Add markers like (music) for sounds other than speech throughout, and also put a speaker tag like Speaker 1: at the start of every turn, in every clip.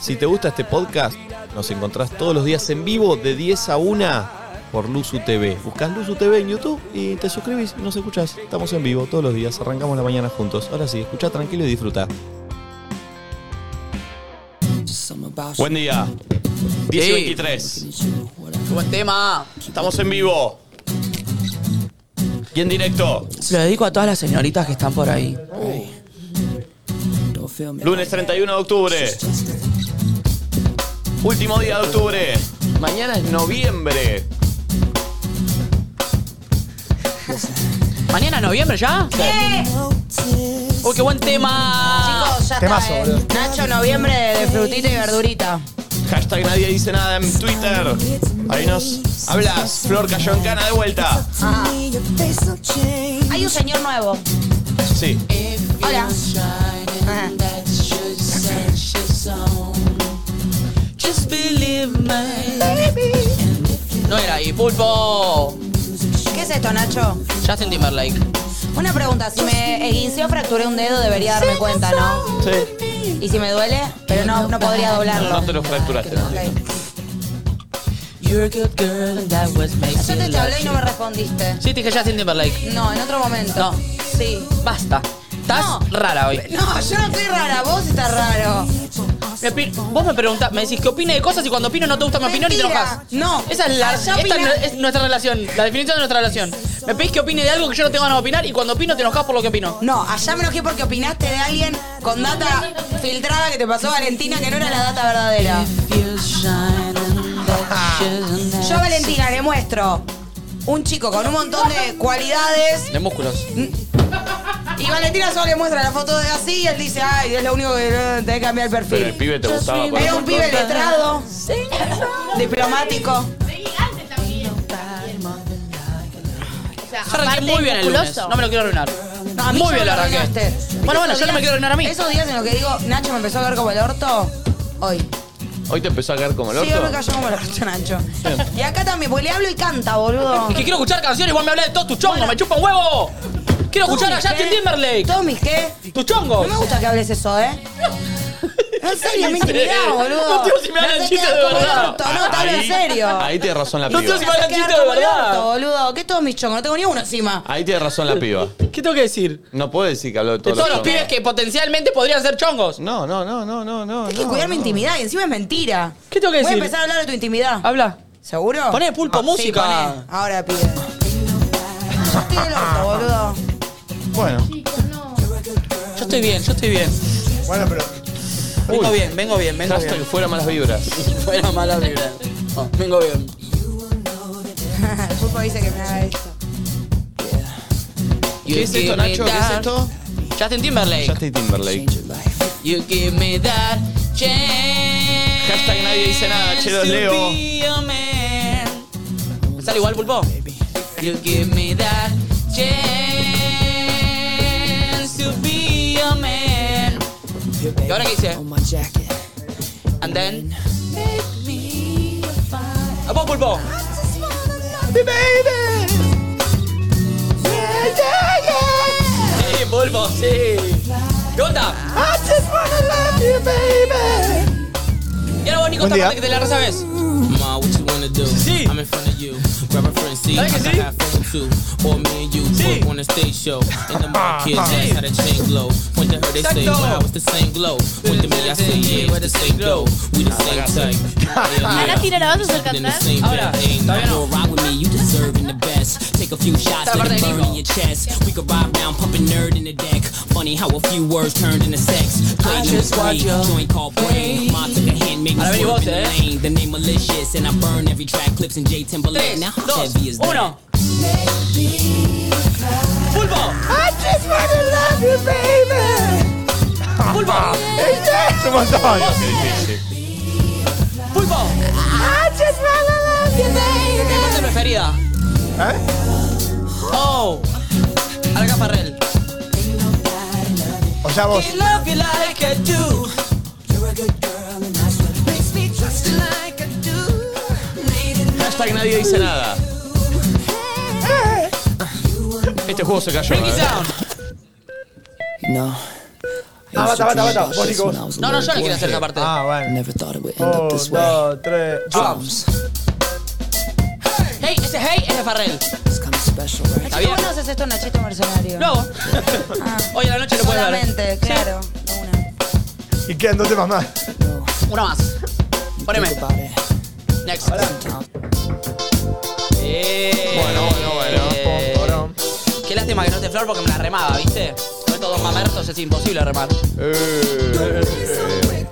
Speaker 1: Si te gusta este podcast, nos encontrás todos los días en vivo de 10 a 1 por Luzu TV. Buscás Luzu TV en YouTube y te suscribís y nos escuchás. Estamos en vivo todos los días, arrancamos la mañana juntos. Ahora sí, escucha tranquilo y disfruta. Buen día. 10 y
Speaker 2: Sí.
Speaker 1: 23.
Speaker 2: Buen tema.
Speaker 1: Estamos en vivo. Y en directo.
Speaker 2: Se lo dedico a todas las señoritas que están por ahí.
Speaker 1: Lunes 31 de octubre. Último día de octubre. Mañana es noviembre.
Speaker 2: ¿Mañana noviembre ya? ¡Oh, qué buen tema!
Speaker 3: Chicos, ya
Speaker 4: Temazo,
Speaker 3: está. eh.
Speaker 4: boludo.
Speaker 3: Nacho, noviembre de frutita y verdurita.
Speaker 1: Hashtag nadie dice nada en Twitter. Ahí nos hablas. Flor cayó en cana de vuelta.
Speaker 3: Hay un señor nuevo.
Speaker 1: Sí.
Speaker 3: Hola. Ajá.
Speaker 2: No era ahí, pulpo.
Speaker 3: ¿Qué es esto, Nacho?
Speaker 2: Justin Timberlake.
Speaker 3: Una pregunta. Si me esguinció, fracturé un dedo, debería darme cuenta, ¿no?
Speaker 1: Sí.
Speaker 3: Y si me duele, pero no, no podría
Speaker 1: No,
Speaker 3: doblarlo.
Speaker 1: no te lo fracturaste. ¿no?
Speaker 3: Ok.
Speaker 2: You're a good girl and that was made
Speaker 3: Yo te hablé y no me respondiste.
Speaker 2: Sí, te dije Justin Timberlake.
Speaker 3: No, en otro momento.
Speaker 2: No.
Speaker 3: Sí.
Speaker 2: Basta. Estás
Speaker 3: No.
Speaker 2: rara hoy.
Speaker 3: No, yo no estoy rara, vos estás raro.
Speaker 2: Me opi- vos me preguntás, me decís que opine de cosas y cuando opino no te gusta mi opinión y te
Speaker 3: Mentira.
Speaker 2: enojas.
Speaker 3: No.
Speaker 2: Esa es, la,
Speaker 3: Allá
Speaker 2: esta
Speaker 3: Ah, opinás.
Speaker 2: no- es nuestra relación, la definición de nuestra relación. Me pedís que opine de algo que yo no tengo ganas de opinar y cuando opino te enojas por lo que opino.
Speaker 3: No, allá me enojé porque opinaste de alguien con data filtrada que te pasó Valentina, que no era la data verdadera. Yo a Valentina le muestro un chico con un montón de
Speaker 2: (laughs)
Speaker 3: cualidades
Speaker 2: De músculos.
Speaker 3: y Valentina solo le muestra la foto de así y él dice, ay, es lo único que eh, tenés que cambiar el
Speaker 1: Pero el
Speaker 3: perfil.
Speaker 1: pibe te gustaba. por
Speaker 3: Era un
Speaker 1: ejemplo.
Speaker 3: pibe letrado, diplomático.
Speaker 2: Yo arranqué muy bien el lunes. No me lo quiero arruinar.
Speaker 3: No, a mí
Speaker 2: muy bien lo
Speaker 3: ya me lo
Speaker 2: arranqué.
Speaker 3: arruinaste.
Speaker 2: Bueno, bueno,
Speaker 3: Esos
Speaker 2: yo no me
Speaker 3: días-
Speaker 2: quiero arruinar a mí.
Speaker 3: (laughs) Esos días en los que digo, Nacho me empezó a ver como el orto, hoy.
Speaker 1: Hoy te empezó a caer como el
Speaker 3: Sí, hoy me
Speaker 1: orto.
Speaker 3: cayó como el orto, Nacho. Y acá también, porque le hablo y canta, boludo.
Speaker 2: Es que quiero escuchar canciones y vos me hablas de todos tus chongos, me chupa un huevo. Quiero escuchar a
Speaker 3: Todos mis
Speaker 2: Justin
Speaker 3: qué,
Speaker 2: Timberlake.
Speaker 3: Todos mis qué.
Speaker 2: Tus
Speaker 3: No
Speaker 2: chongos.
Speaker 3: me gusta que hables eso, ¿eh?
Speaker 2: (laughs)
Speaker 3: No, en serio, me
Speaker 2: En serio.
Speaker 3: intimidá, boludo.
Speaker 2: No te vas a imitar
Speaker 3: Me
Speaker 2: el
Speaker 3: hace
Speaker 2: chiste
Speaker 3: quedar
Speaker 2: de
Speaker 3: como el
Speaker 2: verdad.
Speaker 3: orto, No, te hablo en
Speaker 1: Ahí-
Speaker 3: serio.
Speaker 1: Ahí tiene razón la
Speaker 2: No te
Speaker 1: piba.
Speaker 2: vas a
Speaker 3: Me hace
Speaker 2: imitar el
Speaker 3: quedar
Speaker 2: chiste de
Speaker 3: como el orto,
Speaker 2: verdad.
Speaker 3: boludo. ¿Qué todos mis chongos? No tengo ni uno encima.
Speaker 1: Ahí tiene razón la piba.
Speaker 2: ¿Qué tengo que decir?
Speaker 1: No puede decir que habló de
Speaker 2: De
Speaker 1: todos
Speaker 2: todos los
Speaker 1: hombres.
Speaker 2: pibes que potencialmente podrían ser chongos.
Speaker 1: No, no, no, no, no, no.
Speaker 3: Tienes que
Speaker 1: no,
Speaker 3: cuidar mi
Speaker 1: no.
Speaker 3: intimidad y encima es mentira.
Speaker 2: ¿Qué tengo que
Speaker 3: Voy a
Speaker 2: decir?
Speaker 3: empezar a hablar de tu intimidad.
Speaker 2: Habla.
Speaker 3: ¿Seguro?
Speaker 2: Poné, Pulpo,
Speaker 3: Ah, sí,
Speaker 2: música.
Speaker 3: poné. Ahora, pibe. Yo estoy del orto, boludo. (laughs)
Speaker 1: Bueno.
Speaker 2: Yo estoy bien, yo estoy bien.
Speaker 4: Bueno, pero.
Speaker 2: Vengo
Speaker 1: Uy.
Speaker 2: bien, vengo bien, vengo
Speaker 1: Hashtag
Speaker 2: bien.
Speaker 1: fuera
Speaker 2: (laughs)
Speaker 1: malas vibras.
Speaker 2: Fuera mala (laughs) vibra. Oh, vengo bien.
Speaker 3: El Pulpo dice que me haga esto.
Speaker 1: ¿Qué es esto, Nacho? ¿Qué es esto?
Speaker 2: Justin Timberlake.
Speaker 1: Justin Timberlake.
Speaker 2: You give me that chance.
Speaker 1: Hashtag nadie dice nada, che, los
Speaker 2: to
Speaker 1: leo.
Speaker 2: be a man. ¿Me sale igual, pulpo? You give me that chance to be a man. ¿Y ahora qué dice? And then. ¡A vos, pulpo! Sí, pulpo, sí. ¿Qué onda? Y ahora vos, Nico, esta parte que te la resabes.
Speaker 5: Ma, what you wanna do?
Speaker 2: Sí.
Speaker 5: I'm in front of you. Grab a friend, see.
Speaker 2: Ay,
Speaker 5: I
Speaker 2: que
Speaker 5: can
Speaker 2: sí.
Speaker 5: have fun too. Or me and you
Speaker 2: Sí.
Speaker 5: both on a stage show. In the market, that's how the chain glow. When to her, they say,
Speaker 2: Exacto.
Speaker 5: wow, it's the same glow. When to me, I say, yeah, it's the same glow. We the same type.
Speaker 6: Ahora tira la vas a hacer
Speaker 5: In the
Speaker 6: cantar.
Speaker 7: Oh,
Speaker 5: same
Speaker 2: Ahora,
Speaker 5: vein.
Speaker 2: todavía no.
Speaker 5: You'll ride with me, you deserving the best. Take a few shots,
Speaker 2: Esta
Speaker 5: let it
Speaker 2: parte de
Speaker 5: burn
Speaker 2: Nico.
Speaker 5: in your chest. We could ride round, pumping nerd in the deck. Funny how a few words turned into sex. Play
Speaker 2: I just
Speaker 5: number
Speaker 2: want
Speaker 5: three,
Speaker 2: your
Speaker 5: joint called brain. Ma took a hand, made me
Speaker 2: Ahora vení
Speaker 5: swerve
Speaker 2: vos,
Speaker 5: in the
Speaker 2: eh.
Speaker 5: lane. The name malicious, and I burn every track. Clips and J Timberlake.
Speaker 2: Tres,
Speaker 5: Now how
Speaker 2: dos,
Speaker 5: heavy is that?
Speaker 2: uno. ¡Pulpo! (laughs) (laughs)
Speaker 5: (laughs)
Speaker 2: ¡Pulpo!
Speaker 4: Es un montón.
Speaker 2: ¡Pulpo! ¿Qué parte preferida?
Speaker 4: ¿Eh?
Speaker 2: ¡Oh! Alga Farrell.
Speaker 4: O sea, vos.
Speaker 2: I love you like I do.
Speaker 1: Hashtag nadie dice nada. Este juego se cayó.
Speaker 2: Break it
Speaker 1: ¿eh?
Speaker 2: down.
Speaker 5: No,
Speaker 4: Ah, basta, basta, basta. Vos, Nico, vos.
Speaker 2: No, no, yo le quiero hacer esa parte.
Speaker 4: Ah, bueno.
Speaker 5: Never thought it would end
Speaker 4: Un,
Speaker 5: up this way.
Speaker 4: dos, tres. Ah,
Speaker 2: Drums. Hey, ese hey es de Farrell.
Speaker 5: It's kinda special, right?
Speaker 2: Está bien.
Speaker 3: ¿Cómo no haces esto, Nachito Mercenario?
Speaker 2: Luego. Hoy a la noche lo puedes ver.
Speaker 3: Solamente, claro. Una.
Speaker 4: Y quedan dos temas más. Uh.
Speaker 5: No,
Speaker 2: Una más. Poneme.
Speaker 5: think about it.
Speaker 2: Next.
Speaker 5: Sometimes
Speaker 2: Bueno,
Speaker 4: Pom, porón.
Speaker 2: Qué lástima que no esté Flor porque me la remaba, ¿viste? Con estos dos mamertos es imposible remar.
Speaker 1: Eh.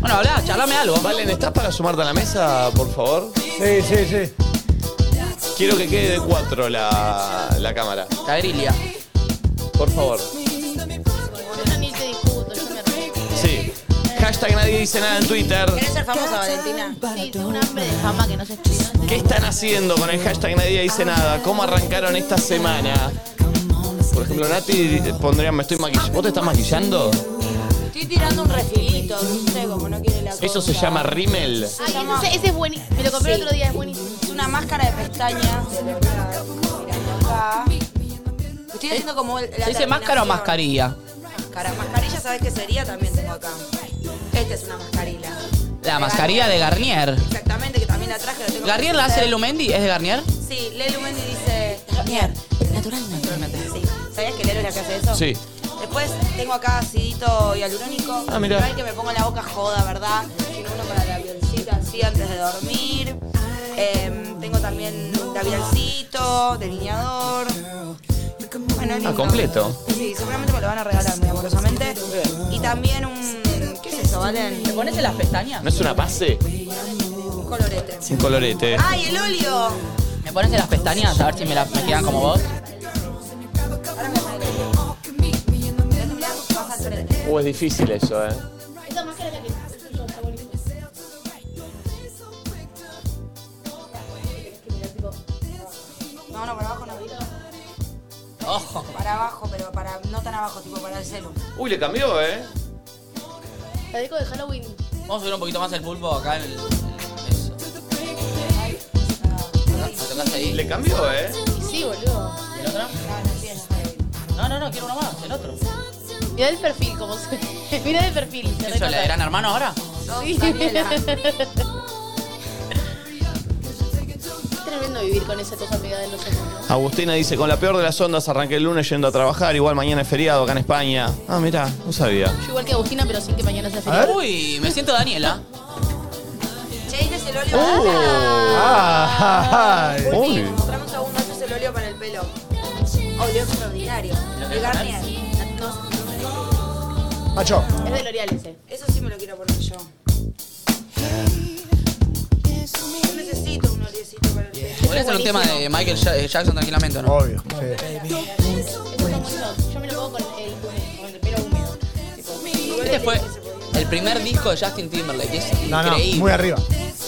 Speaker 2: Bueno, hablá, charlame algo.
Speaker 1: Valen, ¿estás para sumarte a la mesa, por favor?
Speaker 4: Sí, sí, sí.
Speaker 1: Quiero que quede de cuatro la, la cámara.
Speaker 2: Cabrilia.
Speaker 1: Por favor.
Speaker 6: Yo ni te discuto, yo me arreglo.
Speaker 1: Sí. Hashtag nadie dice nada en Twitter.
Speaker 3: ¿Querés ser famosa, Valentina?
Speaker 6: Sí, tengo un hambre de fama que no se explica.
Speaker 1: ¿Qué están haciendo con el hashtag nadie dice nada? ¿Cómo arrancaron esta semana? Por ejemplo, Nati pondría me estoy maquillando. ¿Vos te estás maquillando?
Speaker 3: Estoy tirando un refilito, no sé, como no quiere la cosa.
Speaker 1: Eso se llama rímel.
Speaker 6: Ay, ese, ese es buenísimo. Me lo compré el otro día, es buenísimo.
Speaker 3: Es una máscara de pestañas. Mirando acá. Estoy haciendo como el- la
Speaker 2: ¿Se dice máscara o
Speaker 3: terminación.
Speaker 2: mascarilla?
Speaker 3: Máscara. Mascarilla, ¿sabes qué sería? También tengo acá. Esta es una mascarilla.
Speaker 2: La mascarilla de Garnier.
Speaker 3: Exactamente, que también la traje. La tengo
Speaker 2: ¿Garnier la hace Lelu Mendi? ¿Es de Garnier?
Speaker 3: Sí, Lelu Mendy dice... Garnier, natural, naturalmente. Sí. ¿Sabías que Lelu es la que hace eso?
Speaker 1: Sí.
Speaker 3: Después tengo acá acidito hialurónico.
Speaker 1: Ah, mirá.
Speaker 3: Natural que me pongo en la boca joda, ¿verdad? Tiene uno para la violcita así antes de dormir. Em, tengo también labialcito, delineador. Bueno, lindo.
Speaker 1: Ah, completo.
Speaker 3: Sí, seguramente me lo van a regalar muy amorosamente. Y también un... ¿Qué es eso, Valen?
Speaker 2: ¿Te pones en las pestañas?
Speaker 1: ¿No es una base?
Speaker 3: Un colorete.
Speaker 1: Un colorete.
Speaker 3: ¡Ay, el óleo!
Speaker 2: ¿Me pones en las pestañas? A ver si me, la- me quedan como vos.
Speaker 1: Uh, es difícil eso, eh.
Speaker 6: Esa máscara es la que yo, está buenísimo.
Speaker 3: No, no, para abajo no.
Speaker 2: Ojo.
Speaker 3: Para abajo, pero para no tan abajo, tipo para el celu.
Speaker 1: Uy, le cambió, eh.
Speaker 6: La deco de Halloween.
Speaker 2: Vamos a subir un poquito más el pulpo acá en el. Eso. ¿Me tocas ahí?
Speaker 1: Le cambió, eh.
Speaker 6: Y sí, boludo.
Speaker 2: ¿El otro? No, no, no, quiero uno más, el otro.
Speaker 6: Mirá el perfil, como se. (laughs) Mirá el perfil. Se
Speaker 2: ¿Qué soy, la de
Speaker 6: recata.
Speaker 2: gran hermano ahora?
Speaker 6: Sí. (laughs) Es Tremendo vivir con esa cosa pegada en los ojos. ¿no?
Speaker 1: Agustina dice, con la peor de las ondas arranqué el lunes yendo a trabajar, igual mañana es feriado acá en España. Ah, mirá, no sabía.
Speaker 6: Yo igual que Agustina, pero sin que mañana sea
Speaker 4: ver.
Speaker 6: feriado.
Speaker 2: Uy, me siento Daniela.
Speaker 3: Che, este es el óleo.
Speaker 4: Ah, Oh. ay.
Speaker 1: Uy.
Speaker 3: Mostrame un segundo, este es el óleo para el pelo. Oh, Óleo extraordinario. El Garnier. No,
Speaker 4: Macho.
Speaker 6: Es de L'Oreal ese.
Speaker 3: eso sí me lo quiero poner yo. Yo necesito un oleecito para el pelo.
Speaker 2: Podría ser un tema de Michael Ja- eh, Jackson tranquilamente, ¿o ¿no?
Speaker 4: Obvio. sí.
Speaker 6: Esos son buenos. Yo me lo pongo con el, húmedo, con el pelo húmedo.
Speaker 2: Este fue el primer disco de Justin Timberlake. Es
Speaker 4: No, no,
Speaker 2: increíble.
Speaker 4: muy arriba.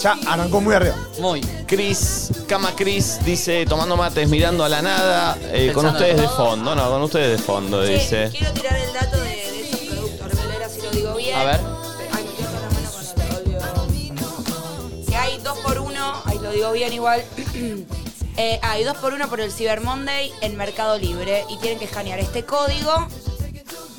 Speaker 4: Ya arrancó muy arriba.
Speaker 2: Muy.
Speaker 1: Cris, cama Cris, dice, tomando mates, mirando a la nada, eh, con
Speaker 2: Pensando
Speaker 1: ustedes
Speaker 2: en
Speaker 1: de fondo, no, con ustedes de fondo,
Speaker 3: Che,
Speaker 1: dice.
Speaker 3: quiero tirar el dato de, de estos productos. Revelera si lo digo bien.
Speaker 2: A ver.
Speaker 3: Ay, me tengo la mano con el óleo. Que hay dos por uno, ahí lo digo bien igual. (clears throat) Eh, hay dos por uno por el Cyber Monday en Mercado Libre y tienen que escanear este código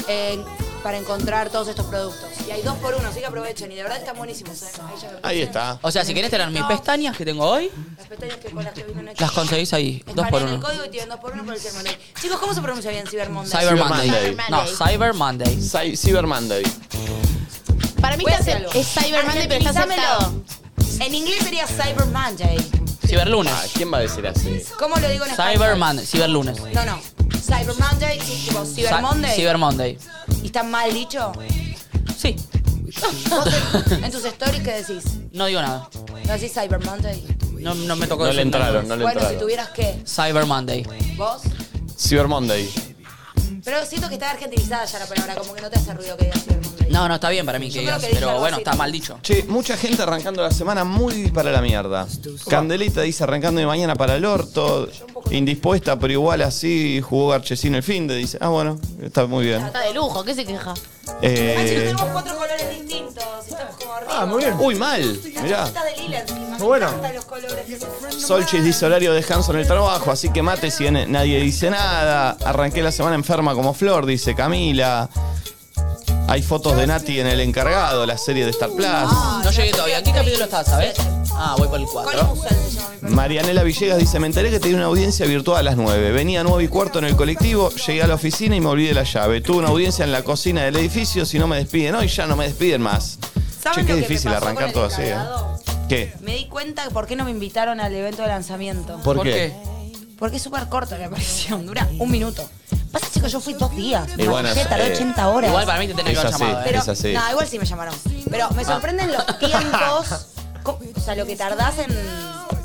Speaker 3: eh, para encontrar todos estos productos. Y hay dos por uno, así que aprovechen y de verdad están buenísimos. ¿eh? Ahí ya me puse.
Speaker 1: Ahí está.
Speaker 2: O sea, si querés tener mis pestañas que tengo hoy,
Speaker 3: Las pestañas que con las que vino Nacho.
Speaker 2: las conseguís ahí. Dos por
Speaker 3: Escanean el
Speaker 2: uno.
Speaker 3: código y tienen dos por uno por el Cyber Monday. Chicos, ¿cómo se pronuncia bien Cyber Monday?
Speaker 2: Cyber Monday.
Speaker 1: Monday.
Speaker 2: No, Cyber Monday.
Speaker 1: Cy- Cyber Monday.
Speaker 6: Para mí
Speaker 3: Voy a
Speaker 6: está
Speaker 3: hacer
Speaker 6: cer-
Speaker 3: algo.
Speaker 6: es Cyber Monday, pero está
Speaker 3: Argentinízamelo.
Speaker 6: aceptado.
Speaker 3: En inglés sería Cyber Monday.
Speaker 1: Ah,
Speaker 2: Ciberlunes.
Speaker 1: ¿quién va a decir así?
Speaker 3: ¿Cómo lo digo en español?
Speaker 2: Cyber Monday. Ciberlunes.
Speaker 3: No, no. Cyber Monday, sí, tipo Cyber
Speaker 2: Cy-
Speaker 3: Monday.
Speaker 2: Cyber Monday.
Speaker 3: ¿Y está mal dicho?
Speaker 2: Sí,
Speaker 3: Vos
Speaker 2: (laughs)
Speaker 3: en- en tus stories, ¿qué decís?
Speaker 2: no digo nada.
Speaker 3: ¿No decís Cyber Monday?
Speaker 2: No, no me tocó
Speaker 1: No le
Speaker 2: decir nada.
Speaker 1: entraron, no le
Speaker 3: bueno, si
Speaker 1: entraron.
Speaker 3: tuvieras que,
Speaker 2: Cyber Monday.
Speaker 3: vos.
Speaker 1: Cyber Monday.
Speaker 3: Pero siento que está argentinizada ya la palabra, como que no te hace ruido que digas Cyber Monday.
Speaker 2: No, no, está bien para mí que
Speaker 3: Yo creo
Speaker 2: digas,
Speaker 3: que dije
Speaker 2: pero
Speaker 3: algo
Speaker 2: bueno,
Speaker 3: así.
Speaker 2: está mal dicho.
Speaker 1: Che, mucha gente arrancando la semana muy para la mierda. Candelita dice arrancando de mañana para el orto.
Speaker 3: Un poco
Speaker 1: Indispuesta, pero igual así jugó Garchesín el fin de. Dice, ah, bueno, está muy bien.
Speaker 6: Está de lujo, ¿qué se queja?
Speaker 1: Eh,
Speaker 3: Ah, chicos, tenemos cuatro colores distintos. Estamos como arriba.
Speaker 4: Ah, muy bien.
Speaker 1: uy, mal. Mirá.
Speaker 3: Está de Lillard. Me
Speaker 4: Bueno.
Speaker 3: encantan los colores. que se usan.
Speaker 1: Solchis dice horario descanso en el trabajo, así que mate si n- nadie dice nada. Arranqué la semana enferma como Flor, dice Camila. Hay fotos de Nati en el encargado, la serie de Star Plus.
Speaker 2: No llegué todavía. ¿Qué capítulo estás, sabes? Ah, voy por el
Speaker 3: Cole
Speaker 2: 4.
Speaker 3: Musel se llama mi perro.
Speaker 1: Marianela Villegas dice, me enteré que tenía una audiencia virtual a las 9. Venía a 9 y cuarto en el colectivo, llegué a la oficina y me olvidé la llave. Tuve una audiencia en la cocina del edificio, si no me despiden hoy ya no me despiden más. Che,
Speaker 3: ¿Saben
Speaker 1: qué
Speaker 3: lo que me
Speaker 1: difícil
Speaker 3: pasó
Speaker 1: arrancar
Speaker 3: con
Speaker 1: todo
Speaker 3: el
Speaker 1: así. ¿eh?
Speaker 3: encargado?
Speaker 1: ¿Qué?
Speaker 3: Me di cuenta de por qué no me invitaron al evento de lanzamiento.
Speaker 1: ¿Por, qué?
Speaker 3: Porque es súper corta la aparición, dura un minuto. Pasa, chicos, yo fui dos días.
Speaker 1: Y bueno,
Speaker 3: Marcé, tardé
Speaker 1: eh,
Speaker 3: 80 horas.
Speaker 2: Igual para mí te tenés que
Speaker 1: Es
Speaker 2: haber
Speaker 1: así.
Speaker 2: llamado, ¿eh? Ah.
Speaker 3: Pero,
Speaker 1: Es así.
Speaker 3: No, igual sí me llamaron. Pero me
Speaker 2: (laughs)
Speaker 3: sorprenden los tiempos. co- O sea, lo que tardás en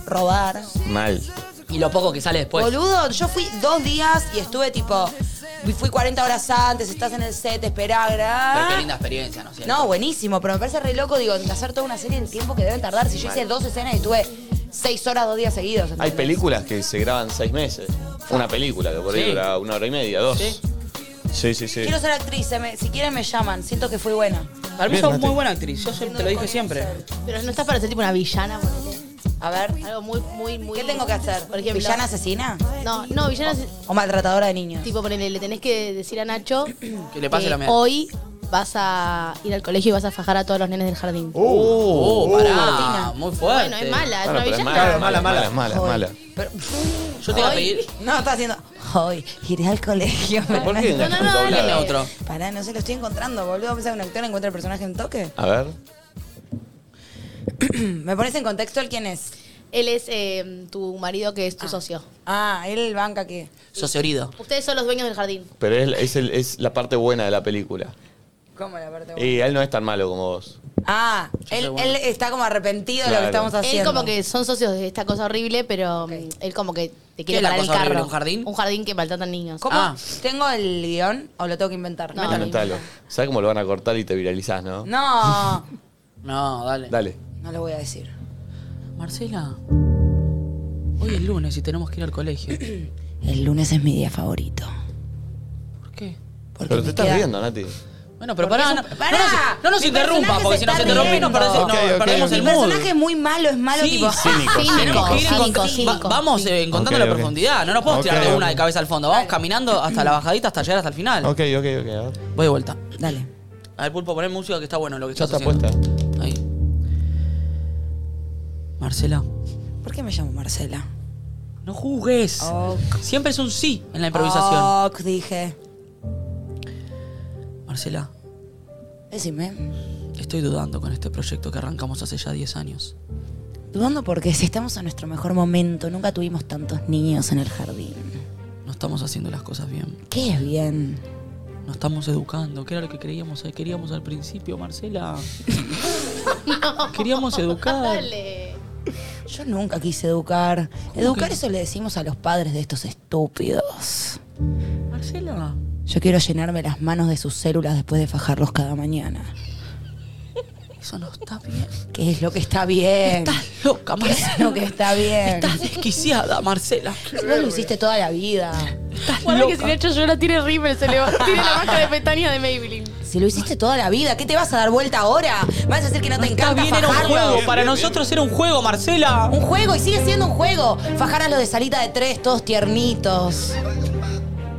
Speaker 3: robar.
Speaker 1: Mal.
Speaker 2: Y lo poco que sale después.
Speaker 3: Boludo, yo fui dos días y estuve tipo. y Fui 40 horas antes, estás en el set, esperá,
Speaker 2: Pero qué
Speaker 3: gra-
Speaker 2: linda experiencia, ¿no es cierto?
Speaker 3: Ah. No, buenísimo, pero me parece re loco, digo, en hacer toda una serie del tiempo que deben tardar. Si yo hice dos escenas y estuve seis horas, dos días seguidos.
Speaker 1: Hay
Speaker 3: ¿entendés?
Speaker 1: películas que se graban seis meses. Una película que por ahí
Speaker 2: Sí.
Speaker 1: dura una hora y media, dos.
Speaker 2: Sí.
Speaker 1: Sí, sí, sí.
Speaker 3: Quiero ser actriz, se me- si quieren me llaman, siento que fui buena.
Speaker 2: Para mí
Speaker 1: Bien,
Speaker 2: sos
Speaker 1: Nati.
Speaker 2: muy buena actriz. Yo siempre- te lo dije siempre.
Speaker 6: Pero no estás para ser tipo una villana, ponele.
Speaker 3: A ver,
Speaker 6: Algo muy, muy, muy.
Speaker 3: ¿qué tengo que hacer?
Speaker 6: Por ejemplo.
Speaker 3: ¿Villana asesina?
Speaker 6: No, no, villana es
Speaker 3: ¿O maltratadora de niños?
Speaker 6: tipo, ponele, le tenés que decir a
Speaker 2: (clears throat)
Speaker 6: Nacho que
Speaker 2: le pase la mierda.
Speaker 6: Hoy vas a ir al colegio y vas a fajar a todos los nenes del jardín.
Speaker 2: Oh, pará.
Speaker 3: Uh, Martina.
Speaker 2: Muy fuerte.
Speaker 6: bueno, es mala, es
Speaker 1: Bueno,
Speaker 6: una
Speaker 1: pero es
Speaker 6: villana.
Speaker 1: mala,
Speaker 4: Claro, mala,
Speaker 1: mala,
Speaker 4: mala.
Speaker 1: mala,
Speaker 3: Hoy.
Speaker 1: mala.
Speaker 3: Pero-
Speaker 2: Yo te iba a pedir.
Speaker 3: (laughs) no, está haciendo. Hoy iré al colegio.
Speaker 1: ¿Por qué
Speaker 6: No, no, no,
Speaker 1: doblada?
Speaker 6: dale.
Speaker 2: Otro.
Speaker 3: Pará, no sé, lo estoy encontrando, boludo. Pensaba que un actor encuentra el personaje en toque.
Speaker 1: A ver.
Speaker 3: ¿Me pones en contexto el quién es?
Speaker 6: Él es eh, tu marido que es tu socio.
Speaker 3: Ah, él banca que.
Speaker 2: Sociorido.
Speaker 6: Ustedes son los dueños del jardín.
Speaker 1: Pero es, es el- es la parte buena de la película.
Speaker 3: ¿Cómo la parte
Speaker 1: Y él no es tan malo como vos.
Speaker 3: Ah,
Speaker 2: soy
Speaker 3: él,
Speaker 2: bueno.
Speaker 3: él está como arrepentido de lo que
Speaker 1: Claro.
Speaker 3: estamos haciendo.
Speaker 6: Él como que son socios de esta cosa horrible, pero mm, él como que te quiere
Speaker 2: es la
Speaker 6: parar el
Speaker 2: cosa horrible?
Speaker 6: carro.
Speaker 2: ¿Un jardín?
Speaker 6: Un jardín que maltratan niños.
Speaker 3: ¿Cómo?
Speaker 2: Ah.
Speaker 3: ¿Tengo el guión o lo tengo que inventar?
Speaker 6: No.
Speaker 3: Métalo.
Speaker 1: Inventalo. ¿Sabes cómo lo van a cortar y te viralizás, no?
Speaker 3: No,
Speaker 2: No, dale.
Speaker 1: Dale.
Speaker 3: no lo voy a decir.
Speaker 2: Marcela. Hoy es lunes y tenemos que ir al
Speaker 3: (clears throat)
Speaker 2: colegio.
Speaker 3: El lunes es mi día favorito.
Speaker 2: ¿Por qué?
Speaker 3: Porque
Speaker 1: Pero
Speaker 3: me
Speaker 1: te estás
Speaker 3: queda-
Speaker 1: riendo, Nati.
Speaker 2: Bueno, pero
Speaker 3: Porque
Speaker 2: pará,
Speaker 3: es
Speaker 2: no,
Speaker 3: un-
Speaker 2: no
Speaker 3: pará,
Speaker 2: nos, no nos
Speaker 3: mi
Speaker 2: interrumpas,
Speaker 3: personaje
Speaker 2: porque
Speaker 3: se
Speaker 2: si nos
Speaker 3: está
Speaker 2: interrumpís nos, parece-
Speaker 3: riendo.
Speaker 2: no,
Speaker 1: Ok, ok,
Speaker 2: perdemos
Speaker 1: ok.
Speaker 2: el
Speaker 3: Mi
Speaker 1: mood.
Speaker 3: personaje es muy malo, es malo
Speaker 2: Sí, (laughs)
Speaker 3: tipo.
Speaker 2: sí.
Speaker 1: Cínico,
Speaker 2: Tenemos
Speaker 1: cínico.
Speaker 2: que ir en
Speaker 6: Cínico,
Speaker 2: conjunto.
Speaker 6: cínico.
Speaker 2: Va- vamos eh, encontrando
Speaker 1: Ok,
Speaker 2: la
Speaker 1: ok.
Speaker 2: profundidad. No nos podemos
Speaker 1: Ok,
Speaker 2: tirar de
Speaker 1: ok.
Speaker 2: una de cabeza al fondo. Vamos caminando hasta la bajadita, hasta llegar hasta el final.
Speaker 1: Ok, ok, ok. a ver.
Speaker 2: Voy de vuelta.
Speaker 3: Dale.
Speaker 2: A ver, Pulpo, poné música que está bueno lo que
Speaker 1: Ya
Speaker 2: estás
Speaker 1: está
Speaker 2: haciendo.
Speaker 1: puesta.
Speaker 2: Ahí. Marcela,
Speaker 3: ¿Por qué me llamo Marcela?
Speaker 2: no juzgues.
Speaker 3: Ok.
Speaker 2: Siempre es un sí en la improvisación.
Speaker 3: Ok, dije.
Speaker 2: Marcela,
Speaker 3: Decime.
Speaker 2: estoy dudando con este proyecto que arrancamos hace ya 10 años.
Speaker 3: Dudando porque si estamos en nuestro mejor momento, nunca tuvimos tantos niños en el jardín.
Speaker 2: No estamos haciendo las cosas bien.
Speaker 3: ¿Qué es bien?
Speaker 2: No estamos educando, que era lo que creíamos, queríamos al principio,
Speaker 3: (laughs)
Speaker 2: Marcela. Queríamos educar.
Speaker 6: Dale.
Speaker 3: Yo nunca quise educar. Educar eso le decimos a los padres de estos estúpidos.
Speaker 2: Marcela.
Speaker 3: Yo quiero llenarme las manos de sus células después de fajarlos cada mañana.
Speaker 2: Eso no está bien.
Speaker 3: ¿Qué es lo que está bien?
Speaker 2: Estás loca,
Speaker 3: ¿Qué es lo que
Speaker 2: Marcela.
Speaker 3: está bien?
Speaker 2: Estás desquiciada, Marcela.
Speaker 3: Vos lo hiciste toda la vida.
Speaker 2: Estás
Speaker 6: Guarda que si
Speaker 2: loca.
Speaker 6: Nacho llora, tiene rímel, se le va, tiene la marca de pestañas de Maybelline.
Speaker 3: Si lo hiciste toda la vida, ¿qué te vas a dar vuelta ahora? ¿Me ¿Vas a decir que no te
Speaker 2: Está
Speaker 3: encanta
Speaker 2: bien, era un
Speaker 3: fajarlos?
Speaker 2: juego. Para nosotros era un juego, Marcela.
Speaker 3: Un juego y sigue siendo un juego. Fajar a los de salita de tres, todos tiernitos.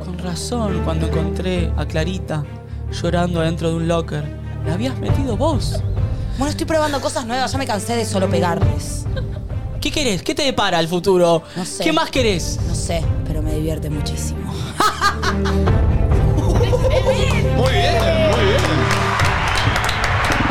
Speaker 2: Con razón, cuando encontré a Clarita llorando dentro de un locker, la habías metido vos.
Speaker 3: Bueno, estoy probando cosas nuevas, ya me cansé de solo pegarles.
Speaker 2: ¿Qué querés? ¿Qué te depara el futuro?
Speaker 3: No sé.
Speaker 2: ¿Qué más querés?
Speaker 3: No sé, pero me divierte
Speaker 1: (laughs)
Speaker 3: muchísimo.
Speaker 1: Muy bien, muy bien.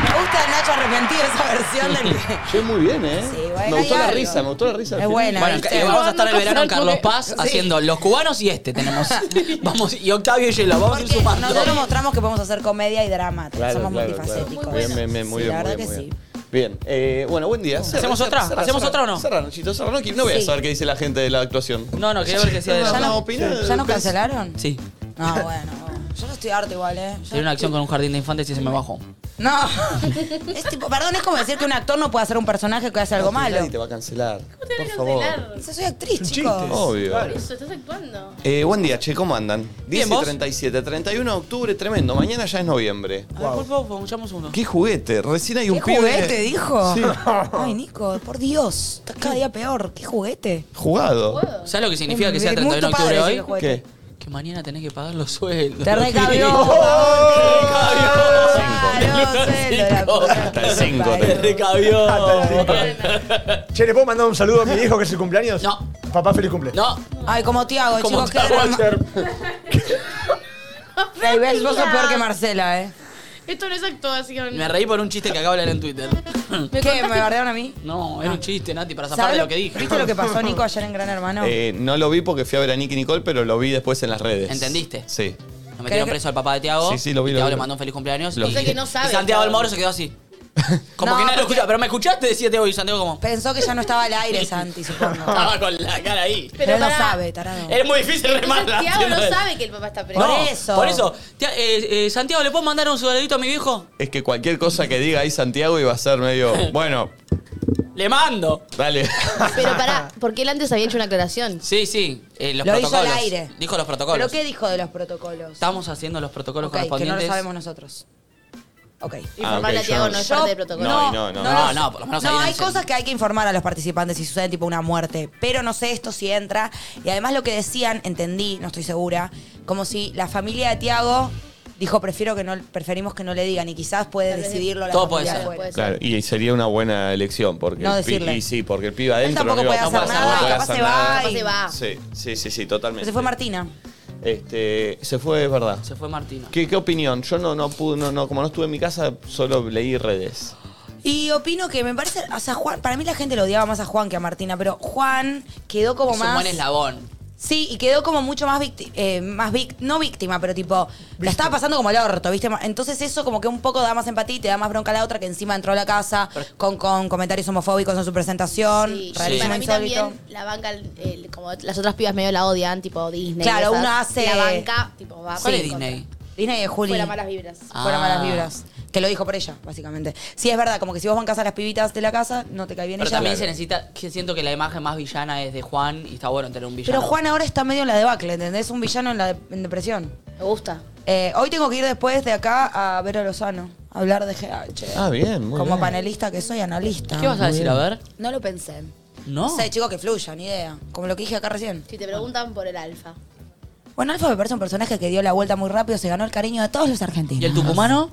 Speaker 3: Me gusta Nacho arrepentido esa versión del que.
Speaker 1: Che, muy bien, ¿eh?
Speaker 3: Sí, bueno,
Speaker 1: me gustó
Speaker 3: hay
Speaker 1: la
Speaker 3: algo.
Speaker 1: risa, me gustó la risa. al
Speaker 3: Es
Speaker 1: final.
Speaker 3: buena.
Speaker 2: Bueno,
Speaker 3: ¿viste?
Speaker 2: eh, vamos a estar el verano en Carlos Paz
Speaker 3: Sí.
Speaker 2: haciendo los cubanos y este tenemos.
Speaker 3: (laughs)
Speaker 2: Vamos, y Octavio Yelo, vamos a ir
Speaker 3: Porque
Speaker 2: sumando.
Speaker 3: nosotros mostramos que podemos hacer comedia y drama.
Speaker 1: Claro,
Speaker 3: Somos
Speaker 1: claro,
Speaker 3: multifacéticos.
Speaker 1: claro. Bien, bien, bien, muy
Speaker 3: Sí,
Speaker 1: bien.
Speaker 3: La
Speaker 1: muy
Speaker 3: verdad
Speaker 1: bien,
Speaker 3: que
Speaker 1: muy
Speaker 3: sí.
Speaker 1: Bien, Bien, eh, bueno, buen día. Cerra,
Speaker 2: ¿Hacemos
Speaker 1: cerra,
Speaker 2: otra?
Speaker 1: cerra,
Speaker 2: ¿Hacemos
Speaker 1: cerra.
Speaker 2: otra o no?
Speaker 1: Cerra, Nachito, cerra. No, que- no voy a
Speaker 3: Sí.
Speaker 1: saber qué dice la gente de la actuación.
Speaker 2: No, no, quería ver qué decía de
Speaker 1: Ya
Speaker 2: la.
Speaker 1: no- opinar,
Speaker 3: ¿Ya nos
Speaker 1: pues.
Speaker 3: cancelaron?
Speaker 2: Sí.
Speaker 3: No, bueno. bueno. Yo ya estoy harto igual, ¿eh? Ya-
Speaker 2: Sería una acción con un jardín de infantes y se me bajó.
Speaker 3: No. (laughs) es tipo, perdón, es como decir que un actor no puede hacer un personaje que hace algo malo.
Speaker 1: Nadie te va a cancelar.
Speaker 6: te van
Speaker 1: Por
Speaker 6: a
Speaker 1: favor.
Speaker 6: cancelar?
Speaker 3: Yo soy actriz,
Speaker 4: Es un
Speaker 3: chicos.
Speaker 4: chiste.
Speaker 1: Obvio.
Speaker 6: Por eso, estás actuando.
Speaker 1: Eh, buen día, che, ¿cómo andan? 10
Speaker 2: Bien,
Speaker 1: y
Speaker 2: ¿vos?
Speaker 1: 37, 31 de octubre, tremendo. Mañana ya es noviembre.
Speaker 2: Ay, por favor, escuchamos uno.
Speaker 1: ¿Qué juguete? Recién hay un
Speaker 3: ¿Qué
Speaker 1: pibe.
Speaker 3: juguete, dijo?
Speaker 1: Sí.
Speaker 3: (laughs) Ay, Nico, por Dios. Estás cada día peor. ¿Qué juguete?
Speaker 1: Jugado.
Speaker 6: ¿Puedo?
Speaker 2: ¿Sabes lo que significa que sea
Speaker 3: Es
Speaker 2: 31 de
Speaker 3: mucho padre
Speaker 2: octubre
Speaker 3: ese
Speaker 2: hoy?
Speaker 3: juguete.
Speaker 1: ¿Qué?
Speaker 2: Que mañana tenés que pagar los sueldos. (laughs)
Speaker 3: (laughs) Te recabió.
Speaker 1: Hasta el cinco
Speaker 2: Te
Speaker 4: (laughs)
Speaker 2: recabió.
Speaker 4: Che, ¿le puedo mandar un saludo a mi hijo que es su cumpleaños?
Speaker 2: No.
Speaker 4: Papá, feliz cumple.
Speaker 2: No,
Speaker 3: Ay, como Tiago,
Speaker 2: como
Speaker 3: chicos,
Speaker 2: te
Speaker 3: qué
Speaker 2: hago
Speaker 3: drama.
Speaker 2: hacer.
Speaker 3: Ay, ves, vos sos peor que Marcela, ¿eh?
Speaker 6: Esto no es actuación.
Speaker 2: Me reí por un chiste que acabo de leer en Twitter.
Speaker 3: ¿Qué? (laughs) ¿Me bardearon a mí?
Speaker 2: No, era un chiste, Nati, para zafar
Speaker 3: Ah. ¿Sabés
Speaker 2: de lo que dije.
Speaker 3: ¿Viste lo que
Speaker 2: (laughs)
Speaker 3: pasó, Nico, ayer en Gran Hermano?
Speaker 1: Eh, no lo vi porque fui a ver a Nicky Nicole, pero lo vi después en las redes.
Speaker 2: ¿Entendiste?
Speaker 1: Sí.
Speaker 2: Nos metieron
Speaker 3: que-
Speaker 2: preso al papá de Tiago.
Speaker 1: Sí, sí, lo vi,
Speaker 2: y
Speaker 1: lo
Speaker 2: Tiago
Speaker 1: vi.
Speaker 2: le mandó un feliz cumpleaños.
Speaker 1: Lo
Speaker 2: y,
Speaker 1: vi.
Speaker 6: O sea que no sabe,
Speaker 2: y Santiago del
Speaker 6: Tiago.
Speaker 2: Moro se quedó (laughs) así. Como
Speaker 3: No,
Speaker 2: que nadie lo
Speaker 3: porque-
Speaker 2: escucha, pero me escuchaste, decía Tiago y Santiago como.
Speaker 3: Pensó que ya no estaba al aire, Santi, supongo.
Speaker 2: Estaba con la cara ahí.
Speaker 3: Ah. Pero él no
Speaker 6: pará.
Speaker 3: sabe, tarado.
Speaker 2: Es muy difícil
Speaker 6: Entonces,
Speaker 2: remarla.
Speaker 6: Tiago no
Speaker 2: (laughs) ¿entiendes?
Speaker 6: sabe que el papá está preso.
Speaker 3: Por
Speaker 2: No,
Speaker 3: eso.
Speaker 2: Por eso. Tia- eh, eh, Santiago, ¿le puedo mandar un saludito a mi viejo?
Speaker 1: Es que cualquier cosa que diga ahí Santiago iba a
Speaker 2: (laughs)
Speaker 1: ser medio. Bueno,
Speaker 2: Le mando. (laughs)
Speaker 1: dale. (laughs)
Speaker 6: Pero pará, porque él antes había hecho una aclaración.
Speaker 2: Sí, sí. eh, los
Speaker 3: Lo hizo
Speaker 2: protocolos.
Speaker 3: al aire.
Speaker 2: Dijo los protocolos.
Speaker 3: ¿Pero qué dijo de los protocolos?
Speaker 2: Estamos haciendo los protocolos
Speaker 3: Ok, que no
Speaker 2: correspondientes. Ah,
Speaker 3: lo sabemos nosotros. Ok.
Speaker 6: Informarle
Speaker 1: ok,
Speaker 6: a Tiago
Speaker 1: yo-
Speaker 6: no es
Speaker 3: yo-
Speaker 6: parte del protocolo.
Speaker 1: No, y no, no.
Speaker 2: No, no, por lo menos
Speaker 3: No,
Speaker 2: ahí
Speaker 3: hay
Speaker 2: dicen.
Speaker 3: cosas que hay que informar a los participantes si sucede tipo una muerte, pero no sé esto si entra. Y además lo que decían, entendí, no estoy segura, como si la familia de Tiago dijo prefiero que no, preferimos que no le digan y quizás puede
Speaker 6: Tal vez-
Speaker 3: decidirlo la
Speaker 2: Todo puede
Speaker 3: familia
Speaker 2: ser.
Speaker 3: afuera.
Speaker 6: Puede ser.
Speaker 1: Claro, y sería una buena elección porque
Speaker 3: No
Speaker 1: el pi-
Speaker 3: decirle.
Speaker 1: y sí, porque el pibe
Speaker 3: Él
Speaker 1: adentro
Speaker 3: tampoco
Speaker 1: no
Speaker 3: puede
Speaker 1: iba a
Speaker 3: hacer
Speaker 2: pasa
Speaker 1: pasar,
Speaker 2: nada,
Speaker 1: no puede
Speaker 3: nada, capaz
Speaker 1: hacer
Speaker 3: se
Speaker 1: nada.
Speaker 3: va.
Speaker 6: Capaz se
Speaker 3: y-
Speaker 6: va.
Speaker 1: Sí, sí, sí, sí,
Speaker 3: Pero
Speaker 1: totalmente.
Speaker 3: se fue Martina.
Speaker 1: Este, se fue, es verdad.
Speaker 2: Se fue Martina.
Speaker 1: ¿Qué, qué opinión? Yo no, no pude, no, no, como no estuve en mi casa, solo leí redes.
Speaker 3: Y opino que me parece, o sea, Juan, para mí la gente lo odiaba más a Juan que a Martina, pero Juan quedó como
Speaker 2: Es un
Speaker 3: más...
Speaker 2: buen eslabón.
Speaker 3: Sí, y quedó como mucho más víctima, más vic- no víctima, pero tipo, la estaba pasando como el orto, ¿viste? Entonces eso como que un poco da más empatía y te da más bronca a la otra que encima entró a la casa con, con comentarios homofóbicos en su presentación,
Speaker 6: Sí,
Speaker 3: rarísimo,
Speaker 6: para mí
Speaker 3: insólito.
Speaker 6: también la banca, el- como las otras pibas medio la odian, tipo Disney.
Speaker 3: Claro,
Speaker 6: esas.
Speaker 3: uno hace-
Speaker 6: La banca, tipo, va
Speaker 2: ¿Cuál
Speaker 6: en
Speaker 2: es Disney?
Speaker 6: contra.
Speaker 3: Disney de Juli.
Speaker 6: Fuera malas vibras.
Speaker 2: Ah.
Speaker 3: Fuera malas vibras. Que lo dijo por ella, básicamente. Sí, es verdad, como que si vos bancas a las pibitas de la casa, no te cae bien
Speaker 2: Pero
Speaker 3: ella.
Speaker 2: también se necesita. que Siento que la imagen más villana es de Juan y está bueno tener un villano.
Speaker 3: Pero Juan ahora está medio en la debacle, ¿entendés? Un villano en la de- en depresión.
Speaker 6: Me gusta.
Speaker 3: Eh, hoy tengo que ir después de acá a Vero Lozano, a hablar de GH.
Speaker 1: Ah, bien, muy
Speaker 3: Como
Speaker 1: bien.
Speaker 3: panelista que soy, analista.
Speaker 2: ¿Qué vas a decir? A ver.
Speaker 3: No lo pensé.
Speaker 2: No.
Speaker 3: No sé, chicos, que fluya, ni idea. Como lo que dije acá recién.
Speaker 6: Si te preguntan por el alfa.
Speaker 3: Bueno, Alfa me parece un personaje que dio la vuelta muy rápido, se ganó el cariño de todos los argentinos.
Speaker 2: ¿Y el tucumano?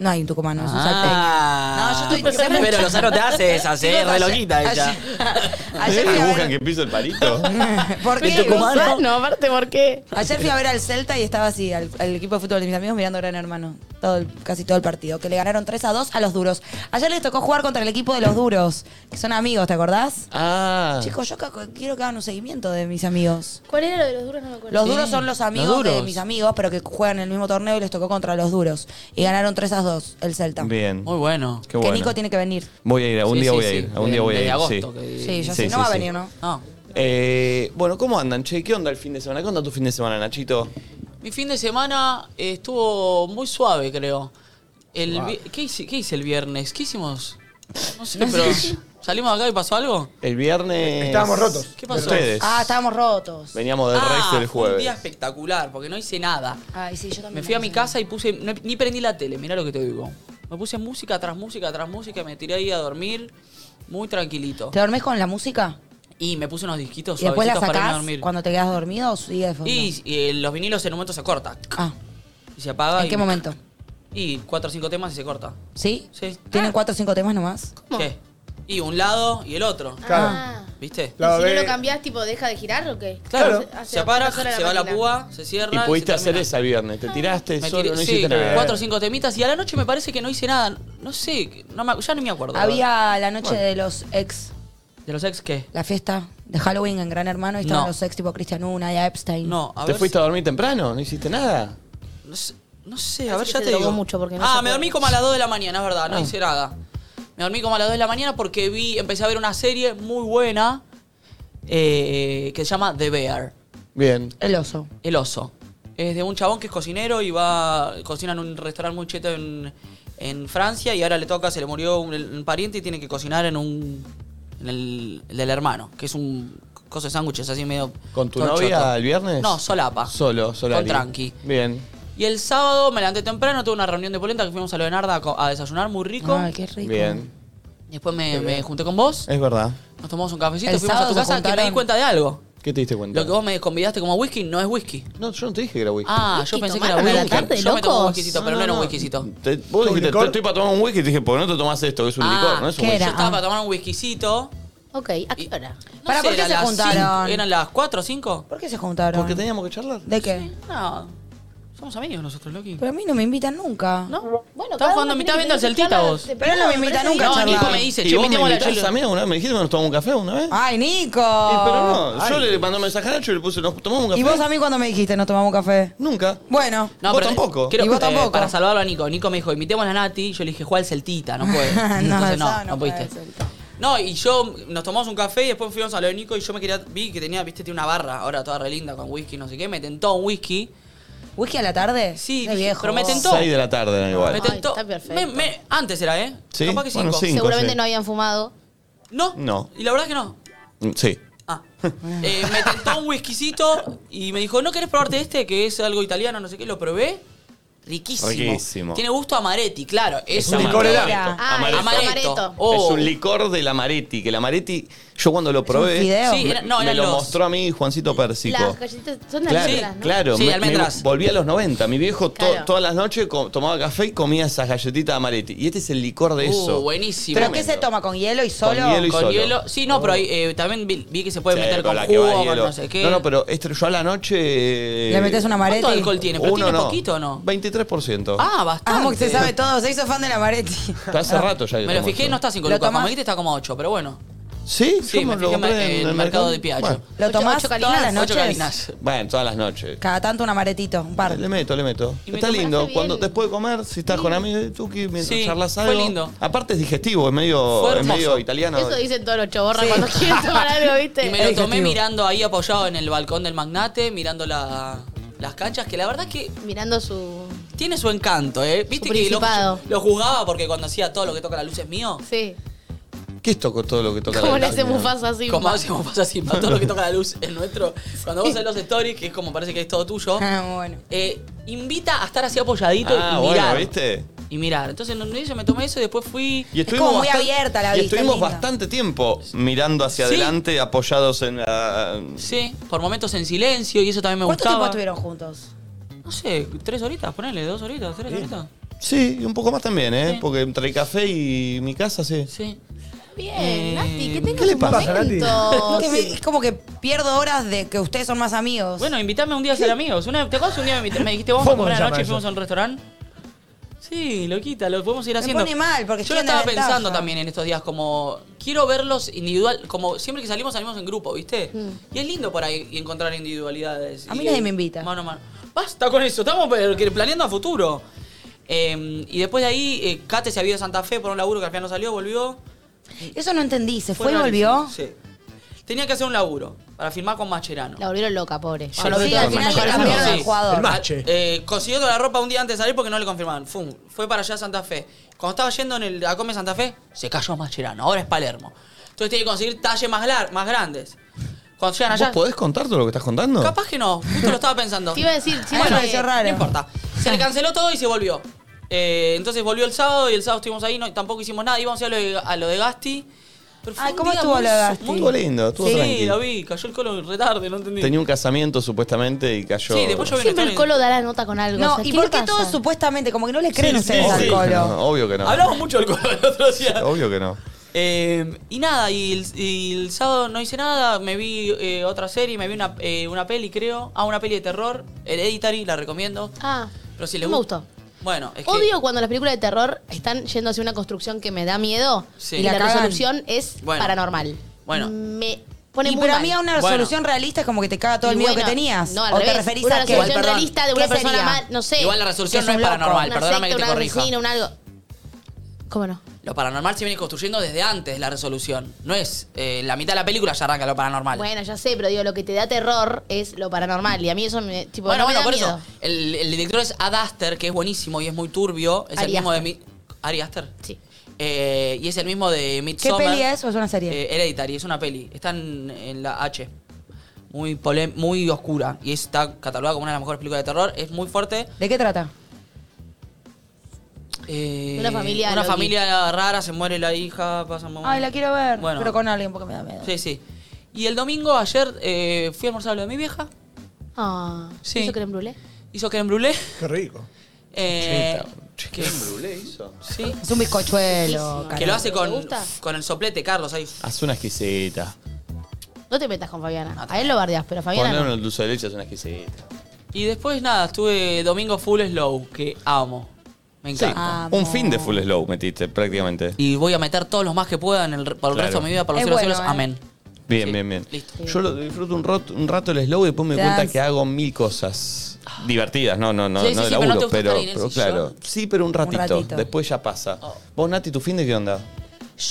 Speaker 3: No hay un tucumano, es un
Speaker 2: Ah.
Speaker 3: salteño. No, yo estoy...
Speaker 2: Pero Lozano te hace esas, eh,
Speaker 3: (laughs) Chicos,
Speaker 2: re
Speaker 3: ayer-
Speaker 2: loquita ella.
Speaker 3: Ayer, ayer
Speaker 1: ¿Ustedes
Speaker 3: fui a
Speaker 1: dibujan
Speaker 3: ver...
Speaker 1: ¿Eh? que piso el palito?
Speaker 3: ¿Por qué?
Speaker 6: No, aparte, ¿por qué?
Speaker 3: Ayer fui a ver al Celta y estaba así, al, al equipo de fútbol de mis amigos mirando Gran Hermano, todo el- casi todo el partido, que le ganaron 3 a 2 a los duros. Ayer les tocó jugar contra el equipo de los duros, que son amigos, ¿te acordás?
Speaker 1: ah.
Speaker 3: Chicos, yo ca- quiero que hagan un seguimiento de mis amigos.
Speaker 6: ¿Cuál era lo de los duros? No me acuerdo.
Speaker 3: Los
Speaker 2: Sí,
Speaker 3: duros son los amigos
Speaker 2: los duros.
Speaker 3: de mis amigos, pero que juegan en el mismo torneo y les tocó contra los duros. Y ganaron 3 a 2 el Celta.
Speaker 1: Bien.
Speaker 2: Muy bueno.
Speaker 1: Qué
Speaker 3: que
Speaker 1: bueno.
Speaker 3: Nico tiene que venir.
Speaker 1: (laughs) Voy a ir, algún
Speaker 2: Sí,
Speaker 1: día
Speaker 2: sí,
Speaker 1: voy a
Speaker 2: sí.
Speaker 1: ir. Algún día voy a
Speaker 2: Desde
Speaker 1: ir.
Speaker 2: agosto
Speaker 1: sí.
Speaker 2: que-
Speaker 3: Sí, yo
Speaker 1: Sí,
Speaker 3: sé. No
Speaker 1: sí,
Speaker 3: va a
Speaker 1: sí.
Speaker 3: venir, ¿no?
Speaker 2: No.
Speaker 1: Eh, bueno, ¿cómo andan, che? ¿Qué onda el fin de semana? ¿Qué onda tu fin de semana, Nachito?
Speaker 2: Mi fin de semana eh, estuvo muy suave, creo. El vi- ¿qué, hice, qué hice el viernes? ¿Qué hicimos? No sé, pero ¿salimos de acá y pasó algo?
Speaker 1: El
Speaker 3: Eh,
Speaker 1: viernes.
Speaker 4: Estábamos rotos.
Speaker 2: ¿Qué pasó?
Speaker 1: Ustedes.
Speaker 3: Ah, estábamos rotos.
Speaker 1: Veníamos del
Speaker 2: Ah,
Speaker 1: race del
Speaker 2: fue un día
Speaker 1: jueves.
Speaker 2: espectacular, porque no hice nada.
Speaker 3: Ay, sí, yo también.
Speaker 2: Me fui a mi casa y puse, no- ni prendí la tele, mirá lo que te digo. Me puse música tras música tras música, me tiré ahí a dormir, muy tranquilito.
Speaker 3: ¿Te dormís con la música?
Speaker 2: Y me puse unos disquitos
Speaker 3: ¿Y después la
Speaker 2: suavecitos para irme a
Speaker 3: sacás
Speaker 2: dormir.
Speaker 3: cuando te quedas dormido o sigue de fondo?
Speaker 2: Y, eh, los vinilos en un momento se corta
Speaker 3: Ah,
Speaker 2: y se apaga.
Speaker 3: ¿en
Speaker 2: y-
Speaker 3: qué momento?
Speaker 2: Y cuatro o cinco temas y se corta.
Speaker 3: ¿Sí?
Speaker 2: Sí. Ah.
Speaker 3: ¿Tienen cuatro o cinco temas nomás?
Speaker 2: ¿Qué? Y un lado y el otro.
Speaker 4: Claro.
Speaker 6: Ah.
Speaker 2: ¿Viste?
Speaker 4: La
Speaker 6: ¿Y si
Speaker 4: B.
Speaker 6: no lo cambiás, tipo, deja de girar o qué?
Speaker 2: Claro,
Speaker 6: Hace- hace
Speaker 2: se apaga,
Speaker 6: pasar a
Speaker 2: se va la
Speaker 6: máquina.
Speaker 2: púa, se cierra.
Speaker 1: Y
Speaker 2: se
Speaker 1: pudiste hacer
Speaker 2: termina.
Speaker 1: esa el viernes. Te tiraste
Speaker 2: Me
Speaker 1: solo,
Speaker 2: tiré-
Speaker 1: no
Speaker 2: sí,
Speaker 1: hiciste nada.
Speaker 2: cuatro o cinco temitas y a la noche me parece que no hice nada. No sé, no me- ya no me acuerdo.
Speaker 3: Había la noche de los ex,
Speaker 2: ¿De los ex qué?
Speaker 3: la fiesta de Halloween en Gran Hermano y estaban
Speaker 2: No.
Speaker 3: los ex tipo Cristian Una y Epstein.
Speaker 2: No, a
Speaker 1: ¿Te
Speaker 2: ver.
Speaker 1: fuiste a dormir temprano? ¿No hiciste nada?
Speaker 2: No sé, no sé, a ver,
Speaker 6: que
Speaker 2: ya
Speaker 6: se
Speaker 2: te
Speaker 6: drogó
Speaker 2: digo.
Speaker 6: mucho porque no se
Speaker 2: ah, me
Speaker 6: acuerda.
Speaker 2: dormí como a las 2 de la mañana, es verdad, no hice nada. Me dormí como a las 2 de la mañana porque vi, empecé a ver una serie muy buena eh, que se llama The Bear,
Speaker 1: Bien.
Speaker 3: El oso.
Speaker 2: El Oso. Es de un chabón que es cocinero y va. cocina en un restaurante muy cheto en, en Francia y ahora le toca, se le murió un, un pariente y tiene que cocinar en un. en el, el del hermano, que es un. cosa de sándwiches así medio.
Speaker 1: ¿Con tu
Speaker 2: todo
Speaker 1: novia
Speaker 2: choto.
Speaker 1: el viernes?
Speaker 2: No, solapa.
Speaker 1: Solo, solo.
Speaker 2: Con tranqui.
Speaker 1: Bien.
Speaker 2: Y el sábado me levanté temprano, tuve una reunión de polenta que fuimos a Leonardo a, co- a desayunar, muy rico.
Speaker 7: Ay, qué rico.
Speaker 1: Bien.
Speaker 2: Después me, me junté con vos,
Speaker 1: Es verdad.
Speaker 2: nos tomamos un cafecito,
Speaker 7: El
Speaker 2: fuimos a tu
Speaker 7: sábado se
Speaker 2: casa, que me di
Speaker 7: juntaron.
Speaker 2: cuenta de algo.
Speaker 1: ¿Qué te diste cuenta?
Speaker 2: Lo que vos me convidaste como whisky no es whisky.
Speaker 1: No, yo no te dije que era whisky.
Speaker 2: Ah,
Speaker 7: Whisky
Speaker 2: yo pensé que era
Speaker 7: tomaron a
Speaker 2: whisky.
Speaker 7: la tarde,
Speaker 2: yo me tomé un
Speaker 7: locos.
Speaker 2: whiskycito, pero no,
Speaker 1: No, no,
Speaker 2: era un
Speaker 1: no.
Speaker 2: whiskycito.
Speaker 1: Te- vos
Speaker 4: ¿Un
Speaker 1: dijiste,
Speaker 4: licor?
Speaker 1: te estoy para tomar un whisky y te dije, ¿por qué no te tomás esto? Que es un
Speaker 2: Ah,
Speaker 1: licor, no es un
Speaker 7: ¿qué
Speaker 1: whisky.
Speaker 2: Yo
Speaker 7: era?
Speaker 2: estaba
Speaker 7: Ah.
Speaker 2: para tomar un whiskycito.
Speaker 7: Ok, ¿a qué hora?
Speaker 2: No
Speaker 3: Pará, ¿por qué
Speaker 2: eran
Speaker 3: se
Speaker 2: las
Speaker 3: juntaron?
Speaker 2: cinco- ¿Eran las 4 o 5?
Speaker 3: ¿Por qué se juntaron?
Speaker 1: Porque teníamos que charlar.
Speaker 3: ¿De qué?
Speaker 2: No, somos amigos nosotros, Loki.
Speaker 3: Pero a mí no me invitan nunca.
Speaker 7: ¿No? Bueno,
Speaker 2: Estamos
Speaker 7: cada
Speaker 2: jugando
Speaker 7: uno
Speaker 2: a mitad
Speaker 7: tiene
Speaker 2: viendo
Speaker 7: que
Speaker 2: al Celtita,
Speaker 7: charlar.
Speaker 2: vos.
Speaker 3: Pero él no me invita
Speaker 7: parece
Speaker 3: nunca
Speaker 7: bien.
Speaker 3: a
Speaker 2: No,
Speaker 3: charlar.
Speaker 2: Nico me dice,
Speaker 1: ¿Y
Speaker 2: che,
Speaker 1: vos me
Speaker 2: invitemos a la
Speaker 1: invitás a
Speaker 2: chela. Oh.
Speaker 1: mí alguna vez? ¿Me dijiste que nos tomamos un café una vez?
Speaker 3: Ay, Nico.
Speaker 1: Sí, pero no, yo le mandé un mensaje a Nacho y le puse, nos tomamos un café.
Speaker 3: ¿Y vos a mí cuando me dijiste nos tomamos un café?
Speaker 1: Nunca.
Speaker 3: Bueno.
Speaker 2: No,
Speaker 1: Vos
Speaker 2: pero
Speaker 1: tampoco.
Speaker 2: quiero-
Speaker 3: Y vos
Speaker 2: eh,
Speaker 3: tampoco.
Speaker 2: Para salvarlo a Nico. Nico me dijo, invitemos a Nati. Yo le dije, juega al Celtita, no puede. Entonces, no, no,
Speaker 3: eso no puede
Speaker 2: pudiste.
Speaker 3: ser.
Speaker 2: No, y yo nos tomamos un café y después fuimos a lo de Nico y yo me quería. Vi que tenía, viste, tiene una barra ahora toda re linda con whisky, no sé qué. Me tentó un whisky.
Speaker 3: ¿Whisky a la tarde?
Speaker 2: Sí,
Speaker 3: Qué
Speaker 2: dije,
Speaker 3: viejo.
Speaker 2: pero me
Speaker 3: vos.
Speaker 2: tentó.
Speaker 1: 6 "Oh". de la tarde, era
Speaker 2: Me
Speaker 1: igual.
Speaker 7: Ay,
Speaker 2: tentó.
Speaker 7: está perfecto.
Speaker 2: me- me- antes era, ¿eh?
Speaker 1: Sí,
Speaker 2: Capaz que cinco.
Speaker 1: bueno, sí.
Speaker 7: Seguramente
Speaker 1: sí.
Speaker 7: no habían fumado.
Speaker 2: No.
Speaker 1: No.
Speaker 2: Y la verdad es que no.
Speaker 1: Mm, Sí.
Speaker 2: Ah. Eh, me tentó un whiskycito y me dijo, ¿no querés probarte este? Que es algo italiano, no sé qué. Lo probé. Riquísimo.
Speaker 1: Riquísimo.
Speaker 2: Tiene gusto a Maretti, claro. Es,
Speaker 1: un
Speaker 2: amaretto.
Speaker 4: licor edad.
Speaker 7: Ah,
Speaker 1: Amaretto.
Speaker 2: Amaretto.
Speaker 7: Amaretto.
Speaker 2: Oh.
Speaker 1: Es un licor del Amaretti, que el Amaretti, yo cuando lo probé,
Speaker 3: fideo.
Speaker 2: Sí, era- no,
Speaker 1: me
Speaker 2: eran
Speaker 1: lo
Speaker 2: los-
Speaker 1: mostró a mí Juancito Pérsico.
Speaker 7: Las galletitas son de
Speaker 1: Claro,
Speaker 7: almendras, ¿no?
Speaker 1: claro.
Speaker 2: Sí,
Speaker 1: me- me
Speaker 2: almendras.
Speaker 1: volví a los 90. Mi viejo to-
Speaker 7: Claro.
Speaker 1: todas las noches co- tomaba café y comía esas galletitas de amaretti. Y este es el licor de eso.
Speaker 2: Uh, buenísimo.
Speaker 3: ¿Pero qué se toma? ¿Con hielo y solo?
Speaker 1: hielo y
Speaker 2: con
Speaker 1: solo.
Speaker 2: hielo. Sí, no, pero ahí, eh, también vi, vi que se puede
Speaker 1: Sí,
Speaker 2: meter
Speaker 1: con
Speaker 2: con
Speaker 1: la que va
Speaker 2: jugo, con
Speaker 1: hielo.
Speaker 2: no sé qué.
Speaker 1: No, no, pero este, yo a la noche... eh,
Speaker 3: ¿Le metes una amaretti?
Speaker 2: ¿Cuánto alcohol tiene? ¿Pero
Speaker 1: Uno
Speaker 2: tiene
Speaker 1: no.
Speaker 2: poquito o no?
Speaker 1: 23%.
Speaker 2: Ah, bastante.
Speaker 3: Amo que se sabe todo. Se hizo fan de la Maretti.
Speaker 1: Está hace rato ya que
Speaker 2: Me lo
Speaker 1: tomo
Speaker 2: fijé y
Speaker 1: esto.
Speaker 2: no está 5
Speaker 3: ¿Lo
Speaker 2: lucas. Cuando
Speaker 3: tomás?
Speaker 2: me dijiste está como 8, pero bueno.
Speaker 1: ¿Sí?
Speaker 2: Sí,
Speaker 1: Yo
Speaker 2: me
Speaker 1: me lo
Speaker 2: fijé en
Speaker 1: compré
Speaker 2: ma-
Speaker 1: en,
Speaker 2: en
Speaker 1: el
Speaker 2: mercado de Piaggio.
Speaker 1: Bueno,
Speaker 3: ¿Lo
Speaker 7: Ocho-
Speaker 3: tomás
Speaker 7: ocho
Speaker 3: todas
Speaker 7: calinas,
Speaker 3: las
Speaker 2: Ocho
Speaker 3: noches?
Speaker 2: calinas.
Speaker 1: bueno, todas las noches.
Speaker 3: Cada tanto un amaretito, un par.
Speaker 1: Le meto, le meto.
Speaker 2: Y me
Speaker 1: está
Speaker 2: compraste
Speaker 1: lindo.
Speaker 7: bien.
Speaker 1: Cuando, después de comer, si estás con amigos, tú que mientras
Speaker 2: Sí,
Speaker 1: charlas
Speaker 2: fue
Speaker 1: algo.
Speaker 2: lindo.
Speaker 1: Aparte es digestivo, es medio,
Speaker 2: Fue
Speaker 1: es
Speaker 2: hermoso.
Speaker 1: medio italiano.
Speaker 7: Eso dicen todos los choborras
Speaker 3: Sí.
Speaker 7: cuando
Speaker 3: (laughs)
Speaker 7: quieren
Speaker 2: (laughs)
Speaker 7: tomar algo, ¿viste?
Speaker 2: Y me lo tomé
Speaker 3: Digestivo.
Speaker 2: mirando ahí apoyado en el balcón del magnate, mirando la- las canchas, que la verdad es que
Speaker 7: Mirando su...
Speaker 2: tiene su encanto, ¿eh? Viste
Speaker 7: Su
Speaker 2: que lo,
Speaker 7: principado.
Speaker 2: lo jugaba porque cuando hacía todo lo que toca la luz es mío.
Speaker 7: Sí.
Speaker 1: ¿Qué es toco todo lo que toca
Speaker 7: Como
Speaker 1: la
Speaker 7: le hace Mufasa así.
Speaker 2: Como hacemos pasa así, todo lo que toca la luz es nuestro. Cuando vos haces los stories, que es como parece que es todo tuyo,
Speaker 3: Ah, bueno.
Speaker 2: eh, invita a estar así apoyadito
Speaker 1: Ah,
Speaker 2: y mirar.
Speaker 1: bueno, ¿viste?
Speaker 2: Y mirar. Entonces no, no, yo me tomé eso y después fui.
Speaker 1: Y
Speaker 3: como muy abierta la
Speaker 1: y
Speaker 3: vista,
Speaker 1: estuvimos
Speaker 3: linda.
Speaker 1: bastante tiempo mirando hacia
Speaker 2: Sí.
Speaker 1: adelante, apoyados en la.
Speaker 2: Sí, por momentos en silencio y eso también me
Speaker 3: ¿Cuánto
Speaker 2: gustaba.
Speaker 3: tiempo estuvieron juntos?
Speaker 2: No sé, tres horitas, ponele, dos horitas, tres horitas.
Speaker 1: Sí, y un poco más también, ¿eh?
Speaker 2: Sí.
Speaker 1: Porque entre el café y mi casa, sí.
Speaker 2: Sí. Eh,
Speaker 7: Bien, Nati, que tengas
Speaker 1: ¿qué le
Speaker 7: un
Speaker 1: pasa,
Speaker 4: Nati?
Speaker 7: momento.
Speaker 3: Que me- es como que pierdo horas de que ustedes son más amigos.
Speaker 2: Bueno, invítame un día a ser amigos. Una, ¿Te acuerdas un día me, invit- me dijiste vamos a
Speaker 4: ¿Cómo
Speaker 2: comer
Speaker 4: se
Speaker 2: anoche y
Speaker 4: llama
Speaker 2: fuimos
Speaker 4: eso?
Speaker 2: a un restaurante? Sí, loquita, lo podemos ir
Speaker 3: Me
Speaker 2: haciendo.
Speaker 3: pone mal, porque
Speaker 2: Yo
Speaker 3: estoy
Speaker 2: lo
Speaker 3: en
Speaker 2: estaba
Speaker 3: desventaja.
Speaker 2: pensando también en estos días, como quiero verlos individual, como siempre que salimos salimos en grupo, ¿viste? Y es lindo por ahí encontrar individualidades.
Speaker 3: Mm. A mí
Speaker 2: Y-
Speaker 3: nadie me invita.
Speaker 2: Mano a mano. Basta con eso, estamos per- que- planeando a futuro. Eh, y después de ahí, eh, Kate se había ido a Santa Fe por un laburo que al final no salió, volvió.
Speaker 3: Eso no entendí. ¿Se fue y
Speaker 2: rarísimo.
Speaker 3: volvió?
Speaker 2: Sí. Tenía que hacer un laburo para firmar con Macherano.
Speaker 7: La volvieron loca, pobre.
Speaker 3: Bueno, sí, al final le
Speaker 2: Macherano.
Speaker 3: cambiaron al
Speaker 2: Sí.
Speaker 4: El
Speaker 3: jugador.
Speaker 4: más. Mache.
Speaker 2: Eh, consiguió toda la ropa un día antes de salir porque no le confirmaban. Fum, fue para allá a Santa Fe. Cuando estaba yendo en el, a Come Santa Fe, se cayó Mascherano. Ahora es Palermo. Entonces tiene que conseguir talles más, lar- más grandes. Cuando llegan
Speaker 1: ¿Vos
Speaker 2: allá.
Speaker 1: podés contar todo lo que estás contando?
Speaker 2: Capaz que no, justo lo estaba pensando.
Speaker 7: Te iba a decir, si
Speaker 3: Ah, me
Speaker 7: bueno,
Speaker 3: pareció raro.
Speaker 2: No importa. Se le canceló todo y se volvió. Eh, entonces volvió el sábado y el sábado estuvimos ahí, no, tampoco hicimos nada. Íbamos a lo de, a lo de Gasti. Pero fue
Speaker 3: Ay,
Speaker 2: un
Speaker 3: ¿cómo
Speaker 2: día
Speaker 3: estuvo
Speaker 2: muy
Speaker 3: lo de
Speaker 2: su-
Speaker 3: Gasti?
Speaker 2: muy-
Speaker 1: Estuvo lindo, estuvo
Speaker 2: Sí,
Speaker 1: tranquilo.
Speaker 2: lo vi, cayó el colo retarde, no entendí.
Speaker 1: Tenía un casamiento supuestamente y cayó.
Speaker 2: Sí, después yo vi una
Speaker 7: siempre el
Speaker 2: historia-
Speaker 7: colo da la nota con algo. o
Speaker 3: No,
Speaker 7: sea,
Speaker 3: ¿y
Speaker 7: ¿qué
Speaker 3: por
Speaker 7: le
Speaker 3: qué
Speaker 7: pasa?
Speaker 3: todos supuestamente? Como que no le creen
Speaker 2: sí,
Speaker 3: ustedes al
Speaker 1: Obvio que
Speaker 3: colo.
Speaker 1: no, obvio que no.
Speaker 2: Hablamos mucho del colo el otro día.
Speaker 1: Obvio que no.
Speaker 2: Eh, y nada, y el, y el sábado no hice nada, me vi eh, otra serie, me vi una, eh, una peli, creo. Ah, una peli de terror, Hereditary, la recomiendo.
Speaker 7: Ah,
Speaker 2: Pero si les
Speaker 7: no me
Speaker 2: gusta-
Speaker 7: gustó.
Speaker 2: Bueno, es que-
Speaker 7: Odio cuando las películas de terror están yendo hacia una construcción que me da miedo
Speaker 2: Sí.
Speaker 7: y la,
Speaker 3: La cagan.
Speaker 7: resolución es
Speaker 2: Bueno.
Speaker 7: paranormal.
Speaker 2: Bueno.
Speaker 7: Me pone
Speaker 3: Y
Speaker 7: muy
Speaker 3: pero a
Speaker 7: mal.
Speaker 3: mí a una
Speaker 2: Bueno.
Speaker 3: resolución realista es como que te caga todo el
Speaker 7: Y
Speaker 3: miedo
Speaker 7: bueno,
Speaker 3: que tenías.
Speaker 7: No, al
Speaker 3: o
Speaker 7: revés.
Speaker 3: te referís
Speaker 7: una
Speaker 3: a qué.
Speaker 7: resolución
Speaker 2: Igual, perdón.
Speaker 7: realista de una
Speaker 3: ¿Qué
Speaker 7: persona
Speaker 3: sería?
Speaker 7: mal, no sé.
Speaker 2: Igual la resolución
Speaker 3: que
Speaker 2: no es
Speaker 3: es un loco,
Speaker 2: paranormal,
Speaker 7: una
Speaker 2: perdóname
Speaker 7: secta,
Speaker 2: que te
Speaker 7: una
Speaker 2: corrija.
Speaker 7: vecina, un algo. ¿Cómo no?
Speaker 2: Lo paranormal se viene construyendo desde antes de la resolución. No es eh, la mitad de la película ya arranca lo paranormal.
Speaker 7: Bueno, ya sé, pero digo, lo que te da terror es lo paranormal. Y a mí eso me. Tipo,
Speaker 2: Bueno,
Speaker 7: no me
Speaker 2: bueno,
Speaker 7: da
Speaker 2: por
Speaker 7: miedo.
Speaker 2: eso. El, el director es Ad Aster, que es buenísimo y es muy turbio. Es
Speaker 7: Ari
Speaker 2: el mismo
Speaker 7: Aster.
Speaker 2: de. Mi Ari Aster.
Speaker 7: Sí.
Speaker 2: Eh, y es el mismo de
Speaker 3: ¿Qué
Speaker 2: Midsommar.
Speaker 3: peli es o es una serie?
Speaker 2: Eh, Hereditary, es una peli. Está en, en la H. Muy, polem- muy oscura. Y está catalogada como una de las mejores películas de terror. Es muy fuerte.
Speaker 3: ¿De qué trata?
Speaker 2: Eh,
Speaker 7: Una familia
Speaker 2: Una
Speaker 7: loqui.
Speaker 2: familia rara, se muere la hija, pasa un
Speaker 3: Ay, la quiero ver,
Speaker 2: Bueno.
Speaker 3: pero con alguien porque me da miedo.
Speaker 2: Sí, sí. Y el domingo, ayer, eh, fui a almorzar a lo de mi vieja.
Speaker 7: Ah,
Speaker 2: Sí.
Speaker 7: ¿Eso creen brulé?
Speaker 2: Hizo creme brûlée.
Speaker 4: Qué rico.
Speaker 2: Eh, que,
Speaker 1: hizo?
Speaker 2: sí.
Speaker 3: Es un bizcochuelo.
Speaker 7: Riquísimo.
Speaker 2: Que lo hace
Speaker 7: ¿Te
Speaker 2: con,
Speaker 7: gusta?
Speaker 2: con el soplete, Carlos. Ahí.
Speaker 1: Haz una exquisita.
Speaker 7: No te metas con Fabiana.
Speaker 2: No,
Speaker 7: A él lo bardeás, pero a Fabiana.
Speaker 1: Poner
Speaker 7: No.
Speaker 1: un dulce de leche es una exquisita.
Speaker 2: Y después, nada, estuve domingo full slow, que amo. Me
Speaker 1: Sí.
Speaker 2: encanta.
Speaker 1: Un fin de full slow metiste, prácticamente.
Speaker 2: Y voy a meter todos los más que pueda en el, para el
Speaker 1: Claro.
Speaker 2: resto de mi vida, para los
Speaker 3: Es
Speaker 2: cielos,
Speaker 3: bueno,
Speaker 2: cielos.
Speaker 3: ¿eh?
Speaker 2: Amén.
Speaker 1: Bien,
Speaker 2: Sí,
Speaker 1: bien, bien.
Speaker 2: listo.
Speaker 1: Yo lo disfruto un rato, un rato el slow y después me doy cuenta
Speaker 3: Dance.
Speaker 1: que hago mil cosas divertidas, no, no, no,
Speaker 2: Sí, sí,
Speaker 1: no de
Speaker 2: sí, pero no te
Speaker 1: laburo,
Speaker 2: gusta
Speaker 1: pero,
Speaker 2: estar en el
Speaker 1: pero
Speaker 2: sillón.
Speaker 1: claro. Sí, pero un ratito,
Speaker 3: ratito.
Speaker 1: después ya pasa. Vos, Nati, ¿tu fin de qué onda?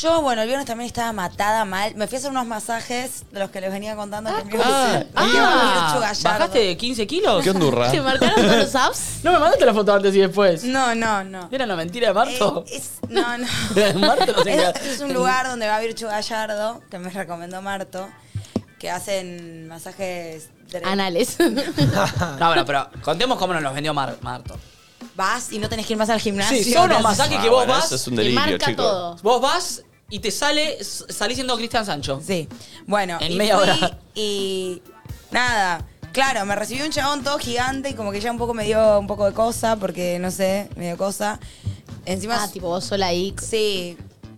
Speaker 3: Yo, bueno, el viernes también estaba matada mal. Me fui a hacer unos masajes de los que les venía contando que me iba a hacer.
Speaker 1: ah,
Speaker 3: Me iba a hacer Chu Gallardo.
Speaker 2: ¿Bajaste de 15 kilos?
Speaker 1: ¿Qué ondurra?
Speaker 7: ¿Se marcaron todos los apps?
Speaker 2: (laughs) No me mandaste la foto antes y después.
Speaker 3: No, no, no.
Speaker 2: ¿Era una mentira de Marto?
Speaker 3: Eh, es, no, no.
Speaker 2: (laughs) Marto no se
Speaker 3: (laughs) es,
Speaker 2: queda.
Speaker 3: es un lugar donde va Virchu Gallardo, que me recomendó Marto, que hacen masajes. de-
Speaker 7: Anales.
Speaker 2: No, bueno, pero contemos cómo nos los vendió Mar- Marto.
Speaker 3: (laughs) Vas y no tenés que ir más al gimnasio.
Speaker 2: Sí, son unos
Speaker 3: Ah, Gracias.
Speaker 2: masajes. Así que
Speaker 1: Ah,
Speaker 2: vos
Speaker 1: bueno,
Speaker 2: vas
Speaker 1: Eso es un
Speaker 7: Te
Speaker 1: delirio,
Speaker 7: marca
Speaker 1: chicos.
Speaker 7: todo.
Speaker 2: Vos vas y te sale, s- salís siendo Cristian Sancho.
Speaker 3: Sí. Bueno,
Speaker 2: En
Speaker 3: y
Speaker 2: media
Speaker 3: fui
Speaker 2: hora.
Speaker 3: Y nada, claro, me recibió un chabón todo gigante y como que ya un poco me dio un poco de cosa, porque no sé, me dio cosa. Encima.
Speaker 7: Ah, tipo vos sola ahí.
Speaker 3: Sí,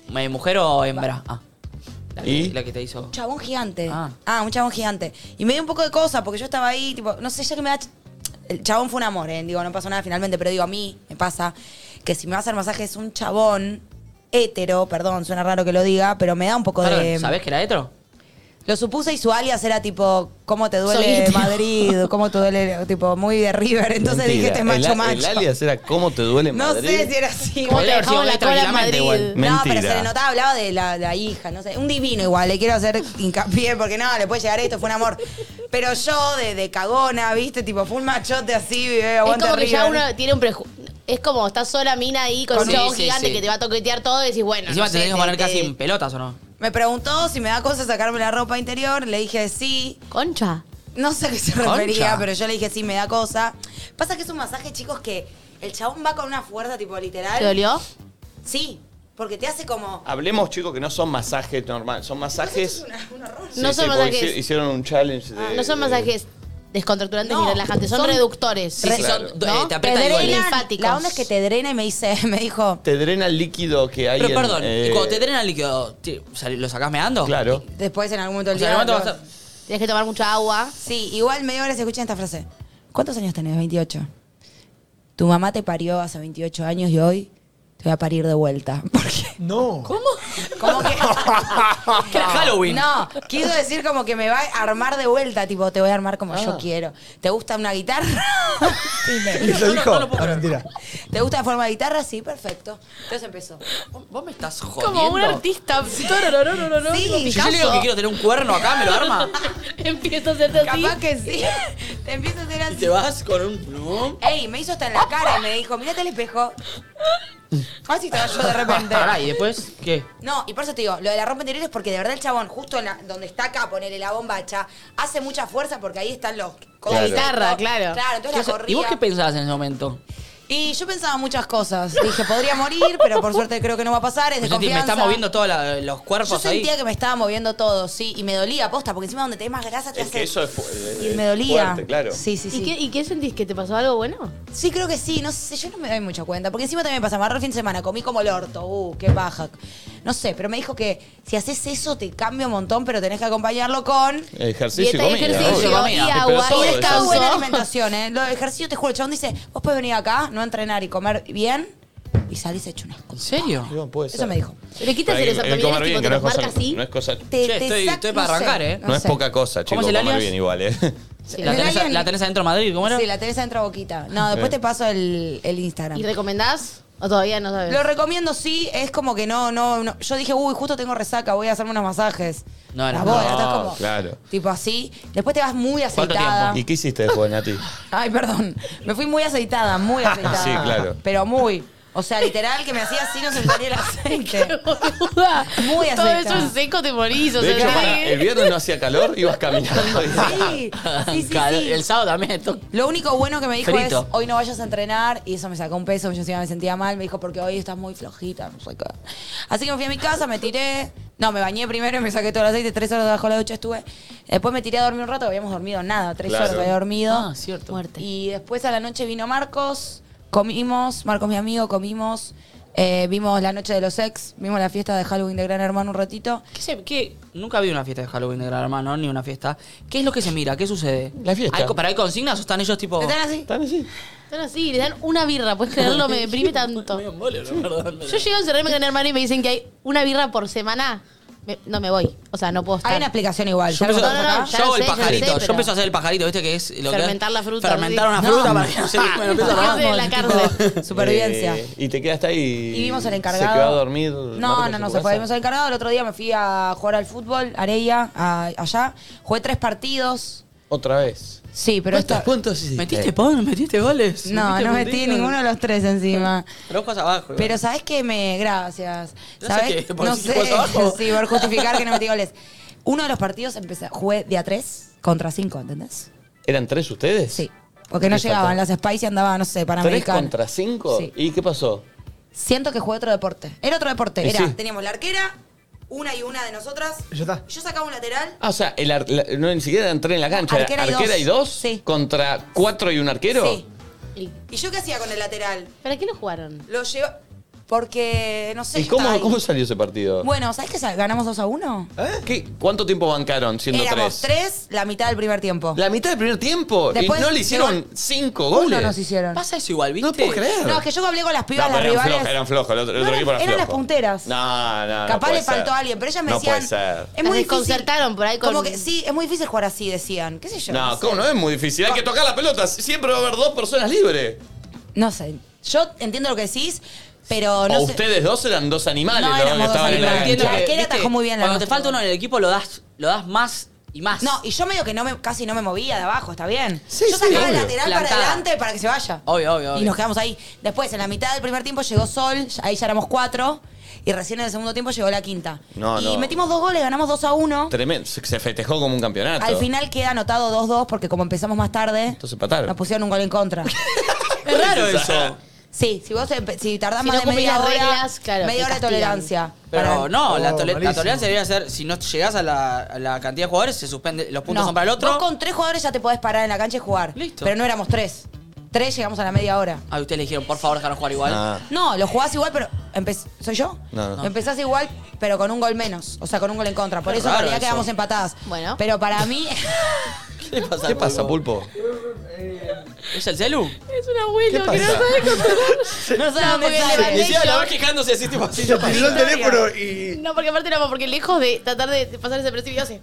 Speaker 2: ¿Me mujer o hembra? Ah. La que,
Speaker 1: ¿Y?
Speaker 2: la que te hizo.
Speaker 3: un chabón gigante.
Speaker 2: Ah.
Speaker 3: Ah. un chabón gigante. Y me dio un poco de cosa, porque yo estaba ahí, tipo, no sé, ya que me da. ch- El chabón fue un amor, ¿eh? digo, no pasó nada finalmente, pero digo, a mí me pasa que si me va a hacer masajes un chabón hétero, perdón, suena raro que lo diga, pero me da un poco
Speaker 2: Perdón,
Speaker 3: de.
Speaker 2: ¿Sabés que era hetero?
Speaker 3: Lo supuse y su alias era tipo, ¿cómo te
Speaker 7: Soy
Speaker 3: duele
Speaker 7: hetero.
Speaker 3: Madrid? ¿Cómo te duele? Tipo, muy de River. Entonces dije, este es macho
Speaker 1: el,
Speaker 3: macho.
Speaker 1: El alias era ¿Cómo te duele
Speaker 3: no
Speaker 1: Madrid?
Speaker 3: sé si era así.
Speaker 7: ¿Cómo te
Speaker 2: Podría haber sido
Speaker 7: dejamos la
Speaker 2: gay
Speaker 7: cola en
Speaker 2: tranquilamente,
Speaker 7: Madrid?
Speaker 2: igual.
Speaker 3: No, pero
Speaker 1: Mentira.
Speaker 3: se le notaba, hablaba de la, la hija, no sé. Un divino igual, le quiero hacer hincapié porque no, le puede llegar esto, fue un amor. Pero yo, de, de cagona, viste, tipo, fue un machote así, bebé,
Speaker 7: Es
Speaker 3: aguante
Speaker 7: como que ya
Speaker 3: River.
Speaker 7: uno tiene un prejuicio. Es como estás sola mina ahí con
Speaker 2: Con-
Speaker 7: un
Speaker 2: Sí,
Speaker 7: chabón
Speaker 2: sí,
Speaker 7: gigante
Speaker 2: sí.
Speaker 7: que te va a toquetear todo y decís, bueno.
Speaker 2: Encima
Speaker 7: no
Speaker 2: te
Speaker 7: sé,
Speaker 2: tenés que poner
Speaker 7: te-
Speaker 2: casi en pelotas o no.
Speaker 3: Me preguntó si me da cosa sacarme la ropa interior, le dije sí.
Speaker 7: Concha.
Speaker 3: No sé a qué se
Speaker 2: Concha.
Speaker 3: refería, pero yo le dije sí, me da cosa. Pasa que es un masaje, chicos, que el chabón va con una fuerza, tipo, literal.
Speaker 7: ¿Te dolió?
Speaker 3: Sí, porque te hace como.
Speaker 1: Hablemos, chicos, que no son masajes normales, son masajes... Sí,
Speaker 7: No son
Speaker 1: sí, porque
Speaker 7: masajes.
Speaker 1: hici- Hicieron un challenge
Speaker 3: Ah,
Speaker 1: de...
Speaker 7: No son masajes descontracturantes
Speaker 3: No,
Speaker 7: ni relajantes, son, reductores.
Speaker 2: Sí, sí,
Speaker 1: Claro.
Speaker 2: son, eh, te aprieta
Speaker 7: Pedrera.
Speaker 2: igual.
Speaker 7: duele.
Speaker 3: La onda es que te drena y me dice, (laughs) me dijo,
Speaker 1: Te drena el líquido que hay
Speaker 2: Pero
Speaker 1: en,
Speaker 2: perdón,
Speaker 1: eh,
Speaker 2: y cuando te drena el líquido, ti- sal- ¿lo sacás meando?
Speaker 1: Claro.
Speaker 3: después en algún momento
Speaker 2: O
Speaker 3: del
Speaker 2: sea, en
Speaker 3: día.
Speaker 2: el momento
Speaker 3: lo-
Speaker 2: vas a-
Speaker 7: Tienes que tomar mucha agua.
Speaker 3: Sí, igual media hora se escucha esta frase. ¿Cuántos años tenés? 28. Tu mamá te parió hace 28 años y hoy te voy a parir de vuelta. (laughs) Porque
Speaker 4: No.
Speaker 2: ¿Cómo?
Speaker 3: (laughs) como que
Speaker 2: Que (laughs) era Halloween.
Speaker 3: No, quiso decir como que me va a armar de vuelta, tipo, te voy a armar como
Speaker 2: Ah.
Speaker 3: yo quiero. ¿Te gusta una
Speaker 4: (laughs)
Speaker 3: guitarra?
Speaker 2: (laughs)
Speaker 4: ¿Y
Speaker 2: No,
Speaker 4: se
Speaker 2: no,
Speaker 4: dijo?
Speaker 2: no lo puedo
Speaker 4: Ah,
Speaker 2: creer.
Speaker 4: mentira.
Speaker 3: ¿Te gusta la forma de guitarra? Sí, perfecto. Entonces empezó.
Speaker 2: Vos me estás jodiendo.
Speaker 7: Como
Speaker 2: (laughs)
Speaker 7: un artista.
Speaker 3: Sí,
Speaker 2: Si yo le digo que quiero tener un cuerno acá, me lo arma.
Speaker 7: Empiezo a hacerte así.
Speaker 3: capaz que sí. Te empieza a hacer
Speaker 2: Y
Speaker 3: así.
Speaker 2: te vas con un plum.
Speaker 3: Ey, me hizo hasta en la cara y me dijo, mirate el espejo. Así estaba yo de repente.
Speaker 2: Pará, ¿y después qué?
Speaker 3: No, y por eso te digo, lo de la ropa interior es porque de verdad el chabón, justo en la- donde está acá, ponerle la bombacha, hace mucha fuerza porque ahí están los...
Speaker 1: La
Speaker 7: guitarra, claro.
Speaker 3: Claro, entonces
Speaker 2: ¿Qué
Speaker 3: la
Speaker 2: hace-
Speaker 3: corría.
Speaker 2: ¿Y vos qué pensabas en ese momento?
Speaker 3: Y yo pensaba muchas cosas. Dije, podría morir, pero por suerte creo que no va a pasar, es de
Speaker 2: Yo sentí- me
Speaker 3: confianza.
Speaker 2: está moviendo todos los cuerpos
Speaker 3: Yo sentía
Speaker 2: ahí.
Speaker 3: que me estaba moviendo todo, sí, y me dolía, posta, porque encima donde tenés más grasa te
Speaker 1: Es
Speaker 3: hace...
Speaker 1: que eso es, fu- es-
Speaker 3: y
Speaker 1: es
Speaker 3: me dolía.
Speaker 1: fuerte, claro.
Speaker 3: Sí, sí, sí.
Speaker 7: ¿Y, qué, ¿Y qué sentís? ¿Que te pasó algo bueno?
Speaker 3: Sí, creo que sí, no sé, yo no me doy mucha cuenta, porque encima también me pasa, me agarró el fin de semana, comí como el orto, uh, qué baja. No sé, pero me dijo que si haces eso te cambia un montón, pero tenés que acompañarlo con...
Speaker 1: Ejercicio y
Speaker 7: Dieta y
Speaker 1: comida.
Speaker 7: ejercicio,
Speaker 1: obvio.
Speaker 2: obvio.
Speaker 7: y
Speaker 2: Pero
Speaker 7: agua,
Speaker 1: todo
Speaker 7: y
Speaker 1: eso.
Speaker 3: Está
Speaker 7: descanso.
Speaker 3: buena alimentación, ¿eh? Lo de ejercicio, te juro, el chabón dice, vos podés venir acá, no entrenar y comer bien, y salís hecho un asco.
Speaker 2: ¿En serio?
Speaker 1: No, puede
Speaker 3: Eso
Speaker 1: ser.
Speaker 3: me dijo.
Speaker 7: Pero quita
Speaker 1: Para
Speaker 7: hacer
Speaker 1: que-
Speaker 7: esos
Speaker 1: hay que comer
Speaker 7: abdominales
Speaker 1: bien,
Speaker 7: tipo
Speaker 1: que
Speaker 7: te
Speaker 1: no
Speaker 7: los
Speaker 1: es cosa,
Speaker 7: marca así.
Speaker 1: no es cosa- no
Speaker 3: Te,
Speaker 2: Che,
Speaker 3: te
Speaker 2: estoy-
Speaker 3: saca-
Speaker 2: estoy para
Speaker 3: no sé,
Speaker 2: arrancar, ¿eh?
Speaker 3: No,
Speaker 1: es
Speaker 3: sé.
Speaker 1: poca cosa, chicos,
Speaker 2: es el
Speaker 1: comer
Speaker 2: alias?
Speaker 1: bien igual, eh.
Speaker 2: ¿La,
Speaker 3: El
Speaker 2: tenés, (laughs)
Speaker 3: alien-
Speaker 2: la tenés adentro de Madrid? ¿Cómo era?
Speaker 3: Sí, la tenés adentro boquita. No, después
Speaker 1: Eh.
Speaker 3: te paso el, el Instagram.
Speaker 7: ¿Y recomendás? O todavía no sabes.
Speaker 3: Lo recomiendo, sí, es como que no, no, no. Yo dije, uy, justo tengo resaca, voy a hacerme unos masajes.
Speaker 2: No,
Speaker 3: La
Speaker 2: no,
Speaker 3: bola,
Speaker 2: no,
Speaker 3: estás como,
Speaker 1: claro.
Speaker 3: tipo así. Después te vas muy
Speaker 2: ¿Cuánto
Speaker 3: aceitada.
Speaker 1: ¿Y qué hiciste
Speaker 3: (laughs)
Speaker 1: después, Nati?
Speaker 3: Ay, perdón. Me fui muy aceitada, muy aceitada.
Speaker 1: Ah, Sí, claro.
Speaker 3: Pero muy. O sea, literal, que me hacía así, no se me
Speaker 7: (laughs)
Speaker 3: salía el aceite.
Speaker 7: Boluda.
Speaker 3: Muy
Speaker 7: Todo eso
Speaker 3: aceitada.
Speaker 7: en seco te morís. O
Speaker 1: De
Speaker 7: sea,
Speaker 1: hecho,
Speaker 7: tenés
Speaker 1: para,
Speaker 7: que-
Speaker 1: el viernes no hacía calor, ibas caminando. y-
Speaker 3: Sí, sí, sí,
Speaker 2: Claro,
Speaker 3: sí.
Speaker 2: El sábado también. to-
Speaker 3: Lo único bueno que me dijo
Speaker 2: Frito.
Speaker 3: es, hoy no vayas a entrenar, y eso me sacó un peso, yo encima me sentía mal, me dijo, porque hoy estás muy flojita, no sé qué. Así que me fui a mi casa, me tiré, no, me bañé primero y me saqué todo el aceite, tres horas debajo de la ducha estuve. Después me tiré a dormir un rato, habíamos dormido nada, tres
Speaker 1: Claro.
Speaker 3: horas había dormido.
Speaker 2: Ah, cierto.
Speaker 7: Muerte.
Speaker 3: Y después a la noche vino Marcos, comimos, Marcos mi amigo, comimos, eh, vimos la noche de los ex, vimos la fiesta de Halloween de Gran Hermano un ratito.
Speaker 2: ¿Qué se- qué- Nunca vi una fiesta de Halloween de Gran Hermano, ni una fiesta. ¿Qué es lo que se mira? ¿Qué sucede?
Speaker 1: La fiesta.
Speaker 2: ¿Hay co- ¿Pero hay consignas o están ellos tipo.?
Speaker 3: ¿Están así?
Speaker 1: Están así.
Speaker 7: Son así, le dan una birra, puedes creerlo,
Speaker 3: (laughs)
Speaker 7: me deprime tanto. Yo llego a encerrarme con mi hermano y me dicen que hay una birra por semana. Me- no me voy. O sea, no puedo estar.
Speaker 3: Hay una explicación igual.
Speaker 2: Yo
Speaker 3: ¿ya lo
Speaker 2: empiezo,
Speaker 7: No,
Speaker 3: contamos
Speaker 7: no,
Speaker 2: yo
Speaker 7: no,
Speaker 3: acá?
Speaker 7: ya lo
Speaker 2: hago el
Speaker 7: sé, ya lo sé,
Speaker 2: pajarito. yo
Speaker 7: pero-
Speaker 2: empiezo a hacer el pajarito, ¿viste? Que es lo que-
Speaker 7: Fermentar la fruta,
Speaker 2: Fermentar
Speaker 7: sí.
Speaker 2: una
Speaker 7: No.
Speaker 2: fruta para que no (laughs) se me lo empiezo a
Speaker 7: Bajarse
Speaker 2: comer.
Speaker 7: de la cárcel.
Speaker 3: Tipo, (laughs) Supervivencia.
Speaker 1: Eh, y te quedaste ahí.
Speaker 3: Y vimos al encargado.
Speaker 1: ¿Se quedó a dormir?
Speaker 3: No, no, no, se fue. Vimos al encargado. El otro día me fui a jugar al fútbol, Areia, a- allá. Jugué tres partidos.
Speaker 1: Otra vez.
Speaker 3: Sí, pero esto.
Speaker 1: ¿Cuántos hiciste?
Speaker 2: ¿Metiste pan? ¿Metiste goles?
Speaker 3: No, no metí ninguno de los tres encima.
Speaker 2: Pero vos abajo.
Speaker 3: Pero sabes que me. Gracias.
Speaker 2: Ya
Speaker 3: ¿Sabes?
Speaker 2: sé que por
Speaker 3: No
Speaker 2: si
Speaker 3: sé.
Speaker 2: juegas abajo.
Speaker 3: (laughs) Sí, por justificar que no metí goles. Uno de los partidos empecé, jugué de a tres contra cinco, ¿entendés?
Speaker 1: ¿Eran tres ustedes?
Speaker 3: Sí. Porque no
Speaker 1: Fíjate.
Speaker 3: llegaban las Spice y andaba, no sé, para
Speaker 1: ¿Tres contra cinco?
Speaker 3: Sí.
Speaker 1: ¿Y qué pasó?
Speaker 3: Siento que jugué otro deporte. Era otro deporte.
Speaker 1: Y
Speaker 3: Era,
Speaker 1: sí.
Speaker 3: teníamos la arquera, una y una de nosotras.
Speaker 4: Ya está.
Speaker 3: Yo sacaba un lateral.
Speaker 1: Ah, o sea, el ar- la- no, ni siquiera entré en la cancha. era
Speaker 3: Arquera y dos.
Speaker 1: y dos?
Speaker 3: Sí.
Speaker 1: ¿Contra cuatro y un arquero?
Speaker 3: Sí.
Speaker 7: Y-
Speaker 3: ¿Y yo qué hacía con el lateral?
Speaker 7: ¿Para qué lo jugaron?
Speaker 3: Lo llevo. Porque, no sé.
Speaker 1: ¿Y
Speaker 3: yo estaba
Speaker 1: cómo,
Speaker 3: ahí.
Speaker 1: cómo salió ese partido?
Speaker 3: Bueno, ¿sabes qué? Ganamos 2 a 1.
Speaker 1: ¿Qué- ¿Cuánto tiempo bancaron siendo
Speaker 3: Éramos
Speaker 1: tres?
Speaker 3: 3 la mitad del primer tiempo.
Speaker 1: La mitad del primer tiempo.
Speaker 3: Después
Speaker 1: y no le hicieron
Speaker 3: llegó-
Speaker 1: cinco
Speaker 3: Uno
Speaker 1: goles.
Speaker 3: nos hicieron.
Speaker 2: Pasa eso igual, ¿viste?
Speaker 1: No puedo creer.
Speaker 3: No, es que yo hablé con las
Speaker 1: No,
Speaker 3: pibas,
Speaker 1: pero
Speaker 3: las
Speaker 1: eran
Speaker 3: rivales.
Speaker 1: flojos, eran flojos. El otro, el
Speaker 3: No,
Speaker 1: otro equipo era
Speaker 3: eran las
Speaker 1: flojo.
Speaker 3: punteras.
Speaker 1: No, no, no
Speaker 3: Capaz
Speaker 1: puede
Speaker 3: le faltó
Speaker 1: ser.
Speaker 3: a alguien, pero ellas me
Speaker 1: no
Speaker 3: decían.
Speaker 1: puede ser.
Speaker 3: Es muy
Speaker 7: Las
Speaker 3: difícil.
Speaker 7: desconcertaron por ahí con-
Speaker 3: Como que sí, es muy difícil jugar así, decían. ¿Qué sé yo?
Speaker 1: No,
Speaker 3: sé.
Speaker 1: ¿cómo no? Es muy difícil. Hay que tocar la pelota. Siempre va a haber dos personas libres.
Speaker 3: No sé. Yo entiendo lo que decís, pero no
Speaker 1: o
Speaker 3: sé.
Speaker 1: uales, ustedes dos eran dos animales,
Speaker 3: No,
Speaker 1: ¿no?
Speaker 3: éramos
Speaker 1: Que
Speaker 3: dos
Speaker 1: estaban en la
Speaker 3: animales.
Speaker 1: cancha.
Speaker 2: Entiendo
Speaker 3: La
Speaker 2: que,
Speaker 3: arquera
Speaker 2: ¿viste?
Speaker 3: atajó muy bien la
Speaker 2: Cuando te
Speaker 3: nuestra.
Speaker 2: falta uno en el equipo, lo das, lo das más y más.
Speaker 3: No, y yo medio que no me, casi no me movía de abajo, ¿está bien?
Speaker 1: Sí,
Speaker 3: yo
Speaker 1: sí,
Speaker 3: sacaba el
Speaker 1: obvio.
Speaker 3: lateral para
Speaker 2: Plantada.
Speaker 3: adelante para que se vaya.
Speaker 2: Obvio, obvio, obvio.
Speaker 3: Y nos quedamos ahí. Después, en la mitad del primer tiempo llegó Sol, ya- ahí ya éramos cuatro. Y recién en el segundo tiempo llegó la quinta.
Speaker 1: No,
Speaker 3: y
Speaker 1: no.
Speaker 3: metimos dos goles, ganamos 2 a 1.
Speaker 1: Tremendo. Se se festejó como un campeonato.
Speaker 3: Al final queda anotado 2-2 porque como empezamos más tarde,
Speaker 1: Entonces empataron.
Speaker 3: nos pusieron un gol en
Speaker 1: (laughs)
Speaker 3: contra.
Speaker 2: Es raro eso.
Speaker 3: sí, si vos empe- si tardás
Speaker 7: Si
Speaker 3: más
Speaker 7: no
Speaker 3: de media
Speaker 7: cumplís
Speaker 3: hora,
Speaker 7: las reglas, claro,
Speaker 3: media
Speaker 7: te
Speaker 3: hora
Speaker 7: castigan.
Speaker 3: de tolerancia.
Speaker 2: Pero
Speaker 3: Para-
Speaker 2: no, la,
Speaker 4: Oh,
Speaker 2: tole- la
Speaker 4: malísimo.
Speaker 2: tolerancia debería ser, si no llegás a la, a la cantidad de jugadores, se suspende, los puntos
Speaker 3: no.
Speaker 2: son para el otro.
Speaker 3: Vos con tres jugadores ya te podés parar en la cancha y jugar.
Speaker 2: Listo.
Speaker 3: Pero no éramos tres. Tres llegamos a la media hora.
Speaker 2: Ah, ustedes le dijeron, por favor, dejaron jugar igual.
Speaker 1: Ah.
Speaker 3: No, lo jugás igual, pero empe- ¿soy yo?
Speaker 1: No, no.
Speaker 3: Empezás igual, pero con un gol menos. O sea, con un gol en contra. Por
Speaker 2: Qué
Speaker 3: eso en
Speaker 2: raro
Speaker 3: realidad
Speaker 2: eso.
Speaker 3: quedamos empatadas.
Speaker 7: Bueno.
Speaker 3: Pero para mí, (laughs)
Speaker 2: ¿Qué pasa,
Speaker 1: ¿Qué pasa, Pulpo?
Speaker 2: ¿Es el celu?
Speaker 7: Es un abuelo
Speaker 1: ¿Qué
Speaker 7: que no
Speaker 1: pasa?
Speaker 2: (laughs)
Speaker 7: sabe
Speaker 1: (laughs)
Speaker 7: controlar.
Speaker 3: no sé dónde
Speaker 7: porque
Speaker 3: sale.
Speaker 7: le-
Speaker 2: Y encima la vas quejándose así, tipo así.
Speaker 4: Se tiró el teléfono y.
Speaker 7: No, porque aparte no, porque lejos de tratar de pasar ese principio, hace.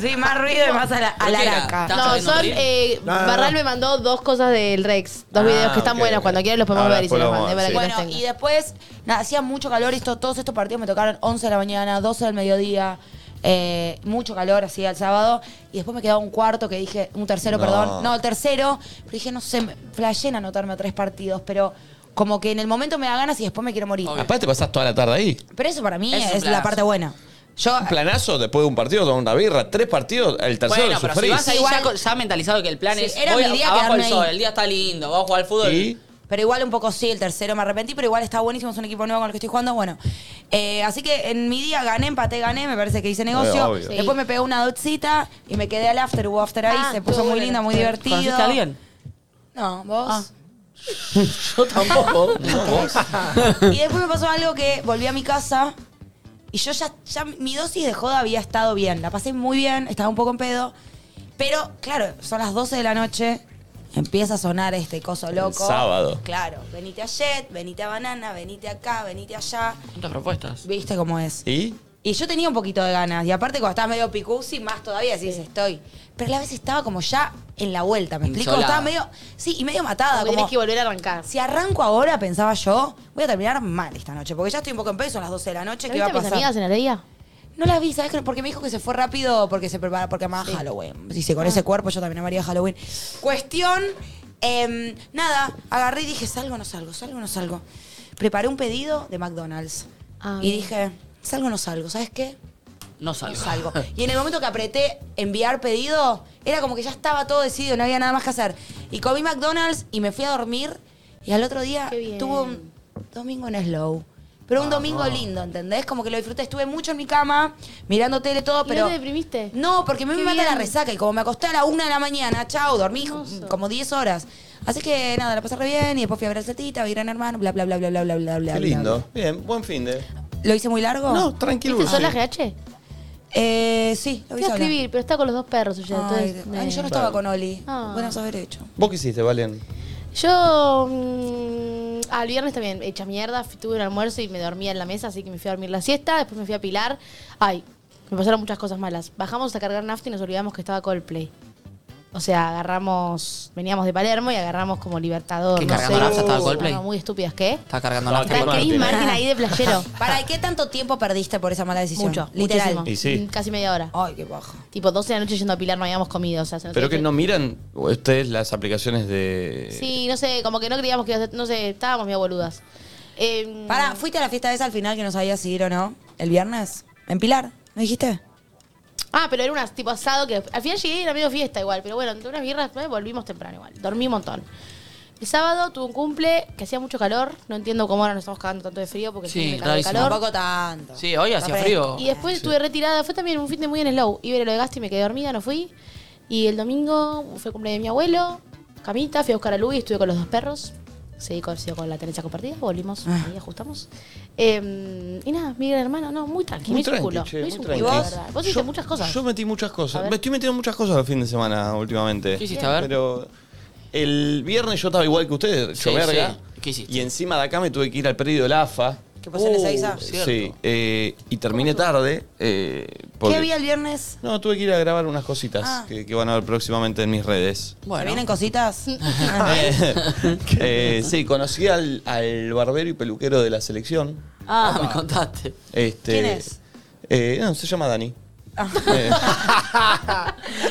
Speaker 3: Sí, más ruido y más a la, a
Speaker 2: ¿Pero
Speaker 3: la
Speaker 2: qué era?
Speaker 3: araca.
Speaker 2: ¿Estás
Speaker 7: No,
Speaker 2: sabiendo
Speaker 7: son.
Speaker 2: abrir?
Speaker 7: Eh,
Speaker 4: No, no, no.
Speaker 7: Barral me mandó dos cosas del Rex. Dos
Speaker 1: Ah,
Speaker 7: videos que están
Speaker 1: ok,
Speaker 7: buenos.
Speaker 1: ok.
Speaker 7: Cuando quieran los podemos
Speaker 1: Ahora
Speaker 7: ver y se
Speaker 1: después
Speaker 7: los
Speaker 1: lo
Speaker 7: mandé
Speaker 1: vamos a
Speaker 7: para
Speaker 1: ver,
Speaker 7: que
Speaker 3: Bueno,
Speaker 7: los
Speaker 3: y
Speaker 7: tengan.
Speaker 3: después, nada, hacía mucho calor. Esto, todos estos partidos me tocaron 11 de la mañana, 12 del mediodía. eh, mucho calor así al sábado. Y después me quedaba un cuarto que dije, un tercero,
Speaker 1: No.
Speaker 3: perdón. No, el tercero. Pero dije, no sé, me- flashé en anotarme a tres partidos, pero como que en el momento me da ganas y después me quiero morir.
Speaker 1: Aparte te pasás toda la tarde ahí.
Speaker 3: Pero eso para mí
Speaker 2: Es
Speaker 3: es,
Speaker 2: un
Speaker 3: la
Speaker 2: planazo.
Speaker 3: parte buena. Yo,
Speaker 1: Un planazo después de un partido con una birra, tres partidos, el tercero
Speaker 2: Bueno,
Speaker 1: lo
Speaker 2: pero si
Speaker 1: sufrís.
Speaker 2: vas ahí
Speaker 3: Igual-
Speaker 2: ya, con- ya mentalizado que el plan
Speaker 3: Sí,
Speaker 2: es
Speaker 3: era
Speaker 2: voy
Speaker 3: mi día
Speaker 2: abajo
Speaker 3: quedarme
Speaker 2: del sol,
Speaker 3: ahí.
Speaker 2: el día está lindo, voy a jugar al fútbol.
Speaker 1: Y
Speaker 3: pero igual un poco sí, el tercero me arrepentí, pero igual está buenísimo, es un equipo nuevo con el que estoy jugando. Bueno, Eh, así que en mi día gané, empaté, gané, me parece que hice
Speaker 1: Eh,
Speaker 3: negocio.
Speaker 1: obvio.
Speaker 3: Después me pegó una dotzita y me quedé al after, hubo after ahí,
Speaker 7: Ah,
Speaker 3: se puso
Speaker 7: estuvo
Speaker 3: muy
Speaker 7: bueno.
Speaker 3: linda, muy divertido.
Speaker 2: ¿Conociste a alguien?
Speaker 3: No, vos.
Speaker 2: Yo
Speaker 3: (laughs)
Speaker 2: tampoco.
Speaker 3: Ah. Y después me pasó algo que volví a mi casa y yo ya, ya mi dosis de joda había estado bien. La pasé muy bien, estaba un poco en pedo. Pero, claro, son las 12 de la noche, empieza a sonar este coso loco.
Speaker 1: sábado.
Speaker 3: Claro, venite a Jet, venite a Banana, venite acá, venite allá.
Speaker 2: Muchas propuestas.
Speaker 3: Viste cómo es.
Speaker 1: ¿Y?
Speaker 3: Y yo tenía un poquito de ganas. Y aparte, cuando estás medio picusi, más todavía decís, estoy. Pero a la vez estaba como ya en la vuelta, ¿me explico?
Speaker 2: Insolada.
Speaker 3: Estaba medio. Sí, y medio matada.
Speaker 7: Porque
Speaker 3: Como,
Speaker 7: tenés que volver a arrancar.
Speaker 3: Si arranco ahora, pensaba yo, voy a terminar mal esta noche. Porque ya estoy un poco en peso, son las 12 de la noche.
Speaker 7: ¿No
Speaker 3: ¿Qué
Speaker 7: viste
Speaker 3: va
Speaker 7: a
Speaker 3: a
Speaker 7: mis
Speaker 3: pasar?
Speaker 7: amigas en la herida?
Speaker 3: No las vi, ¿sabes? qué? Porque me dijo que se fue rápido porque se prepara, porque amaba Halloween. Dice,
Speaker 2: Ah.
Speaker 3: con ese cuerpo yo también amaría Halloween. Cuestión, em, nada, agarré y dije, salgo, no salgo, salgo, no salgo. Preparé un pedido de McDonald's.
Speaker 7: Ah,
Speaker 3: y
Speaker 7: bien.
Speaker 3: dije, salgo, no salgo, ¿sabes qué?
Speaker 2: No
Speaker 3: No
Speaker 2: salgo.
Speaker 3: salgo. Y en el momento que apreté enviar pedido, era como que ya estaba todo decidido, no había nada más que hacer. Y comí McDonald's y me fui a dormir. Y al otro día
Speaker 7: Qué bien.
Speaker 3: tuve un domingo en slow. Pero un domingo lindo, ¿entendés? Como que lo disfruté. Estuve mucho en mi cama, mirando tele, todo,
Speaker 7: ¿Y
Speaker 3: pero...
Speaker 7: no te deprimiste?
Speaker 3: No, porque a mí
Speaker 7: Qué
Speaker 3: me mata la
Speaker 7: bien.
Speaker 3: resaca. Y como me acosté a la una de la mañana, chao, dormí
Speaker 7: Hermoso.
Speaker 3: como 10 horas. Así que nada, la pasé re bien y después fui a ver al Zetita, vi Gran Hermano, bla, bla, bla, bla, bla, bla, bla, bla.
Speaker 1: Qué lindo. Bien, buen fin de.
Speaker 3: bla. ¿Lo hice muy largo?
Speaker 1: No, tranquilo.
Speaker 7: ¿Viste
Speaker 1: sí.
Speaker 7: sola GH?
Speaker 3: Eh, sí, lo
Speaker 7: Fui
Speaker 3: hice
Speaker 7: a
Speaker 3: sola.
Speaker 7: escribir, pero está con los dos perros. oye,
Speaker 3: Ay,
Speaker 7: entonces
Speaker 3: ay,
Speaker 7: me-
Speaker 3: yo no estaba con Oli.
Speaker 7: Ah.
Speaker 3: Buenos haber hecho.
Speaker 1: ¿Vos qué hiciste, Valen?
Speaker 7: Yo. mm, al viernes también, hecha mierda, fui- tuve un almuerzo y me dormía en la mesa, así que me fui a dormir la siesta, después me fui a pilar. Ay, me pasaron muchas cosas malas. Bajamos a cargar nafta y nos olvidamos que estaba Coldplay. O sea, agarramos. Veníamos de Palermo y agarramos como Libertador.
Speaker 2: ¿Qué,
Speaker 7: no
Speaker 2: cargando
Speaker 7: sé,
Speaker 2: nafta estaba
Speaker 7: cosas
Speaker 2: Coldplay?
Speaker 7: muy estúpidas, ¿qué?
Speaker 2: Está cargando
Speaker 4: No,
Speaker 2: la
Speaker 4: Chris
Speaker 7: Está
Speaker 2: nafta.
Speaker 4: Martin.
Speaker 7: Chris Martin ahí de playero.
Speaker 3: (laughs) ¿Para ¿y qué tanto tiempo perdiste por esa mala decisión?
Speaker 7: Mucho,
Speaker 3: Literal.
Speaker 7: muchísimo.
Speaker 1: Y sí.
Speaker 7: Mm, Casi media hora.
Speaker 3: Ay, qué baja.
Speaker 7: Tipo 12 de la noche yendo a pilar, no habíamos comido. O sea, se nos
Speaker 1: Pero
Speaker 7: había
Speaker 1: que no miran ustedes las aplicaciones de.
Speaker 7: Sí, no sé, como que no creíamos que iba a ser- no sé, estábamos medio boludas. Eh,
Speaker 3: Para, ¿fuiste a la fiesta esa al final que no sabías si ir o no? ¿El viernes? ¿En Pilar? ¿Me dijiste?
Speaker 7: Ah, pero era una tipo asado que al final llegué y era medio fiesta igual, pero bueno, entre unas birras eh, volvimos temprano igual, dormí un montón. El sábado tuve un cumple que hacía mucho calor, no entiendo cómo ahora nos estamos cagando tanto de frío porque
Speaker 2: Sí,
Speaker 7: siempre cago de
Speaker 2: rarísimo.
Speaker 7: calor.
Speaker 3: Tampoco tanto.
Speaker 2: Sí, hoy hacía
Speaker 3: Está fresco.
Speaker 2: frío.
Speaker 7: Y después estuve retirada, fue también un fin de muy en slow, iba a lo de gasto y me quedé dormida, no fui. Y el domingo fue el cumpleaños de mi abuelo, camita, fui a buscar a Luis, estuve con los dos perros, seguí con, sigo con la tenencia compartida, volvimos,
Speaker 3: Ah.
Speaker 7: ahí ajustamos. Eh, y nada, mi gran hermano, no, muy tranquilo,
Speaker 1: Muy
Speaker 7: hizo un
Speaker 1: tranqui,
Speaker 7: culo,
Speaker 1: che,
Speaker 7: no
Speaker 1: muy
Speaker 7: hizo un
Speaker 1: tranqui.
Speaker 7: culo, la
Speaker 1: ¿Y vos?
Speaker 7: verdad. Vos hiciste muchas cosas.
Speaker 1: Yo metí muchas
Speaker 7: A
Speaker 1: cosas.
Speaker 7: ver.
Speaker 1: Me estoy metiendo muchas cosas el fin de semana últimamente.
Speaker 2: ¿Qué hiciste? A ver.
Speaker 1: Pero el viernes yo estaba igual que ustedes,
Speaker 2: Sí,
Speaker 1: yo verga.
Speaker 2: sí. ¿Qué hiciste?
Speaker 1: Y encima de acá me tuve que ir al periodo del AFA.
Speaker 3: ¿Qué pasó en Ezeiza?
Speaker 2: cierto.
Speaker 1: Uh, Sí, eh, y terminé tarde. eh, porque-
Speaker 3: ¿Qué había el viernes?
Speaker 1: No, tuve que ir a grabar unas cositas
Speaker 3: Ah.
Speaker 1: que, que van a ver próximamente en mis redes.
Speaker 3: ¿Se
Speaker 1: (laughs)
Speaker 2: Bueno.
Speaker 3: vienen cositas? (laughs)
Speaker 1: Eh, sí, conocí al, al barbero y peluquero de la selección.
Speaker 2: Ah, me contaste.
Speaker 1: Este,
Speaker 3: ¿Quién es?
Speaker 1: eh, no, se llama Dani.
Speaker 3: Ah.
Speaker 1: Eh,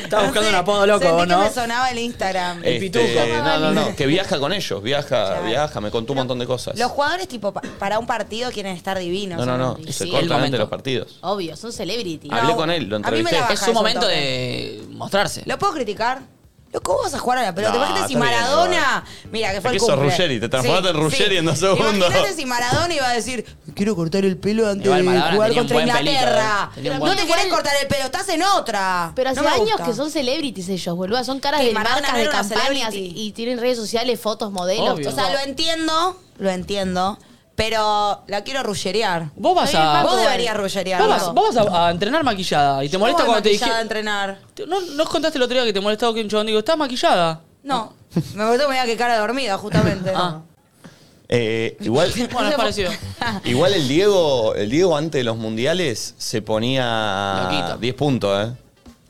Speaker 2: Estaba buscando un
Speaker 3: sé,
Speaker 2: apodo loco,
Speaker 3: sentí
Speaker 2: ¿vos
Speaker 3: que
Speaker 2: no?
Speaker 3: me sonaba el Instagram.
Speaker 1: este,
Speaker 2: pituco.
Speaker 1: No, no, no, que viaja con ellos, viaja, viaja, me contó un montón de cosas.
Speaker 3: Los jugadores, tipo, pa- para un partido quieren estar divinos.
Speaker 1: No, no, no,
Speaker 7: Y sí,
Speaker 1: se
Speaker 2: el
Speaker 1: cortan
Speaker 2: momento.
Speaker 1: antes los
Speaker 2: (laughs)
Speaker 1: partidos.
Speaker 7: Obvio, son celebrity.
Speaker 1: Ah. Hablé con él, lo
Speaker 3: a mí me la
Speaker 1: entrevisté.
Speaker 3: baja
Speaker 2: Es
Speaker 3: eso
Speaker 2: su momento
Speaker 3: toque.
Speaker 2: de mostrarse.
Speaker 3: ¿Lo puedo criticar? ¿Cómo vas a jugar a la pelota?
Speaker 1: No,
Speaker 3: Imagínate si
Speaker 1: está bien,
Speaker 3: Maradona. Mira, que fue
Speaker 1: Es
Speaker 3: el
Speaker 1: que sos
Speaker 3: cumple.
Speaker 1: Ruggeri, te transformaste en Ruggeri en dos segundos.
Speaker 3: Imagínate si Maradona iba a decir, quiero cortar el pelo antes
Speaker 2: Igual
Speaker 3: de
Speaker 2: Maradona
Speaker 3: jugar
Speaker 2: tenía un
Speaker 3: contra
Speaker 2: buen pelito,
Speaker 3: Inglaterra.
Speaker 2: eh. Tenía un
Speaker 3: No
Speaker 2: buen-
Speaker 3: te querés cortar el pelo, estás en otra.
Speaker 7: Pero hace
Speaker 3: No me
Speaker 7: años
Speaker 3: gusta.
Speaker 7: que son celebrities ellos, boludo. Son caras
Speaker 3: Que
Speaker 7: de
Speaker 3: Maradona
Speaker 7: marcas,
Speaker 3: no
Speaker 7: de
Speaker 3: era una
Speaker 7: campañas
Speaker 3: celebrity.
Speaker 7: y tienen redes sociales, fotos, modelos.
Speaker 2: Obvio.
Speaker 7: todo.
Speaker 3: O sea, lo entiendo, lo entiendo, pero la quiero rusherear.
Speaker 2: Vos vas
Speaker 7: Está
Speaker 2: a.
Speaker 7: bien,
Speaker 3: Vos
Speaker 7: Paco,
Speaker 3: deberías
Speaker 7: bueno.
Speaker 3: rusherear.
Speaker 2: Vos vas, vos vas a, a entrenar maquillada y te molesta cuando te dije.
Speaker 3: a entrenar?
Speaker 2: ¿No, ¿No contaste el otro día que te molestaba que un chabón digo, estás maquillada?
Speaker 3: No, me gustó me diga que cara dormida, justamente.
Speaker 2: Ah.
Speaker 1: Eh, igual,
Speaker 2: Bueno, es
Speaker 3: (laughs)
Speaker 2: parecido.
Speaker 1: igual el Diego, el Diego antes de los mundiales se ponía
Speaker 2: Loquito.
Speaker 1: 10 puntos, eh.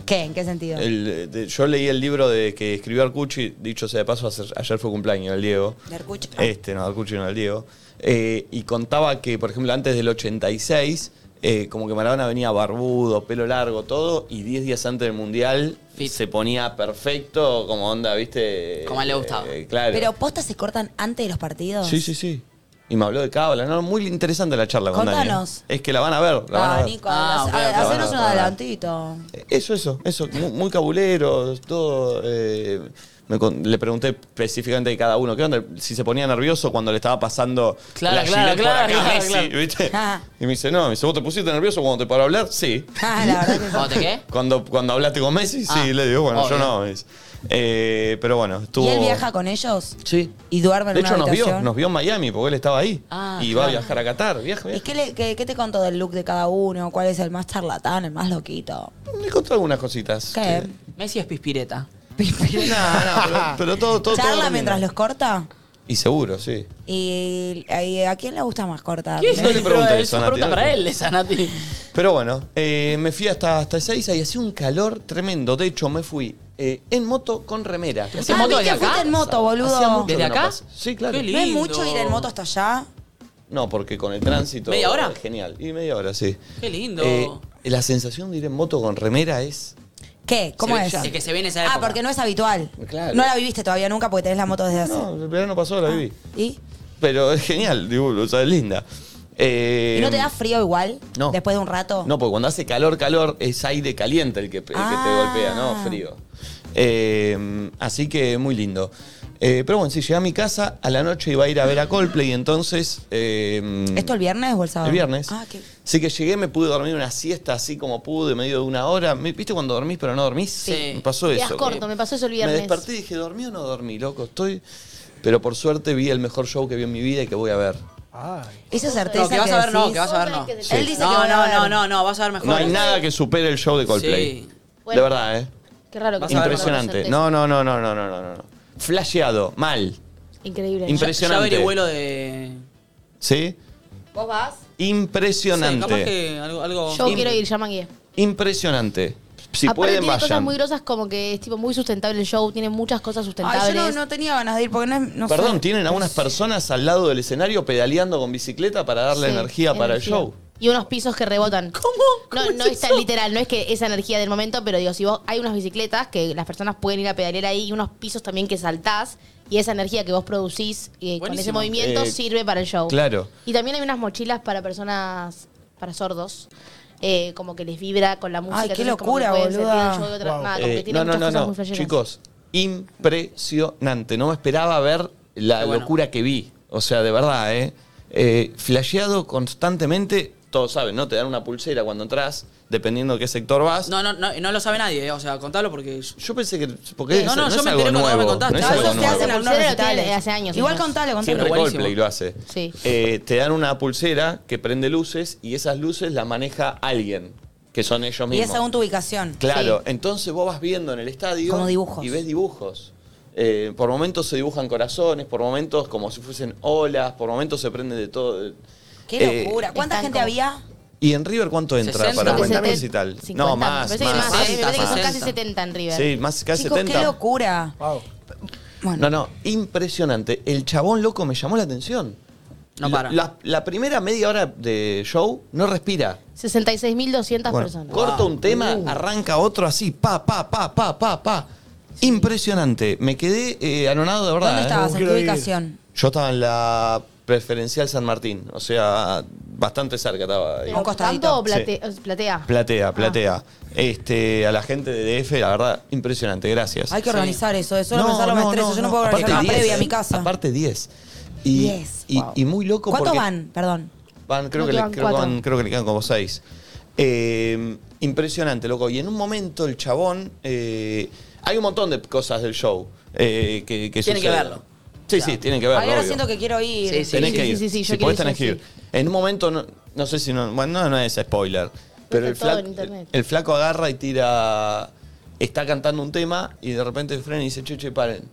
Speaker 3: ¿Qué? ¿En qué sentido?
Speaker 1: El- de- yo leí el libro de que escribió Arcucci, dicho sea de paso, ayer, ayer fue cumpleaños del Diego.
Speaker 3: De Arcucci.
Speaker 2: Ah.
Speaker 1: Este, no, Arcucci no, del Diego. Eh, y contaba que, por ejemplo, antes del 86, eh, como que Maradona venía barbudo, pelo largo, todo, y 10 días antes del Mundial
Speaker 2: Fit.
Speaker 1: se ponía perfecto, como onda, ¿viste?
Speaker 2: Como a él le gustaba.
Speaker 1: Eh, claro.
Speaker 3: ¿Pero postas se cortan antes de los partidos?
Speaker 1: sí, sí, sí. Y me habló de cábala, ¿no? Muy interesante la charla con Dani. ¿eh?
Speaker 3: Contanos.
Speaker 1: Es que la van a ver, la van a
Speaker 3: Ah,
Speaker 1: ver.
Speaker 3: Nico,
Speaker 2: Ah,
Speaker 3: haz-
Speaker 2: ok, ok,
Speaker 3: hacenos
Speaker 1: bueno,
Speaker 3: un
Speaker 1: bueno.
Speaker 3: adelantito.
Speaker 1: Eso, eso, eso. Muy, muy cabuleros, todo. eh, me con- le pregunté específicamente de cada uno. ¿Qué onda? Si se ponía nervioso cuando le estaba pasando
Speaker 2: Claro,
Speaker 1: la
Speaker 2: claro,
Speaker 1: Gillette por
Speaker 2: claro,
Speaker 1: acá a
Speaker 2: claro,
Speaker 1: Messi,
Speaker 2: claro.
Speaker 1: ¿viste?
Speaker 3: Ah.
Speaker 1: Y me dice, no, me dice, ¿vos te pusiste nervioso cuando te paró a hablar? Sí.
Speaker 3: Ah, la verdad que sí.
Speaker 2: ¿Cómo te qué?
Speaker 1: Cuando, cuando hablaste con Messi, sí.
Speaker 2: Ah,
Speaker 1: le digo, bueno, yo
Speaker 2: obvio.
Speaker 1: no. me dice. Eh, pero bueno, estuvo...
Speaker 3: ¿Y él viaja con ellos?
Speaker 1: Sí.
Speaker 3: ¿Y duerme en
Speaker 1: De
Speaker 3: una
Speaker 1: hecho, nos vio,
Speaker 3: habitación?
Speaker 1: nos vio en Miami porque él estaba ahí.
Speaker 2: Ah,
Speaker 1: y va a
Speaker 2: claro.
Speaker 1: viajar a Qatar. Viaja,
Speaker 3: ¿Y
Speaker 1: viaja.
Speaker 3: qué, le- qué- qué te contó del look de cada uno? ¿Cuál es el más charlatán, el más loquito?
Speaker 1: Me contó algunas cositas.
Speaker 3: ¿Qué?
Speaker 1: que-
Speaker 2: Messi es pispireta.
Speaker 1: No, no, pero, pero todo, todo. todo
Speaker 3: ¿Charla
Speaker 1: lindo.
Speaker 3: mientras los corta?
Speaker 1: Y seguro, sí.
Speaker 3: ¿Y eh, a quién le gusta más cortar?
Speaker 2: ¿Qué?
Speaker 1: No le preguntes,
Speaker 2: es una
Speaker 1: Sanati,
Speaker 2: pregunta
Speaker 1: no le
Speaker 2: para él,
Speaker 1: preguntes.
Speaker 2: Sanati.
Speaker 1: Pero bueno, eh, me fui hasta, hasta Ezeiza y hacía un calor tremendo. De hecho, me fui eh, en moto con remera.
Speaker 2: ¿Pero
Speaker 1: Hacía
Speaker 2: ¿Es en moto
Speaker 3: Ah,
Speaker 2: de
Speaker 3: ¿viste?
Speaker 2: acá?
Speaker 3: Fuiste en moto,
Speaker 1: mucho
Speaker 3: boludo.
Speaker 1: que
Speaker 2: ¿Desde
Speaker 1: no
Speaker 2: acá?
Speaker 1: pasaba. Sí, claro.
Speaker 2: Qué lindo.
Speaker 3: ¿No es mucho ir en moto hasta allá?
Speaker 1: No, porque con el tránsito.
Speaker 2: ¿Media hora?
Speaker 1: es Genial. Y media hora, sí.
Speaker 2: Qué lindo.
Speaker 1: Eh, la sensación de ir en moto con remera es.
Speaker 3: ¿Qué? ¿Cómo
Speaker 2: Se ve
Speaker 3: es?
Speaker 2: ya. Es que se ve en esa
Speaker 3: Ah,
Speaker 2: época.
Speaker 3: porque no es habitual.
Speaker 1: Claro.
Speaker 3: No la viviste todavía nunca porque tenés la moto desde hace.
Speaker 1: No, el verano pasado la viví.
Speaker 3: Ah, ¿Y?
Speaker 1: Pero es genial, digo, o sea, es linda. Eh,
Speaker 3: ¿Y no te da frío igual?
Speaker 1: no.
Speaker 3: Después de un
Speaker 7: Oh.
Speaker 3: rato.
Speaker 1: No, porque cuando hace calor, calor, es aire caliente el que, el que
Speaker 3: Ah.
Speaker 1: te golpea, no frío. Eh, así que muy lindo. Eh, pero bueno, si llegué a mi casa, a la noche iba a ir a ver a Coldplay, entonces... eh,
Speaker 3: ¿Esto el viernes o el sábado?
Speaker 1: el viernes.
Speaker 3: Ah, qué.
Speaker 1: Así que llegué, me pude dormir una siesta así como pude, medio de una hora. Me- ¿Viste cuando dormís pero no dormís?
Speaker 2: Sí.
Speaker 1: Me pasó
Speaker 7: Quedás
Speaker 1: eso.
Speaker 7: corto, me pasó eso el viernes.
Speaker 1: Me desperté y dije, ¿dormí o no dormí, loco? Estoy... Pero por suerte vi el mejor show que vi en mi vida y que voy a ver.
Speaker 3: Esa certeza.
Speaker 2: No, que vas a ver, no,
Speaker 3: decís-
Speaker 2: que vas a ver, no.
Speaker 7: Otra vez
Speaker 1: que-
Speaker 3: Él dice que
Speaker 2: No,
Speaker 3: voy a
Speaker 2: no,
Speaker 3: ver.
Speaker 2: no, no, no, vas a ver mejor.
Speaker 1: No hay nada que supere el show de Coldplay.
Speaker 2: Sí.
Speaker 7: Bueno.
Speaker 1: de verdad, ¿eh?
Speaker 7: Qué raro que
Speaker 2: Vas a ver,
Speaker 1: Impresionante. No, no, no, no, no, no, no, no. Flasheado, mal.
Speaker 7: Increíble.
Speaker 1: Impre-
Speaker 2: Ya
Speaker 1: Impresionante.
Speaker 2: averigüé lo de...
Speaker 1: ¿Sí?
Speaker 3: ¿Vos vas?
Speaker 1: Impresionante.
Speaker 2: Sí, capaz que algo... algo-
Speaker 7: Yo
Speaker 1: Im-
Speaker 7: quiero ir, ya mangué.
Speaker 1: Impresionante. Si
Speaker 7: Aparte
Speaker 1: pueden,
Speaker 7: tiene cosas
Speaker 1: vayan.
Speaker 7: muy grosas como que es tipo muy sustentable el show, tiene muchas cosas
Speaker 3: Ay,
Speaker 7: sustentables.
Speaker 3: yo no, no tenía ganas de ir porque no es. no
Speaker 1: Perdón,
Speaker 3: sé.
Speaker 1: tienen a unas personas al lado del escenario pedaleando con bicicleta para darle
Speaker 7: Sí,
Speaker 1: energía para el show.
Speaker 7: Y usos pisos que
Speaker 3: (laughs)
Speaker 7: rebotan. ¿Cómo? no, no es tan literal, no es que esa energía del momento, pero digo, si vos hay unas bicicletas que las personas pueden ir a pedalear ahí y unos pisos también que saltás y esa energía que vos producís eh, con ese
Speaker 2: Buenísimo.
Speaker 7: movimiento
Speaker 1: Eh,
Speaker 7: sirve para el show.
Speaker 1: claro.
Speaker 7: Y también hay unas mochilas para personas, para sordos. eh, como que les vibra con la música.
Speaker 3: qué
Speaker 7: entonces como
Speaker 3: locura,
Speaker 7: que pueden sentir
Speaker 3: boluda.
Speaker 7: el show de otra-
Speaker 4: Wow.
Speaker 7: nada, Ah, como
Speaker 1: Eh,
Speaker 7: que tiene
Speaker 1: no, no,
Speaker 7: muchas
Speaker 1: no,
Speaker 7: cosas
Speaker 1: no.
Speaker 7: muy flasheras.
Speaker 1: Chicos, impresionante. No me esperaba ver la
Speaker 2: Qué bueno.
Speaker 1: locura que vi. O sea, de verdad, ¿eh? Eh, Flasheado constantemente. Todos saben, ¿no? Te dan una pulsera cuando entras, dependiendo de qué sector vas.
Speaker 2: No, no, no, no lo sabe nadie, eh, o sea, contalo porque... yo-
Speaker 1: Yo pensé que. Porque
Speaker 2: No, no,
Speaker 1: es- no,
Speaker 2: yo
Speaker 1: es
Speaker 2: me
Speaker 1: algo
Speaker 2: enteré cuando me
Speaker 1: nuevo.
Speaker 2: contaste.
Speaker 1: No es
Speaker 2: Ah,
Speaker 1: algo
Speaker 3: Eso se
Speaker 1: nuevo.
Speaker 3: hace en algunos
Speaker 7: Pulsera lo tiene
Speaker 3: recitales.
Speaker 7: hace años,
Speaker 3: Igual
Speaker 7: además.
Speaker 3: contale, contale.
Speaker 1: Siempre
Speaker 2: Pero buenísimo.
Speaker 1: Coldplay lo hace.
Speaker 7: Sí.
Speaker 1: Eh, te dan una pulsera que prende luces y esas luces las maneja alguien, que son ellos
Speaker 3: Y
Speaker 1: mismos.
Speaker 3: es según tu ubicación.
Speaker 1: Claro,
Speaker 7: Sí.
Speaker 1: entonces vos vas viendo en el estadio
Speaker 3: Como dibujos.
Speaker 1: y ves dibujos. Eh, por momentos se dibujan corazones, por momentos como si fuesen olas, por momentos se prende de todo.
Speaker 3: Qué
Speaker 1: Eh,
Speaker 3: locura. ¿Cuánta
Speaker 7: están
Speaker 3: gente
Speaker 7: como-
Speaker 3: había?
Speaker 1: ¿Y en River cuánto entra
Speaker 2: 60,
Speaker 1: para
Speaker 7: Seten-
Speaker 1: cuenta recital?
Speaker 7: 50,
Speaker 1: No,
Speaker 7: me
Speaker 1: más,
Speaker 7: parece que
Speaker 1: más.
Speaker 7: más, eh, me parece que son
Speaker 2: 60.
Speaker 7: casi 70 en River.
Speaker 1: Sí, más casi
Speaker 3: Chicos,
Speaker 1: 70.
Speaker 3: qué locura.
Speaker 4: Wow.
Speaker 3: Bueno,
Speaker 1: No, no, impresionante. El chabón loco me llamó la atención.
Speaker 2: No para.
Speaker 1: La, la primera media hora de show no respira.
Speaker 7: 66.200
Speaker 1: Bueno,
Speaker 7: personas.
Speaker 1: corta un tema,
Speaker 3: Uh.
Speaker 1: arranca otro así, pa, pa, pa, pa, pa, pa. Impresionante. Me quedé eh, anonado de verdad.
Speaker 3: ¿dónde
Speaker 1: ¿eh?
Speaker 3: estabas? ¿En
Speaker 4: quiero
Speaker 3: qué
Speaker 4: ir.
Speaker 3: ubicación?
Speaker 1: Yo estaba en la preferencial San Martín, o sea, bastante cerca estaba. ahí.
Speaker 3: Pero- un costadito. Ah.
Speaker 7: ¿Canto o plate- eh, platea?
Speaker 1: Platea, platea. Este, a la gente de DF, la verdad, impresionante, gracias.
Speaker 3: Hay que
Speaker 2: Sí.
Speaker 3: organizar eso. De solo pensarlo me estreso. Yo no, puedo
Speaker 1: Aparte
Speaker 3: organizar una
Speaker 1: 10,
Speaker 3: previa a mi
Speaker 1: ¿eh?
Speaker 3: casa.
Speaker 1: Aparte 10. Y,
Speaker 3: 10,
Speaker 1: y-
Speaker 3: wow.
Speaker 1: y muy loco
Speaker 3: ¿Cuántos
Speaker 1: porque
Speaker 3: van? Perdón.
Speaker 1: Van, creo,
Speaker 7: No,
Speaker 1: que
Speaker 7: que
Speaker 1: le,
Speaker 7: van
Speaker 1: creo, que
Speaker 7: cuatro.
Speaker 1: van- creo que le quedan como seis. Eh, impresionante, loco. Y en un momento el chabón. eh, hay un montón de cosas del show eh, que, que
Speaker 2: Tienen que
Speaker 1: suceden.
Speaker 2: verlo.
Speaker 1: Sí, sí, tienen que verlo.
Speaker 3: Ahora
Speaker 1: obvio.
Speaker 3: siento que quiero ir.
Speaker 2: Sí, sí.
Speaker 1: Tenés
Speaker 7: Sí,
Speaker 1: que
Speaker 7: sí,
Speaker 1: ir.
Speaker 7: sí, sí, yo
Speaker 1: si
Speaker 7: quiero
Speaker 1: podés,
Speaker 7: ir,
Speaker 1: tenés que
Speaker 7: sí,
Speaker 1: ir. En un momento, no, no sé si no. Bueno, no, no es spoiler. Pero el,
Speaker 7: Está todo
Speaker 1: flaco-
Speaker 7: en internet.
Speaker 1: el flaco agarra y tira. Está cantando un tema y de repente frena y dice: Che, che, paren.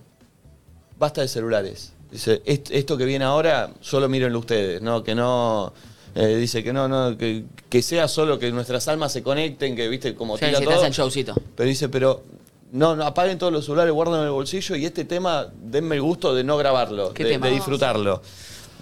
Speaker 1: Basta de celulares. Dice: "Est- Esto que viene ahora, solo mírenlo ustedes. No, que no. eh, dice que no, no, que, que sea solo que nuestras almas se conecten, que viste como
Speaker 2: Sí,
Speaker 1: tira
Speaker 2: sí, te
Speaker 1: todo.
Speaker 2: hace el showcito.
Speaker 1: Pero dice, pero no, no, apaguen todos los celulares, guarden en el bolsillo y este tema, denme el gusto de no grabarlo,
Speaker 2: ¿Qué
Speaker 1: de,
Speaker 2: tema?
Speaker 1: de disfrutarlo.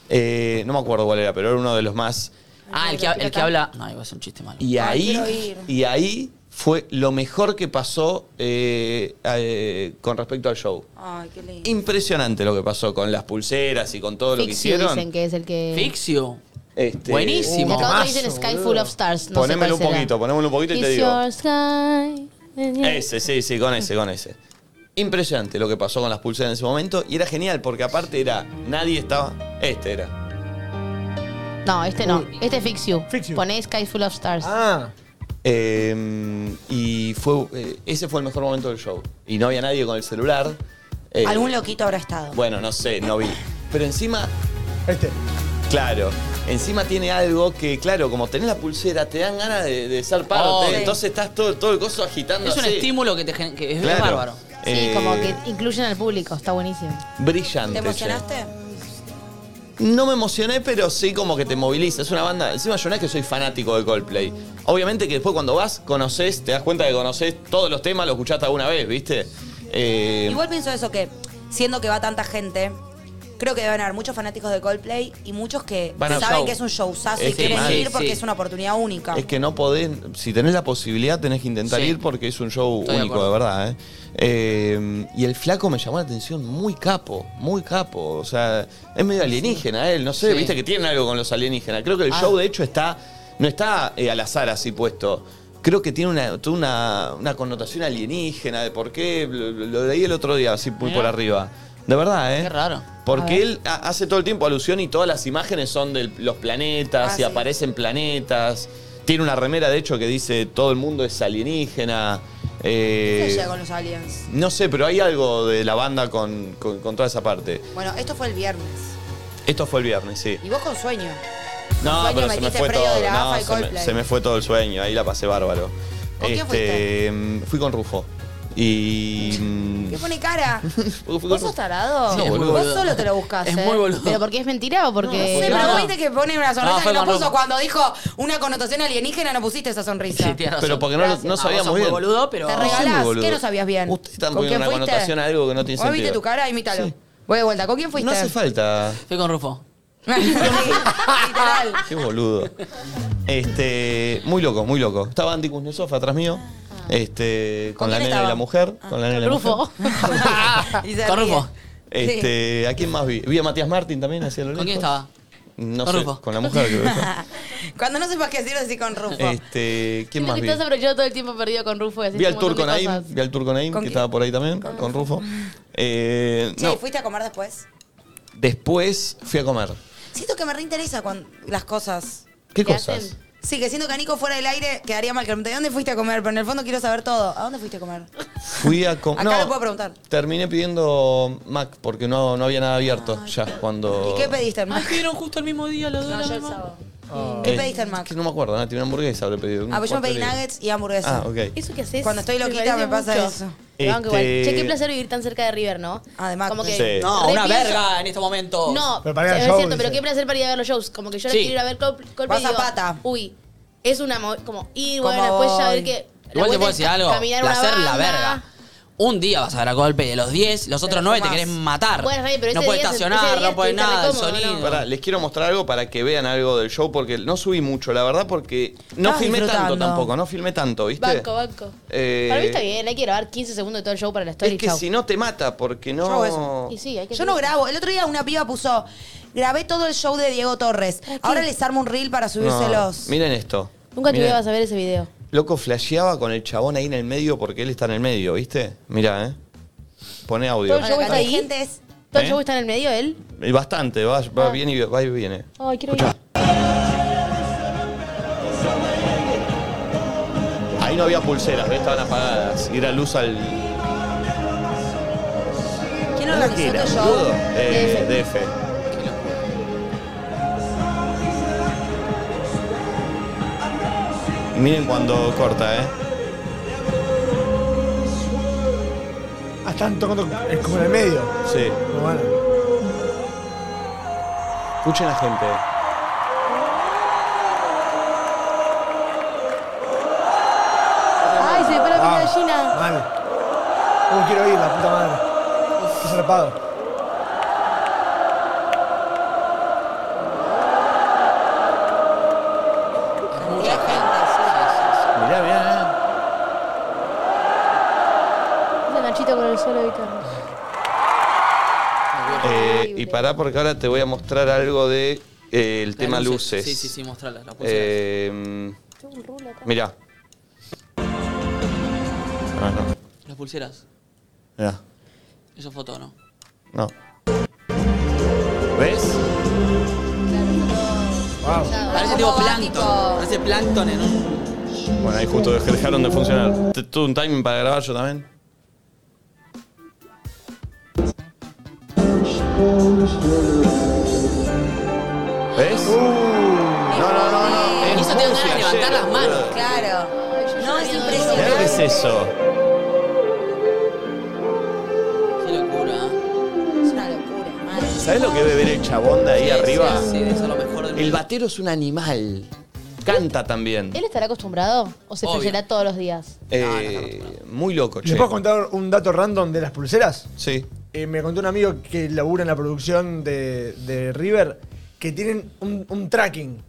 Speaker 1: Eh, no me acuerdo cuál era, pero era uno de los más.
Speaker 2: Ah, el que, el que habla... No, iba a ser un chiste malo.
Speaker 1: Y
Speaker 3: quiero
Speaker 1: ahí,
Speaker 3: ir.
Speaker 1: y ahí fue lo mejor que pasó eh, eh, con respecto al show.
Speaker 3: Ay, qué lindo.
Speaker 1: Impresionante lo que pasó con las pulseras y con todo lo que
Speaker 7: Fixio
Speaker 1: hicieron.
Speaker 7: dicen que es el que...
Speaker 2: Fixio.
Speaker 1: Este,
Speaker 7: Y
Speaker 2: Buenísimo.
Speaker 7: acá otro dicen Sky Full of Stars. No sé cuál
Speaker 1: Ponémelo un
Speaker 7: será.
Speaker 1: poquito, ponémelo un poquito y te
Speaker 7: It's
Speaker 1: digo.
Speaker 7: your sky.
Speaker 1: Ese, sí, sí, con ese, con ese. Impresionante lo que pasó con las pulseras en ese momento y era genial porque aparte era, nadie estaba, este era.
Speaker 7: No, este no. Este es Fix You.
Speaker 4: Fix You.
Speaker 7: Poné Sky Full of Stars.
Speaker 4: Ah.
Speaker 1: Eh, y fue, eh, ese fue el mejor momento del show. Y no había nadie con el celular. Eh,
Speaker 3: Algún loquito habrá estado.
Speaker 1: Bueno, no sé, no vi. Pero encima,
Speaker 4: Este.
Speaker 1: claro, encima tiene algo que, claro, como tenés la pulsera, te dan ganas de, de ser parte.
Speaker 2: Oh, sí.
Speaker 1: Entonces estás todo, todo el coso agitando.
Speaker 2: Es un
Speaker 1: así.
Speaker 2: estímulo que te gen- que es
Speaker 1: Claro.
Speaker 2: bárbaro.
Speaker 7: Sí,
Speaker 1: Eh,
Speaker 7: como que incluyen al público. Está buenísimo.
Speaker 1: Brillante. (laughs)
Speaker 3: ¿Te
Speaker 1: che.
Speaker 3: emocionaste?
Speaker 1: No me emocioné, pero sí como que te moviliza. Es una banda. Encima yo no es que soy fanático de Coldplay. Obviamente que después cuando vas, conoces, te das cuenta que conoces todos los temas, los escuchaste alguna vez, ¿viste? Eh,
Speaker 3: Igual pienso eso, que siendo que va tanta gente, creo que deben haber muchos fanáticos de Coldplay y muchos que
Speaker 1: Van al
Speaker 3: saben
Speaker 1: show.
Speaker 3: que es un showzazo
Speaker 1: Es
Speaker 3: y
Speaker 1: que
Speaker 3: quieren
Speaker 1: mal.
Speaker 3: ir porque
Speaker 2: Sí.
Speaker 3: es una oportunidad única.
Speaker 1: Es que no podés, si tenés la posibilidad, tenés que intentar
Speaker 2: Sí.
Speaker 1: ir porque es un show
Speaker 2: Estoy de
Speaker 1: único, de,
Speaker 2: acuerdo.
Speaker 1: verdad. ¿eh? Eh, y el flaco me llamó la atención, muy capo, muy capo. O sea, es medio alienígena él, no sé,
Speaker 2: Sí.
Speaker 1: viste que tienen algo con los alienígenas. Creo que el
Speaker 2: Ah.
Speaker 1: show, de hecho, está no está eh, al azar así puesto. Creo que tiene una, tuvo una, una connotación alienígena de por qué. Lo, lo leí el otro día, así muy por arriba. De verdad, ¿eh?
Speaker 2: Qué raro.
Speaker 1: Porque él ha- hace todo el tiempo alusión y todas las imágenes son de los planetas
Speaker 3: Ah,
Speaker 1: y
Speaker 3: sí.
Speaker 1: aparecen planetas. Tiene una remera, de hecho, que dice todo el mundo es alienígena. Eh,
Speaker 3: ¿Qué llega con los aliens?
Speaker 1: no sé, pero hay algo de la banda con, con- con toda esa parte.
Speaker 3: Bueno, esto fue el viernes.
Speaker 1: Esto fue el viernes, sí.
Speaker 3: Y vos con sueño.
Speaker 1: No,
Speaker 3: Sueño,
Speaker 1: pero se me
Speaker 3: metiste
Speaker 1: fue
Speaker 3: previo
Speaker 1: todo.
Speaker 3: de la
Speaker 1: no,
Speaker 3: AFA y
Speaker 1: se, me,
Speaker 3: Coldplay.
Speaker 1: se me fue todo el sueño. Ahí la pasé bárbaro.
Speaker 3: ¿Con quién
Speaker 1: Este, mm, Fui con Rufo. Y. mm,
Speaker 3: ¿Qué
Speaker 2: (laughs)
Speaker 3: pone cara?
Speaker 1: fui con
Speaker 7: ¿Vos
Speaker 1: Rufo.
Speaker 7: sos tarado?
Speaker 1: No, boludo.
Speaker 3: Vos solo te lo buscás.
Speaker 2: Es
Speaker 3: ¿eh?
Speaker 2: muy boludo.
Speaker 7: ¿Pero porque es mentira o porque.?
Speaker 3: Sí,
Speaker 2: No,
Speaker 3: pero
Speaker 2: no.
Speaker 3: viste que pone una
Speaker 2: No,
Speaker 3: sonrisa
Speaker 2: fue
Speaker 3: que no
Speaker 2: con
Speaker 3: puso
Speaker 2: Rufo.
Speaker 3: cuando dijo una connotación alienígena, no pusiste esa sonrisa.
Speaker 2: Sí, tienes razón.
Speaker 1: Pero porque no, lo-
Speaker 2: Gracias.
Speaker 1: no
Speaker 2: Ah, vos sos
Speaker 1: sabíamos
Speaker 2: muy
Speaker 1: bien.
Speaker 2: boludo, pero...
Speaker 3: Te
Speaker 1: Sí,
Speaker 3: regalás.
Speaker 1: boludo.
Speaker 3: ¿Qué no sabías bien?
Speaker 1: Usted están
Speaker 3: ¿Con
Speaker 1: poniendo
Speaker 3: quién
Speaker 1: una
Speaker 3: fuiste?
Speaker 1: connotación a algo que no tiene
Speaker 3: ¿Vos
Speaker 1: sentido.
Speaker 3: viste tu cara? Imítalo.
Speaker 1: Sí.
Speaker 3: Voy de vuelta. ¿Con quién fuiste?
Speaker 1: No hace falta.
Speaker 2: Fui con Rufo.
Speaker 3: (laughs)
Speaker 1: (laughs)
Speaker 3: Literal.
Speaker 1: Qué boludo. Este, muy loco, muy loco. Estaba Andy Kuznetsov atrás mío. Este, con,
Speaker 3: ¿Con
Speaker 1: la
Speaker 3: quién
Speaker 1: nena y
Speaker 3: estaba?
Speaker 1: la mujer, con la nena y la
Speaker 2: (laughs)
Speaker 7: Rufo.
Speaker 1: mujer.
Speaker 3: Y se
Speaker 2: Con
Speaker 3: ríe.
Speaker 2: Rufo.
Speaker 1: Este, ¿a quién más vi? Vi a Matías Martín también hacia lo
Speaker 2: ¿Con quién
Speaker 1: lejos.
Speaker 2: estaba?
Speaker 1: No
Speaker 2: Con
Speaker 1: sé,
Speaker 2: Rufo.
Speaker 1: con la mujer creo.
Speaker 7: (laughs)
Speaker 3: Cuando no sepas qué decir, así con Rufo.
Speaker 1: Este, ¿quién
Speaker 7: Siento
Speaker 1: más
Speaker 7: que
Speaker 1: vi?
Speaker 7: estás aprovechando todo el tiempo perdido con Rufo. y haces
Speaker 1: Vi
Speaker 7: un
Speaker 1: al
Speaker 7: montón
Speaker 1: Turco
Speaker 7: de
Speaker 1: Naim,
Speaker 7: cosas.
Speaker 1: vi al Turco Naim,
Speaker 3: ¿Con
Speaker 1: que
Speaker 3: quién?
Speaker 1: estaba por ahí también, con Rufo. Eh,
Speaker 3: Che,
Speaker 1: no,
Speaker 3: ¿fuiste a comer después?
Speaker 1: después fui a comer.
Speaker 3: Siento que me reinteresa cuan- las cosas.
Speaker 1: ¿Qué
Speaker 7: ¿Qué
Speaker 1: cosas?
Speaker 7: hacen?
Speaker 3: Sí, que siento que a Nico fuera del aire quedaría mal que le pregunte, ¿de dónde fuiste a comer? Pero en el fondo quiero saber todo. ¿A dónde fuiste a comer?
Speaker 1: Fui a comer.
Speaker 3: Acá lo puedo preguntar.
Speaker 1: Terminé pidiendo Mac porque no, no había nada abierto ya cuando.
Speaker 3: ¿Y qué pediste en
Speaker 2: Ah,
Speaker 3: Mac?
Speaker 2: pidieron justo el mismo día los dos.
Speaker 7: No,
Speaker 2: la
Speaker 7: yo el
Speaker 2: misma-
Speaker 7: sábado.
Speaker 3: ¿Qué
Speaker 1: Eh,
Speaker 3: pediste en Mac?
Speaker 1: que no me acuerdo, Nati, una hamburguesa habré pedido.
Speaker 3: Ah, pues yo me pedí
Speaker 1: porquería.
Speaker 3: nuggets y hamburguesa.
Speaker 1: Ah, ok.
Speaker 7: Eso que haces.
Speaker 3: Cuando estoy loquita me pasa eso.
Speaker 7: Te banco
Speaker 1: Este-
Speaker 7: igual. Che, qué placer vivir tan cerca de River, ¿no?
Speaker 3: Además,
Speaker 7: Como que
Speaker 1: Sí.
Speaker 2: No, una
Speaker 7: repienso-
Speaker 2: verga en este momento.
Speaker 7: No,
Speaker 4: Pero para ir al
Speaker 7: es
Speaker 4: show,
Speaker 7: cierto, pero
Speaker 4: dice.
Speaker 7: qué placer para ir a ver los shows. Como que yo
Speaker 2: Sí.
Speaker 7: quiero ir a ver Col- Coldplay
Speaker 3: Vas
Speaker 7: y
Speaker 3: a
Speaker 7: digo,
Speaker 3: pata.
Speaker 7: Uy, es una mo- como ir,
Speaker 3: Como
Speaker 7: bueno, después ya
Speaker 3: voy.
Speaker 7: ver que la
Speaker 2: Igual te
Speaker 7: vuelta
Speaker 2: puedo
Speaker 7: es
Speaker 2: decir
Speaker 7: ca-
Speaker 2: algo.
Speaker 7: caminar una
Speaker 2: Placer la
Speaker 7: banda.
Speaker 2: verga. Un día vas a ver a golpe de los 10, los otros 9 te
Speaker 3: fumás.
Speaker 2: querés matar.
Speaker 7: Bueno, Rey, pero
Speaker 2: no
Speaker 7: ese
Speaker 2: puedes
Speaker 7: día- ese
Speaker 2: estacionar,
Speaker 7: día
Speaker 2: no puedes
Speaker 7: estuviste
Speaker 2: nada, el
Speaker 7: recómodo, ¿no?
Speaker 2: sonido.
Speaker 1: Pará, les quiero mostrar algo para que vean algo del show porque no subí mucho, la verdad, porque no
Speaker 3: Estabas
Speaker 1: filmé tanto
Speaker 3: disfrutando.
Speaker 1: tampoco, no filmé tanto, ¿viste?
Speaker 7: Banco, banco.
Speaker 1: Eh,
Speaker 7: Para mí está bien, hay que grabar 15 segundos de todo el show para la historia
Speaker 1: Es
Speaker 7: y
Speaker 1: que
Speaker 7: chau.
Speaker 1: si no te mata, porque no.
Speaker 3: Yo hago eso.
Speaker 7: Y sí, hay que
Speaker 3: Yo no
Speaker 7: hacer eso.
Speaker 3: grabo. El otro día una piba puso, grabé todo el show de Diego Torres. Ahora les armo un reel para
Speaker 1: No,
Speaker 3: subírselos.
Speaker 1: Miren esto.
Speaker 7: Nunca te
Speaker 1: Miren.
Speaker 7: ibas a ver ese video.
Speaker 1: Loco flasheaba con el chabón ahí en el medio porque él está en el medio, ¿viste? Mirá, ¿eh? Pone audio.
Speaker 7: Todo el show
Speaker 3: Ahora,
Speaker 7: está
Speaker 3: la
Speaker 7: ahí.
Speaker 3: gente es-
Speaker 7: Todo el
Speaker 1: ¿Eh?
Speaker 7: show está en el medio, él.
Speaker 1: Y Bastante, va, va
Speaker 7: Ah.
Speaker 1: bien y va y viene.
Speaker 7: Ay, quiero ir.
Speaker 1: Ahí no había pulseras, ¿ves? estaban apagadas. Y era luz al.
Speaker 3: ¿Quién organizó
Speaker 1: ¿Qué
Speaker 3: este
Speaker 1: era?
Speaker 3: show?
Speaker 1: (laughs) Eh, DF. Miren cuando corta, ¿eh?
Speaker 4: Ah, están tocando eh, como en el medio.
Speaker 1: Sí.
Speaker 4: Pero bueno.
Speaker 1: Escuchen a la gente.
Speaker 7: Ay, se me paró la
Speaker 4: Ah,
Speaker 7: gallina.
Speaker 4: Mal. ¿Cómo quiero ir, la puta madre? Qué zarpado.
Speaker 3: Mucha gente,
Speaker 1: Mirá, mirá,
Speaker 7: La Nachito con el solo de guitarra.
Speaker 1: eh. Eh, y pará porque ahora te voy a mostrar algo de eh, el
Speaker 2: Las
Speaker 1: tema luces.
Speaker 2: Sí, sí, sí, mostrala. La pulsera.
Speaker 1: Eh,
Speaker 7: Tengo un rulo acá.
Speaker 1: mirá. No, no.
Speaker 2: Las pulseras.
Speaker 1: Mirá.
Speaker 2: Eso es foto, ¿no?
Speaker 1: No. ¿Ves?
Speaker 2: Parece tipo plancton. Parece plancton en un.
Speaker 1: Bueno, ahí justo dej- dejaron de funcionar. T- Tuve un timing para grabar yo también. ¿Ves? no, no, no, no.
Speaker 2: Y Uh. eso te dan ganas de
Speaker 1: música,
Speaker 2: levantar
Speaker 1: che,
Speaker 2: las manos.
Speaker 1: boludo.
Speaker 3: Claro. No, es
Speaker 1: Mirá lo que es
Speaker 3: impresionante.
Speaker 1: eso.
Speaker 2: Qué ¿eh? locura. ¿eh?
Speaker 3: Es una locura, madre.
Speaker 1: ¿Sabés lo que debe ver el chabón de ahí
Speaker 2: Sí,
Speaker 1: arriba?
Speaker 2: Sí, sí, eso es lo mejor del
Speaker 1: El
Speaker 2: mundo.
Speaker 1: batero es un animal. Canta también.
Speaker 7: ¿Él estará acostumbrado o se
Speaker 2: Obvio.
Speaker 7: flasheará todos los días?
Speaker 1: Eh, muy loco,
Speaker 4: ¿Les
Speaker 1: che.
Speaker 4: puedo contar un dato random de las pulseras?
Speaker 1: Sí.
Speaker 4: Eh, me contó un amigo que labura en la producción de, de River que tienen un, un tracking,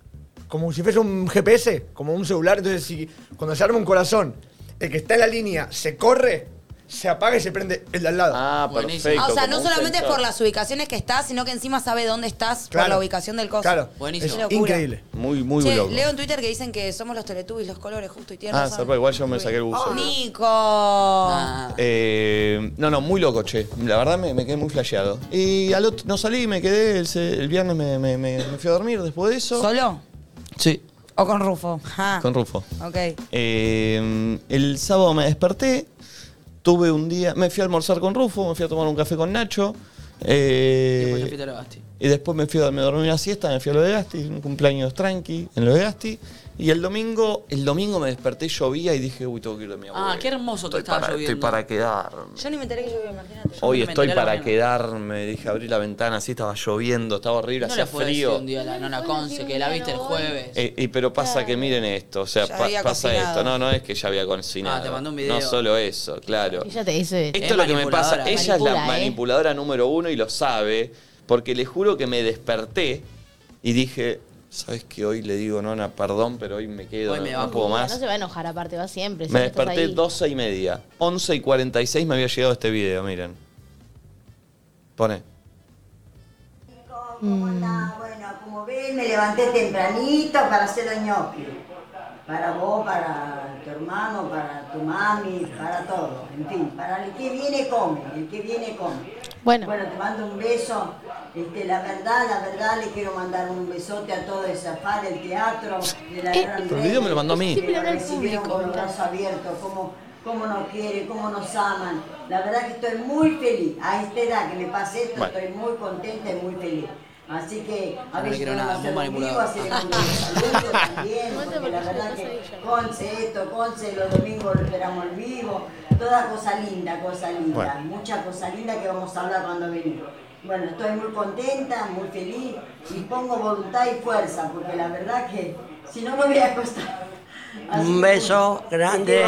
Speaker 4: como si fuese un GPS, como un celular. Entonces, si, cuando se arma un corazón, el que está en la línea se corre, se apaga y se prende el de al lado.
Speaker 8: Ah,
Speaker 2: Buenísimo.
Speaker 8: perfecto.
Speaker 3: Ah, o sea,
Speaker 8: como
Speaker 3: no
Speaker 8: un
Speaker 3: solamente es
Speaker 8: sensor.
Speaker 3: por las ubicaciones que estás, sino que encima sabe dónde estás por
Speaker 4: Claro.
Speaker 3: la ubicación del coso.
Speaker 4: Claro,
Speaker 2: Buenísimo.
Speaker 4: es
Speaker 3: Qué locura.
Speaker 4: increíble.
Speaker 1: Muy, muy
Speaker 3: Che,
Speaker 1: loco.
Speaker 3: leo en Twitter que dicen que somos los Teletubbies, los colores justo y tiernos.
Speaker 1: Ah,
Speaker 3: ¿sabes?
Speaker 1: zarpado, igual yo me saqué el buzo.
Speaker 3: Nico.
Speaker 2: Ah.
Speaker 1: Eh, no, no, muy loco, che. La verdad me, me quedé muy flasheado. Y al otro, no salí, me quedé. El, se- el viernes me, me- me- me fui a dormir después de eso.
Speaker 3: ¿Solo?
Speaker 1: Sí,
Speaker 3: ¿O con Rufo? Ja.
Speaker 1: con Rufo.
Speaker 3: Ok.
Speaker 1: Eh, el sábado me desperté, tuve un día, me fui a almorzar con Rufo, me fui a tomar un café con Nacho. eh,
Speaker 2: Después te fuiste a la Basti.
Speaker 1: y después me fui a me dormí una siesta, me fui a lo de Gasti, un cumpleaños tranqui en lo de Gasti. Y el domingo, el domingo me desperté, llovía y dije, uy, tengo que ir de mi abuelo.
Speaker 2: qué hermoso que
Speaker 1: Estoy
Speaker 2: estaba
Speaker 1: para-
Speaker 2: lloviendo.
Speaker 1: Estoy para quedarme.
Speaker 3: Yo ni me enteré que llovía, imagínate.
Speaker 1: Hoy
Speaker 2: me
Speaker 1: estoy
Speaker 2: enteré a la
Speaker 1: para
Speaker 2: mañana.
Speaker 1: quedarme, dije, abrí la ventana, así estaba lloviendo, estaba horrible,
Speaker 2: No
Speaker 1: hacía
Speaker 2: le puedo decir
Speaker 1: frío.
Speaker 2: un día a la nona Conce que la viste el jueves.
Speaker 1: Eh, y pero pasa que miren esto, o sea,
Speaker 3: Ya
Speaker 1: pa-
Speaker 3: había
Speaker 1: pasa
Speaker 3: cocinado.
Speaker 1: esto, no, no es que ya había cocinado.
Speaker 2: Ah, te mandó un video.
Speaker 1: No solo eso, claro.
Speaker 7: Ella te dice.
Speaker 1: Esto
Speaker 2: Es
Speaker 1: es, lo que me
Speaker 2: manipuladora.
Speaker 1: pasa, ella es la
Speaker 7: Manipula, ¿eh?
Speaker 1: manipuladora número uno y lo sabe, porque le juro que me desperté y dije, ¿sabes qué? Hoy le digo, nona, perdón, pero hoy me quedo,
Speaker 2: Hoy
Speaker 1: no-
Speaker 2: me
Speaker 1: no,
Speaker 2: banco".
Speaker 1: puedo
Speaker 7: No
Speaker 1: más.
Speaker 7: se va a enojar, aparte, va siempre.
Speaker 1: Me
Speaker 7: siempre estás
Speaker 1: desperté
Speaker 7: ahí.
Speaker 1: 12 y media, 11 y 46 me había llegado este video, miren. Pone.
Speaker 9: ¿Cómo andás? Ah, Bueno, como ven, me levanté tempranito para hacer los ñoquis. Para vos, para tu hermano, para tu mami, para todo. En fin, para el que viene come, el que viene come.
Speaker 7: Bueno.
Speaker 9: Bueno, te mando un beso. Este, la verdad, la verdad, le quiero mandar un besote a todo esa par del teatro, de la
Speaker 7: Eh,
Speaker 9: gran
Speaker 1: Pero el video me lo mandó a mí.
Speaker 7: Siempre habla al
Speaker 9: recibieron
Speaker 7: público,
Speaker 9: con los
Speaker 7: me
Speaker 9: brazos abiertos, cómo, cómo nos quieren, cómo nos aman. La verdad que estoy muy feliz. A esta edad que me pasé esto,
Speaker 1: Bueno.
Speaker 9: estoy muy contenta y muy feliz. Así que a
Speaker 2: No
Speaker 9: ver
Speaker 2: le
Speaker 9: si
Speaker 2: creo nada,
Speaker 9: podemos hacer
Speaker 2: muy
Speaker 9: un vivo,
Speaker 2: manipulador.
Speaker 9: hacer
Speaker 2: (laughs)
Speaker 9: un saludo también,
Speaker 7: No sé
Speaker 9: porque la
Speaker 7: por qué
Speaker 9: verdad
Speaker 7: se
Speaker 9: que
Speaker 7: pasa
Speaker 9: Conce esto, Conce los domingos lo esperamos el vivo, toda cosa linda, cosa linda,
Speaker 1: Bueno.
Speaker 9: mucha cosa linda que vamos a hablar cuando venimos. Bueno, estoy muy contenta, muy feliz y pongo voluntad y fuerza, porque la verdad que si no me voy a costar.
Speaker 10: Un beso grande.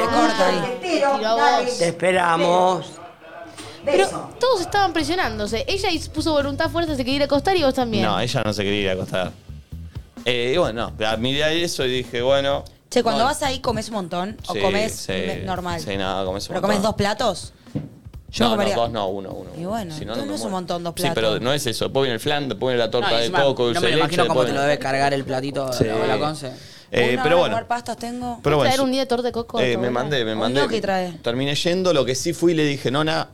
Speaker 9: Te espero,
Speaker 7: Tiró
Speaker 9: dale.
Speaker 7: vos.
Speaker 10: Te esperamos.
Speaker 7: Pero
Speaker 9: Beso.
Speaker 7: todos estaban presionándose. Ella hizo- puso voluntad, fuerza, se quería ir a acostar y vos también.
Speaker 1: No, eh. ella no se quería ir a acostar. Eh, y bueno, miré eso y dije, bueno.
Speaker 3: Che, cuando
Speaker 2: Gol.
Speaker 3: vas ahí, ¿comes un montón o
Speaker 1: sí,
Speaker 3: comes
Speaker 1: sí,
Speaker 3: me- normal?
Speaker 1: Sí, nada, comes un
Speaker 3: ¿Pero
Speaker 1: montón.
Speaker 3: comes dos platos? Yo no
Speaker 1: no,
Speaker 3: comería.
Speaker 1: no, dos no, uno, uno.
Speaker 3: Y bueno,
Speaker 1: Si
Speaker 3: entonces no
Speaker 1: me
Speaker 3: es un
Speaker 1: muero.
Speaker 3: montón dos
Speaker 1: Sí,
Speaker 3: platos.
Speaker 1: pero no es eso. Después viene el flan, después viene la torta
Speaker 2: No, y
Speaker 1: de
Speaker 2: encima,
Speaker 1: coco,
Speaker 2: no
Speaker 1: dulce
Speaker 2: me
Speaker 1: de
Speaker 2: lo
Speaker 1: leche.
Speaker 2: imagino cómo
Speaker 1: después
Speaker 2: te lo
Speaker 1: viene-
Speaker 2: debe cargar el platito
Speaker 1: Sí.
Speaker 2: la abuela Conce.
Speaker 1: Eh,
Speaker 3: Una hora
Speaker 1: pero bueno.
Speaker 3: de comer pastas tengo.
Speaker 1: Pero
Speaker 7: ¿Puedo
Speaker 1: bueno,
Speaker 7: traer
Speaker 1: sí.
Speaker 7: un día de torta de coco?
Speaker 1: Eh, me
Speaker 7: Todo?
Speaker 1: mandé, me
Speaker 3: Un
Speaker 1: mandé.
Speaker 3: gnocchi trae.
Speaker 1: Terminé yendo, lo que sí fui le dije, nona.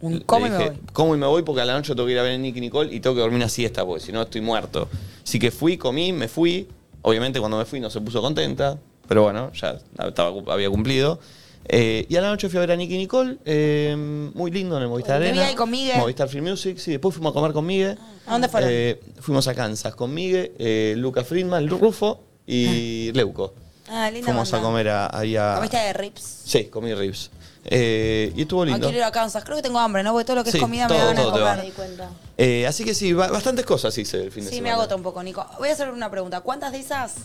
Speaker 3: Un
Speaker 1: le
Speaker 3: como y me
Speaker 1: dije,
Speaker 3: voy.
Speaker 1: Como y me voy porque a la noche tengo que ir a ver a Nicky Nicole y tengo que dormir una siesta porque si no estoy muerto. Así que fui, comí, me fui. Obviamente cuando me fui no se puso contenta, pero bueno, ya estaba, había cumplido. Eh, y a la noche fui a ver a Nicky Nicole, eh, muy lindo en el Movistar
Speaker 3: ¿Te vi
Speaker 1: Arena.
Speaker 3: ahí con Migue? Ah,
Speaker 1: Movistar Free Music, sí. Después fuimos a comer con Migue.
Speaker 3: ¿A dónde fueron?
Speaker 1: Eh, fuimos a Kansas con Migue, eh, Luca Friedman, Rufo y Leuco.
Speaker 3: Ah, linda
Speaker 1: Fuimos a
Speaker 3: banda.
Speaker 1: comer a- ahí a...
Speaker 3: ¿Comiste de rips?
Speaker 1: Sí, comí ribs. Eh, y estuvo
Speaker 3: Ah,
Speaker 1: lindo.
Speaker 3: quiero ir a Kansas. Creo que tengo hambre, ¿no? Porque todo lo que
Speaker 1: Sí,
Speaker 3: es comida
Speaker 1: todo,
Speaker 3: me van a
Speaker 1: todo te va.
Speaker 7: Me di
Speaker 3: comer.
Speaker 7: cuenta.
Speaker 1: Eh, así que sí, ba- bastantes cosas hice el fin de
Speaker 3: Sí, me
Speaker 1: semana.
Speaker 3: agota un poco, Nico. Voy a hacer una pregunta. ¿Cuántas de esas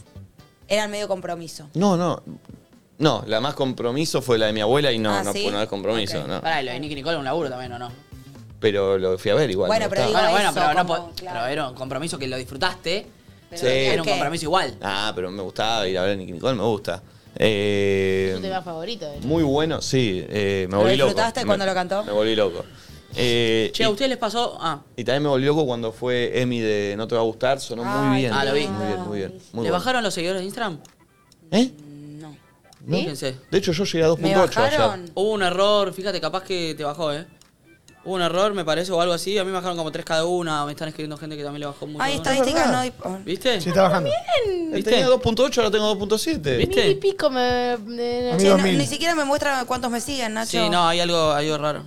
Speaker 3: eran medio compromiso?
Speaker 1: No, no. No, la más compromiso fue la de mi abuela y no,
Speaker 3: Ah,
Speaker 1: no
Speaker 3: ¿sí?
Speaker 1: fue nada de compromiso,
Speaker 3: Ok.
Speaker 1: no.
Speaker 2: Pará, y lo de Nicky Nicole un laburo también, ¿o no?
Speaker 1: Pero lo fui a ver igual.
Speaker 3: Bueno,
Speaker 1: me
Speaker 3: pero
Speaker 1: gustaba.
Speaker 3: digo-
Speaker 2: Bueno, bueno,
Speaker 3: eso,
Speaker 2: pero, no
Speaker 3: como,
Speaker 2: po-
Speaker 3: claro.
Speaker 2: pero era un compromiso que lo disfrutaste.
Speaker 1: Sí.
Speaker 2: Era un
Speaker 3: ¿Qué?
Speaker 2: compromiso igual.
Speaker 1: Ah, pero me gustaba ir a ver a Nicky Nicole, me gusta. Eh,
Speaker 7: Es tu tema favorito. eh.
Speaker 1: muy bueno, sí, eh, me volví loco.
Speaker 3: disfrutaste
Speaker 1: Me-
Speaker 3: cuando lo cantó?
Speaker 1: Me volví loco. Eh,
Speaker 2: Che,
Speaker 1: y-
Speaker 2: ¿a ustedes les pasó? Ah,
Speaker 1: Y también me volví loco cuando fue Emi de No Te Va a Gustar, sonó muy
Speaker 3: Ay,
Speaker 1: bien.
Speaker 2: ah, lo vi.
Speaker 1: Muy bien, muy bien. Muy
Speaker 2: ¿le
Speaker 1: bueno.
Speaker 2: bajaron los seguidores de Instagram?
Speaker 1: ¿Eh?
Speaker 3: No.
Speaker 1: ¿No?
Speaker 2: Fíjense.
Speaker 1: De hecho, yo llegué a
Speaker 3: ¿Me
Speaker 1: 2.8 ayer.
Speaker 3: bajaron?
Speaker 2: Hubo un error, fíjate, capaz que te bajó, ¿eh? Hubo un error, me parece, o algo así. A mí me bajaron como tres cada una. Me están escribiendo gente que también le bajó mucho.
Speaker 3: Hay estadísticas no disp-
Speaker 2: ¿Viste?
Speaker 4: Sí, está bajando.
Speaker 2: ¿Viste?
Speaker 1: Eh, Tenía 2.8, ahora tengo 2.7.
Speaker 2: ¿Viste?
Speaker 7: Mil y pico me. me-
Speaker 3: Che,
Speaker 4: Amigos
Speaker 3: no-
Speaker 4: mil.
Speaker 3: ni siquiera me muestra cuántos me siguen, Nacho.
Speaker 2: Sí, no, hay algo, hay algo raro.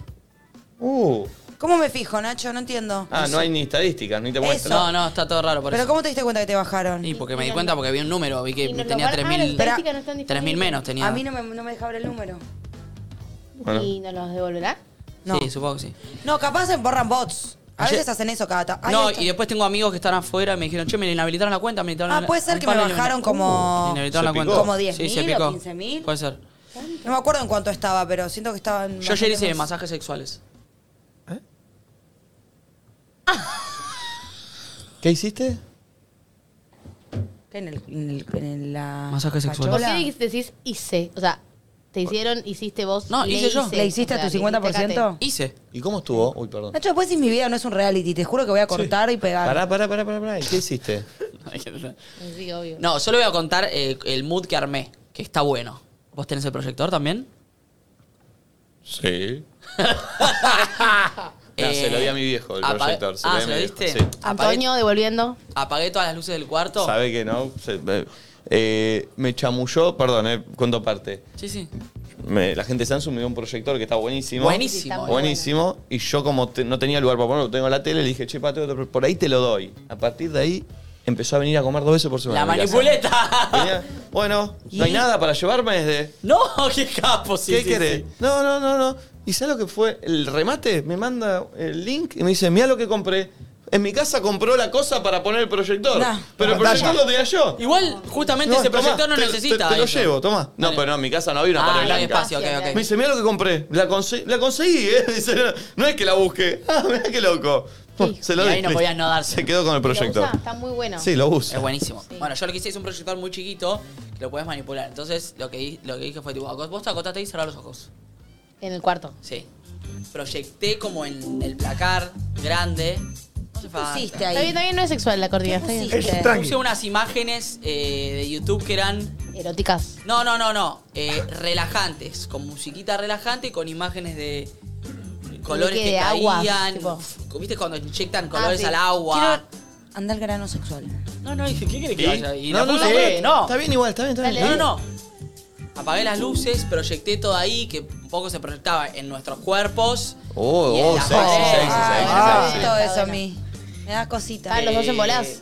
Speaker 1: Uh.
Speaker 3: ¿Cómo me fijo, Nacho? No entiendo.
Speaker 1: Ah, no hay ni estadísticas, ni te muestran.
Speaker 2: No, no, está todo raro por
Speaker 3: ¿Pero
Speaker 2: eso.
Speaker 3: cómo te diste cuenta que te bajaron?
Speaker 2: Y porque me di cuenta porque vi un número, vi que
Speaker 7: Y nos lo
Speaker 2: tenía
Speaker 7: guardan- ah, las
Speaker 2: 3.000
Speaker 7: estadísticas no están
Speaker 2: 3.000 menos tenía.
Speaker 3: A mí no me, no me deja ver el número.
Speaker 1: Bueno.
Speaker 7: ¿Y nos los devolverán?
Speaker 3: No.
Speaker 2: Sí, supongo que sí.
Speaker 3: No, capaz se borran bots. A
Speaker 2: Ayer-
Speaker 3: veces hacen eso cada ta- Ay,
Speaker 2: No,
Speaker 3: esto-
Speaker 2: y después tengo amigos que están afuera y me dijeron, che, me inhabilitaron la cuenta, me inhabilitaron
Speaker 3: Ah,
Speaker 2: la-
Speaker 3: puede ser
Speaker 2: un
Speaker 3: que
Speaker 2: par
Speaker 3: me
Speaker 2: de inhabil-
Speaker 3: bajaron como-
Speaker 2: Uh, inhabilitaron
Speaker 1: Se
Speaker 2: la cuenta.
Speaker 1: picó.
Speaker 3: Como 10.000
Speaker 2: Sí, se
Speaker 3: o
Speaker 2: picó.
Speaker 3: 15.000.
Speaker 2: Puede ser.
Speaker 3: No me acuerdo en cuánto estaba, pero siento que estaba en.
Speaker 2: Yo ayer hice
Speaker 3: más.
Speaker 2: masajes sexuales. (laughs)
Speaker 1: ¿Qué hiciste?
Speaker 3: ¿Qué? En, el, en, el- en la.
Speaker 2: Masaje sexual.
Speaker 7: ¿Por
Speaker 3: cachola?
Speaker 7: qué decís hice? O sea, te hicieron, hiciste vos.
Speaker 2: No,
Speaker 7: le
Speaker 2: hice yo.
Speaker 3: ¿Le hiciste
Speaker 7: o
Speaker 3: a
Speaker 7: sea,
Speaker 3: tu
Speaker 7: le hiciste
Speaker 3: 50%?
Speaker 2: Hice.
Speaker 1: ¿Y cómo estuvo? Uy, perdón.
Speaker 3: Nacho, después Pues si mi vida no es un reality, te juro que voy a cortar y pegar.
Speaker 1: Pará, pará, pará, pará, pará. ¿Y qué hiciste?
Speaker 7: Cate. Sí, obvio.
Speaker 2: No, yo le voy a contar eh, el mood que armé, que está bueno. ¿Vos tenés el proyector también? Eh,
Speaker 1: Sí. Ah, se lo di a mi viejo, el
Speaker 2: apa-
Speaker 1: proyector. Se
Speaker 2: ah,
Speaker 1: lo di a
Speaker 2: ¿se lo
Speaker 1: mi viejo,
Speaker 2: diste?
Speaker 1: sí.
Speaker 7: Antonio, devolviendo.
Speaker 2: Apagué todas las luces del cuarto.
Speaker 1: Sabe que no. Se- eh, eh, me chamulló, perdón, eh, cuento parte.
Speaker 2: Sí, sí.
Speaker 1: Me- la gente de Samsung me dio un proyector que está buenísimo.
Speaker 2: Buenísimo.
Speaker 7: está muy
Speaker 1: Buenísimo. Y yo, como te- no tenía lugar para ponerlo, tengo la tele, le dije, che, Pato, otro- por ahí te lo doy. A partir de ahí empezó a venir a comer dos veces por semana.
Speaker 2: La
Speaker 1: a mi casa.
Speaker 2: manipuleta.
Speaker 1: Venía, bueno, no hay nada para llevarme "Ah, desde.
Speaker 2: no, (laughs) qué capo, sí.
Speaker 1: ¿Qué
Speaker 2: sí,
Speaker 1: querés?
Speaker 2: sí.
Speaker 1: No, no, no, no. ¿Y sabes lo que fue? El remate me manda el link y me dice, mira lo que compré. En mi casa compró la cosa para poner el proyector.
Speaker 3: Nah.
Speaker 1: pero el
Speaker 4: Pantalla.
Speaker 1: proyector lo tenía yo.
Speaker 2: Igual, justamente ese
Speaker 1: tomá,
Speaker 2: proyector no
Speaker 1: te-
Speaker 2: necesita.
Speaker 1: Te, te lo
Speaker 2: eso.
Speaker 1: llevo, toma. No,
Speaker 2: Vale.
Speaker 1: pero no, en mi casa no había una
Speaker 2: Ah,
Speaker 1: pared
Speaker 2: no hay
Speaker 1: blanca.
Speaker 2: espacio, ok, ok.
Speaker 1: Me dice, mira lo que compré. La, conse- la conseguí, (laughs) ¿eh? Dice, no, no es que la busqué. (laughs) Ah, mira qué loco.
Speaker 7: Sí.
Speaker 1: (laughs) Se lo
Speaker 2: Y
Speaker 1: di.
Speaker 2: ahí no podías no darse.
Speaker 1: Se quedó con el
Speaker 7: ¿Lo
Speaker 1: proyector.
Speaker 7: usa? Está muy bueno.
Speaker 1: Sí, lo uso.
Speaker 2: Es buenísimo. Bueno, yo lo que hice es un proyector muy chiquito que lo puedes manipular. Entonces, lo que, di- lo que dije fue, tipo, "Acos- vos te acotaste y cerrá los ojos.
Speaker 7: En el cuarto.
Speaker 2: Sí. Proyecté como en el placar grande. No se falta.
Speaker 3: pusiste
Speaker 7: Ah, Está bien,
Speaker 3: ahí?
Speaker 7: está bien, no es sexual la cortina. Está bien.
Speaker 3: pusiste?
Speaker 4: Es tranqui.
Speaker 2: Puse unas imágenes eh, de YouTube que eran.
Speaker 7: Eróticas.
Speaker 2: No, no, no, no. eh, relajantes. Con musiquita relajante y con imágenes de colores
Speaker 7: que
Speaker 2: que
Speaker 7: de aguas,
Speaker 2: caían.
Speaker 7: tipo.
Speaker 2: ¿Viste cuando inyectan colores
Speaker 3: Ah, sí.
Speaker 2: al agua?
Speaker 3: Quiero- Anda al grano sexual.
Speaker 2: No, no, dije, ¿qué querés
Speaker 1: ¿Y?
Speaker 2: que vaya? Y
Speaker 1: No,
Speaker 2: la
Speaker 1: no,
Speaker 2: puse,
Speaker 1: no,
Speaker 2: eh, no.
Speaker 1: Está bien igual, está bien, está bien.
Speaker 2: No, no, no. Apagué las luces, proyecté todo ahí, que un poco se proyectaba en nuestros cuerpos.
Speaker 1: Oh,
Speaker 2: Y en
Speaker 1: oh,
Speaker 2: la
Speaker 1: sexy,
Speaker 2: pared.
Speaker 1: sexy, sexy,
Speaker 3: Ah,
Speaker 1: sexy.
Speaker 3: bueno, todo eso
Speaker 7: Está
Speaker 3: a mí. Me da cosita.
Speaker 7: Ah, los dos en bolas.
Speaker 2: Eh,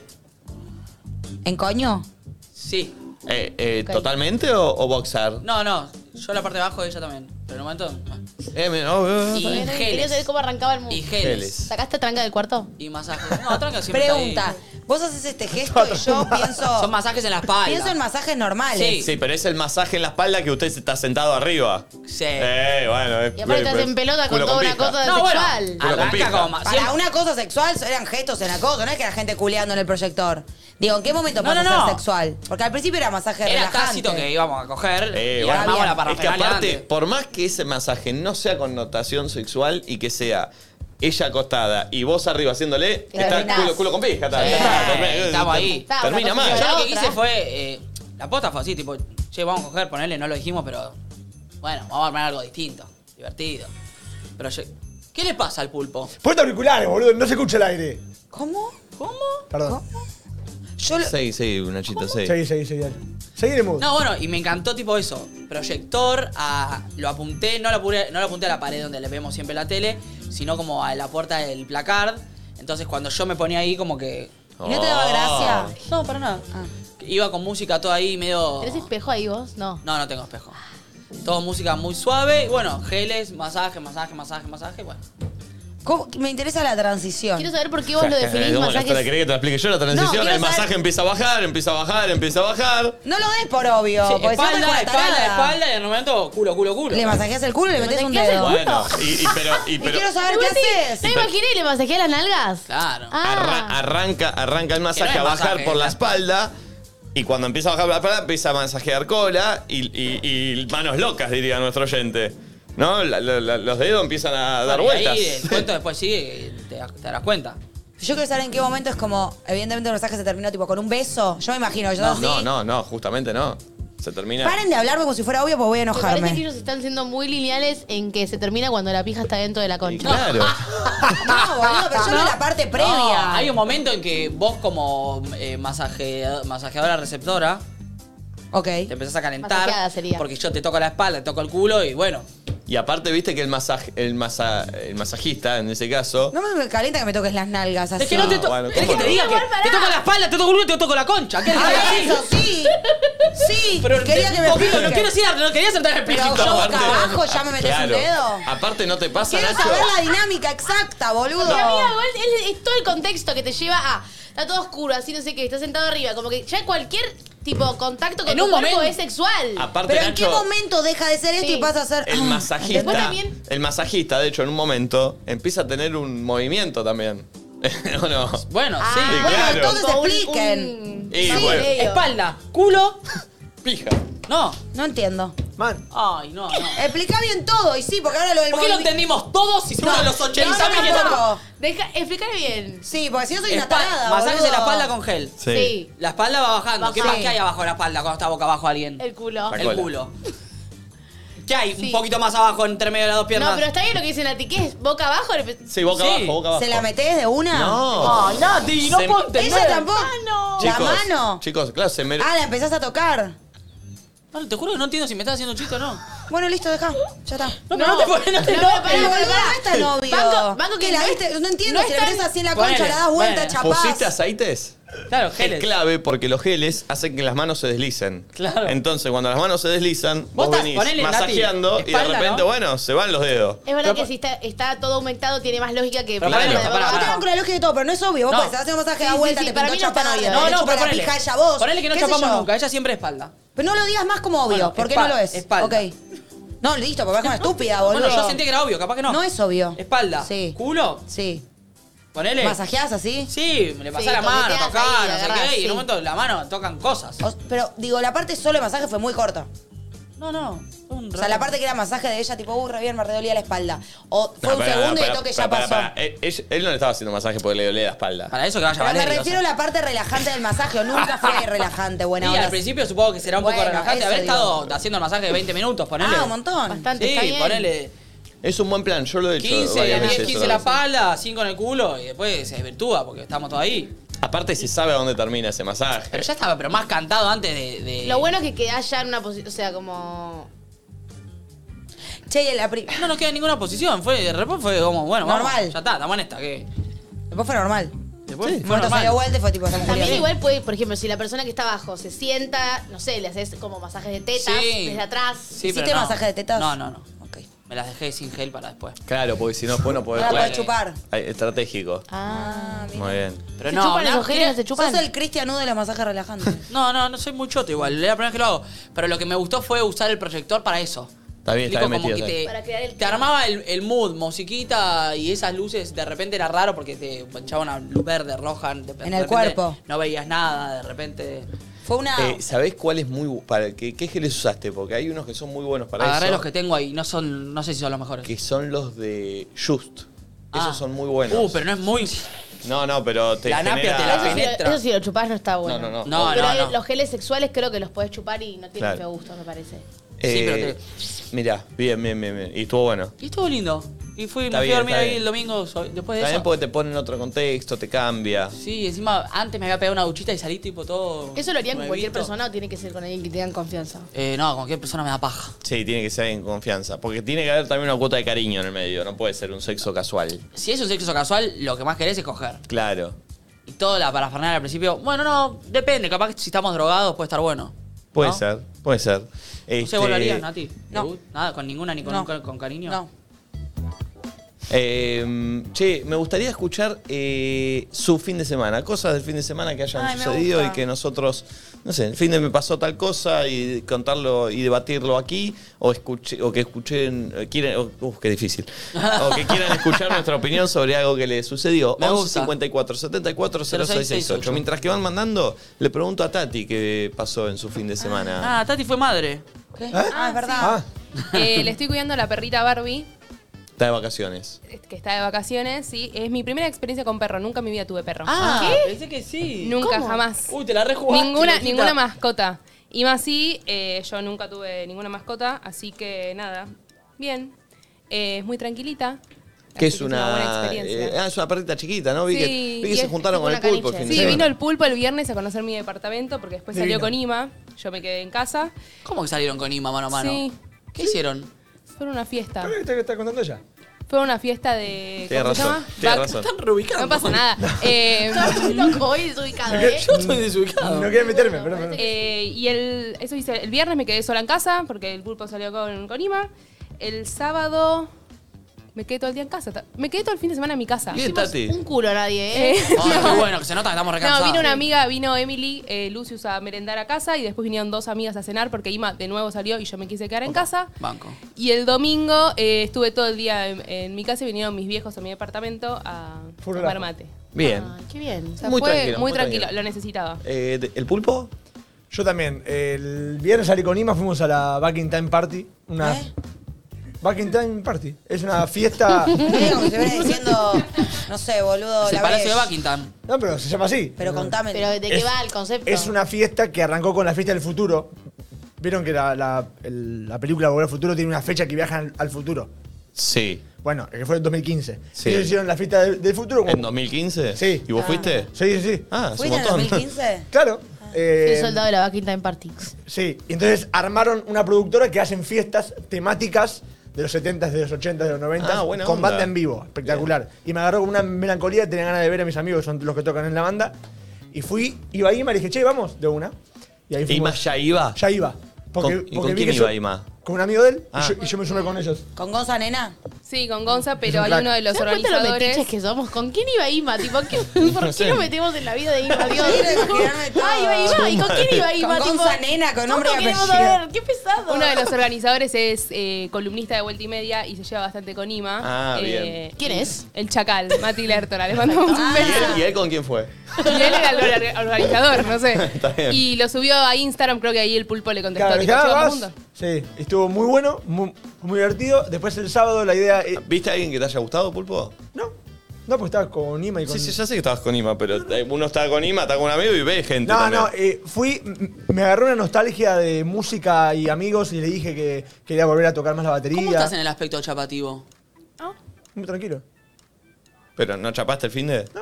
Speaker 3: ¿En coño?
Speaker 2: Sí.
Speaker 1: Eh, eh,
Speaker 7: Ok.
Speaker 1: ¿Totalmente o, o boxar?
Speaker 2: No, no. Yo la parte de abajo de ella también. Pero en un momento. ah.
Speaker 1: Eh, me- no, eh,
Speaker 2: Y
Speaker 1: eh,
Speaker 7: Quería saber
Speaker 2: geles.
Speaker 7: cómo arrancaba el mundo.
Speaker 2: Y geles.
Speaker 1: Geles.
Speaker 7: ¿Sacaste tranca del cuarto?
Speaker 2: Y masajes. No, tranca siempre. está ahí.
Speaker 3: Pregunta. Vos haces este gesto y
Speaker 1: (laughs)
Speaker 3: yo
Speaker 2: Son
Speaker 3: pienso.
Speaker 2: masajes en la espalda.
Speaker 3: Pienso en masajes normales.
Speaker 1: Sí, pero es el masaje en la espalda que usted está sentado arriba.
Speaker 2: Sí.
Speaker 1: Eh, bueno. eh,
Speaker 7: Y aparte
Speaker 1: eh,
Speaker 7: estás en pelota con
Speaker 1: culo
Speaker 7: toda una
Speaker 1: pija.
Speaker 7: cosa
Speaker 2: No, bueno.
Speaker 7: sexual.
Speaker 1: Pero con
Speaker 2: Arranca
Speaker 1: pija.
Speaker 2: como ma-
Speaker 3: Para
Speaker 2: siempre-
Speaker 3: una cosa sexual eran gestos en acoso, no es que la gente culeando en el proyector. Digo, ¿en qué momento
Speaker 2: No,
Speaker 3: pasa
Speaker 2: no,
Speaker 3: a ser
Speaker 2: no.
Speaker 3: sexual? Porque al principio era masaje
Speaker 2: Era
Speaker 3: relajante.
Speaker 2: tácito que íbamos a coger.
Speaker 1: Eh,
Speaker 2: y
Speaker 1: bueno.
Speaker 2: armamos la
Speaker 1: Es que
Speaker 2: parafernalia
Speaker 1: aparte,
Speaker 2: antes.
Speaker 1: por más que ese masaje no sea connotación sexual y que sea ella acostada y vos arriba haciéndole,
Speaker 7: Te
Speaker 1: está
Speaker 7: arruinás.
Speaker 1: culo, culo con pija. está,
Speaker 2: Eh,
Speaker 1: ya está, termina-
Speaker 2: estamos ahí.
Speaker 7: Está, una
Speaker 1: Termina
Speaker 7: cosa
Speaker 1: mal.
Speaker 7: lleva a
Speaker 2: Yo
Speaker 7: la
Speaker 2: lo que
Speaker 7: otra.
Speaker 2: hice fue. eh, la posta fue así, tipo, che, vamos a coger, ponerle, no lo dijimos, pero. Bueno, vamos a armar algo distinto, divertido. Pero yo- ¿Qué le pasa al pulpo?
Speaker 4: Ponte auriculares, boludo, no se escucha el aire.
Speaker 3: ¿Cómo?
Speaker 2: ¿Cómo?
Speaker 4: Perdón.
Speaker 3: Yo lo-
Speaker 1: Sí, sí, Nachito, sí.
Speaker 4: Seguí, seguí, seguí. Seguí en el mood.
Speaker 2: No, bueno, y me encantó tipo eso. Proyector, a, lo apunté, no lo, apuré- no lo apunté a la pared donde le vemos siempre la tele, sino como a la puerta del placard. Entonces cuando yo me ponía ahí como que...
Speaker 3: ¿Y no te daba
Speaker 1: Oh.
Speaker 3: gracia?
Speaker 2: No, para nada. Iba con música todo ahí medio...
Speaker 7: ¿Tenés espejo ahí vos? No.
Speaker 2: No, no tengo espejo. Todo música muy suave. Y bueno, geles, masaje, masaje, masaje, masaje. Bueno.
Speaker 3: ¿Cómo? Me interesa la transición.
Speaker 7: Quiero saber por qué vos lo definís
Speaker 1: Eh, ¿Cómo la
Speaker 7: masajes.
Speaker 1: querés que te la explique yo la transición?
Speaker 3: quiero
Speaker 1: el masaje
Speaker 3: saber-
Speaker 1: empieza a bajar, empieza a bajar, empieza a bajar.
Speaker 3: No lo des por obvio,
Speaker 2: Sí,
Speaker 3: porque si no te
Speaker 2: espalda,
Speaker 3: juro
Speaker 2: espalda,
Speaker 3: tarada.
Speaker 2: espalda. Y en un momento, culo, culo, culo.
Speaker 3: Le masajeas el culo y le metes un
Speaker 7: ¿Qué haces?
Speaker 3: dedo.
Speaker 1: Bueno, y, y
Speaker 2: (laughs)
Speaker 1: pero,
Speaker 3: (laughs)
Speaker 1: y,
Speaker 3: Y
Speaker 1: pero
Speaker 3: quiero saber qué
Speaker 7: Igual sí,
Speaker 3: haces.
Speaker 7: ¿Te imaginé y le masajé las nalgas?
Speaker 2: Claro.
Speaker 7: Ah.
Speaker 1: arra- arranca, arranca el masaje
Speaker 2: Que
Speaker 1: a
Speaker 2: no es
Speaker 1: bajar
Speaker 2: masaje,
Speaker 1: por
Speaker 2: es
Speaker 1: la
Speaker 2: la-
Speaker 1: espalda. Y cuando empieza a bajar por la espalda, empieza a masajear cola y, y- y manos locas, diría nuestro oyente. ¿No? La- la- la- los dedos empiezan a dar
Speaker 2: Bueno, y
Speaker 1: vueltas.
Speaker 2: Ahí el cuento después sigue y te, te darás cuenta.
Speaker 3: Yo quiero saber en qué momento es como, evidentemente el masaje se terminó tipo con un beso. Yo me imagino, yo así.
Speaker 1: No, no, no, justamente no. Se termina.
Speaker 3: Paren de hablarme como si fuera obvio porque voy a
Speaker 7: Me parece que
Speaker 3: enojarme.
Speaker 7: ellos están siendo muy lineales en que se termina cuando la pija está dentro de la
Speaker 1: Y
Speaker 7: concha.
Speaker 1: claro.
Speaker 7: (laughs)
Speaker 3: No, boludo, pero yo no la parte
Speaker 2: No,
Speaker 3: previa.
Speaker 2: hay un momento en que vos como eh, masaje- masajeadora receptora
Speaker 3: Ok.
Speaker 2: te empezás a
Speaker 7: Masajeada
Speaker 2: calentar.
Speaker 7: sería.
Speaker 2: Porque yo te toco la espalda, te toco el culo y bueno.
Speaker 1: Y aparte, viste que el, masaje, el, masa- el masajista, en ese caso.
Speaker 3: No me calienta que me toques las nalgas así.
Speaker 2: Es que no te
Speaker 1: bueno,
Speaker 2: toco.
Speaker 1: ¿cómo
Speaker 2: que te
Speaker 1: no?
Speaker 2: diga que
Speaker 7: Igual, pará.
Speaker 2: te toco la espalda, te toco el culo y te toco la concha. ¿Qué es
Speaker 3: Ah,
Speaker 2: así?
Speaker 3: eso sí. Sí,
Speaker 2: Pero
Speaker 3: quería que me
Speaker 2: poquito, no
Speaker 3: explique.
Speaker 2: quiero decir, no quería ser tan
Speaker 1: (laughs)
Speaker 2: explícito.
Speaker 3: Pero yo
Speaker 2: aparte.
Speaker 3: boca abajo ya me metes
Speaker 1: Claro.
Speaker 3: un dedo.
Speaker 1: Aparte, ¿no te pasa,
Speaker 3: Quiero
Speaker 1: Nacho?
Speaker 3: saber la dinámica exacta, boludo.
Speaker 7: Pero amiga, igual es, es todo el contexto que te lleva a. Está todo oscuro, así no sé qué, está sentado arriba. Como que ya cualquier tipo contacto con
Speaker 2: En
Speaker 7: tu
Speaker 2: un
Speaker 7: cuerpo
Speaker 2: momento.
Speaker 7: es sexual.
Speaker 1: Aparte,
Speaker 3: Pero en
Speaker 1: Nacho,
Speaker 3: qué momento deja de ser esto
Speaker 7: Sí.
Speaker 3: y pasa a Ah, ser.
Speaker 1: el
Speaker 7: Después
Speaker 1: masajista,
Speaker 7: también-
Speaker 1: el masajista, de hecho, en un momento empieza a tener un movimiento también. (laughs) ¿O no?
Speaker 2: Bueno,
Speaker 7: Ah,
Speaker 2: sí.
Speaker 1: bueno, claro.
Speaker 3: entonces
Speaker 7: Un-
Speaker 3: expliquen.
Speaker 7: un-
Speaker 1: Y
Speaker 7: sí,
Speaker 1: bueno.
Speaker 7: medio.
Speaker 2: Espalda, culo.
Speaker 1: Pija.
Speaker 2: No.
Speaker 3: No entiendo.
Speaker 4: Man,
Speaker 2: Ay, no, no.
Speaker 3: Explica bien todo, y sí, porque ahora lo del
Speaker 2: ¿Por qué lo
Speaker 3: movi-
Speaker 2: entendimos todos y seguro los 80
Speaker 3: no,
Speaker 2: que
Speaker 3: no,
Speaker 2: están-
Speaker 3: no.
Speaker 7: Deja, explicar bien.
Speaker 3: Sí, porque si yo soy una
Speaker 2: Espa-
Speaker 3: tarada,
Speaker 2: Masajes
Speaker 3: boludo.
Speaker 2: en la espalda con gel.
Speaker 1: Sí.
Speaker 7: Sí.
Speaker 2: La espalda va bajando. ¿Qué
Speaker 3: Baja.
Speaker 2: más que hay abajo de la espalda cuando está boca abajo alguien?
Speaker 7: El culo.
Speaker 1: La
Speaker 2: El
Speaker 1: cola.
Speaker 2: culo. ¿Qué hay? Un
Speaker 7: Sí.
Speaker 2: poquito más abajo, entre medio de las dos piernas.
Speaker 7: No, pero está bien lo que dice Nati, que es boca abajo. le-
Speaker 1: Sí, boca
Speaker 2: Sí.
Speaker 1: abajo, boca abajo.
Speaker 3: ¿Se la metés de una?
Speaker 1: No.
Speaker 2: Ay, Nati, no
Speaker 1: Se-
Speaker 2: puedo entender.
Speaker 3: Ella tampoco. La
Speaker 1: Chicos,
Speaker 3: mano.
Speaker 1: Chicos, claro, se me...
Speaker 3: Ah, la empezás a tocar.
Speaker 2: No, te juro que no entiendo si me estás haciendo un chiste o no. No,
Speaker 3: Bueno, listo, deja. Ya está.
Speaker 2: pero no te pones, no te
Speaker 7: No,
Speaker 2: no,
Speaker 7: pero pará, pará,
Speaker 3: Pero boludo,
Speaker 7: pará.
Speaker 3: no es tan obvio.
Speaker 7: Banco- banco
Speaker 3: que
Speaker 7: que
Speaker 3: la
Speaker 7: no es-
Speaker 3: viste, no entiendo,
Speaker 7: no
Speaker 3: se
Speaker 7: es
Speaker 3: la
Speaker 7: tan-
Speaker 3: metés así en la concha,
Speaker 2: Ponele,
Speaker 3: la das vuelta,
Speaker 2: ponele.
Speaker 3: chapás.
Speaker 1: ¿Pusiste aceites?
Speaker 2: Claro,
Speaker 1: Es
Speaker 2: geles.
Speaker 1: clave porque los geles hacen que las manos se deslicen.
Speaker 2: Claro.
Speaker 1: Entonces, cuando las manos se deslizan, vos,
Speaker 2: estás-
Speaker 1: venís
Speaker 2: ponele, Nati,
Speaker 1: masajeando y de
Speaker 2: espalda,
Speaker 1: repente,
Speaker 2: ¿no?
Speaker 1: bueno, se van los dedos.
Speaker 7: Es verdad que si está, está todo aumentado tiene más lógica que
Speaker 2: Pero
Speaker 1: pará,
Speaker 7: la de
Speaker 1: pará,
Speaker 7: boca
Speaker 2: pará.
Speaker 3: Yo
Speaker 7: abajo.
Speaker 3: tengo con la lógica de todo, pero no es obvio. Vos
Speaker 2: No.
Speaker 3: podés hacer un masaje,
Speaker 7: Sí,
Speaker 3: da
Speaker 7: sí,
Speaker 3: vuelta,
Speaker 7: sí,
Speaker 3: te
Speaker 7: para
Speaker 3: pintó
Speaker 7: mí no está
Speaker 3: chapar,
Speaker 7: novio.
Speaker 3: no,
Speaker 2: No, no, pero
Speaker 3: la
Speaker 2: ponele.
Speaker 3: pija ella vos.
Speaker 2: Ponele que no
Speaker 3: qué sé
Speaker 2: chapamos
Speaker 3: yo. Ah,
Speaker 2: nunca, ella siempre espalda.
Speaker 3: Pero no lo digas más como obvio,
Speaker 2: Bueno,
Speaker 3: ¿por qué
Speaker 2: espal-
Speaker 3: no lo es?
Speaker 2: espalda.
Speaker 3: Ok. No, listo,
Speaker 2: (laughs)
Speaker 3: porque es una estúpida, boludo.
Speaker 2: Bueno, yo sentí que era obvio, capaz que no.
Speaker 3: No es obvio.
Speaker 2: Espalda.
Speaker 3: Sí.
Speaker 2: Culo.
Speaker 3: Sí.
Speaker 2: Ponele.
Speaker 3: ¿Masajeás así?
Speaker 2: Sí, le pasás
Speaker 7: Sí,
Speaker 2: la mano,
Speaker 7: toqueteás
Speaker 2: tocás,
Speaker 7: ahí,
Speaker 2: no sé
Speaker 7: agarrás,
Speaker 2: qué. Y en
Speaker 7: sí.
Speaker 2: un momento la mano tocan cosas.
Speaker 3: O- pero digo, la parte solo de masaje fue muy corta.
Speaker 2: No, no. fue un
Speaker 3: O sea, la
Speaker 2: rato.
Speaker 3: parte que era masaje de ella, tipo, uh, re bien, me redolía la espalda. O fue un
Speaker 1: No, pará,
Speaker 3: segundo y
Speaker 1: pará,
Speaker 3: el toque
Speaker 1: pará,
Speaker 3: ya
Speaker 1: pará,
Speaker 3: pasó.
Speaker 1: pará. Él, él- él no le estaba haciendo masaje porque le dolía la espalda.
Speaker 2: Para eso que vaya
Speaker 3: Pero me
Speaker 2: Valerio,
Speaker 3: refiero a la parte relajante del masaje, o nunca fue relajante,
Speaker 2: o
Speaker 3: buena
Speaker 2: sea. Sí,
Speaker 3: onda.
Speaker 2: al principio supongo que será un poco
Speaker 3: Bueno,
Speaker 2: relajante
Speaker 3: eso
Speaker 2: haber
Speaker 3: digo.
Speaker 2: estado haciendo el masaje de 20 minutos, ponele.
Speaker 3: Ah, un montón.
Speaker 7: Bastante.
Speaker 2: Sí,
Speaker 7: está bien.
Speaker 2: ponele
Speaker 1: Es un buen plan, yo lo he hecho
Speaker 2: 15,
Speaker 1: varias
Speaker 2: 10,
Speaker 1: veces,
Speaker 2: 15
Speaker 1: solo
Speaker 2: la
Speaker 1: veces.
Speaker 2: espalda, 5 en el culo y después se desvirtúa porque estamos todos ahí.
Speaker 1: Aparte se sabe a dónde termina ese masaje.
Speaker 2: Pero ya estaba, pero más cantado antes de. de-
Speaker 7: Lo bueno es que quedás ya en una posición, o sea, como...
Speaker 3: Che, y en la pri-
Speaker 2: No nos queda ninguna posición. Fue, de repente fue como, bueno, vamos,
Speaker 3: Normal.
Speaker 2: ya está, estamos en esta. que
Speaker 3: Después fue normal.
Speaker 2: Después
Speaker 3: Fue
Speaker 2: fue
Speaker 3: cuando se dio
Speaker 2: normal.
Speaker 3: vuelta y fue tipo, estamos
Speaker 7: También
Speaker 3: Julián.
Speaker 7: igual puede, por ejemplo, si la persona que está abajo se sienta, no sé, le haces como masajes de tetas
Speaker 2: Sí.
Speaker 7: desde atrás.
Speaker 2: Sí,
Speaker 3: ¿Hiciste
Speaker 2: pero no.
Speaker 3: masaje de tetas?
Speaker 2: No, no, no.
Speaker 3: Ok.
Speaker 2: Me las dejé sin gel para después.
Speaker 1: Claro, porque si no, después no podés
Speaker 2: Ah,
Speaker 3: Ahora
Speaker 1: jugar.
Speaker 3: podés chupar.
Speaker 1: Ay, Estratégico.
Speaker 3: Ah, mira.
Speaker 1: Muy bien.
Speaker 2: Pero
Speaker 7: ¿Se
Speaker 2: no,
Speaker 7: chupan
Speaker 2: nada,
Speaker 7: los ojeros?
Speaker 2: creo-
Speaker 7: ¿Se
Speaker 3: Sos
Speaker 7: chupan?
Speaker 3: el Cristian U de los
Speaker 7: (laughs)
Speaker 3: masajes relajantes.
Speaker 2: No, no, no soy muy choto igual. Es la primera vez que lo hago. Pero lo que me gustó fue usar el proyector para eso.
Speaker 1: Está bien, está
Speaker 2: Explico,
Speaker 1: bien
Speaker 2: como
Speaker 1: metido,
Speaker 2: que
Speaker 1: está
Speaker 2: te,
Speaker 7: Para
Speaker 1: bien.
Speaker 7: crear el
Speaker 2: te
Speaker 7: clima.
Speaker 2: armaba el, el mood, musiquita y esas luces. De repente era raro porque te echaba una luz verde, roja. de- de repente
Speaker 3: cuerpo.
Speaker 2: No veías nada, de repente.
Speaker 3: Fue una.
Speaker 1: Eh, ¿Sabés cuál es muy... bu- Para, ¿qué, ¿Qué geles usaste? Porque hay unos que son muy buenos para
Speaker 2: Agarré
Speaker 1: eso.
Speaker 2: los que tengo ahí. No son, no sé si son los mejores.
Speaker 1: que son los de Just.
Speaker 2: Ah.
Speaker 1: Esos son muy buenos.
Speaker 2: Uh, pero no es muy.
Speaker 1: No, no, pero te
Speaker 2: La napia
Speaker 1: genera...
Speaker 2: te la
Speaker 7: Eso si, lo,
Speaker 2: penetra.
Speaker 7: eso si lo chupás no está bueno.
Speaker 1: No, no, no.
Speaker 2: No,
Speaker 7: Pero
Speaker 2: no,
Speaker 7: hay-
Speaker 2: no.
Speaker 7: los geles sexuales creo que los podés chupar y no tienen
Speaker 1: Claro.
Speaker 7: feo gusto, me parece.
Speaker 2: Sí, pero
Speaker 1: Eh, Mirá, bien, bien, bien, bien. Y estuvo bueno.
Speaker 2: Y estuvo lindo. Y fui,
Speaker 1: Está
Speaker 2: me fui
Speaker 1: bien,
Speaker 2: a dormir
Speaker 1: está
Speaker 2: ahí
Speaker 1: bien. pues.
Speaker 2: el domingo so- después de
Speaker 1: También
Speaker 2: eso.
Speaker 1: porque te ponen otro contexto, te cambia.
Speaker 2: Sí, encima antes me había pegado una duchita y salí tipo todo.
Speaker 7: ¿Eso lo harían con cualquier
Speaker 2: nuevito.
Speaker 7: persona o tiene que ser con alguien que tengan confianza?
Speaker 2: Eh, no, con cualquier persona me da paja.
Speaker 1: Sí, tiene que ser en confianza. Porque tiene que haber también una cuota de cariño en el medio. No puede ser un sexo casual.
Speaker 2: Si es un sexo casual, lo que más querés es coger.
Speaker 1: Claro.
Speaker 2: Y toda la parafernalia al principio, bueno, no, depende, capaz que si estamos drogados puede estar bueno.
Speaker 1: Puede
Speaker 2: ¿No?
Speaker 1: ser, puede ser.
Speaker 2: No
Speaker 1: Este,
Speaker 2: sé, vos lo harías, Nati.
Speaker 3: No.
Speaker 2: ¿Debut? Nada, con ninguna ni con,
Speaker 3: No.
Speaker 2: nunca con cariño.
Speaker 3: No.
Speaker 1: eh, che, me gustaría escuchar eh, su fin de semana, cosas del fin de semana que hayan
Speaker 3: Ay, me
Speaker 1: sucedido y
Speaker 3: gusta.
Speaker 1: que nosotros, no sé, el fin de me pasó tal cosa y contarlo y debatirlo aquí, o escuché, o que escuchen, eh, quieren, oh, uf, qué difícil, o que quieran escuchar nuestra opinión sobre algo que les sucedió.
Speaker 2: Me
Speaker 1: 11
Speaker 2: gusta.
Speaker 1: 54 74 0668. Mientras que van mandando, le pregunto a Tati qué pasó en su fin de semana.
Speaker 2: (laughs) Ah, Tati fue madre.
Speaker 3: ¿Qué? Ah, es verdad.
Speaker 4: ah,
Speaker 1: (laughs)
Speaker 8: Eh, le estoy cuidando a la perrita Barbie,
Speaker 1: Está de vacaciones.
Speaker 8: eh, que está de vacaciones, y es mi primera experiencia con perro. Nunca en mi vida tuve perro.
Speaker 2: ¿qué? Ah, Pensé que sí.
Speaker 8: Ah, Nunca, jamás.
Speaker 2: Uy, te la rejugaste.
Speaker 8: Ninguna,
Speaker 2: loquita.
Speaker 8: ninguna mascota. Y más así, eh, yo nunca tuve ninguna mascota, así que nada. Bien. Eh, es muy tranquilita.
Speaker 1: Que
Speaker 8: así
Speaker 1: es una.
Speaker 8: buena experiencia.
Speaker 1: eh, ah, es una perrita chiquita, ¿no? Vi que,
Speaker 8: Sí,
Speaker 1: vi que
Speaker 8: y
Speaker 1: se
Speaker 8: es
Speaker 1: juntaron
Speaker 7: tipo
Speaker 1: con el
Speaker 7: una
Speaker 1: pulpo el
Speaker 7: caniche.
Speaker 1: fin de
Speaker 8: Sí,
Speaker 1: semana.
Speaker 8: vino el pulpo el viernes a conocer mi departamento porque después
Speaker 4: Divino.
Speaker 8: salió con Ima. Yo me quedé en casa.
Speaker 2: ¿Cómo que salieron con Ima mano a mano?
Speaker 8: Sí.
Speaker 2: ¿Qué hicieron?
Speaker 8: Fue una fiesta.
Speaker 4: ¿qué está, qué está contando ella?
Speaker 8: Fue una fiesta de.
Speaker 1: Eh, Tiene
Speaker 8: ¿cómo se
Speaker 1: razón,
Speaker 8: llama?
Speaker 1: tiene
Speaker 8: Back-
Speaker 1: razón.
Speaker 8: Están reubicando. No pasa nada.
Speaker 2: (laughs)
Speaker 8: (laughs) Eh,
Speaker 7: hoy desubicado,
Speaker 8: ¿eh?
Speaker 4: Yo estoy desubicado. (laughs) No quiero meterme, pero. pero-
Speaker 8: Eh, y el, eso hice, el viernes me quedé sola en casa porque el pulpo salió con, con Ima. El sábado me quedé todo el día en casa. Ta- Me quedé todo el fin de semana en mi casa.
Speaker 2: Bien,
Speaker 8: Hicimos
Speaker 2: Tati.
Speaker 8: un
Speaker 7: culo a
Speaker 2: (laughs)
Speaker 7: nadie, ¿eh?
Speaker 2: Ah, qué bueno, que se nota que
Speaker 8: (laughs)
Speaker 2: estamos
Speaker 8: No,
Speaker 2: recansados.
Speaker 8: vino una amiga, vino Emily, eh, Lucius a merendar a casa y después vinieron dos amigas a cenar porque Ima de nuevo salió y yo me quise quedar en casa.
Speaker 2: Banco.
Speaker 8: Y el domingo eh, estuve todo el día en, en mi casa y vinieron mis viejos a mi departamento a
Speaker 4: Fue un
Speaker 8: tomar
Speaker 4: relajo.
Speaker 8: mate.
Speaker 1: Bien.
Speaker 7: Qué bien.
Speaker 8: O sea,
Speaker 1: Muy
Speaker 8: fue
Speaker 1: tranquilo,
Speaker 8: muy
Speaker 1: muy
Speaker 8: tranquilo,
Speaker 1: tranquilo.
Speaker 8: lo necesitaba.
Speaker 1: Eh, de- ¿El pulpo?
Speaker 4: Yo también. El viernes salí con Ima, fuimos a la Back in Time Party. Una.
Speaker 3: ¿Eh?
Speaker 4: Back in Time Party. Es una
Speaker 7: Ah.
Speaker 3: (laughs)
Speaker 4: fiesta.
Speaker 3: Como si estuviera diciendo, no sé, boludo,
Speaker 2: El
Speaker 3: la
Speaker 2: Palacio de
Speaker 3: Breche.
Speaker 2: Buckingham.
Speaker 4: no, pero se llama así.
Speaker 3: Pero contame.
Speaker 7: Pero ¿de qué
Speaker 4: Es-
Speaker 7: va el concepto?
Speaker 4: Es una fiesta que arrancó con la fiesta del futuro. Vieron que la, la- el- la película Volver al Futuro tiene una fecha que viajan al, al futuro.
Speaker 1: Sí.
Speaker 4: Bueno, que fue en 2015.
Speaker 1: Sí.
Speaker 4: Ellos hicieron la fiesta del, del futuro.
Speaker 1: ¿En
Speaker 4: como-
Speaker 1: 2015?
Speaker 4: Sí.
Speaker 1: ¿Y vos
Speaker 8: Ah.
Speaker 1: fuiste?
Speaker 4: Sí, sí, sí.
Speaker 1: Ah, es un
Speaker 3: ¿Fuiste en el
Speaker 1: montón.
Speaker 3: 2015?
Speaker 4: Claro. (laughs) eh,
Speaker 7: Soy soldado de la vaquita en Partix.
Speaker 4: Sí, y entonces armaron una productora que hacen fiestas temáticas de los 70s, de los 80s, de los 90s,
Speaker 1: Ah, buena
Speaker 4: con
Speaker 1: onda.
Speaker 4: banda en vivo, espectacular. Y me agarró con una melancolía, tenía ganas de ver a mis amigos, que son los que tocan en la banda. Y fui, iba ahí y me dije, che, vamos, de una. Y ahí
Speaker 1: ¿Ima
Speaker 4: fuimos.
Speaker 1: ya iba?
Speaker 4: Ya iba. Porque,
Speaker 1: ¿Con-
Speaker 4: porque
Speaker 1: ¿Y con
Speaker 4: vi
Speaker 1: quién
Speaker 4: que
Speaker 1: iba
Speaker 4: yo-
Speaker 1: Ima?
Speaker 4: Con un amigo de él,
Speaker 1: Ah.
Speaker 4: y, yo, y yo me sumé con ellos.
Speaker 3: ¿Con Gonza Nena?
Speaker 8: Sí, con Gonza, pero
Speaker 4: un
Speaker 8: hay
Speaker 4: crack.
Speaker 8: uno de los
Speaker 7: ¿Se dan cuenta lo
Speaker 8: organizadores.
Speaker 7: metiches que somos? ¿Con quién iba Ima? Tipo, ¿qué- ¿Por
Speaker 1: No
Speaker 7: qué
Speaker 1: sé.
Speaker 7: lo metemos en la vida de Ima? Dios?
Speaker 3: Quiero imaginarme
Speaker 7: (laughs)
Speaker 3: todo.
Speaker 7: Ah, iba Ima. ¿Y con quién iba Ima?
Speaker 3: Con
Speaker 7: Tipo,
Speaker 3: Gonza Nena, con nombre
Speaker 7: ¿cuánto
Speaker 3: y
Speaker 7: queremos
Speaker 3: apellido.
Speaker 7: saber? ¡Qué pesado!
Speaker 8: Uno de los organizadores es eh, columnista de Vuelta y Media y se lleva bastante con Ima.
Speaker 1: Ah,
Speaker 8: Eh,
Speaker 7: ¿Quién es?
Speaker 8: El Chacal, Mati Lertora. Les mandamos (laughs) un
Speaker 1: ¿Y
Speaker 8: beso.
Speaker 1: él, ¿Y él con quién fue?
Speaker 7: Ah.
Speaker 8: (laughs) Y él era el orga- organizador, no sé.
Speaker 1: (laughs) Está bien.
Speaker 8: Y lo subió a Instagram, creo que ahí el pulpo le contestó.
Speaker 4: Claro,
Speaker 8: tipo,
Speaker 4: ya
Speaker 8: "Che, vamos
Speaker 4: vas.
Speaker 8: juntos".
Speaker 4: Sí, estuvo muy bueno, muy, muy divertido. Después el sábado la idea... eh,
Speaker 1: ¿Viste a alguien que te haya gustado, pulpo?
Speaker 4: no, no, pues estaba con Ima y con...
Speaker 1: Sí, sí, ya sé que estabas con Ima, pero eh, uno está con Ima, está con un amigo y ve gente.
Speaker 4: No,
Speaker 1: también.
Speaker 4: no, eh, fui, m- me agarró una nostalgia de música y amigos y le dije que quería volver a tocar más la batería.
Speaker 2: ¿Cómo estás en el aspecto chapativo?
Speaker 4: Muy tranquilo.
Speaker 1: ¿Pero no chapaste el fin de?
Speaker 4: No,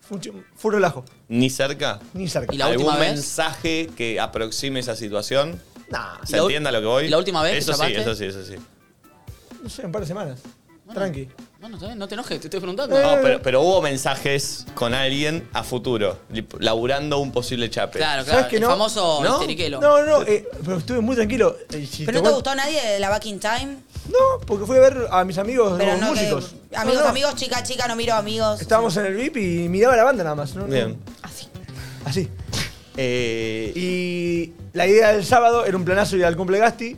Speaker 4: fue un, chi- fue un relajo,
Speaker 1: ¿Ni cerca?
Speaker 4: ni cerca.
Speaker 2: ¿Y la
Speaker 1: ¿Algún
Speaker 2: última vez?
Speaker 1: mensaje que aproxime esa situación?
Speaker 4: Nah,
Speaker 1: ¿Se
Speaker 2: Ah, la u-
Speaker 1: entienda lo que voy?
Speaker 2: y la última vez que
Speaker 1: Eso sí,
Speaker 2: chapaste?
Speaker 1: eso sí, eso sí.
Speaker 4: no sé, un par de semanas. Tranqui. Eh,
Speaker 2: No, no, está bien, no te enojes, te estoy preguntando.
Speaker 1: No, pero, pero hubo mensajes con alguien a futuro, li- laburando un posible chape.
Speaker 2: Claro,
Speaker 4: ¿Sabes
Speaker 2: claro.
Speaker 4: que
Speaker 2: El
Speaker 4: no?
Speaker 2: famoso
Speaker 1: ¿No?
Speaker 2: histeriquelo.
Speaker 4: No, no, eh, pero estuve muy tranquilo. Eh, si
Speaker 3: ¿Pero no te
Speaker 4: cuen-
Speaker 3: gustó nadie de la Back in Time?
Speaker 4: No, porque fui a ver a mis amigos,
Speaker 3: Pero
Speaker 4: los
Speaker 3: no, que-
Speaker 4: músicos.
Speaker 3: amigos,
Speaker 4: No, no.
Speaker 3: amigos, chica, chica, no miro amigos.
Speaker 4: Estábamos en el VIP y miraba la banda nada más. ¿no?
Speaker 1: Bien.
Speaker 4: Así.
Speaker 1: Eh,
Speaker 4: Y la idea del sábado era un planazo ir al cumple Gasti.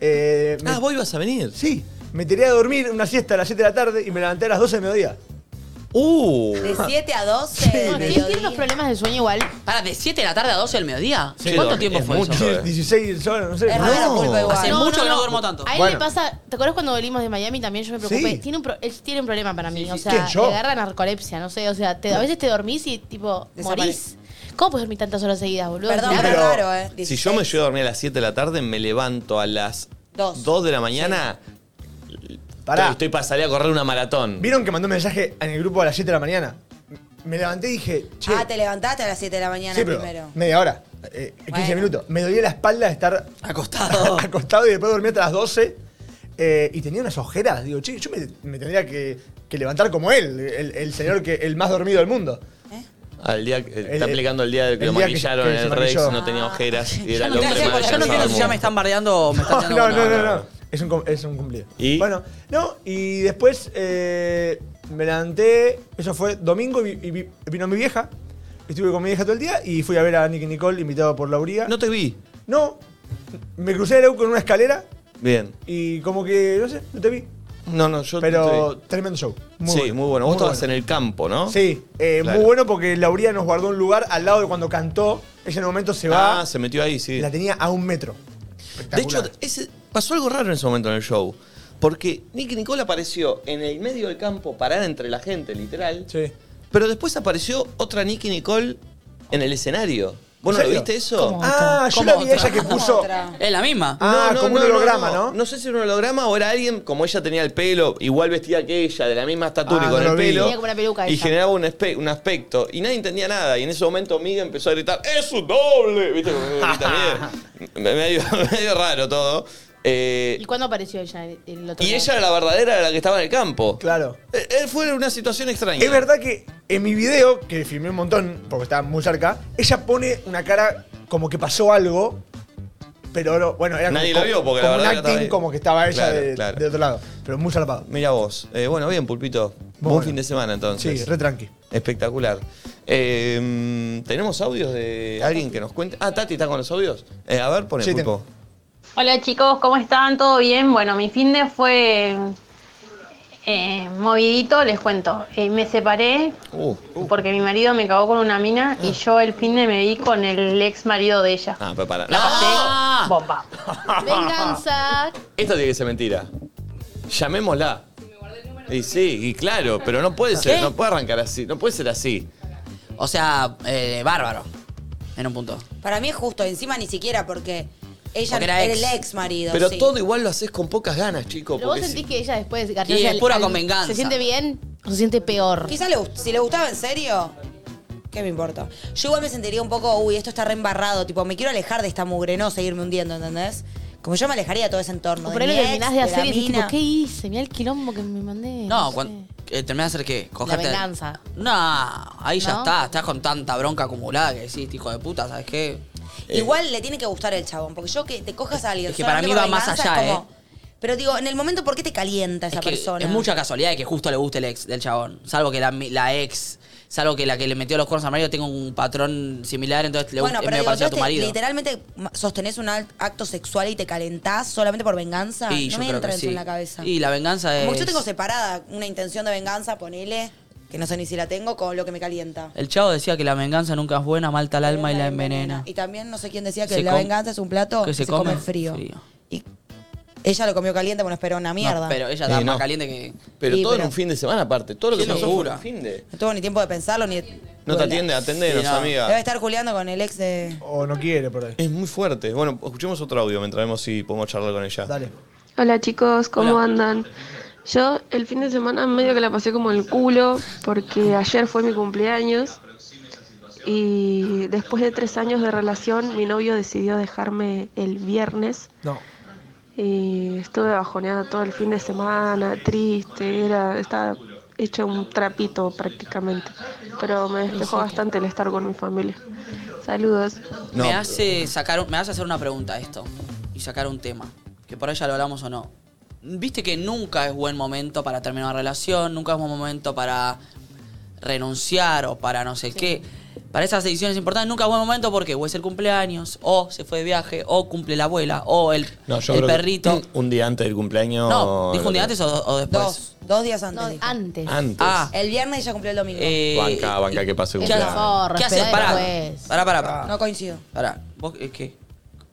Speaker 4: Eh, me-
Speaker 1: Ah, vos ibas a venir.
Speaker 4: Sí, me tiré a dormir una siesta a las 7 de la tarde y me levanté a las 12 del mediodía.
Speaker 1: Uh.
Speaker 3: De
Speaker 7: (laughs)
Speaker 3: 7 a 12. del
Speaker 7: No, ¿Quién
Speaker 3: mediodía.
Speaker 7: tiene unos problemas de sueño igual?
Speaker 2: Para, de 7 de la tarde a 12 del mediodía.
Speaker 1: (laughs) Sí,
Speaker 2: ¿Cuánto
Speaker 1: dormí-
Speaker 2: tiempo
Speaker 1: es
Speaker 2: fue
Speaker 1: mucho,
Speaker 2: eso?
Speaker 1: eh.
Speaker 4: 16 horas, no sé.
Speaker 3: Es
Speaker 4: No.
Speaker 3: raro, pulpo igual.
Speaker 2: Hace mucho que no duermo tanto.
Speaker 7: A él
Speaker 4: Bueno.
Speaker 7: le pasa. ¿Te acuerdas cuando volvimos de Miami? También yo me preocupé.
Speaker 4: Sí.
Speaker 7: Tiene, un pro- él tiene un problema para mí. O
Speaker 4: sí.
Speaker 7: sea,
Speaker 4: ¿Quién, yo?
Speaker 7: le agarra narcolepsia, no sé. O sea, te- a veces te dormís y tipo,
Speaker 3: Desapare-
Speaker 7: morís. ¿Cómo puedes dormir tantas horas seguidas, boludo?
Speaker 3: Perdón,
Speaker 7: Nada.
Speaker 3: pero es
Speaker 4: Pero-
Speaker 3: raro, ¿eh?
Speaker 1: Si yo me llevo a dormir a las 7 de la tarde, me levanto a las
Speaker 3: Dos.
Speaker 1: 2 de la mañana.
Speaker 4: Pará.
Speaker 1: Estoy, estoy para salir a correr una maratón.
Speaker 4: ¿Vieron que mandó un mensaje en el grupo a las 7 de la mañana? Me levanté y dije, che.
Speaker 3: Ah, te levantaste a las 7 de la mañana
Speaker 4: sí, pero
Speaker 3: primero.
Speaker 4: Media hora, eh, 15
Speaker 3: Bueno.
Speaker 4: minutos. Me dolía la espalda de estar
Speaker 2: Acostado.
Speaker 4: (laughs) acostado y después dormí hasta las 12. eh, y tenía unas ojeras. Digo, che, yo me, me tendría que, que levantar como él, el, el señor que el más dormido del mundo.
Speaker 1: Al día, que- está
Speaker 4: el-
Speaker 1: aplicando el día del que
Speaker 4: el
Speaker 1: lo
Speaker 4: día que-
Speaker 1: maquillaron
Speaker 4: que
Speaker 1: en
Speaker 4: se
Speaker 1: el Rex,
Speaker 4: maquilló.
Speaker 1: no tenía ojeras y
Speaker 2: Yo
Speaker 1: era
Speaker 2: no
Speaker 1: el
Speaker 2: entiendo-
Speaker 1: hombre más
Speaker 2: yo no entiendo
Speaker 1: cansado
Speaker 2: si
Speaker 1: del
Speaker 2: ya me
Speaker 1: mundo.
Speaker 2: están bardeando o me están
Speaker 4: No,
Speaker 2: tirando
Speaker 4: (laughs) no,
Speaker 2: buena
Speaker 4: no, no,
Speaker 2: onda.
Speaker 4: no. Es un, com- es un cumplido.
Speaker 1: ¿Y?
Speaker 4: Bueno, no, y después eh, me levanté, eso fue domingo, y, vi- y vi- vino mi vieja. Estuve con mi vieja todo el día y fui a ver a Nicky Nicole, invitado por Lauría.
Speaker 1: No te vi.
Speaker 4: No, me crucé el EU con una escalera
Speaker 1: Bien.
Speaker 4: y como que, no sé, no te vi.
Speaker 1: No, no, yo no te vi.
Speaker 4: Pero tremendo show. Muy
Speaker 1: sí,
Speaker 4: bueno.
Speaker 1: muy bueno. Vos estabas
Speaker 4: bueno.
Speaker 1: en el campo, ¿no?
Speaker 4: Sí, eh,
Speaker 1: Claro.
Speaker 4: muy bueno porque Lauría nos guardó un lugar al lado de cuando cantó. Ella en un momento se va.
Speaker 1: Ah, se metió ahí, sí.
Speaker 4: La tenía a un metro.
Speaker 1: De hecho,
Speaker 4: Espectacular.
Speaker 1: ese- pasó algo raro en ese momento en el show. Porque Nicky Nicole apareció en el medio del campo, parada entre la gente, literal.
Speaker 4: Sí.
Speaker 1: Pero después apareció otra Nicky Nicole en el escenario. ¿Vos no
Speaker 4: ¿En
Speaker 1: lo
Speaker 4: serio?
Speaker 1: viste eso?
Speaker 7: ¿Cómo?
Speaker 4: Ah, yo
Speaker 2: ¿Cómo
Speaker 4: la vi a
Speaker 2: otra?
Speaker 4: ella que
Speaker 3: ¿Cómo
Speaker 4: puso.
Speaker 3: otra?
Speaker 2: Es la misma.
Speaker 4: Ah, como un holograma, ¿no?
Speaker 1: ¿no? sé si era un holograma o era alguien, como ella tenía el pelo igual vestida que ella, de la misma estatura
Speaker 4: Ah,
Speaker 1: y con
Speaker 4: no
Speaker 1: el
Speaker 4: lo vi.
Speaker 1: pelo.
Speaker 7: Tenía como una peluca
Speaker 1: y
Speaker 7: ella.
Speaker 1: generaba un, espe- un aspecto. Y nadie entendía nada. Y en ese momento
Speaker 4: (laughs)
Speaker 1: Miga (laughs) empezó a gritar, ¡es un doble! ¿Viste? Como grita Miguel. Me- medio, medio raro todo.
Speaker 7: ¿Y
Speaker 1: Eh,
Speaker 7: cuándo apareció ella el el otro
Speaker 1: y
Speaker 7: día?
Speaker 1: ella era la verdadera, era la que estaba en el campo.
Speaker 4: Claro.
Speaker 1: Él Eh, fue una situación extraña.
Speaker 4: Es verdad que en mi video, que filmé un montón, porque estaba muy cerca, ella pone una cara como que pasó algo, pero no- bueno, era
Speaker 1: Nadie
Speaker 4: como,
Speaker 1: lo vio, porque la
Speaker 4: como
Speaker 1: verdad que
Speaker 4: un acting
Speaker 1: estaba ahí.
Speaker 4: como que estaba ella
Speaker 1: Claro,
Speaker 4: de,
Speaker 1: claro.
Speaker 4: de otro lado. Pero muy zarpado.
Speaker 1: Mira vos. Eh, bueno, bien, Pulpito. Buen fin de semana entonces.
Speaker 4: Sí, re tranqui.
Speaker 1: Espectacular. Eh, ¿Tenemos audios de alguien que nos cuente? Ah, Tati está con los audios. Eh, a ver, pone
Speaker 4: Sí,
Speaker 1: Pulpo.
Speaker 11: Hola chicos, ¿cómo están? ¿Todo bien? Bueno, mi fin de fue eh, movidito, les cuento. Eh, me separé
Speaker 1: Uh,
Speaker 11: porque mi marido me cagó con una mina y yo el fin de me vi con el ex marido de ella.
Speaker 1: Ah, prepara.
Speaker 11: La pasé bomba.
Speaker 4: (laughs)
Speaker 7: Venganza.
Speaker 1: Esta tiene que ser mentira. Llamémosla. Y sí, y claro, pero no puede ser,
Speaker 2: ¿Qué?
Speaker 1: no puede arrancar así, no puede ser así.
Speaker 2: O sea, eh, bárbaro. En un punto.
Speaker 3: Para mí es justo, encima ni siquiera porque ella
Speaker 2: Porque
Speaker 3: era,
Speaker 2: era ex.
Speaker 3: el ex marido.
Speaker 1: Pero
Speaker 3: sí.
Speaker 1: todo igual lo haces con pocas ganas, chico.
Speaker 7: Pero vos
Speaker 1: porque
Speaker 7: sentís
Speaker 1: si-
Speaker 7: que ella después
Speaker 1: Y
Speaker 7: garchó
Speaker 1: es pura con
Speaker 7: ¿Se
Speaker 1: venganza.
Speaker 7: siente bien o se siente peor?
Speaker 3: Quizá le gust- si le gustaba en serio, ¿qué me importa? Yo igual me sentiría un poco, uy, esto está re embarrado, tipo, me quiero alejar de esta mugre, no seguirme hundiendo, ¿entendés? Como yo me alejaría de todo ese entorno.
Speaker 7: O
Speaker 3: de
Speaker 7: por ahí lo
Speaker 3: mi ex,
Speaker 7: terminás de
Speaker 3: la
Speaker 7: hacer y decís, tipo,
Speaker 3: mina.
Speaker 7: ¿qué hice? Mirá el quilombo que me mandé.
Speaker 2: No,
Speaker 7: sé.
Speaker 2: cuando eh, terminás de hacer qué?
Speaker 7: La
Speaker 2: Cogerte-
Speaker 7: venganza.
Speaker 2: No, ahí ya
Speaker 7: ¿No?
Speaker 2: está. Estás con tanta bronca acumulada que decís, "Este hijo de puta, ¿sabes qué?
Speaker 3: Igual le tiene que gustar el chabón, porque yo que te cojas a alguien.
Speaker 2: Es que para mí
Speaker 3: solamente
Speaker 2: va
Speaker 3: por
Speaker 2: más
Speaker 3: venganza,
Speaker 2: allá, ¿eh?
Speaker 3: es como- Pero digo, en el momento, ¿por qué te calienta esa
Speaker 2: Es que
Speaker 3: persona?
Speaker 2: Es mucha casualidad de que justo le guste el ex del chabón. Salvo que la, mi- la ex, salvo que la que le metió los cuernos al marido tenga un patrón similar, entonces le
Speaker 3: bueno,
Speaker 2: gusta- es
Speaker 3: pero
Speaker 2: medio
Speaker 3: digo,
Speaker 2: parecido a
Speaker 3: vos
Speaker 2: tu
Speaker 3: te-
Speaker 2: marido.
Speaker 3: literalmente ma- sostenés un alt- acto sexual y te calentás solamente por venganza.
Speaker 2: Y
Speaker 3: no
Speaker 2: yo
Speaker 3: me
Speaker 2: creo
Speaker 3: entra
Speaker 2: que
Speaker 3: eso
Speaker 2: sí.
Speaker 3: en la cabeza.
Speaker 2: Y la venganza es.
Speaker 3: Como que yo tengo separada una intención de venganza, ponele, que no sé ni si la tengo, con lo que me calienta.
Speaker 2: El chavo decía que la venganza nunca es buena, malta el alma y la envenena.
Speaker 3: Y también no sé quién decía que
Speaker 2: Se
Speaker 3: la
Speaker 2: com-
Speaker 3: venganza es un plato
Speaker 2: que se come
Speaker 3: frío. Y ella lo comió caliente, bueno, esperó una mierda.
Speaker 2: No, pero ella está
Speaker 1: Eh,
Speaker 2: más
Speaker 1: no.
Speaker 2: caliente que.
Speaker 1: Pero
Speaker 3: Sí,
Speaker 1: todo
Speaker 3: pero-
Speaker 1: en un fin de semana aparte, todo lo que
Speaker 2: Qué
Speaker 1: pasó fue
Speaker 2: locura.
Speaker 1: un fin de.
Speaker 3: No tuvo ni tiempo de pensarlo ni.
Speaker 1: No te atiende, atendenos,
Speaker 2: Sí, no.
Speaker 3: Debe
Speaker 1: amiga.
Speaker 3: estar culeando con el ex de.
Speaker 4: O no quiere por ahí.
Speaker 1: Es muy fuerte. Bueno, escuchemos otro audio mientras vemos si podemos charlar con ella.
Speaker 4: Dale.
Speaker 12: Hola chicos, ¿cómo andan? Yo el fin de semana medio que la pasé como el culo porque ayer fue mi cumpleaños y después de tres años de relación mi novio decidió dejarme el viernes
Speaker 4: No.
Speaker 12: y estuve bajoneada todo el fin de semana, triste, era, estaba hecha un trapito prácticamente, pero me despejó bastante el estar con mi familia. Saludos.
Speaker 2: me hace sacar un- me hace hacer una pregunta esto y sacar un tema que por ahí ya lo hablamos o no viste que nunca es buen momento para terminar una relación nunca es buen momento para renunciar o para no sé qué para esas decisiones importantes nunca es buen momento porque o es el cumpleaños o se fue de viaje o cumple la abuela o el,
Speaker 1: No, yo
Speaker 2: el
Speaker 1: creo que
Speaker 2: perrito
Speaker 1: (clears throat) Un día antes del cumpleaños.
Speaker 2: no dijo un día antes o, o después
Speaker 3: Dos. Dos días antes. dijo.
Speaker 7: Antes.
Speaker 1: Antes.
Speaker 2: ah
Speaker 3: El viernes ella cumplió el domingo.
Speaker 2: eh,
Speaker 1: banca, banca que
Speaker 2: ¿qué
Speaker 1: pase
Speaker 7: Por
Speaker 1: cumpleaños.
Speaker 7: favor,
Speaker 2: ¿Qué haces?
Speaker 7: respetá
Speaker 2: Pará,
Speaker 7: después.
Speaker 2: pará, pará, pará.
Speaker 3: Ah, No coincido.
Speaker 2: Pará. ¿Vos eh, qué?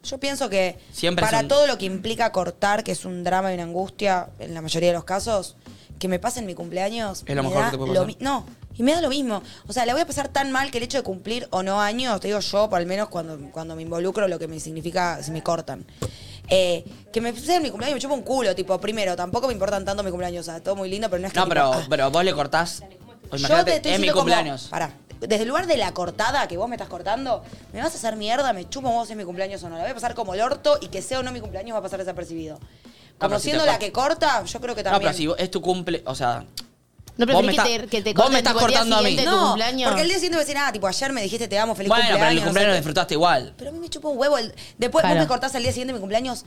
Speaker 3: Yo pienso que
Speaker 2: Siempre es
Speaker 3: para
Speaker 2: un-
Speaker 3: todo lo que implica cortar, que es un drama y una angustia, en la mayoría de los casos, que me pase en mi cumpleaños.
Speaker 2: Es lo
Speaker 3: me
Speaker 2: mejor
Speaker 3: da
Speaker 2: que te puede
Speaker 3: lo
Speaker 2: pasar.
Speaker 3: mi- No, y me da lo mismo. O sea, la voy a pasar tan mal que el hecho de cumplir o no años, te digo yo, por al menos cuando, cuando me involucro, lo que me significa si me cortan. Eh, que me sea en mi cumpleaños, me chupa un culo, tipo, primero, tampoco me importan tanto mi cumpleaños, o sea, todo muy lindo, pero no es que.
Speaker 2: no
Speaker 3: tipo,
Speaker 2: pero
Speaker 3: ah.
Speaker 2: pero vos le cortás
Speaker 3: Yo te
Speaker 2: Pues imagínate
Speaker 3: estoy
Speaker 2: es mi
Speaker 3: diciendo como-
Speaker 2: cumpleaños
Speaker 3: pará, desde el lugar de la cortada que vos me estás cortando, me vas a hacer mierda, me chupo vos si es mi cumpleaños o no. La voy a pasar como el orto y que sea o no mi cumpleaños va a pasar desapercibido.
Speaker 2: Ah,
Speaker 3: Como
Speaker 2: pero si
Speaker 3: siendo
Speaker 2: te
Speaker 3: la
Speaker 2: cort-
Speaker 3: que corta, yo creo que
Speaker 2: No,
Speaker 3: también.
Speaker 2: pero si vos- es tu cumple, o sea,
Speaker 7: No
Speaker 2: Vos me
Speaker 7: preferís que,
Speaker 2: está-
Speaker 7: te, que te
Speaker 2: vos
Speaker 7: corten
Speaker 2: me estás
Speaker 7: tipo, el día
Speaker 2: cortando a mí.
Speaker 7: siguiente de tu
Speaker 3: no,
Speaker 7: cumpleaños.
Speaker 3: porque el día siguiente voy a decir, ah, tipo, ayer me dijiste te amo, feliz
Speaker 2: bueno, pero en
Speaker 3: cumpleaños.
Speaker 2: el
Speaker 3: no sé
Speaker 2: cumpleaños lo
Speaker 3: qué.
Speaker 2: disfrutaste igual.
Speaker 3: Pero a mí me chupa un huevo. el- Después
Speaker 7: Claro.
Speaker 3: vos me cortás el día siguiente de mi cumpleaños.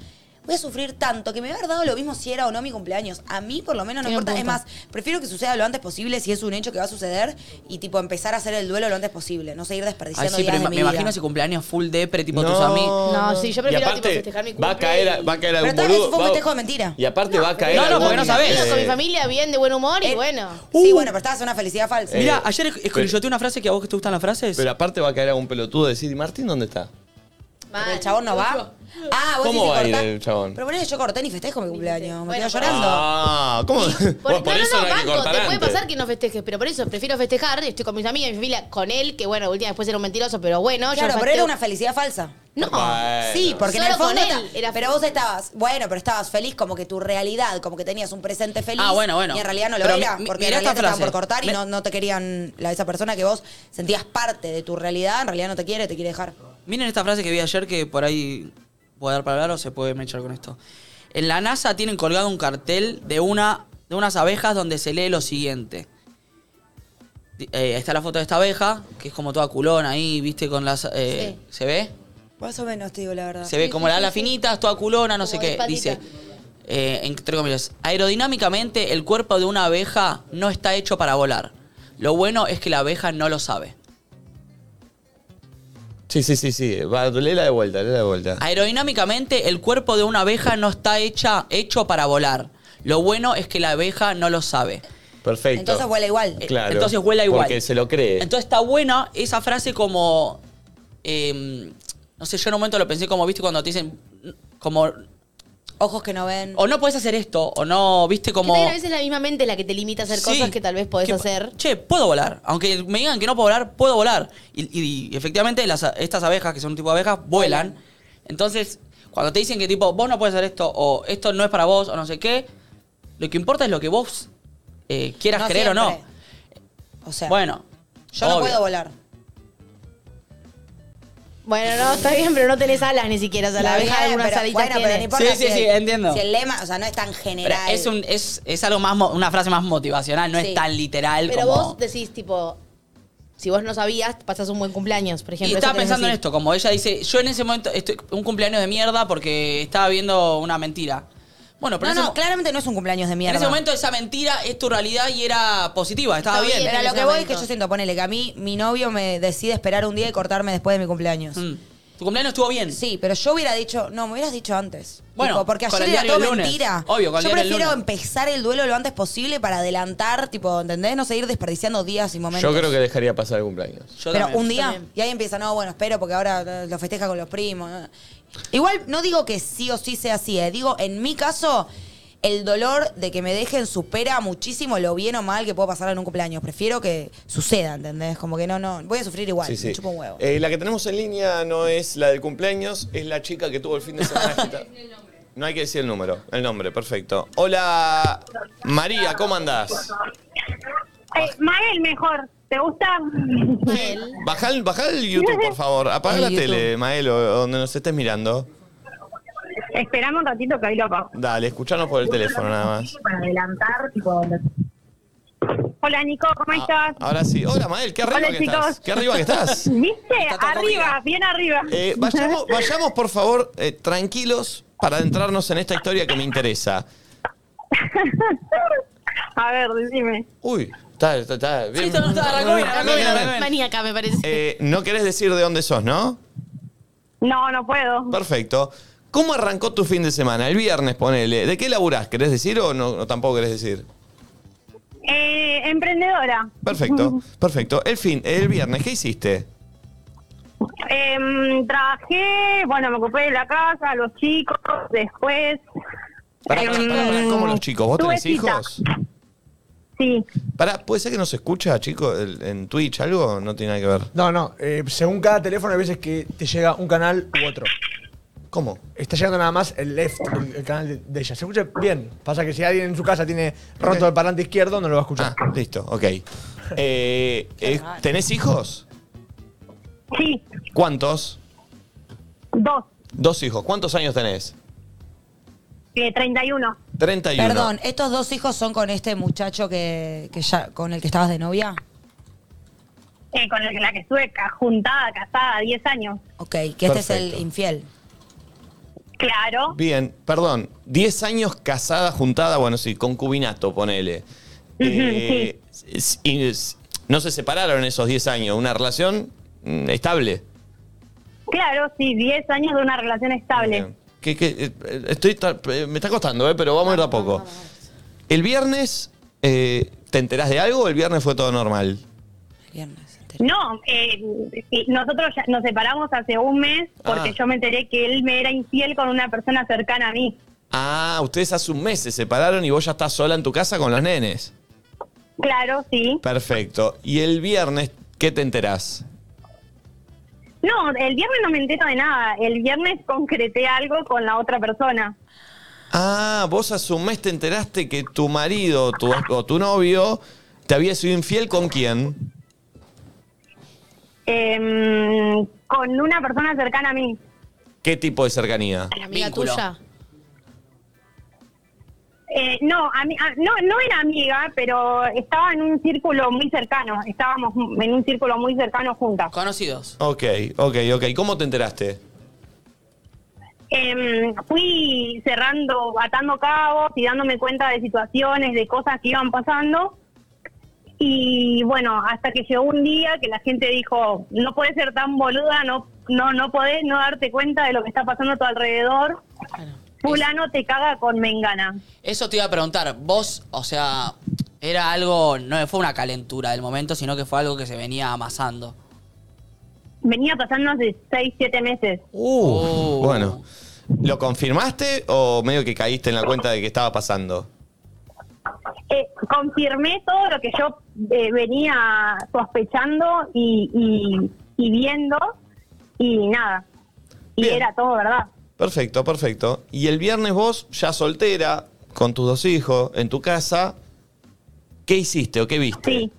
Speaker 3: Voy a sufrir tanto que me va a haber dado lo mismo si era o no mi cumpleaños. A mí, por lo menos, no
Speaker 7: Tiene un
Speaker 3: importa. Es
Speaker 7: punto.
Speaker 3: más, prefiero que suceda lo antes posible si es un hecho que va a suceder y, tipo, empezar a hacer el duelo lo antes posible. No seguir
Speaker 2: Ay,
Speaker 3: desperdiciando
Speaker 2: sí,
Speaker 3: días
Speaker 2: pero me,
Speaker 3: de mi
Speaker 2: me
Speaker 3: vida.
Speaker 2: imagino ese cumpleaños full depre, tipo
Speaker 1: No.
Speaker 2: tus amigos.
Speaker 7: No, sí, yo prefiero
Speaker 1: y aparte,
Speaker 7: tipo, festejar mi
Speaker 1: va a
Speaker 7: cumple
Speaker 1: caer,
Speaker 7: y-
Speaker 1: a- va a caer
Speaker 3: Pero
Speaker 1: algún
Speaker 3: esta vez
Speaker 1: boludo.
Speaker 3: fue un
Speaker 1: va-
Speaker 3: festejo de mentira.
Speaker 1: Y aparte va a caer.
Speaker 2: no,
Speaker 1: algún-
Speaker 2: porque no sabés.
Speaker 7: Con mi
Speaker 1: Eh,
Speaker 7: familia bien, de buen humor y
Speaker 3: Eh,
Speaker 7: bueno. Uh.
Speaker 3: Sí, bueno, pero estabas en una felicidad falsa.
Speaker 1: Eh,
Speaker 2: Mira, ayer esc- escolichoteé una frase que a vos que te gustan las frases. Ah,
Speaker 1: Pero aparte va a caer algún pelotudo y decir, ¿y Martín dónde está?
Speaker 3: Pero el chabón no va. Ah, vos
Speaker 1: ¿Cómo
Speaker 3: decís
Speaker 1: va a
Speaker 3: que
Speaker 1: ir
Speaker 3: cortá.
Speaker 1: el chabón?
Speaker 3: Pero bueno, yo corté ni festejo mi cumpleaños. Me
Speaker 7: Bueno,
Speaker 3: quedo
Speaker 7: pero-
Speaker 3: llorando.
Speaker 1: Ah, ¿cómo?
Speaker 7: no,
Speaker 1: (laughs) Bueno,
Speaker 7: no, no,
Speaker 1: hay que
Speaker 7: banco,
Speaker 1: cortar
Speaker 7: te puede
Speaker 1: antes.
Speaker 7: pasar que no festejes, pero por eso prefiero festejar, estoy con mis amigas y mi familia, con él, que bueno, última después era un mentiroso, pero bueno, yo
Speaker 3: claro, pero
Speaker 7: festeo-
Speaker 3: era una felicidad falsa.
Speaker 7: No,
Speaker 1: Bueno.
Speaker 3: Sí, porque en
Speaker 7: Solo
Speaker 3: el fondo.
Speaker 7: con él
Speaker 3: está-
Speaker 7: era
Speaker 3: pero vos estabas, bueno, pero estabas feliz como que tu realidad, como que tenías un presente feliz.
Speaker 2: Ah, bueno, bueno.
Speaker 3: Y en realidad no lo
Speaker 2: Pero
Speaker 3: era,
Speaker 2: mi- mi-
Speaker 3: porque en
Speaker 2: mirá
Speaker 3: realidad
Speaker 2: esta
Speaker 3: te estaban
Speaker 2: frase.
Speaker 3: por cortar y
Speaker 2: Me-
Speaker 3: no, no te querían, la, esa persona que vos sentías parte de tu realidad, en realidad no te quiere, te quiere dejar.
Speaker 2: Miren esta frase que vi ayer que por ahí puede dar para hablar o se puede mechar con esto. En la NASA tienen colgado un cartel de, una, de unas abejas donde se lee lo siguiente. Di- eh, está la foto de esta abeja, que es como toda culón ahí, viste, con las... eh, ¿Se ve?
Speaker 13: Más o menos, te digo la verdad.
Speaker 2: Se ve como la ala finita, es toda culona, no sé
Speaker 13: Como de
Speaker 2: qué.
Speaker 13: patita.
Speaker 2: Dice, eh, entre comillas, aerodinámicamente el cuerpo de una abeja no está hecho para volar. Lo bueno es que la abeja no lo sabe.
Speaker 1: Sí, sí, sí, sí. Va, léela de vuelta, léela de vuelta.
Speaker 2: Aerodinámicamente el cuerpo de una abeja no está hecha, hecho para volar. Lo bueno es que la abeja no lo sabe.
Speaker 1: Perfecto. Eh,
Speaker 2: Entonces vuela igual.
Speaker 1: Claro.
Speaker 2: Entonces vuela igual.
Speaker 1: Porque se lo cree.
Speaker 2: Entonces está buena esa frase como. eh, no sé, yo en un momento lo pensé como, viste, cuando te dicen. Como.
Speaker 13: Ojos que no ven.
Speaker 2: O no puedes hacer esto, o no, viste, como.
Speaker 7: Que tal vez es la misma mente la que te limita a hacer
Speaker 2: Sí.
Speaker 7: cosas que tal vez podés
Speaker 2: ¿Qué pa-
Speaker 7: hacer.
Speaker 2: Che, puedo volar. Aunque me digan que no puedo volar, puedo volar. Y, y- y efectivamente, las, a- estas abejas, que son un tipo de abejas, vuelan. Entonces, cuando te dicen que tipo, vos no puedes hacer esto, o esto no es para vos, o no sé qué, lo que importa es lo que vos eh, quieras
Speaker 13: No
Speaker 2: creer o no.
Speaker 13: siempre. O sea,
Speaker 2: Bueno.
Speaker 13: yo no
Speaker 2: obvio.
Speaker 13: puedo volar.
Speaker 7: Bueno, no, está bien, pero no tenés alas ni siquiera. O sea, la
Speaker 13: Está
Speaker 7: abeja
Speaker 13: bien,
Speaker 7: algunas
Speaker 13: pero-
Speaker 7: alitas
Speaker 13: bueno, pero
Speaker 7: tiene.
Speaker 13: no importa
Speaker 2: Sí, sí,
Speaker 13: si
Speaker 2: sí,
Speaker 13: el-
Speaker 2: entiendo.
Speaker 13: Si el lema, o sea, no es tan
Speaker 2: Pero
Speaker 13: general.
Speaker 2: es, un, es, es algo más, mo- una frase más motivacional, no
Speaker 7: Sí.
Speaker 2: es tan literal
Speaker 7: Pero
Speaker 2: como.
Speaker 7: vos decís, tipo, si vos no sabías, pasás un buen cumpleaños, por ejemplo.
Speaker 2: y estaba
Speaker 7: eso querés
Speaker 2: pensando en
Speaker 7: decir.
Speaker 2: esto, como ella dice, yo en ese momento, estoy, un cumpleaños de mierda porque estaba viendo una mentira. Bueno, pero
Speaker 13: no,
Speaker 2: en ese
Speaker 13: no,
Speaker 2: mo-
Speaker 13: claramente no es un cumpleaños de mierda.
Speaker 2: En ese momento esa mentira es tu realidad y era positiva, estaba bien.
Speaker 13: Pero lo que voy es que yo siento, ponele, que a mí mi novio me decide esperar un día y cortarme después de mi cumpleaños.
Speaker 2: Mm. Tu cumpleaños estuvo bien.
Speaker 13: Sí, pero yo hubiera dicho, no, me hubieras dicho antes.
Speaker 2: Bueno,
Speaker 13: Tipo, porque
Speaker 2: con
Speaker 13: ayer
Speaker 2: el
Speaker 13: era
Speaker 2: diario
Speaker 13: todo
Speaker 2: del lunes.
Speaker 13: mentira.
Speaker 2: Obvio, con el
Speaker 13: yo
Speaker 2: diario del
Speaker 13: prefiero
Speaker 2: lunes.
Speaker 13: empezar el duelo lo antes posible para adelantar, tipo, ¿entendés? No seguir desperdiciando días y momentos.
Speaker 1: Yo creo que dejaría pasar el cumpleaños.
Speaker 13: pero un día, y ahí empieza, no, bueno, espero porque ahora eh, lo festeja con los primos. ¿no? Igual no digo que sí o sí sea así, eh. digo, en mi caso, el dolor de que me dejen supera muchísimo lo bien o mal que puedo pasar en un cumpleaños. Prefiero que suceda, ¿entendés? Como que no, no, voy a sufrir igual,
Speaker 1: Sí, sí.
Speaker 13: me chupo un huevo.
Speaker 1: Eh, la que tenemos en línea no es la del cumpleaños, es la chica que tuvo el fin de semana. agita- no hay que decir el número, el nombre, perfecto. Hola, María, ¿cómo andás?
Speaker 14: Eh, Mael mejor, ¿te gusta?
Speaker 1: Bajá, el- bajá el YouTube, por favor. Apaga
Speaker 14: El
Speaker 1: la
Speaker 14: YouTube.
Speaker 1: tele, Mael, o donde nos estés mirando.
Speaker 14: Esperame un ratito que ahí lo apago.
Speaker 1: Dale, escuchanos por el teléfono nada más.
Speaker 14: Para adelantar, tipo... Hola Nico, ¿cómo estás?
Speaker 1: Ah, Ahora sí. Hola, Mael, qué arriba
Speaker 14: Hola
Speaker 1: que
Speaker 14: chicos.
Speaker 1: estás. Qué arriba que estás.
Speaker 14: (laughs) ¿Viste? Arriba, bien arriba.
Speaker 1: Eh, vayamos,
Speaker 14: (laughs)
Speaker 1: vayamos, por favor, eh, tranquilos para adentrarnos en esta historia que me interesa.
Speaker 14: A ver, decime.
Speaker 1: Uy, está, está, está. Bien.
Speaker 7: está, no, está, arrancó bien,
Speaker 14: arrancó bien, arrancó
Speaker 7: bien. Maníaca, me parece.
Speaker 1: Eh, no querés decir de dónde sos, ¿no?
Speaker 14: No, no puedo.
Speaker 1: Perfecto. ¿Cómo arrancó tu fin de semana? El viernes, ponele. ¿De qué laburás? ¿Querés decir o no, no tampoco querés decir?
Speaker 14: Eh, emprendedora. (laughs)
Speaker 1: Perfecto, perfecto. El fin, el viernes, ¿qué hiciste?
Speaker 14: Em, trabajé, bueno, me ocupé de la casa, los chicos, después...
Speaker 1: Pará, pará, pará, pará.
Speaker 14: em,
Speaker 1: ¿Cómo los chicos? ¿Vos
Speaker 14: tuve
Speaker 1: tenés
Speaker 14: cita.
Speaker 1: hijos?
Speaker 14: Sí.
Speaker 1: Pará, ¿puede ser que no se escucha, chicos, el- en Twitch algo? No tiene nada que ver.
Speaker 4: No, no. eh, según cada teléfono hay veces que te llega un canal u otro.
Speaker 1: ¿Cómo?
Speaker 4: Está llegando nada más el left, el, el canal de, de ella. Se escucha bien. Pasa que si alguien en su casa tiene roto el parlante izquierdo, no lo va a escuchar.
Speaker 1: Listo, ok. Eh, eh, ¿Tenés hijos?
Speaker 14: Sí,
Speaker 1: ¿Cuántos?
Speaker 14: dos,
Speaker 1: Dos hijos. ¿Cuántos años tenés?
Speaker 14: eh, 31.
Speaker 1: 31.
Speaker 13: Perdón, ¿estos dos hijos son con este muchacho que, que ya, con el que estabas de novia?
Speaker 14: Eh, con el- la que estuve ca- juntada, casada, 10 años.
Speaker 13: Ok, que este es el
Speaker 1: Perfecto.
Speaker 13: infiel.
Speaker 14: Claro.
Speaker 1: Bien, perdón. 10 años casada, juntada, bueno, sí, concubinato, ponele. Eh, s- y s- no se separaron esos 10 años. Una relación mm, estable.
Speaker 14: Claro, sí, 10 años de una relación estable.
Speaker 1: Que, que, eh, eh, estoy tra- eh, me está costando, eh, pero vamos a ir de a poco. El viernes, eh, ¿te enterás de algo o el viernes fue todo normal?
Speaker 14: No, eh, y nosotros ya nos separamos hace un mes porque
Speaker 1: Ah.
Speaker 14: yo me enteré que él me era infiel con una persona cercana a mí.
Speaker 1: Ah, ustedes hace un mes se separaron y vos ya estás sola en tu casa con los nenes.
Speaker 14: Claro, sí.
Speaker 1: Perfecto. Y el viernes, ¿qué te enterás?
Speaker 14: No, el viernes no me entero de nada. El viernes concreté algo con la otra persona.
Speaker 1: Ah, vos hace un mes te enteraste que tu marido tu- o tu novio te había sido infiel con quién?
Speaker 14: Em, con una persona cercana a mí.
Speaker 1: ¿Qué tipo de cercanía?
Speaker 7: La amiga tuya.
Speaker 14: Eh, no, a mí- a- no, no era amiga, pero estaba en un círculo muy cercano. Estábamos en un círculo muy cercano juntas.
Speaker 2: Conocidos.
Speaker 1: Ok, ok, ok. ¿Cómo te enteraste?
Speaker 14: Em, fui cerrando, atando cabos y dándome cuenta de situaciones, de cosas que iban pasando. Y bueno, hasta que llegó un día que la gente dijo, no puedes ser tan boluda, no, no, no podés no darte cuenta de lo que está pasando a tu alrededor. Fulano te caga con mengana.
Speaker 2: Eso te iba a preguntar, vos, o sea, era algo, no fue una calentura del momento, sino que fue algo que se venía amasando.
Speaker 14: Venía pasando hace 6, 7 meses.
Speaker 1: Uh, Bueno, ¿lo confirmaste o medio que caíste en la cuenta de que estaba pasando?
Speaker 14: Eh, confirmé todo lo que yo eh, venía sospechando y, y- y viendo y nada. Y era todo verdad.
Speaker 1: Perfecto, perfecto. Y el viernes vos, ya soltera, con tus dos hijos, en tu casa, ¿qué hiciste o qué viste?
Speaker 14: Sí.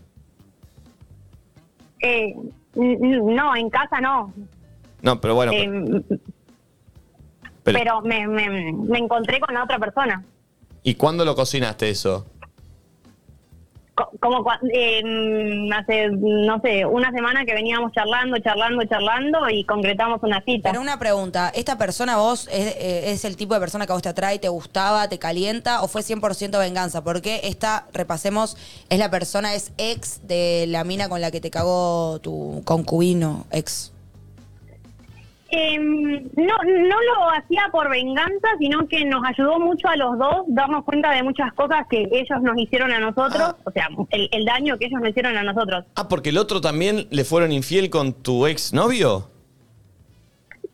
Speaker 14: Eh, n- n- no, en casa no.
Speaker 1: No, pero bueno.
Speaker 14: Eh,
Speaker 7: Em,
Speaker 1: pero-
Speaker 14: pero me, me- me encontré con la otra persona.
Speaker 1: ¿Y cuándo lo cocinaste eso?
Speaker 14: Co- Como cua- eh, hace, no sé, una semana que veníamos charlando, charlando, charlando y concretamos una cita.
Speaker 13: Pero una pregunta, ¿esta persona vos es, eh, es el tipo de persona que a vos te atrae, te gustaba, te calienta o fue 100% venganza? Porque esta, repasemos, es la persona, es ex de la mina con la que te cagó tu concubino, ex.
Speaker 14: Eh, no, no lo hacía por venganza, sino que nos ayudó mucho a los dos darnos cuenta de muchas cosas que ellos nos hicieron a
Speaker 2: Ah.
Speaker 14: nosotros, o sea, el, el daño que ellos nos hicieron a nosotros.
Speaker 1: Ah, porque el otro también le fueron infiel con tu ex novio.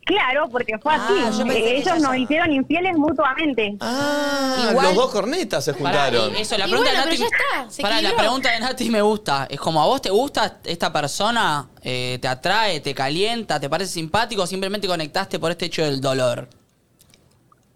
Speaker 14: Claro, porque fue así.
Speaker 2: Ah, yo pensé que
Speaker 14: Eh,
Speaker 2: ya
Speaker 14: ellos nos
Speaker 2: se-
Speaker 14: hicieron infieles mutuamente.
Speaker 1: Ah, los dos cornetas se juntaron.
Speaker 2: Pará, y eso, la
Speaker 7: Y
Speaker 2: pregunta
Speaker 7: bueno,
Speaker 2: de Nati.
Speaker 7: pero ya
Speaker 13: Ah,
Speaker 7: está, se
Speaker 2: Pará, la
Speaker 7: equilibró.
Speaker 2: pregunta de Nati me gusta. Es como, ¿a vos te gusta esta persona? Eh, ¿Te atrae? ¿Te calienta? ¿Te parece simpático? o simplemente conectaste por este hecho del dolor?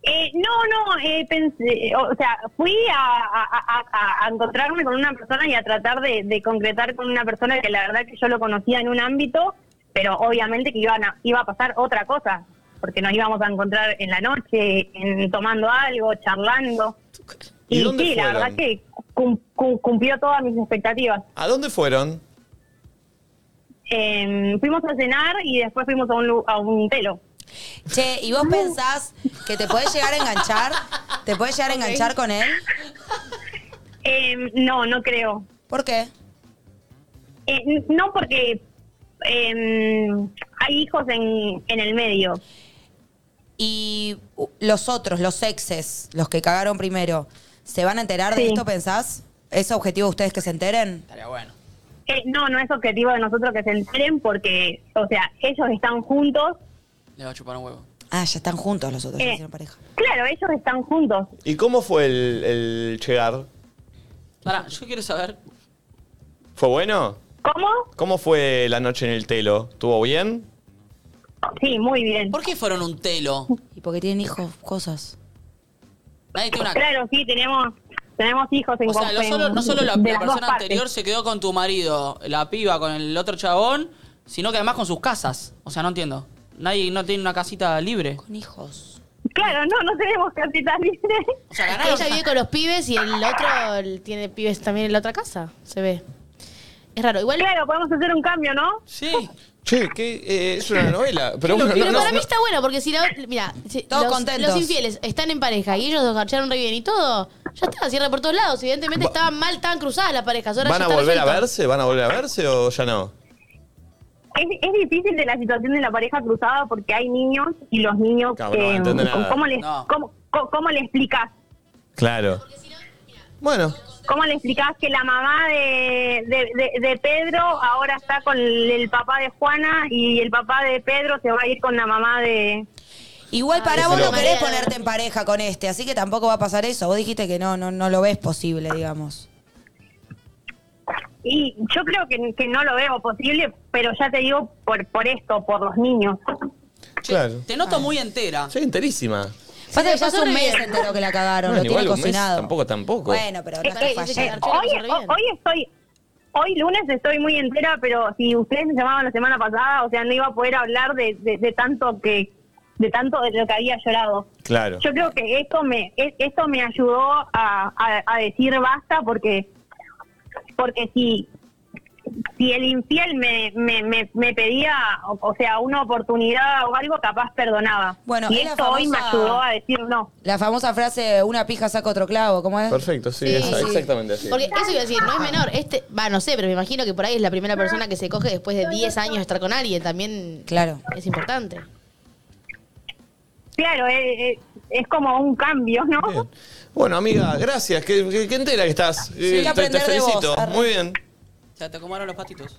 Speaker 14: Eh, no, no, eh, pensé- o sea, fui a, a- a- a- a encontrarme con una persona y a tratar de, de concretar con una persona que la verdad que yo lo conocía en un ámbito, pero obviamente que iban a- iba a pasar otra cosa, porque nos íbamos a encontrar en la noche, en, tomando algo, charlando.
Speaker 1: ¿Y
Speaker 14: Y,
Speaker 1: dónde
Speaker 14: sí, la
Speaker 1: fueron?
Speaker 14: verdad que cum- cum- cumplió todas mis expectativas.
Speaker 1: ¿A dónde fueron?
Speaker 14: Eh, fuimos a cenar y después fuimos a un, lu- a un telo.
Speaker 13: Che, ¿y vos pensás que te podés llegar a enganchar? ¿Te podés llegar a enganchar con él?
Speaker 14: Eh, no, no creo.
Speaker 13: ¿Por qué?
Speaker 14: Eh, n- no, porque eh, hay hijos en, (laughs) en el medio.
Speaker 13: Y uh, los otros, los exes, los que cagaron primero, ¿se van a enterar de
Speaker 14: Sí.
Speaker 13: esto, pensás? ¿Es objetivo de ustedes que se enteren?
Speaker 14: Eh, no, no es objetivo de nosotros que se enteren porque, o sea, ellos están juntos.
Speaker 2: Le va a chupar un huevo.
Speaker 13: Ah, ya están juntos los otros.
Speaker 14: eh, claro, ellos están juntos.
Speaker 1: ¿Y cómo fue el, el llegar?
Speaker 2: Pará, yo quiero saber.
Speaker 1: ¿Fue bueno?
Speaker 14: ¿Cómo?
Speaker 1: ¿Cómo fue la noche en el telo? ¿Estuvo bien?
Speaker 14: Sí, muy bien.
Speaker 2: ¿Por qué fueron un telo?
Speaker 13: Y porque tienen hijos, cosas.
Speaker 14: Claro, sí, tenemos tenemos hijos en
Speaker 2: O sea, no
Speaker 14: en-
Speaker 2: solo, no solo la,
Speaker 14: de
Speaker 2: la
Speaker 14: las dos
Speaker 2: persona
Speaker 14: partes.
Speaker 2: anterior se quedó con tu marido, la piba con el otro chabón, sino que además con sus casas. O sea, no entiendo. Nadie no tiene una casita libre.
Speaker 13: Con hijos.
Speaker 14: Claro, no, no tenemos casitas libres.
Speaker 2: O sea,
Speaker 7: Que ella vive con los pibes y el otro el- tiene pibes también en la otra casa, se ve. Es raro. Igual.
Speaker 14: Claro, podemos hacer un cambio, ¿no?
Speaker 2: Sí.
Speaker 1: Che, que eh, es una novela. Pero, bueno, no, no,
Speaker 7: para mí
Speaker 1: no.
Speaker 7: está bueno, porque si la. Mira,
Speaker 13: Todos
Speaker 7: los,
Speaker 13: contentos.
Speaker 7: los infieles están en pareja y ellos dos garcharon re bien y todo, ya está, cierra por todos lados. Evidentemente estaban mal, estaban cruzadas las parejas. Ahora
Speaker 1: ¿Van
Speaker 7: ya
Speaker 1: a
Speaker 7: está
Speaker 1: volver a
Speaker 7: resuelto.
Speaker 1: verse? ¿Van a volver a verse o ya no?
Speaker 14: Es, es difícil de la situación de la pareja cruzada porque hay niños y los niños,
Speaker 1: Claro, no
Speaker 14: eh,
Speaker 1: entienden
Speaker 14: ¿cómo,
Speaker 1: nada.
Speaker 14: le,
Speaker 1: No.
Speaker 14: cómo- cómo- cómo le explicas?
Speaker 1: Claro. Bueno.
Speaker 14: ¿Cómo le explicás que la mamá de, de- de- de Pedro ahora está con el, el papá de Juana y el papá de Pedro se va a ir con la mamá de...
Speaker 2: Ah,
Speaker 13: Igual para
Speaker 14: es
Speaker 13: vos no
Speaker 14: loco.
Speaker 13: querés ponerte en pareja con este, así que tampoco va a pasar eso. Vos dijiste que no, no, no lo ves posible, digamos.
Speaker 14: Y yo creo que, que no lo veo posible, pero ya te digo por, por esto, por los niños.
Speaker 1: Claro.
Speaker 2: Te noto muy entera.
Speaker 1: Sí, enterísima.
Speaker 13: Pasa que ya
Speaker 14: pasó
Speaker 13: hace un
Speaker 14: re
Speaker 13: mes
Speaker 14: bien.
Speaker 13: entero que la cagaron, lo
Speaker 1: Bueno,
Speaker 13: tiene
Speaker 1: igual un mes
Speaker 13: cocinado.
Speaker 1: tampoco, tampoco.
Speaker 13: Bueno, pero no
Speaker 14: Eh, eh,
Speaker 13: están
Speaker 14: eh,
Speaker 13: fallando.
Speaker 14: hoy, hoy estoy... Hoy lunes estoy muy entera, pero si ustedes me llamaban la semana pasada, o sea, no iba a poder hablar de, de- de tanto que, de tanto de lo que había llorado.
Speaker 1: Claro.
Speaker 14: Yo creo que esto me es- esto me ayudó a, a- a decir basta porque porque si si el infiel me, me, me, me pedía o, o sea una oportunidad o algo capaz perdonaba.
Speaker 3: Bueno,
Speaker 14: y
Speaker 3: es la
Speaker 14: esto hoy me
Speaker 3: famosa-
Speaker 14: ayudó a decir no.
Speaker 3: La famosa frase, una pija saca otro clavo, ¿cómo es?
Speaker 1: Perfecto, sí,
Speaker 3: Sí,
Speaker 1: esa-
Speaker 3: sí.
Speaker 1: exactamente así.
Speaker 7: Porque eso iba a decir, no es menor. Este, va, no sé, pero me imagino que por ahí es la primera persona que se coge después de 10 años de estar con alguien. También
Speaker 3: claro.
Speaker 7: es importante.
Speaker 14: Claro, eh, eh, es como un cambio, ¿no?
Speaker 1: Bueno, amiga, gracias. Qué, qué- qué entera que estás. Eh,
Speaker 2: que
Speaker 1: te- te,
Speaker 2: aprender de vos,
Speaker 1: felicito.
Speaker 2: arre.
Speaker 1: Muy bien.
Speaker 2: Se te acomodaron los patitos.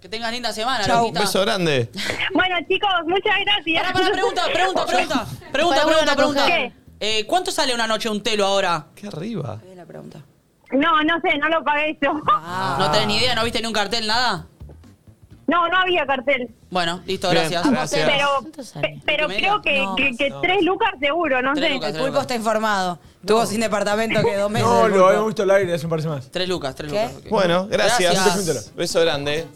Speaker 2: Que tengan linda semana,
Speaker 1: Un
Speaker 2: Lupita.
Speaker 1: beso grande.
Speaker 14: Bueno, chicos, muchas gracias.
Speaker 2: Para, para, pregunta, pregunta, pregunta. Pregunta,
Speaker 14: Para,
Speaker 2: pregunta,
Speaker 14: bueno,
Speaker 2: pregunta.
Speaker 14: ¿qué?
Speaker 2: Eh, ¿Cuánto sale una noche un telo ahora?
Speaker 1: Qué arriba.
Speaker 14: No, no sé, no lo pagué yo.
Speaker 2: Ah, ¿No tenés ni idea? ¿No viste ni un cartel, nada?
Speaker 14: No, no había cartel.
Speaker 2: Bueno, listo,
Speaker 1: Bien,
Speaker 2: gracias.
Speaker 1: gracias.
Speaker 14: Pero, pero
Speaker 2: ¿Cinco y
Speaker 14: creo
Speaker 2: media?
Speaker 14: que,
Speaker 2: No,
Speaker 14: que- que
Speaker 2: no.
Speaker 14: tres lucas seguro, no sé.
Speaker 3: el pulpo está informado. Tuvo sin departamento que dos meses.
Speaker 4: No,
Speaker 3: el
Speaker 4: lo
Speaker 3: pulpo.
Speaker 4: habíamos visto al aire hace un par de semanas.
Speaker 2: Tres lucas, tres
Speaker 3: ¿Qué? lucas,
Speaker 1: Bueno, gracias.
Speaker 4: Gracias.
Speaker 1: Beso grande.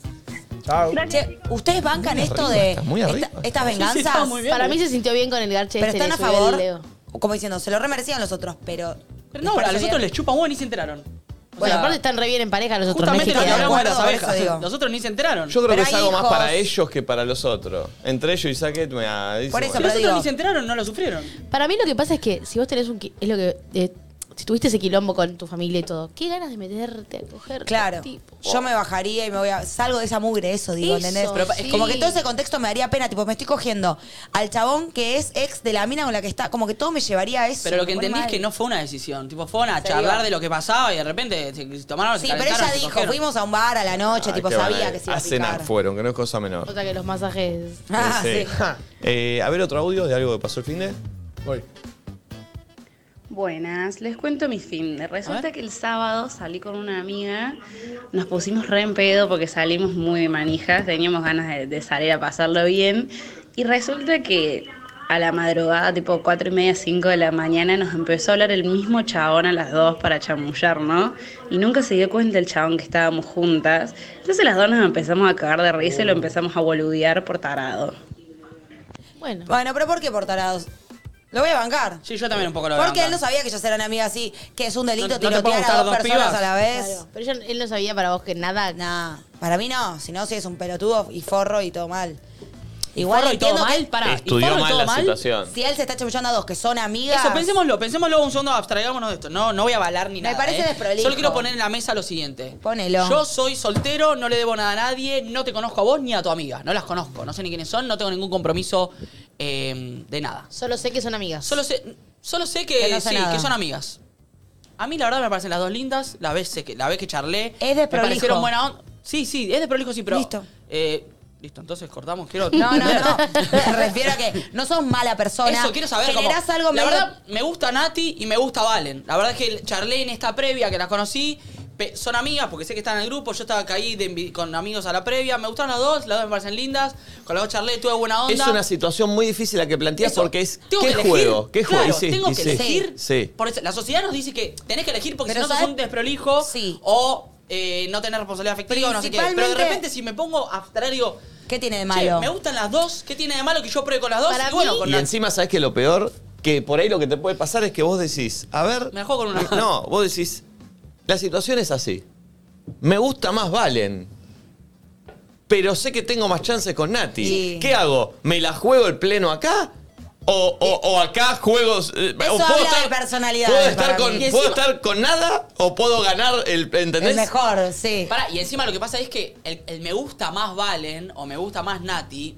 Speaker 4: Chao.
Speaker 3: Che, ¿ustedes bancan
Speaker 1: Muy
Speaker 3: esto
Speaker 1: arriba,
Speaker 3: de
Speaker 1: está muy arriba.
Speaker 3: esta- estas
Speaker 1: Sí, sí,
Speaker 3: venganzas?
Speaker 1: está muy bien.
Speaker 7: Para mí se sintió bien con el garche
Speaker 3: Pero
Speaker 7: este,
Speaker 3: están
Speaker 7: le
Speaker 3: a
Speaker 7: subió el
Speaker 3: favor,
Speaker 7: dedo.
Speaker 3: como diciendo, se lo remerecían los otros, pero...
Speaker 2: Pero no, a los otros les chupan huevo y ni se enteraron. O
Speaker 7: Bueno,
Speaker 2: sea,
Speaker 7: aparte están re bien en pareja los otros.
Speaker 2: justamente lo
Speaker 7: no es
Speaker 2: que
Speaker 7: que quedaron.
Speaker 2: hablamos de las
Speaker 3: acuerdo, por
Speaker 2: abejas.
Speaker 3: eso digo.
Speaker 2: Los otros ni se enteraron.
Speaker 1: Yo creo que es algo más para
Speaker 2: ellos.
Speaker 1: ellos que para los otros. Entre ellos, Isaac me ha dice,
Speaker 2: Por eso,
Speaker 1: bueno.
Speaker 2: los otros
Speaker 7: este
Speaker 2: ni se enteraron, no lo sufrieron.
Speaker 7: Para mí lo que pasa es que si vos tenés un... qui- Es lo que... eh, si tuviste ese quilombo con tu familia y todo, qué ganas de meterte a coger.
Speaker 3: Claro. Yo me bajaría y me voy a. Salgo de esa mugre, eso digo,
Speaker 7: Eso,
Speaker 3: ¿entendés? Pero eh,
Speaker 7: sí.
Speaker 3: Como que todo ese contexto me daría pena. Tipo, me estoy cogiendo al chabón que es ex de la mina con la que está. Como que todo me llevaría a eso.
Speaker 2: Pero lo que
Speaker 3: me pone
Speaker 2: entendí es
Speaker 3: mal.
Speaker 2: que no fue una decisión. Tipo, fue una
Speaker 3: Se
Speaker 2: charlar
Speaker 3: iba.
Speaker 2: de lo que pasaba y de repente se se tomaron, se
Speaker 3: Sí, pero
Speaker 2: calentaron,
Speaker 3: ella
Speaker 2: se
Speaker 3: dijo,
Speaker 2: cogieron.
Speaker 3: fuimos a un bar a la noche,
Speaker 1: Ay,
Speaker 3: tipo,
Speaker 1: Ah, qué van
Speaker 3: sabía
Speaker 1: a-
Speaker 3: que se iba a,
Speaker 1: A
Speaker 3: picar.
Speaker 1: cenar fueron, que no es cosa menor.
Speaker 7: Nota que los masajes.
Speaker 3: ah,
Speaker 1: Sí. Eh, a ver otro audio de algo que pasó el fin de. Voy.
Speaker 15: Buenas, les cuento mi fin. de. Resulta que el sábado salí con una amiga, nos pusimos re en pedo porque salimos muy de manijas, teníamos ganas de, de salir a pasarlo bien y resulta que a la madrugada, tipo 4 y media, 5 de la mañana, nos empezó a hablar el mismo chabón a las dos para chamullar, ¿no? Y nunca se dio cuenta el chabón que estábamos juntas. Entonces las dos nos empezamos a cagar de risa y
Speaker 3: Uh.
Speaker 15: lo empezamos a boludear por tarado.
Speaker 7: Bueno.
Speaker 3: Bueno, pero ¿por qué por tarados? Lo voy a bancar.
Speaker 2: Sí, yo también un poco lo voy a
Speaker 3: Porque
Speaker 2: bancar.
Speaker 3: él no sabía que ellos eran amigas así, que es un delito
Speaker 2: No- no te pueden
Speaker 3: tirotear
Speaker 2: gustar
Speaker 3: a dos
Speaker 2: dos
Speaker 3: personas
Speaker 2: pibas.
Speaker 3: a la vez.
Speaker 7: Claro, pero yo- él no sabía para vos que nada.
Speaker 3: Nada. Para mí no, si no, si es un pelotudo y forro y todo mal. Igual
Speaker 2: forro y todo
Speaker 3: entiendo que
Speaker 2: mal? Pará, ¿y
Speaker 1: Estudió
Speaker 2: forro y
Speaker 1: mal
Speaker 2: todo
Speaker 1: la situación.
Speaker 3: Si él se está chamullando a dos que son amigas.
Speaker 2: Eso, pensémoslo, pensémoslo un segundo, abstraigámonos de esto. No, no voy a avalar ni
Speaker 3: Me
Speaker 2: nada.
Speaker 3: parece
Speaker 2: ¿eh?
Speaker 3: desprolijo.
Speaker 2: Solo quiero poner en la mesa lo siguiente.
Speaker 3: Ponelo.
Speaker 2: Yo soy soltero, no le debo nada a nadie, no te conozco a vos ni a tu amiga. No las conozco, no sé ni quiénes son, no tengo ningún compromiso eh, de nada.
Speaker 7: Solo sé que son amigas.
Speaker 2: Solo sé, solo sé que,
Speaker 7: Que no sé
Speaker 2: sí,
Speaker 7: nada.
Speaker 2: que son amigas. A mí la verdad me parecen las dos lindas, la vez que, la vez que charlé. Me
Speaker 3: Es desprolijo.
Speaker 2: parecieron buena onda. Sí, sí, es de prolijo, sí, pero.
Speaker 3: Listo.
Speaker 2: eh, listo, entonces cortamos. Quiero
Speaker 3: No,
Speaker 2: (laughs)
Speaker 3: no,
Speaker 2: entender.
Speaker 3: no. Me refiero a que no sos mala persona.
Speaker 2: Eso quiero saber. como-
Speaker 3: Generás algo
Speaker 2: la
Speaker 3: medio-
Speaker 2: verdad, me gusta Nati y me gusta Valen. La verdad es que charlé en esta previa que las conocí. pe- Son amigas porque sé que están en el grupo. Yo estaba caí de envi- con amigos a la previa. Me gustaron las dos, las dos me parecen lindas. Con las dos charlé, tuve buena onda.
Speaker 1: Es una situación muy difícil la que planteas porque es.
Speaker 2: Tengo
Speaker 1: ¿Qué
Speaker 2: que elegir.
Speaker 1: juego? ¿Qué
Speaker 2: Claro,
Speaker 1: juego? Y sí,
Speaker 2: tengo
Speaker 1: y
Speaker 2: que
Speaker 1: sí.
Speaker 2: elegir.
Speaker 1: Sí.
Speaker 2: Por eso, la sociedad nos dice que tenés que elegir porque
Speaker 3: Pero
Speaker 2: si no sos
Speaker 3: ¿sabes?
Speaker 2: un desprolijo o eh, no tener responsabilidad afectiva o no sé qué. Pero de
Speaker 3: Principalmente-
Speaker 2: repente si me pongo a traer digo,
Speaker 3: ¿Qué tiene de
Speaker 2: che,
Speaker 3: malo?
Speaker 2: me gustan las dos, ¿qué tiene de malo que yo pruebe con las dos?
Speaker 3: Para
Speaker 2: y bueno,
Speaker 3: mí-
Speaker 2: con
Speaker 1: Y
Speaker 2: la-
Speaker 1: encima, ¿sabes que lo peor? Que por ahí lo que te puede pasar es que vos decís, a ver.
Speaker 2: Me la juego con una.
Speaker 1: No, vos decís, la situación es así. Me gusta más Valen. Pero sé que tengo más chances con Nati.
Speaker 3: Sí.
Speaker 1: ¿Qué hago? ¿Me la juego el pleno acá? ¿O,
Speaker 2: Eh,
Speaker 1: o- o acá juegos.? eh,
Speaker 3: Eso
Speaker 1: o puedo
Speaker 3: habla
Speaker 1: estar-
Speaker 3: de personalidad.
Speaker 1: ¿Puedo, estar con, ¿puedo estar con nada o puedo ganar el. ¿Entendés?
Speaker 3: Es mejor, sí.
Speaker 2: Pará, y encima lo que pasa es que el, el me gusta más Valen o me gusta más Nati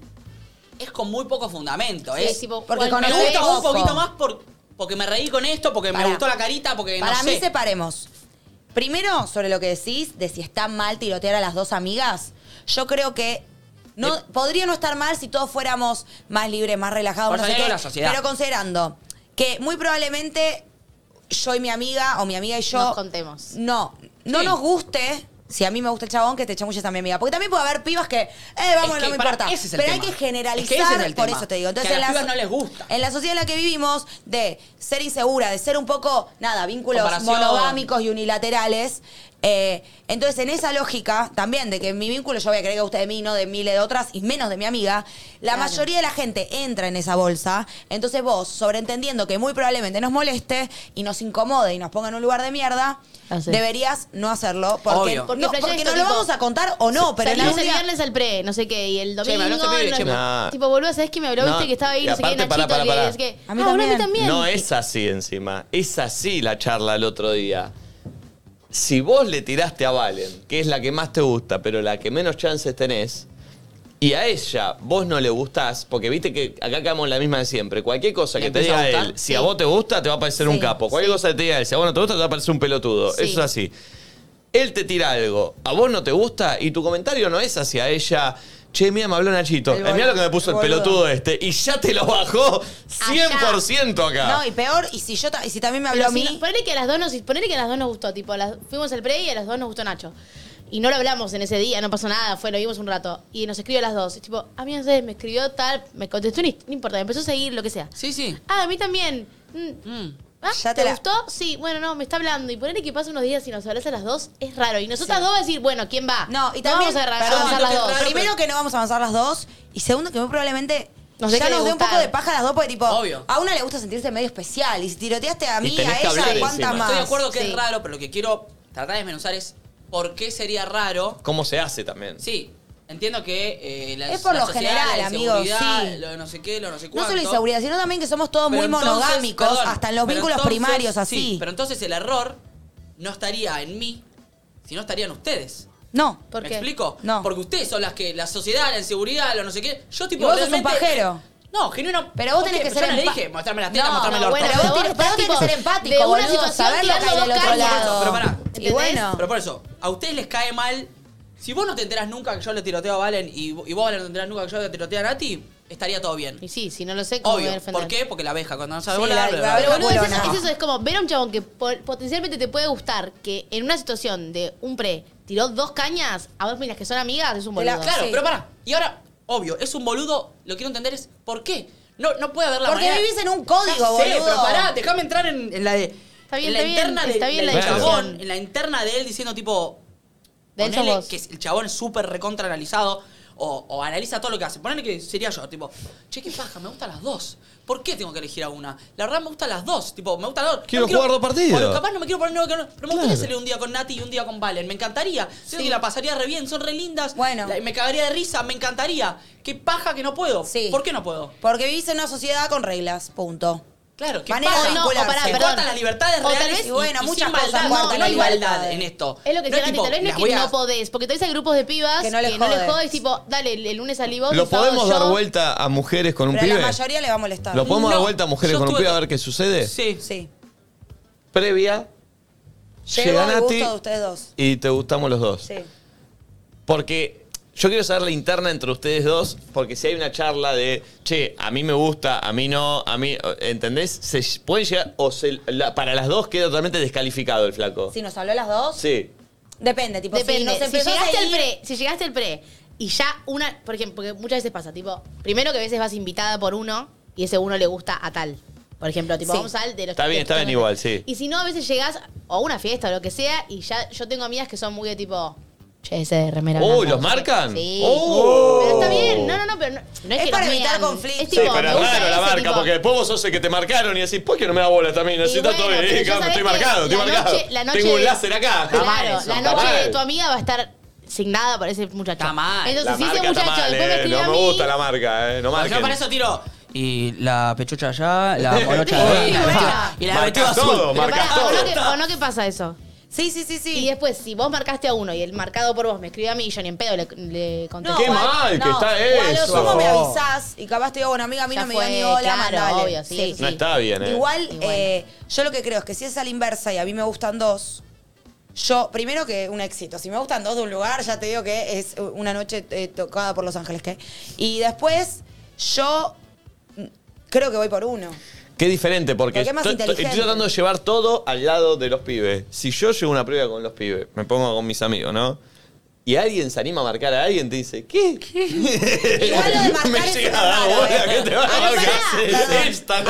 Speaker 2: es con muy poco fundamento.
Speaker 7: Sí,
Speaker 2: es
Speaker 7: tipo,
Speaker 3: Porque
Speaker 2: me
Speaker 3: conocés
Speaker 2: gusta un
Speaker 3: poco.
Speaker 2: poquito más por- porque me reí con esto, porque
Speaker 3: Pará.
Speaker 2: me gustó la carita, porque
Speaker 3: Para
Speaker 2: no
Speaker 3: mí
Speaker 2: sé.
Speaker 3: separemos. Primero, sobre lo que decís, de si está mal tirotear a las dos amigas, yo creo que no,
Speaker 2: Eh.
Speaker 3: podría no estar mal si todos fuéramos más libres, más relajados,
Speaker 2: Por
Speaker 3: no sé
Speaker 2: salir
Speaker 3: qué,
Speaker 2: de la sociedad.
Speaker 3: pero considerando que muy probablemente yo y mi amiga, o mi amiga y yo...
Speaker 7: Nos contemos.
Speaker 3: No, no
Speaker 2: Sí.
Speaker 3: nos guste... Si a mí me gusta el chabón, que te chamulles a mi amiga. Porque también puede haber pibas que, eh, vamos,
Speaker 2: Es
Speaker 3: no
Speaker 2: que,
Speaker 3: me
Speaker 2: pará,
Speaker 3: importa.
Speaker 2: ese es el
Speaker 3: Pero hay
Speaker 2: tema.
Speaker 3: que
Speaker 2: Es que ese es
Speaker 3: generalizar,
Speaker 2: el
Speaker 3: por
Speaker 2: tema.
Speaker 3: eso te digo.
Speaker 2: Que a
Speaker 3: Entonces,
Speaker 2: las
Speaker 3: en la
Speaker 2: pibas
Speaker 3: so-
Speaker 2: no les gusta.
Speaker 3: En la sociedad en la que vivimos, de ser insegura, de ser un poco, nada, vínculos
Speaker 2: Comparación.
Speaker 3: monogámicos y unilaterales, Eh, entonces, en esa lógica también de que mi vínculo yo voy a creer que usted de mí, no de miles de otras y menos de mi amiga, la mayoría de la gente entra en esa bolsa. Entonces, vos, sobreentendiendo que muy probablemente nos moleste y nos incomode y nos ponga en un lugar de mierda,
Speaker 7: Así.
Speaker 3: deberías no hacerlo porque,
Speaker 7: Obvio.
Speaker 3: porque
Speaker 7: Ah, Porque
Speaker 3: no,
Speaker 7: flasheas
Speaker 3: porque
Speaker 7: esto,
Speaker 3: no lo
Speaker 7: tipo,
Speaker 3: vamos a contar o no, pero
Speaker 7: Pero
Speaker 3: el
Speaker 7: el
Speaker 3: única-
Speaker 7: viernes el pre, no sé qué, y el
Speaker 3: Che,
Speaker 7: domingo.
Speaker 3: me hablaste, pibe,
Speaker 7: no-
Speaker 3: che, me-
Speaker 7: tipo, boludo, ¿sabés que me habló?
Speaker 1: No,
Speaker 7: Viste que estaba ahí,
Speaker 1: y
Speaker 7: no sé qué,
Speaker 1: aparte, pará,
Speaker 7: Nachito,
Speaker 1: pará,
Speaker 7: que-
Speaker 1: pará.
Speaker 7: es que.
Speaker 3: A mí
Speaker 7: ah, boludo, a mí también.
Speaker 3: también.
Speaker 1: No es así encima. Es así la charla el otro día. Si vos le tiraste a Valen, que es la que más te gusta, pero la que menos chances tenés, y a ella vos no le gustás, porque viste que acá quedamos en la misma de siempre. Cualquier cosa que te
Speaker 2: empieza
Speaker 1: diga
Speaker 2: a gustar?
Speaker 1: él, si a vos te gusta, te va a parecer un capo. Cualquier cosa que te diga él, si a vos no te gusta, te va a parecer un pelotudo.
Speaker 2: Sí.
Speaker 1: Eso es así. Él te tira algo, a vos no te gusta, y tu comentario no es hacia ella. Che, mira, me habló Nachito.
Speaker 3: El
Speaker 1: Eh, Mirá lo que me
Speaker 3: boludo,
Speaker 1: puso el,
Speaker 3: el boludo".
Speaker 1: pelotudo este. Y ya te lo bajó 100% acá.
Speaker 3: No, y peor, y si yo ta- y si también me habló
Speaker 7: Pero
Speaker 3: a
Speaker 7: si
Speaker 3: mí.
Speaker 7: no- ponele que a las dos nos, ponele que a las dos nos gustó, tipo, a las- fuimos al pre y a las dos nos gustó Nacho. Y no lo hablamos en ese día, no pasó nada, fue, lo vimos un rato. Y nos escribió a las dos. y tipo, a mí no sé, me escribió tal, me contestó, ni- no importa, me empezó a seguir, lo que sea.
Speaker 2: Sí, sí.
Speaker 7: Ah, a mí también. Mm. Ah,
Speaker 3: Ya
Speaker 7: ¿Te,
Speaker 3: te la-
Speaker 7: gustó? Sí, bueno, no, me está hablando. Y ponele que pasa unos días y nos hablas a las dos, es raro. Y nosotras dos vamos a decir, bueno, ¿quién va?
Speaker 3: No, y también.
Speaker 7: vamos a agarrar-
Speaker 3: perdón,
Speaker 7: avanzar las dos.
Speaker 3: Primero que no vamos a avanzar las dos. Y segundo que muy probablemente.
Speaker 7: Nos deje
Speaker 3: ya
Speaker 7: de
Speaker 3: nos dé un
Speaker 7: gustar.
Speaker 3: poco de paja a las dos porque tipo.
Speaker 2: Obvio.
Speaker 3: A una le gusta sentirse medio especial. Y si tiroteaste a mí,
Speaker 1: tenés
Speaker 3: a
Speaker 1: que hablar
Speaker 3: ella, ¿cuánta
Speaker 1: encima.
Speaker 3: más?
Speaker 2: Estoy de acuerdo que
Speaker 3: Sí.
Speaker 2: es raro, pero lo que quiero tratar de desmenuzar es por qué sería raro.
Speaker 1: ¿Cómo se hace también?
Speaker 2: Sí, entiendo que eh, la,
Speaker 3: Es por
Speaker 2: la
Speaker 3: lo
Speaker 2: sociedad,
Speaker 3: general,
Speaker 2: la
Speaker 3: amigo,
Speaker 2: inseguridad,
Speaker 3: sí.
Speaker 2: Lo de no sé qué, lo de no sé
Speaker 3: No
Speaker 2: cuánto.
Speaker 3: solo inseguridad, sino también que somos todos
Speaker 2: Pero
Speaker 3: muy
Speaker 2: entonces,
Speaker 3: monogámicos,
Speaker 2: perdón,
Speaker 3: hasta en los
Speaker 2: pero
Speaker 3: vínculos
Speaker 2: entonces,
Speaker 3: primarios,
Speaker 2: sí,
Speaker 3: así.
Speaker 2: pero entonces el error no estaría en mí, sino estaría en ustedes.
Speaker 3: No.
Speaker 2: ¿Me explico? No. Porque ustedes son las que, la sociedad, la inseguridad, lo no sé qué. Yo
Speaker 3: Y
Speaker 2: tipo.
Speaker 3: vos sos un
Speaker 2: realmente-
Speaker 3: pajero.
Speaker 2: No, genuino.
Speaker 3: Pero vos tenés
Speaker 2: ¿por
Speaker 3: que
Speaker 2: qué?
Speaker 3: ser
Speaker 2: Yo no le
Speaker 3: empa-
Speaker 2: dije mostrarme las tetas,
Speaker 3: No,
Speaker 2: mostrarme
Speaker 3: no,
Speaker 2: el orto.
Speaker 3: bueno, pero vos tenés- pero vos tenés que ser empático,
Speaker 7: de una
Speaker 3: boludo,
Speaker 7: situación
Speaker 3: saber lo que hay
Speaker 7: tirando
Speaker 3: del
Speaker 7: dos
Speaker 3: otro
Speaker 7: cañas.
Speaker 3: lado.
Speaker 2: Pero pará.
Speaker 3: Y bueno.
Speaker 2: Pero por eso, a ustedes les cae mal. Si vos no te enterás nunca que yo le tiroteo a Valen y, vo- y vos Valen no te enterás nunca que yo le tiroteo a Nati, estaría todo bien.
Speaker 7: Y sí, si no lo sé, ¿cómo voy a
Speaker 2: Obvio.
Speaker 7: defender?
Speaker 2: ¿Por qué? Porque la abeja cuando no sabe
Speaker 3: Sí,
Speaker 2: volar.
Speaker 3: la-
Speaker 2: bla,
Speaker 3: la
Speaker 2: bla,
Speaker 3: abeja
Speaker 2: bla, bla,
Speaker 7: Boludo,
Speaker 2: bla,
Speaker 7: es,
Speaker 2: bla.
Speaker 7: es eso, es como ver a un chabón que po- potencialmente te puede gustar, que en una situación de un pre tiró dos cañas a dos minas que son amigas, es un
Speaker 2: Boludo.
Speaker 7: boludo.
Speaker 2: Claro, pero pará. Y ahora, obvio, es un boludo, lo quiero entender es ¿por qué? No, no puede haber la
Speaker 3: Porque
Speaker 2: manera-
Speaker 3: vivís en un código,
Speaker 2: Ya sé,
Speaker 3: boludo.
Speaker 2: pero pará, déjame entrar en, en la de...
Speaker 7: Está bien,
Speaker 2: en la
Speaker 7: está bien,
Speaker 2: interna de-
Speaker 7: está bien la
Speaker 2: del
Speaker 7: discusión.
Speaker 2: chabón, en la interna de él diciendo tipo...
Speaker 7: De él
Speaker 2: ponele
Speaker 7: sos vos.
Speaker 2: que el chabón es súper recontra analizado o, o analiza todo lo que hace. Ponele que sería yo, tipo, che, qué paja, me gustan las dos. ¿Por qué tengo que elegir a una? La verdad me gustan las dos, tipo, me gustan las dos.
Speaker 1: Quiero
Speaker 2: No
Speaker 1: jugar dos partidos.
Speaker 2: Bueno, capaz no me quiero poner nuevo que no, pero me gustaría
Speaker 1: Claro.
Speaker 2: salir un día con Nati y un día con Valen. Me encantaría. Siento que la pasaría re bien, son re lindas.
Speaker 3: Bueno.
Speaker 2: La- me cagaría de risa, me encantaría. Qué paja que no puedo. ¿Por qué no puedo?
Speaker 3: Porque vivís en una sociedad con reglas, punto.
Speaker 2: Claro, que
Speaker 3: Manera
Speaker 2: pasa? No,
Speaker 3: de vincularse.
Speaker 2: o pará, Se perdón. cortan las libertades
Speaker 3: O tal
Speaker 2: reales
Speaker 3: vez-
Speaker 2: y-
Speaker 3: y bueno,
Speaker 2: y
Speaker 3: muchas
Speaker 2: sin
Speaker 3: cosas
Speaker 2: maldad,
Speaker 3: cortan
Speaker 2: no,
Speaker 3: las
Speaker 2: no hay maldad
Speaker 3: libertades.
Speaker 2: en esto.
Speaker 7: Es lo que
Speaker 2: No
Speaker 7: se
Speaker 2: es
Speaker 7: Nati,
Speaker 2: tipo,
Speaker 7: tal vez no es
Speaker 2: las
Speaker 7: que
Speaker 2: voy a-
Speaker 7: no podés, porque tal vez hay grupos de pibas que
Speaker 3: Que
Speaker 7: no
Speaker 3: no les
Speaker 7: les, jodes.
Speaker 3: jodes.
Speaker 7: tipo, dale, el, el lunes salí vos,
Speaker 1: ¿Lo
Speaker 7: el sábado
Speaker 1: podemos
Speaker 7: yo.
Speaker 1: dar vuelta a mujeres con un
Speaker 3: Pero a
Speaker 1: pibe?
Speaker 3: la mayoría le va a molestar.
Speaker 1: ¿Lo podemos dar
Speaker 3: No.
Speaker 1: vuelta a mujeres
Speaker 3: Yo
Speaker 1: con un
Speaker 3: estuve
Speaker 1: pibe a ver qué sucede?
Speaker 2: Sí.
Speaker 3: Sí.
Speaker 1: Previa,
Speaker 3: Llegó
Speaker 1: llega
Speaker 3: el gusto
Speaker 1: Nati
Speaker 3: de ustedes dos.
Speaker 1: y te gustamos los dos.
Speaker 3: Sí.
Speaker 1: Porque yo quiero saber la interna entre ustedes dos, porque si hay una charla de, che, a mí me gusta, a mí no, a mí, ¿entendés? Se ll- pueden llegar, o se- la- para las dos queda totalmente descalificado el flaco.
Speaker 3: Si nos habló las dos,
Speaker 1: Sí.
Speaker 3: depende, tipo, si
Speaker 7: Depende,
Speaker 3: nos
Speaker 7: si,
Speaker 3: empezó a
Speaker 7: llegaste al
Speaker 3: seguir-
Speaker 7: pre, si llegaste al pre y ya una, por ejemplo, porque muchas veces pasa, tipo, primero que a veces vas invitada por uno y ese uno le gusta a tal. Por ejemplo, tipo,
Speaker 1: Sí.
Speaker 7: vamos al de los
Speaker 1: Está bien, está bien igual, sí.
Speaker 7: Y si no, a veces llegás o a una fiesta o lo que sea, y ya yo tengo amigas que son muy de tipo. Che, ese de remera.
Speaker 1: ¡Oh,
Speaker 7: blanca,
Speaker 1: los
Speaker 7: no sé qué".
Speaker 1: marcan!
Speaker 7: Sí.
Speaker 1: ¡Oh!
Speaker 7: Pero está bien, no, no, no, pero no, no es,
Speaker 3: Es
Speaker 7: que
Speaker 3: para
Speaker 7: los
Speaker 3: evitar
Speaker 7: mean.
Speaker 3: conflictos.
Speaker 7: Es tipo,
Speaker 1: sí, pero
Speaker 7: me
Speaker 1: es
Speaker 7: gusta
Speaker 1: raro la
Speaker 7: ese,
Speaker 1: marca,
Speaker 7: tipo,
Speaker 1: porque después vos sos el que te marcaron y decís, ¿por qué no me da bola también? Así
Speaker 7: Y
Speaker 1: está todo
Speaker 7: bueno,
Speaker 1: bien,
Speaker 7: pero ya
Speaker 1: claro,
Speaker 7: sabés
Speaker 1: estoy
Speaker 7: que
Speaker 1: marcado, estoy
Speaker 7: la
Speaker 1: marcado.
Speaker 7: noche- la noche
Speaker 1: Tengo un
Speaker 7: de-
Speaker 1: láser acá.
Speaker 7: Claro, la
Speaker 1: Está
Speaker 7: noche de
Speaker 1: mal.
Speaker 7: tu amiga va a estar signada por ese muchacho. Entonces,
Speaker 1: La
Speaker 7: si ese
Speaker 1: marca está
Speaker 7: muchacho (laughs)
Speaker 1: mal,
Speaker 7: después me
Speaker 1: eh,
Speaker 7: escribe
Speaker 1: No
Speaker 7: a
Speaker 1: me
Speaker 7: mí,
Speaker 1: gusta la marca, eh. No
Speaker 2: Yo para
Speaker 1: marquen.
Speaker 2: eso tiro. Y la pechucha allá, la morocha
Speaker 1: Sí,
Speaker 2: allá, y la
Speaker 1: bueno.
Speaker 2: pechuga- y la
Speaker 1: Marcás
Speaker 2: pechuga azul.
Speaker 1: todo,
Speaker 2: Pero
Speaker 1: marcás
Speaker 2: pará,
Speaker 1: todo.
Speaker 7: ¿O no, que, o no que pasa eso?
Speaker 3: Sí, sí, sí, sí.
Speaker 7: Y después, si vos marcaste a uno y el marcado por vos me escribe a mí, yo ni en pedo le, le contesto.
Speaker 1: Qué mal que está
Speaker 3: o a lo
Speaker 1: eso.
Speaker 3: sumo me avisás y capaz te digo, bueno, amiga, a mí
Speaker 7: Ya
Speaker 3: no me
Speaker 7: fue,
Speaker 3: dio ni hola,
Speaker 7: claro,
Speaker 3: mandale.
Speaker 7: obvio, sí, eso
Speaker 1: No está bien, eh.
Speaker 3: Igual, eh, yo lo que creo es que si es a la inversa y a mí me gustan dos, yo, primero que un éxito. Si me gustan dos de un lugar, ya te digo que es una noche eh, tocada por Los Ángeles, ¿qué? Y después, yo mm, creo que voy por uno.
Speaker 1: Qué diferente, porque
Speaker 3: Porque es más
Speaker 1: estoy, estoy-
Speaker 3: inteligente.
Speaker 1: estoy tratando de llevar todo al lado de los pibes. Si yo llevo una prueba con los pibes, me pongo con mis amigos, ¿no? y alguien se anima a marcar a alguien, te dice, ¿qué? (laughs)
Speaker 3: Igual lo de marcar
Speaker 1: Me
Speaker 3: es
Speaker 1: llega
Speaker 3: una
Speaker 1: a dar
Speaker 3: mala,
Speaker 1: bola,
Speaker 3: ¿eh?
Speaker 1: ¿qué te va a
Speaker 3: Ah,
Speaker 1: marcar?
Speaker 3: pará,
Speaker 1: Sí,
Speaker 3: perdón.
Speaker 1: sí, está
Speaker 3: A mí-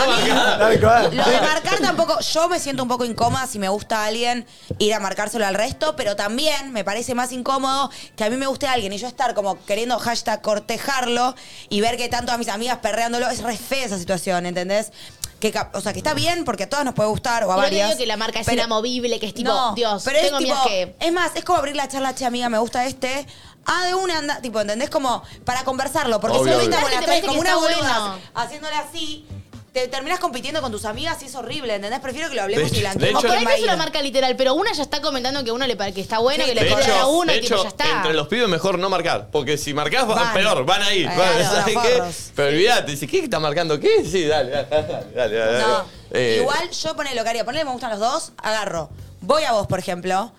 Speaker 1: marcada.
Speaker 4: Ah.
Speaker 3: Lo de marcar tampoco, yo me siento un poco incómoda si me gusta a alguien ir a marcárselo al resto, pero también me parece más incómodo que a mí me guste a alguien y yo estar como queriendo hashtag cortejarlo y ver que tanto a mis amigas perreándolo, es re fea esa situación, ¿entendés? Que, cap- o sea, que está bien porque a todas nos puede gustar o a
Speaker 7: Igual te
Speaker 3: varias.
Speaker 7: digo que la marca es inamovible, que es tipo,
Speaker 3: no,
Speaker 7: Dios,
Speaker 3: pero
Speaker 7: tengo
Speaker 3: es tipo,
Speaker 7: amigas que-
Speaker 3: Es más, es como abrir la charla, che, amiga, me gusta este. Ah, de una anda, tipo, ¿entendés? Como para conversarlo, porque
Speaker 7: Obvio,
Speaker 3: si no
Speaker 7: obvio.
Speaker 3: estamos
Speaker 7: ¿Te
Speaker 3: las
Speaker 7: parece
Speaker 3: tres
Speaker 7: que
Speaker 3: como una
Speaker 7: está
Speaker 3: boluda
Speaker 7: bueno?
Speaker 3: haciéndole así, te terminás compitiendo con tus amigas y es horrible, ¿entendés? Prefiero que lo hablemos
Speaker 1: De
Speaker 3: y
Speaker 1: hecho-
Speaker 3: blanqueemos
Speaker 1: de hecho-
Speaker 3: quién
Speaker 7: Por
Speaker 3: va
Speaker 7: ahí
Speaker 3: a
Speaker 7: que es una
Speaker 3: ir.
Speaker 7: marca literal, pero una ya está comentando que uno le parece que está buena, que
Speaker 1: De
Speaker 7: le corre a uno
Speaker 1: de
Speaker 7: y tipo,
Speaker 1: hecho,
Speaker 7: ya está.
Speaker 1: entre los pibes mejor no marcar, porque si marcás va-
Speaker 7: Van.
Speaker 1: peor, van a ir.
Speaker 7: Claro,
Speaker 1: Van, ¿sabes
Speaker 3: los
Speaker 1: qué?
Speaker 3: forros.
Speaker 1: Pero olvídate, dice, ¿qué está marcando qué? Sí, dale, dale, dale, dale, dale.
Speaker 3: No,
Speaker 1: Eh,
Speaker 3: Igual yo ponele lo que haría, ponele me gustan los dos, agarro. Voy a vos, por ejemplo.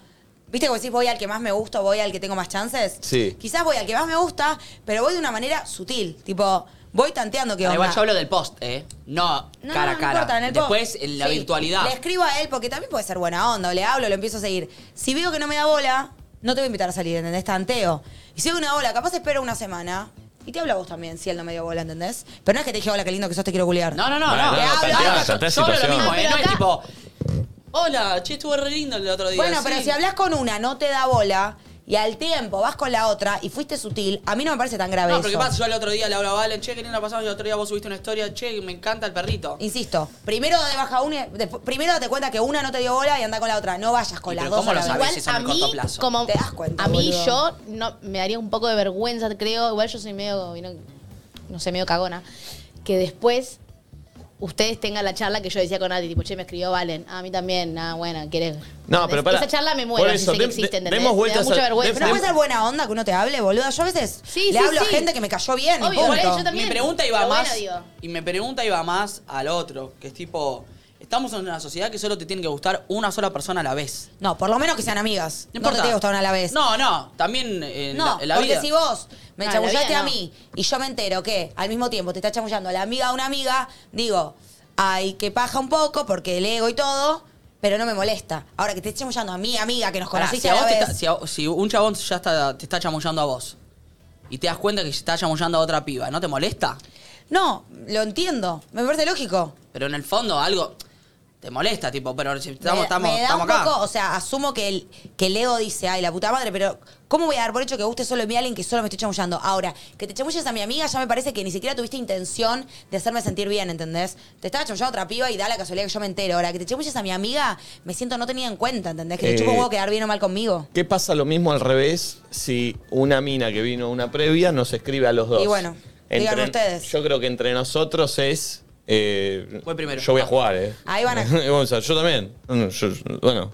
Speaker 3: ¿Viste como decís voy al que más me gusta, voy al que tengo más chances?
Speaker 1: Sí.
Speaker 3: Quizás voy al que más me gusta, pero voy de una manera sutil. Tipo, voy tanteando que
Speaker 2: Ahora,
Speaker 3: onda.
Speaker 2: igual yo hablo del post, ¿eh? No,
Speaker 3: No,
Speaker 2: cara
Speaker 3: no,
Speaker 2: a
Speaker 3: no
Speaker 2: cara.
Speaker 3: importa, en el
Speaker 2: Después,
Speaker 3: post.
Speaker 2: en la
Speaker 3: Sí,
Speaker 2: virtualidad.
Speaker 3: Le escribo a él porque también puede ser buena onda, o le hablo, lo empiezo a seguir. Si veo que no me da bola, no te voy a invitar a salir, ¿entendés? Tanteo. Y si veo que no me da bola, capaz espero una semana. Y te hablo a vos también, si él no me dio bola, ¿entendés? Pero no es que te dije, hola, qué lindo que sos, te quiero culiar.
Speaker 2: No, no, no,
Speaker 3: Te
Speaker 2: no.
Speaker 3: hablo,
Speaker 2: Yo
Speaker 3: hablo,
Speaker 2: hablo lo mismo, ¿eh? No es tipo. Hola, che, estuvo re lindo el otro día.
Speaker 3: Bueno,
Speaker 2: sí.
Speaker 3: pero si hablas con una, no te da bola, y al tiempo vas con la otra y fuiste sutil, a mí no me parece tan grave
Speaker 2: No,
Speaker 3: eso.
Speaker 2: pero ¿qué pasa? Yo el otro día le hablaba a Valen, che, qué lindo la pasamos. Y el otro día vos subiste una historia, che, me encanta el perrito.
Speaker 3: Insisto, primero de baja una, despu- primero date cuenta que una no te dio bola y anda con la otra. No vayas con
Speaker 2: Y
Speaker 3: las
Speaker 2: pero
Speaker 3: dos
Speaker 2: ¿cómo
Speaker 3: a la
Speaker 2: lo
Speaker 3: vez.
Speaker 2: sabés eso en el
Speaker 7: a mí,
Speaker 2: corto plazo?
Speaker 7: como
Speaker 3: Te das cuenta,
Speaker 7: a mí
Speaker 3: boludo.
Speaker 7: yo no, me daría un poco de vergüenza, creo. Igual yo soy medio, no, no sé, medio cagona. Que después ustedes tengan la charla que yo decía con Nati, tipo, che, me escribió Valen. Ah, A mí también, nada, bueno, quiere.
Speaker 1: No, pero pará.
Speaker 7: Esa charla me muero,
Speaker 1: Por
Speaker 7: si
Speaker 1: eso,
Speaker 7: sé que
Speaker 1: dem-
Speaker 7: existe,
Speaker 1: de-
Speaker 7: ¿entendés?
Speaker 1: demos
Speaker 7: Me da
Speaker 1: vueltas
Speaker 7: mucha
Speaker 1: al-
Speaker 7: vergüenza.
Speaker 3: Pero no puede ser buena onda que uno te hable, boludo. Yo a veces le
Speaker 7: sí,
Speaker 3: hablo a
Speaker 7: sí.
Speaker 3: gente que me cayó bien y
Speaker 7: Obvio,
Speaker 3: punto.
Speaker 7: igual yo también.
Speaker 2: Mi pregunta iba
Speaker 7: Pero bueno,
Speaker 2: más.
Speaker 7: digo.
Speaker 2: y mi pregunta iba más al otro, que es tipo. Estamos en una sociedad que solo te tiene que gustar una sola persona a la vez.
Speaker 3: No, por lo menos que sean amigas. No, te
Speaker 2: importa.
Speaker 3: tiene que gustar una a la vez.
Speaker 2: No, no, también en,
Speaker 3: No,
Speaker 2: la, en la
Speaker 3: porque
Speaker 2: vida.
Speaker 3: si vos me
Speaker 7: Ah,
Speaker 2: No, en la
Speaker 3: chamullaste
Speaker 2: vida
Speaker 3: a
Speaker 2: no.
Speaker 3: mí y yo me entero que al mismo tiempo te está chamullando a la amiga a una amiga, digo, ay, que paja un poco porque el ego y todo, pero no me molesta. Ahora que te esté chamullando a mi amiga que nos
Speaker 2: Pará, si,
Speaker 3: conociste
Speaker 2: a
Speaker 3: a la
Speaker 2: vos te
Speaker 3: vez.
Speaker 2: está- si a- si un chabón ya está, te está chamullando a vos y te das cuenta que se está chamullando a otra piba, ¿no te molesta?
Speaker 3: No, lo entiendo. Me parece lógico.
Speaker 2: Pero en el fondo algo te molesta, tipo, pero si estamos,
Speaker 3: Me-
Speaker 2: estamos,
Speaker 3: me da
Speaker 2: estamos
Speaker 3: un
Speaker 2: acá.
Speaker 3: poco, o sea, asumo que el, que el ego dice, ay, la puta madre, pero ¿cómo voy a dar por hecho que guste solo de mí a alguien que solo me estoy chamullando? Ahora, que te chamulles a mi amiga ya me parece que ni siquiera tuviste intención de hacerme sentir bien, ¿entendés? Te estaba chamullando a otra piba y da la casualidad que yo me entero. Ahora, que te chamulles a mi amiga, me siento no tenida en cuenta, ¿entendés? Que te
Speaker 1: Eh.
Speaker 3: chupo un huevo quedar bien o mal conmigo.
Speaker 1: ¿Qué pasa lo mismo al revés si una mina que vino a una previa nos escribe a los dos?
Speaker 3: Y bueno, díganme ustedes.
Speaker 1: Yo creo que entre nosotros es. eh,
Speaker 2: Voy primero.
Speaker 1: Yo voy a jugar, ¿eh?
Speaker 3: Ahí
Speaker 1: (laughs)
Speaker 3: van a-
Speaker 1: Vamos a- yo también. Mm, yo- bueno,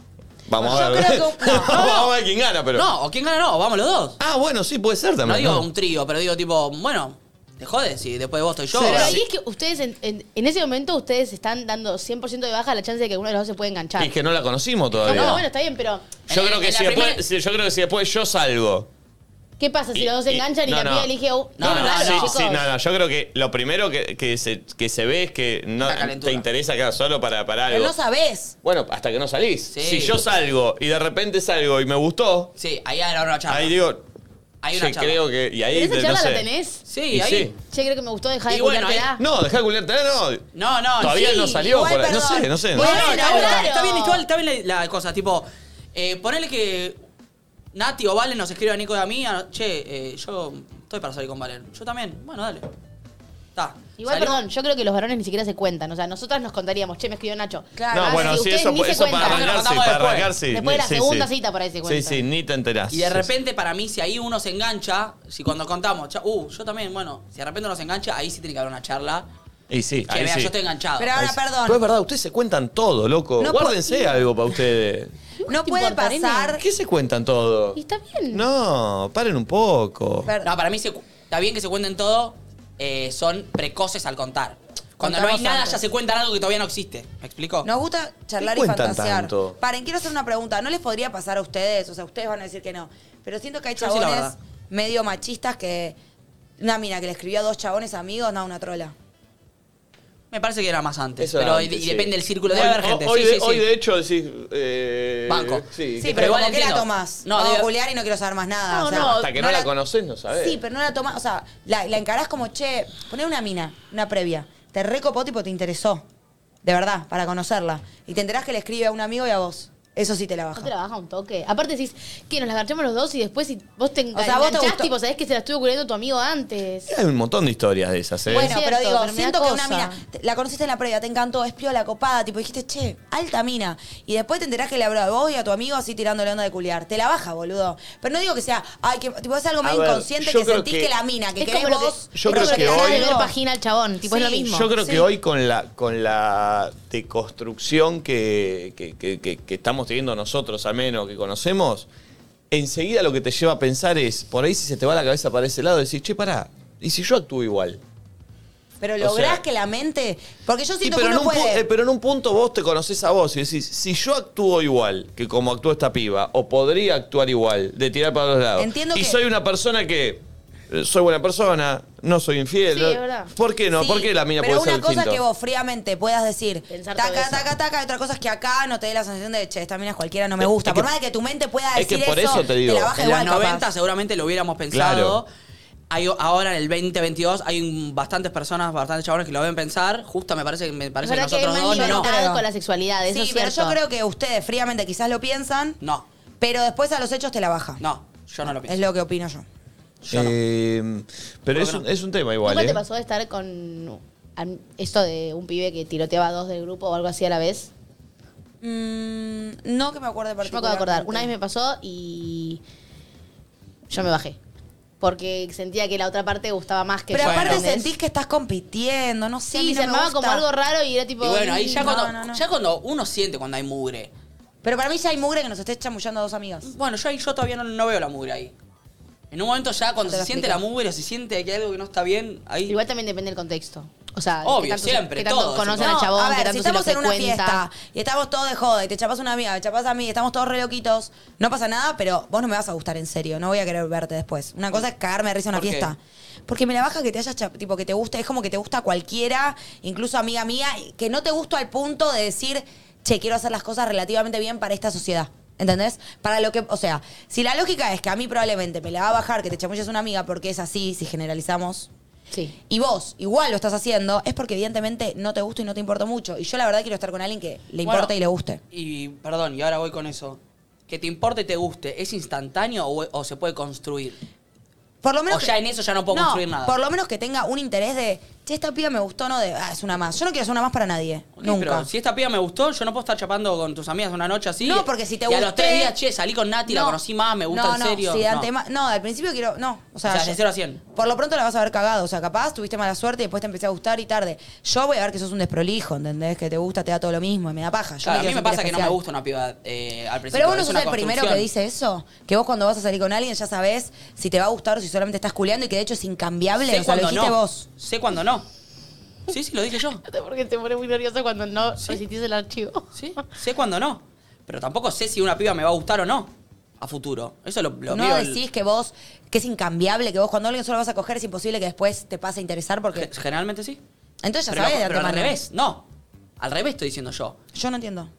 Speaker 1: vamos a
Speaker 2: Yo
Speaker 1: ver.
Speaker 2: creo
Speaker 1: (laughs)
Speaker 2: que- no, no, no.
Speaker 1: vamos a ver quién gana, pero.
Speaker 2: No, o quién gana no, vamos los dos.
Speaker 1: Ah, bueno, sí, puede ser
Speaker 2: No
Speaker 1: también.
Speaker 2: digo
Speaker 1: ¿no?
Speaker 2: un trío, pero digo tipo, bueno, te jodes y después vos estoy yo.
Speaker 7: Pero
Speaker 2: ahora
Speaker 7: ahí
Speaker 2: sí.
Speaker 7: es que ustedes, en, en- en ese momento, ustedes están dando 100% de baja la chance de que uno de los dos se puede enganchar.
Speaker 1: Y que no la conocimos
Speaker 7: No,
Speaker 1: todavía.
Speaker 7: bueno, está bien, pero
Speaker 1: Yo,
Speaker 7: En-
Speaker 1: creo que
Speaker 7: en la
Speaker 1: si después, si- yo creo que si después yo salgo.
Speaker 7: ¿qué pasa si
Speaker 1: Y-
Speaker 7: los dos se
Speaker 1: y-
Speaker 7: enganchan y
Speaker 1: no,
Speaker 7: la
Speaker 1: no.
Speaker 7: piba elige un-
Speaker 1: No,
Speaker 7: Es
Speaker 1: no,
Speaker 7: raro,
Speaker 1: sí,
Speaker 7: chicos.
Speaker 1: sí, no, no, yo creo que lo primero que, que se, que se ve es que no te interesa quedar solo para, para algo.
Speaker 3: Pero no sabés.
Speaker 1: Bueno, hasta que no salís. Si yo salgo y de repente salgo y me gustó,
Speaker 2: Sí, ahí era una charla.
Speaker 1: ahí digo,
Speaker 2: Hay una
Speaker 1: che,
Speaker 2: charla.
Speaker 1: creo que... Y ahí,
Speaker 7: ¿Pero esa
Speaker 1: te- no
Speaker 7: charla
Speaker 1: sé.
Speaker 7: la tenés? Ah.
Speaker 2: Sí,
Speaker 1: Y ahí. sí.
Speaker 7: Che, creo que me gustó dejar
Speaker 2: Y
Speaker 7: de
Speaker 2: bueno, ahí-
Speaker 7: culiártela.
Speaker 1: No, dejá de culiarte, no.
Speaker 2: No, no,
Speaker 1: Todavía
Speaker 2: sí,
Speaker 1: no salió
Speaker 2: igual,
Speaker 1: por ahí. No
Speaker 2: perdón.
Speaker 1: sé, no sé. no
Speaker 2: Bueno,
Speaker 1: sé.
Speaker 2: no,
Speaker 7: Bueno,
Speaker 2: está, bien,
Speaker 7: claro.
Speaker 2: está bien, igual, está bien la, la cosa, tipo, eh, ponele que Nati o Valen nos escribe a Nico y a mí, a- che, eh, yo estoy para salir con Valen. Yo también, bueno, dale. Está.
Speaker 7: Igual,
Speaker 2: Salió.
Speaker 7: perdón, yo creo que los varones ni siquiera se cuentan. O sea, nosotras nos contaríamos, che, me escribió Nacho.
Speaker 1: No,
Speaker 7: Ah,
Speaker 1: bueno, sí,
Speaker 7: ustedes
Speaker 1: eso,
Speaker 7: ni se
Speaker 1: eso para
Speaker 7: cuentan.
Speaker 1: arrancar, sí,
Speaker 2: Nos
Speaker 1: para
Speaker 2: contamos
Speaker 1: arrancar, sí.
Speaker 7: Después de la
Speaker 1: sí, sí.
Speaker 7: segunda cita por ahí se
Speaker 1: Sí,
Speaker 7: cuenta.
Speaker 1: sí, ni te enterás.
Speaker 2: Y
Speaker 1: Sí,
Speaker 2: de
Speaker 1: sí.
Speaker 2: repente, para mí, si ahí uno se engancha, si cuando contamos, cha- uh, yo también, bueno, si de repente uno se engancha, ahí sí tiene que haber una charla.
Speaker 1: Y sí,
Speaker 2: Che,
Speaker 1: ahí
Speaker 2: vea,
Speaker 1: sí.
Speaker 2: yo estoy enganchado.
Speaker 3: Pero
Speaker 1: Ahí
Speaker 3: ahora,
Speaker 1: sí.
Speaker 3: perdón.
Speaker 1: Pero es verdad, ustedes se cuentan todo, loco.
Speaker 3: No
Speaker 1: Guárdense algo para ustedes.
Speaker 3: No puede pasar.
Speaker 1: ¿Qué se cuentan todo?
Speaker 7: está bien.
Speaker 1: No, paren un poco.
Speaker 2: No, para mí se cu- está bien que se cuenten todo, eh, son precoces al contar. Cuando no
Speaker 3: Contamos
Speaker 2: hay nada,
Speaker 3: antes.
Speaker 2: ya se cuentan algo que todavía no existe. ¿Me explico?
Speaker 3: Nos gusta charlar
Speaker 2: ¿Qué
Speaker 3: y
Speaker 2: cuentan
Speaker 3: fantasear.
Speaker 2: tanto?
Speaker 3: Paren, quiero hacer una pregunta. ¿No les podría pasar a ustedes? O sea, ustedes van a decir que no. Pero siento que hay
Speaker 2: Yo voy a decir la
Speaker 3: chabones medio machistas que. Una mina que le escribió a dos chabones amigos, no, una trola.
Speaker 2: Me parece que era más antes.
Speaker 16: Eso
Speaker 2: pero
Speaker 16: era antes,
Speaker 2: y- y
Speaker 16: sí.
Speaker 2: depende del círculo.
Speaker 16: Hoy-
Speaker 2: Debe haber
Speaker 16: hoy-
Speaker 2: gente.
Speaker 16: Hoy,
Speaker 2: sí,
Speaker 16: de,
Speaker 2: sí, sí.
Speaker 16: hoy de hecho decís. eh,
Speaker 2: Banco.
Speaker 16: Sí,
Speaker 3: Sí, pero como que la
Speaker 2: entiendo.
Speaker 3: tomás.
Speaker 2: No,
Speaker 3: No, Vamos
Speaker 2: debe-
Speaker 3: a googlear y no quiero saber más nada. o sea,
Speaker 16: Hasta que no, la, conoces, no sabés.
Speaker 3: Sí, pero no la tomás, o sea, la, la encarás como, che, poné una mina, una previa. Te recopó, tipo, te interesó. De verdad, para conocerla. Y te enterás que le escribe a un amigo y a vos. Eso sí te la
Speaker 7: No
Speaker 3: baja.
Speaker 7: te la baja un toque. Aparte decís, que nos la garchemos los dos y después si vos te
Speaker 3: sea, vos te
Speaker 7: enganchás,
Speaker 3: gustó-
Speaker 7: tipo, sabés que se la estuvo cubriendo tu amigo antes.
Speaker 1: Hay un montón de historias de esas, ¿eh?
Speaker 3: Bueno, pero
Speaker 7: Cierto,
Speaker 3: digo,
Speaker 7: pero me da
Speaker 3: siento que una
Speaker 7: cosa.
Speaker 3: mina, te- la conociste en la previa, te encantó, es piola, copada, tipo, dijiste, che, alta mina. Y después te enterás que le habló a vos y a tu amigo así tirándole onda de culiar. Te la baja, boludo. Pero no digo que sea, ay, que tipo, es algo
Speaker 16: A
Speaker 3: medio
Speaker 16: ver,
Speaker 3: inconsciente
Speaker 16: yo
Speaker 3: que
Speaker 16: creo
Speaker 3: sentís que,
Speaker 16: que-
Speaker 3: la mina, que
Speaker 7: Es
Speaker 3: querés
Speaker 7: como lo que-
Speaker 3: vos.
Speaker 1: Yo creo
Speaker 7: Pero
Speaker 1: que
Speaker 7: le ganás de
Speaker 1: hoy.
Speaker 7: ver vagina al chabón, tipo, es lo
Speaker 3: Sí,
Speaker 7: mismo.
Speaker 1: Yo creo
Speaker 7: Sí.
Speaker 1: que hoy con la con la deconstrucción que, que- que- que- que estamos teniendo nosotros, al menos que conocemos, enseguida lo que te lleva a pensar es, por ahí si se te va la cabeza para ese lado, decís, che, pará, ¿y si yo actúo igual?
Speaker 3: Pero
Speaker 1: O
Speaker 3: lográs
Speaker 1: sea-
Speaker 3: que la mente. Porque yo
Speaker 1: Y
Speaker 3: siento
Speaker 1: pero,
Speaker 3: que
Speaker 1: en
Speaker 3: uno
Speaker 1: un pu-
Speaker 3: puede.
Speaker 1: eh, pero en un punto vos te conoces a vos y decís, si yo actúo igual que como actúa esta piba, o podría actuar igual, de tirar para los lados,
Speaker 3: Entiendo
Speaker 1: y
Speaker 3: que-
Speaker 1: soy una persona que eh, soy buena persona, no soy infiel,
Speaker 3: Sí,
Speaker 1: ¿no?
Speaker 3: es verdad.
Speaker 1: ¿por qué no?
Speaker 3: Sí,
Speaker 1: ¿Por qué la mina
Speaker 3: Pero
Speaker 1: puede
Speaker 3: una
Speaker 1: ser
Speaker 3: cosa
Speaker 1: distinto?
Speaker 3: es que vos fríamente puedas decir
Speaker 7: todo
Speaker 3: taca,
Speaker 7: eso.
Speaker 3: taca, taca, y otra cosa es que acá no te dé la sensación de che, esta mina es cualquiera, no me
Speaker 2: Es-
Speaker 3: gusta.
Speaker 2: es
Speaker 3: por
Speaker 2: que-
Speaker 3: más de que tu mente pueda
Speaker 2: es que
Speaker 3: decir
Speaker 2: por eso te digo,
Speaker 3: la baja
Speaker 2: en los
Speaker 3: igual,
Speaker 2: 90
Speaker 3: capaz.
Speaker 2: seguramente lo hubiéramos
Speaker 1: Claro.
Speaker 2: pensado. Hay, ahora en el 2022 hay un- bastantes personas, bastantes chabones que lo deben pensar. Justo me parece, me
Speaker 7: Es
Speaker 2: parece que
Speaker 7: verdad que hay
Speaker 2: nosotros dos
Speaker 7: más
Speaker 2: no.
Speaker 7: libertad con la sexualidad, eso
Speaker 3: Sí,
Speaker 7: es
Speaker 3: pero
Speaker 7: cierto.
Speaker 3: yo creo que ustedes fríamente quizás lo piensan.
Speaker 2: No.
Speaker 3: Pero después a los hechos te la baja.
Speaker 2: No, yo no lo pienso.
Speaker 3: Es lo que opino yo.
Speaker 1: Eh, pero es un, es un tema igual,
Speaker 7: ¿Nunca
Speaker 1: ¿eh?
Speaker 7: te pasó de estar con am- esto de un pibe que tiroteaba a dos del grupo o algo así a la vez?
Speaker 3: Mm, no que me acuerde
Speaker 7: Yo me acabo de acordar. Una vez me pasó y yo me bajé. Porque sentía que la otra parte gustaba más que
Speaker 3: Pero
Speaker 7: yo,
Speaker 3: aparte
Speaker 7: ¿entendés?
Speaker 3: sentís que estás compitiendo, no sé. a mí
Speaker 7: Sí,
Speaker 3: no
Speaker 7: se
Speaker 3: me
Speaker 7: armaba
Speaker 3: gusta.
Speaker 7: como algo raro y era tipo...
Speaker 2: Y bueno, ahí
Speaker 7: mm,
Speaker 2: ya,
Speaker 7: no,
Speaker 2: cuando,
Speaker 7: no, no.
Speaker 2: ya cuando uno siente cuando hay mugre.
Speaker 3: Pero para mí ya hay mugre que nos esté chamullando a dos amigas.
Speaker 2: Bueno, yo ahí yo todavía no, no veo la mugre ahí. En un momento ya cuando
Speaker 7: Te
Speaker 2: se
Speaker 7: lo
Speaker 2: siente la
Speaker 7: explico.
Speaker 2: mugre o se siente que hay algo que no está bien, ahí...
Speaker 7: Igual también depende del contexto. O sea,
Speaker 2: Obvio,
Speaker 7: que tanto,
Speaker 2: siempre,
Speaker 7: que tanto
Speaker 2: todos,
Speaker 7: conocen
Speaker 3: No,
Speaker 7: al chabón,
Speaker 3: a ver,
Speaker 7: que tanto
Speaker 3: si
Speaker 7: se lo
Speaker 3: estamos en una
Speaker 7: frecuentan.
Speaker 3: fiesta y estamos todos de joda y te chapas una amiga, me chapas a mí, estamos todos re loquitos, no pasa nada, pero vos no me vas a gustar en serio, no voy a querer verte después. Una cosa es cagarme de risa en una
Speaker 2: ¿Por qué?
Speaker 3: fiesta. Porque me la baja que te hayas, chap- tipo, que te guste, es como que te gusta cualquiera, incluso amiga mía, y que no te gusta al punto de decir, che, quiero hacer las cosas relativamente bien para esta sociedad. ¿Entendés? Para lo que, o sea, si la lógica es que a mí probablemente me la va a bajar que te chamulles una amiga porque es así, si generalizamos,
Speaker 7: Sí.
Speaker 3: y vos igual lo estás haciendo, es porque evidentemente no te gusta y no te importa mucho. Y yo la verdad quiero estar con alguien que le
Speaker 2: Bueno,
Speaker 3: importe y le guste.
Speaker 2: Y perdón, y ahora voy con eso. Que te importe y te guste, ¿es instantáneo o, o se puede construir?
Speaker 3: Por lo menos
Speaker 2: o
Speaker 3: que-
Speaker 2: ya en eso ya no puedo
Speaker 3: No,
Speaker 2: construir nada.
Speaker 3: Por lo menos que tenga un interés de, che, esta piba me gustó, no de, ah, es una más. Yo no quiero ser una más para nadie.
Speaker 2: Ok,
Speaker 3: nunca.
Speaker 2: Pero si esta piba me gustó, yo no puedo estar chapando con tus amigas una noche así.
Speaker 3: No, porque si te
Speaker 2: Y a los
Speaker 3: gusté-
Speaker 2: tres días, che, salí con Nati, la
Speaker 3: No.
Speaker 2: conocí más, me gusta
Speaker 3: no,
Speaker 2: en
Speaker 3: no,
Speaker 2: serio.
Speaker 3: sí, de
Speaker 2: No.
Speaker 3: antema- no, al principio quiero, no. O
Speaker 2: O
Speaker 3: sea,
Speaker 2: sea,
Speaker 3: yo-
Speaker 2: de 0 a 100.
Speaker 3: por lo pronto la vas a ver cagado. O sea, capaz tuviste mala suerte y después te empecé a gustar y tarde. Yo voy a ver que sos un desprolijo, ¿entendés? Que te gusta, te da todo lo mismo y me da paja. Yo
Speaker 2: Claro,
Speaker 3: me
Speaker 2: a mí
Speaker 3: quiero
Speaker 2: me pasa
Speaker 3: sentir
Speaker 2: que no me
Speaker 3: especial.
Speaker 2: gusta una piba eh, al principio.
Speaker 3: Pero vos no
Speaker 2: es
Speaker 3: sos
Speaker 2: una
Speaker 3: el primero que
Speaker 2: construcción.
Speaker 3: dice eso. Que vos cuando vas a salir con alguien ya sabés si te va a gustar o si solamente estás culeando y que de hecho es incambiable.
Speaker 2: Sé
Speaker 3: o sea, lo
Speaker 2: cuando
Speaker 3: dijiste
Speaker 2: no.
Speaker 3: vos.
Speaker 2: Sé cuando no. Sí, sí, lo dije yo.
Speaker 7: No sé por qué te pone muy nervioso cuando no resistís el archivo. (laughs)
Speaker 2: Sí. Sé cuando no. Pero tampoco sé si una piba me va a gustar o no a futuro. Eso lo, lo
Speaker 3: no
Speaker 2: veo el-
Speaker 3: decís que vos, que es incambiable, que vos cuando alguien solo vas a coger es imposible que después te pase a interesar porque.
Speaker 2: Generalmente sí.
Speaker 3: Entonces ya
Speaker 2: pero
Speaker 3: sabés de
Speaker 2: pero al
Speaker 3: antemano.
Speaker 2: revés, no. Al revés estoy diciendo yo.
Speaker 3: Yo no entiendo.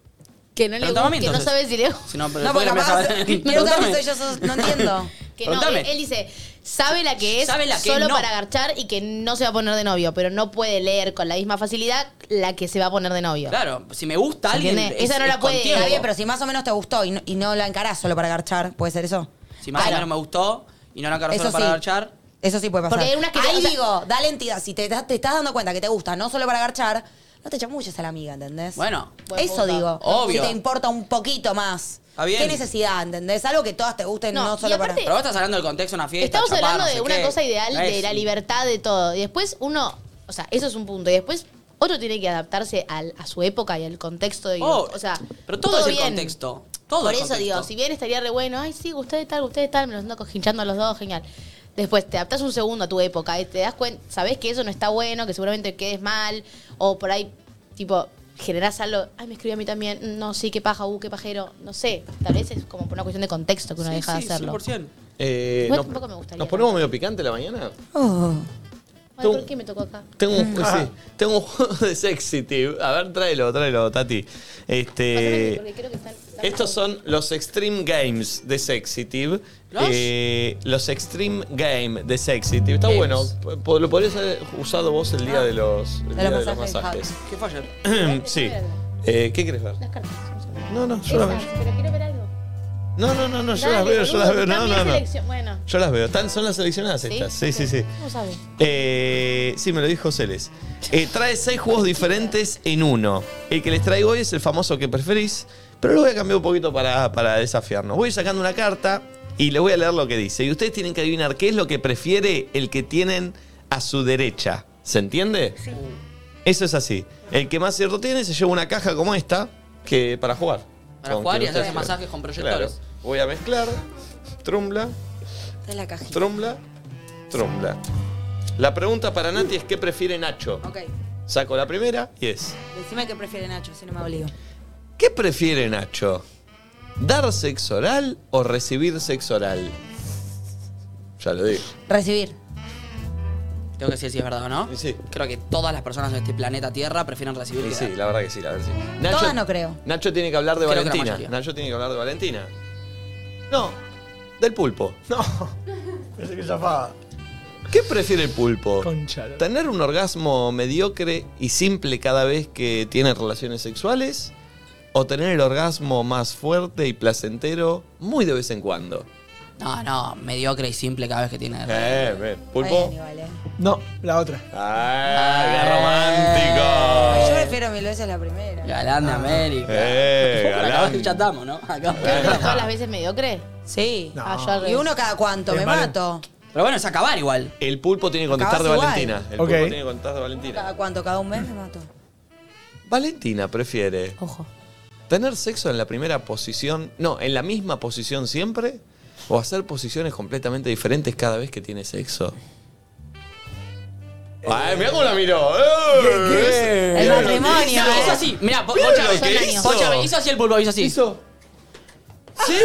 Speaker 7: Que no, le
Speaker 2: Preguntame a mí,
Speaker 7: gusta, que (laughs) no
Speaker 2: entonces.
Speaker 7: sabes si le gusta.
Speaker 2: Si no,
Speaker 3: No, porque capaz.
Speaker 2: (laughs)
Speaker 3: Pero
Speaker 2: Preguntame.
Speaker 3: soy yo, sos- no entiendo.
Speaker 7: Que no, él,
Speaker 2: Preguntame.
Speaker 7: él dice, sabe la que es
Speaker 2: Sabe la que
Speaker 7: solo
Speaker 2: no.
Speaker 7: para agarchar y que no se va a poner de novio, pero no puede leer con la misma facilidad la que se va a poner de novio.
Speaker 2: Claro, (laughs) si me gusta
Speaker 7: ¿Se
Speaker 2: alguien.
Speaker 7: entiende?
Speaker 2: es-
Speaker 7: Esa no la
Speaker 2: es
Speaker 7: puede-
Speaker 2: con tiempo.
Speaker 3: Está bien, pero si más o menos te gustó y no, y no la encarás solo para garchar, ¿puede ser eso?
Speaker 2: Si más o
Speaker 3: Claro.
Speaker 2: menos me gustó y no la encaro
Speaker 3: Eso
Speaker 2: solo para
Speaker 3: sí.
Speaker 2: garchar.
Speaker 3: Eso sí puede pasar.
Speaker 7: Porque hay unas que-
Speaker 3: Ahí
Speaker 7: o sea-
Speaker 3: digo, dale entidad. Si te, te estás dando cuenta que te gusta, no solo para garchar, no te chamulles a la amiga, ¿entendés?
Speaker 2: Bueno.
Speaker 7: Buen
Speaker 3: Eso
Speaker 7: punto.
Speaker 3: digo.
Speaker 2: Obvio.
Speaker 3: Si te importa un poquito más.
Speaker 2: Está bien.
Speaker 3: ¿Qué necesidad, entendés? Algo que todas te gusten, no,
Speaker 7: No,
Speaker 3: solo
Speaker 7: y aparte-
Speaker 3: para.
Speaker 2: Pero vos estás hablando del contexto de una fiesta.
Speaker 7: Estamos
Speaker 2: chapar,
Speaker 7: hablando
Speaker 2: no
Speaker 7: de
Speaker 2: sé
Speaker 7: una
Speaker 2: qué.
Speaker 7: cosa ideal,
Speaker 2: No
Speaker 7: de
Speaker 2: es-
Speaker 7: la libertad de todo. Y después uno, o sea, eso es un punto. Y después otro tiene que adaptarse al- a su época y al contexto. Y,
Speaker 2: Oh,
Speaker 7: o sea,
Speaker 2: Pero todo, es el
Speaker 7: bien.
Speaker 2: contexto. Todo
Speaker 7: Por
Speaker 2: es
Speaker 7: eso
Speaker 2: contexto.
Speaker 7: digo, si bien estaría re bueno, ay, sí, ustedes tal, ustedes tal, me los ando cojinchando a los dos, genial. Después te adaptás un segundo a tu época y te das cuenta, sabés que eso no está bueno, que seguramente quedes mal, o por ahí, tipo, generás algo, ay, me escribió a mí también, mm, no, sí, qué paja, uh, qué pajero, no sé. Tal vez es como por una cuestión de contexto que uno
Speaker 2: Sí,
Speaker 7: deja de
Speaker 2: sí,
Speaker 7: hacerlo.
Speaker 2: 100%.
Speaker 1: Eh,
Speaker 7: Igual
Speaker 1: nos-
Speaker 7: tampoco me gustaría.
Speaker 1: ¿Nos ponemos medio picante la mañana?
Speaker 3: Oh.
Speaker 7: Ay, ¿por qué me tocó acá?
Speaker 1: Tengo, un-
Speaker 7: Ah.
Speaker 1: sí, tengo un juego de Sexy A ver, tráelo, tráelo, Tati. Este.
Speaker 7: Porque creo que están...
Speaker 1: Estos son los Extreme Games de Sexitive.
Speaker 7: ¿Los?
Speaker 1: Eh, los Extreme Game de Sexitive. Está
Speaker 2: Games.
Speaker 1: bueno. p- p- Lo podrías haber usado vos el día
Speaker 7: Ah.
Speaker 1: de los, el día de los masajes.
Speaker 2: ¿Qué fue ayer?
Speaker 1: (clears throat) sí. Eh, ¿Qué querés ver? No, no, yo las veo.
Speaker 7: Pero quiero ver algo.
Speaker 1: No, no, no, no, yo las
Speaker 7: Dale,
Speaker 1: veo, yo las veo.
Speaker 7: boludo,
Speaker 1: No,
Speaker 7: cambia
Speaker 1: no, no.
Speaker 7: selección. Bueno,
Speaker 1: Yo las veo. Están- son las seleccionadas
Speaker 7: ¿Sí?
Speaker 1: estas. Sí, sí, sí.
Speaker 7: ¿cómo sabes?
Speaker 1: Eh, sí, me lo dijo Celes. Eh, trae seis juegos diferentes en uno. El que les traigo hoy es el famoso que preferís, pero lo voy a cambiar un poquito para, para desafiarnos. Voy sacando una carta y le voy a leer lo que dice. Y ustedes tienen que adivinar qué es lo que prefiere el que tienen a su derecha. ¿Se entiende? Sí. Eso es así. El que más cierto tiene se lleva una caja como esta que para jugar.
Speaker 2: Para
Speaker 1: Con
Speaker 2: jugar
Speaker 1: que
Speaker 2: y hacerse
Speaker 1: ustedes
Speaker 2: masajes con proyectores.
Speaker 1: Claro. Voy a mezclar. Trumbla.
Speaker 13: Está en la cajita.
Speaker 1: Trumbla, trumbla. La pregunta para Nati es qué prefiere Nacho.
Speaker 13: Ok.
Speaker 1: Saco la primera y es,
Speaker 13: Decime qué prefiere Nacho, si no me obligo.
Speaker 1: ¿qué prefiere Nacho? ¿Dar sexo oral o recibir sexo oral? Ya lo digo.
Speaker 13: Recibir.
Speaker 2: Tengo que decir si es verdad o no.
Speaker 1: Sí.
Speaker 2: Creo que todas las personas de este planeta Tierra prefieren recibir
Speaker 1: Y
Speaker 2: que
Speaker 1: sí,
Speaker 2: dar.
Speaker 1: la verdad que sí, la verdad que sí.
Speaker 13: Todas no creo.
Speaker 1: Nacho tiene que hablar de
Speaker 2: Creo que la
Speaker 1: Valentina.
Speaker 2: mayoría.
Speaker 1: Nacho tiene que hablar de Valentina. No, del pulpo. (laughs) No.
Speaker 4: Pensé que zafaba.
Speaker 1: ¿Qué prefiere el pulpo?
Speaker 4: Concha. la-
Speaker 1: ¿Tener un orgasmo mediocre y simple cada vez que tiene relaciones sexuales? ¿O tener el orgasmo más fuerte y placentero muy de vez en cuando?
Speaker 2: No, no, mediocre y simple cada vez que tiene.
Speaker 1: Eh, ven, pulpo.
Speaker 4: No, la otra.
Speaker 1: ¡Ah, qué romántico!
Speaker 13: Yo prefiero mil veces la primera.
Speaker 2: Galán de América.
Speaker 1: Eh,
Speaker 2: Acá
Speaker 1: galán.
Speaker 2: chatamos, ¿no? Acá.
Speaker 7: ¿Creo que todas las veces mediocre?
Speaker 13: Sí.
Speaker 7: Ah, yo al
Speaker 13: Y
Speaker 7: revés.
Speaker 13: uno cada cuánto,
Speaker 1: Me
Speaker 13: me
Speaker 1: vale.
Speaker 13: mato.
Speaker 2: Pero bueno, es acabar igual.
Speaker 1: El pulpo tiene que contestar de
Speaker 13: Acabás
Speaker 1: Valentina.
Speaker 13: igual.
Speaker 1: El
Speaker 4: Ok.
Speaker 1: pulpo tiene que contestar de Valentina.
Speaker 13: ¿Cada cuánto? ¿Cada un mes me mato?
Speaker 1: Valentina prefiere
Speaker 13: Ojo.
Speaker 1: tener sexo en la primera posición, no, en la misma posición siempre, o hacer posiciones completamente diferentes cada vez que tiene sexo. Eh, Ay, mirá cómo la miró. Eh, eh,
Speaker 13: El
Speaker 1: mirá lo que
Speaker 13: matrimonio. eh.
Speaker 1: hizo.
Speaker 2: Hizo así, mirá, po-
Speaker 1: Mirá
Speaker 2: Pocha,
Speaker 1: lo que hizo.
Speaker 2: Pocha, hizo así el pulpo, hizo así. Hizo.
Speaker 1: Sí.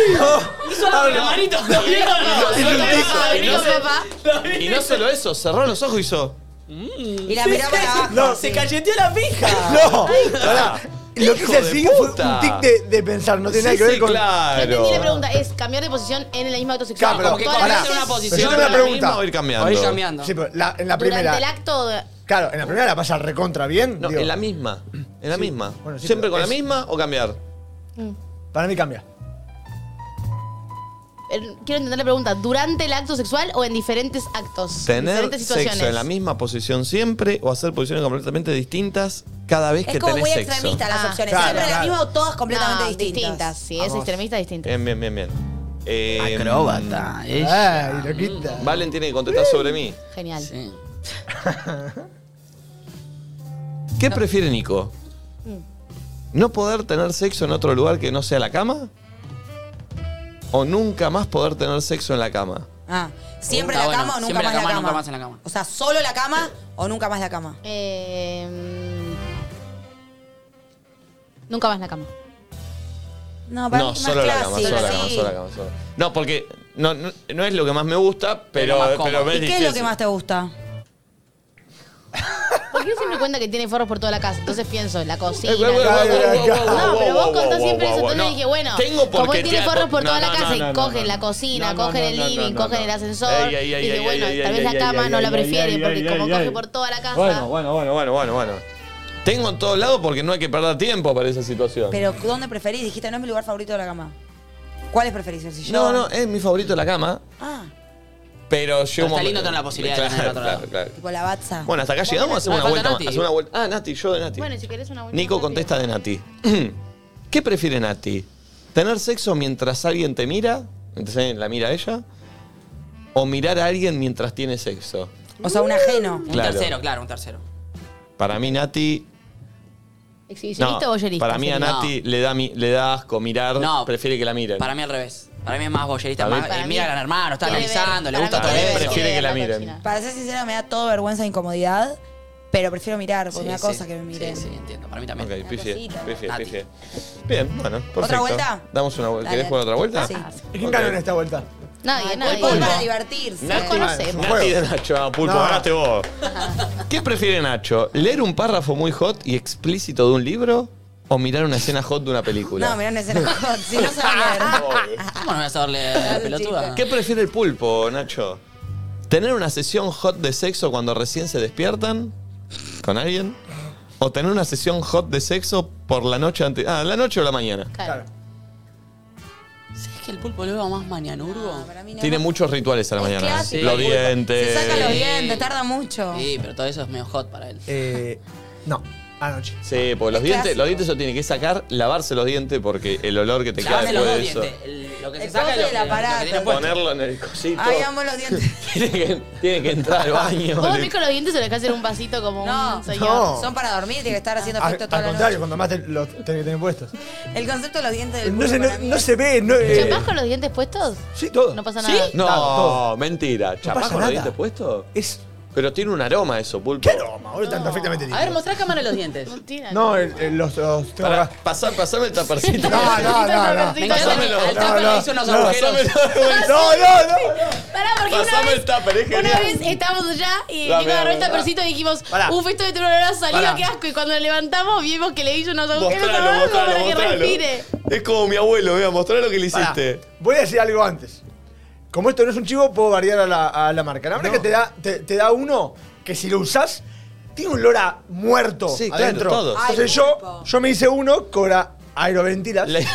Speaker 2: Hizo la la manito. ¿Lo vieron?
Speaker 1: Y no- y no-
Speaker 13: papá.
Speaker 1: Y no solo eso, cerró los ojos y hizo. Mm.
Speaker 13: Y la mirá para
Speaker 1: (laughs)
Speaker 13: abajo.
Speaker 4: No,
Speaker 2: Se cacheteó la pija.
Speaker 4: No, pará. Lo que
Speaker 1: Ah. Hijo
Speaker 4: hice
Speaker 1: de
Speaker 4: así fue
Speaker 1: puta.
Speaker 4: un tic de, de pensar, no tiene
Speaker 1: Sí,
Speaker 4: nada que ver
Speaker 1: sí,
Speaker 4: con.
Speaker 7: Entendí la
Speaker 1: claro.
Speaker 7: pregunta, es cambiar de posición en el mismo acto sexual.
Speaker 4: Claro, pero,
Speaker 7: Como que todas
Speaker 4: pará.
Speaker 7: las
Speaker 2: en una
Speaker 7: veces
Speaker 4: Pero
Speaker 2: posición,
Speaker 4: yo tengo
Speaker 2: la
Speaker 4: una pregunta.
Speaker 1: Va a ir cambiando.
Speaker 2: Voy cambiando.
Speaker 4: Sí, pero la- en la
Speaker 7: durante el
Speaker 4: primera.
Speaker 7: acto... de-
Speaker 4: Claro, en la primera la pasa recontra bien.
Speaker 1: No,
Speaker 4: digo,
Speaker 1: en la misma. En la
Speaker 4: Sí.
Speaker 1: misma.
Speaker 4: Bueno, sí,
Speaker 1: ¿Siempre
Speaker 4: pero
Speaker 1: con la
Speaker 4: es- Mm.
Speaker 1: misma o cambiar?
Speaker 4: Para mí cambia.
Speaker 7: el- eh, Quiero entender la pregunta, ¿durante el acto sexual o en diferentes actos?
Speaker 1: ¿Tener
Speaker 7: diferentes situaciones.
Speaker 1: sexo en la misma posición siempre o hacer posiciones completamente distintas cada vez que
Speaker 13: Es como
Speaker 1: tenés
Speaker 13: muy
Speaker 1: sexo?
Speaker 13: extremista las
Speaker 7: Ah,
Speaker 13: opciones.
Speaker 4: claro,
Speaker 13: Siempre la
Speaker 4: claro.
Speaker 13: misma o todas completamente
Speaker 7: No,
Speaker 13: distintas.
Speaker 7: distintas. Sí, es
Speaker 4: Vamos.
Speaker 7: extremista, distinta.
Speaker 1: Bien, bien, bien, bien. Eh,
Speaker 2: Acróbata. ella.
Speaker 4: Ay, loquita.
Speaker 1: Valen tiene que contestar sobre mí.
Speaker 7: Genial.
Speaker 2: Sí.
Speaker 1: ¿Qué prefiere Nico?
Speaker 13: Mm.
Speaker 1: ¿No poder tener sexo en otro lugar que no sea la cama? ¿O nunca más poder tener sexo en la cama?
Speaker 13: Ah, siempre
Speaker 2: Está
Speaker 13: la
Speaker 2: bueno.
Speaker 13: cama o nunca
Speaker 2: Siempre
Speaker 13: más la cama.
Speaker 2: nunca más en la cama.
Speaker 13: O sea, solo la cama o nunca más la cama.
Speaker 7: Eh, mm, nunca más en la cama.
Speaker 13: No,
Speaker 1: No,
Speaker 13: mí
Speaker 1: solo la cama,
Speaker 13: clásico,
Speaker 1: solo la cama,
Speaker 13: sí.
Speaker 1: solo la cama. solo. No, porque no, no, no es lo que más me gusta, pero,
Speaker 2: Pero más
Speaker 1: pero,
Speaker 2: cómodo.
Speaker 1: me
Speaker 13: ¿Y qué es lo
Speaker 1: difícil.
Speaker 13: que más te gusta?
Speaker 7: Porque él siempre cuenta que tiene forros por toda la casa. Entonces pienso en la cocina.
Speaker 1: (laughs) Eh,
Speaker 7: en la-
Speaker 1: bueno, bueno, bueno, bueno,
Speaker 7: No,
Speaker 1: bueno,
Speaker 7: pero vos
Speaker 1: bueno,
Speaker 7: contás
Speaker 1: bueno,
Speaker 7: siempre eso.
Speaker 1: bueno,
Speaker 7: Entonces
Speaker 1: no.
Speaker 7: dije, bueno,
Speaker 1: Tengo
Speaker 7: como
Speaker 1: porque
Speaker 7: él tiene
Speaker 1: te-
Speaker 7: forros por
Speaker 1: no,
Speaker 7: toda la
Speaker 1: no,
Speaker 7: casa
Speaker 1: no,
Speaker 7: y
Speaker 1: no,
Speaker 7: cogen
Speaker 1: no,
Speaker 7: la cocina,
Speaker 1: no, no,
Speaker 7: cogen el
Speaker 1: no, no,
Speaker 7: living,
Speaker 1: no,
Speaker 7: cogen
Speaker 1: no.
Speaker 7: el ascensor.
Speaker 1: Ey, ey, ey,
Speaker 7: y dije,
Speaker 1: ey,
Speaker 7: bueno,
Speaker 1: ey,
Speaker 7: tal
Speaker 1: ey,
Speaker 7: vez la
Speaker 1: ey,
Speaker 7: cama
Speaker 1: ey,
Speaker 7: no la
Speaker 1: ey,
Speaker 7: prefiere
Speaker 1: ey,
Speaker 7: porque
Speaker 1: ey,
Speaker 7: como
Speaker 1: ey,
Speaker 7: coge
Speaker 1: ey.
Speaker 7: por toda la casa.
Speaker 1: Bueno, bueno, bueno, bueno, bueno, bueno, Tengo en todos lados porque no hay que perder tiempo para esa situación.
Speaker 13: Pero ¿dónde preferís? Dijiste, no es mi lugar favorito de la cama. ¿Cuál es preferís? ¿El sillón?
Speaker 1: no, no, es mi favorito la cama,
Speaker 13: Ah,
Speaker 1: pero yo...
Speaker 2: está lindo tener la posibilidad de tener otro lado.
Speaker 13: tipo la batza.
Speaker 1: Bueno, hasta acá llegamos, hacemos
Speaker 2: Ah, falta
Speaker 1: una vuelta más.
Speaker 2: Nati.
Speaker 1: Hacemos una vuelta. Ah, Nati, yo de Nati.
Speaker 7: Bueno, si querés una buena
Speaker 1: Nico contesta de Nati. (clears throat) ¿Qué prefiere Nati? ¿Tener sexo mientras alguien te mira? ¿Mientras alguien la mira a ella? ¿O mirar a alguien mientras tiene sexo?
Speaker 13: O sea, un ajeno.
Speaker 2: Un
Speaker 1: Claro.
Speaker 2: tercero, claro, un tercero.
Speaker 1: Para mí, Nati.
Speaker 7: ¿Exhibicionista o
Speaker 1: No,
Speaker 7: bollerista?
Speaker 1: para mí a
Speaker 2: sería?
Speaker 1: Nati le, da, mi- le da asco mirar,
Speaker 2: No.
Speaker 1: prefiere que la miren.
Speaker 2: Para mí al revés. Para mí es más boyerista.
Speaker 1: Para mí-
Speaker 2: Más,
Speaker 1: Para
Speaker 2: eh,
Speaker 7: mí-
Speaker 2: mira a gran hermano, está
Speaker 7: Quiere ver,
Speaker 2: analizando, le
Speaker 7: para
Speaker 2: gusta
Speaker 7: mí
Speaker 2: todo
Speaker 1: quiere
Speaker 2: eso.
Speaker 1: ver, prefiere que la miren.
Speaker 13: Para ser sincera, me da todo vergüenza e incomodidad, pero prefiero mirar, porque
Speaker 2: Sí,
Speaker 13: me da
Speaker 2: sí.
Speaker 13: cosa que me miren.
Speaker 2: Sí, sí, entiendo. Para mí también.
Speaker 1: Ok, pifie,
Speaker 13: cosita.
Speaker 1: pifie,
Speaker 2: Nati.
Speaker 1: pifie. Bien, bueno, perfecto.
Speaker 13: vuelta?
Speaker 1: Damos una vuelta.
Speaker 13: Dale.
Speaker 1: ¿Querés jugar otra vuelta?
Speaker 13: Sí.
Speaker 4: ¿Quién
Speaker 1: Ok.
Speaker 4: ganó en esta vuelta?
Speaker 7: Nadie, nadie.
Speaker 13: Pulpo es para divertirse.
Speaker 7: Nati- conocemos.
Speaker 1: Nati de Nacho, ah, Pulpo,
Speaker 7: No.
Speaker 1: ganaste vos. ¿Qué prefiere Nacho? ¿Leer un párrafo muy hot y explícito de un libro o mirar una escena hot de una película?
Speaker 13: No, (laughs) mirá una escena hot, si no sabes leer.
Speaker 2: ¿Cómo no voy a saberle pelotuda?
Speaker 1: ¿Qué prefiere el pulpo, Nacho? ¿Tener una sesión hot de sexo cuando recién se despiertan con alguien? ¿O tener una sesión hot de sexo por la noche antes? Ah, la noche o la mañana.
Speaker 7: Claro.
Speaker 2: ¿Sabes que el pulpo lo veo más mañanurgo?
Speaker 1: Tiene muchos rituales a la mañana.
Speaker 2: hace
Speaker 1: Los
Speaker 2: el pulpo.
Speaker 1: dientes.
Speaker 13: te tarda mucho.
Speaker 2: Sí, pero todo eso es medio hot para él.
Speaker 1: Eh,
Speaker 4: no, anoche.
Speaker 1: Sí, porque los
Speaker 2: Es
Speaker 1: dientes,
Speaker 2: clásico.
Speaker 1: los dientes se los tiene que sacar, lavarse los dientes porque el olor que te queda
Speaker 2: Lavarse los
Speaker 1: después
Speaker 2: dos
Speaker 1: de eso.
Speaker 2: dientes. El- lo que se
Speaker 13: El
Speaker 2: saca es
Speaker 13: coso
Speaker 2: lo,
Speaker 13: y el aparato.
Speaker 2: que tiene puesto.
Speaker 1: Ponerlo en el cosito.
Speaker 13: Ay, amo los dientes.
Speaker 1: (laughs) tiene, que, tiene que entrar al baño.
Speaker 7: Vos
Speaker 1: le-
Speaker 7: dormís con los dientes, se lo que hacer un vasito como un señor.
Speaker 4: No.
Speaker 13: Son para dormir, tiene que estar haciendo
Speaker 4: Ah, Al,
Speaker 13: efecto
Speaker 4: al
Speaker 13: toda la
Speaker 4: contrario,
Speaker 13: noche.
Speaker 4: cuando más te, los tenés que tener puestos.
Speaker 13: El concepto de los dientes del
Speaker 4: No
Speaker 13: pulpo
Speaker 4: se, no,
Speaker 13: para mí.
Speaker 4: no se ve, no. eh,
Speaker 7: ¿Chapás con los dientes puestos?
Speaker 4: Sí, todo.
Speaker 7: No pasa
Speaker 4: ¿Sí?
Speaker 7: nada.
Speaker 1: No,
Speaker 4: Claro, todo.
Speaker 1: mentira. ¿Chapás
Speaker 4: pasa
Speaker 1: con los
Speaker 4: nada.
Speaker 1: dientes puestos?
Speaker 4: Es...
Speaker 1: Pero tiene un aroma eso, pulpo. ¿Qué aroma?
Speaker 4: Ahora están perfectamente
Speaker 2: A ver, mostrá a cámara los dientes.
Speaker 4: No, el- el- los, los tengo acá.
Speaker 1: Pasá, pasame el tapercito.
Speaker 4: No, no, no, no.
Speaker 2: Me encanta que
Speaker 4: Pásamelo.
Speaker 2: al
Speaker 4: No,
Speaker 2: tupper
Speaker 4: no,
Speaker 2: le hizo unos
Speaker 4: no,
Speaker 2: agujeros.
Speaker 4: pásamelo. No,
Speaker 5: (laughs)
Speaker 4: no, no.
Speaker 7: Pará, porque una
Speaker 1: Pasame
Speaker 7: vez,
Speaker 1: el tupper, es
Speaker 7: una
Speaker 1: genial.
Speaker 7: vez estábamos allá y
Speaker 1: Dame,
Speaker 7: Nico agarró el
Speaker 1: dame,
Speaker 7: tapercito y dijimos,
Speaker 1: Pará.
Speaker 7: un festo de tronadora salió,
Speaker 1: Pará.
Speaker 7: qué asco. Y cuando lo levantamos vimos que le hizo unos agujeros
Speaker 1: Mostralo,
Speaker 7: abajo
Speaker 1: mostralo,
Speaker 7: para que
Speaker 1: mostralo.
Speaker 7: respire.
Speaker 1: Es como mi abuelo, vea, mostrar lo que le
Speaker 4: Pará.
Speaker 1: hiciste.
Speaker 4: Voy a decir algo antes. Como esto no es un chivo, puedo variar a la, a la marca. La marca que te da, te, te da uno que si lo usás, tiene un olor a muerto
Speaker 1: Sí, claro,
Speaker 4: adentro.
Speaker 1: todos.
Speaker 4: Entonces
Speaker 1: Ay,
Speaker 4: yo, yo me hice uno con a- aeroventilas.
Speaker 1: Le,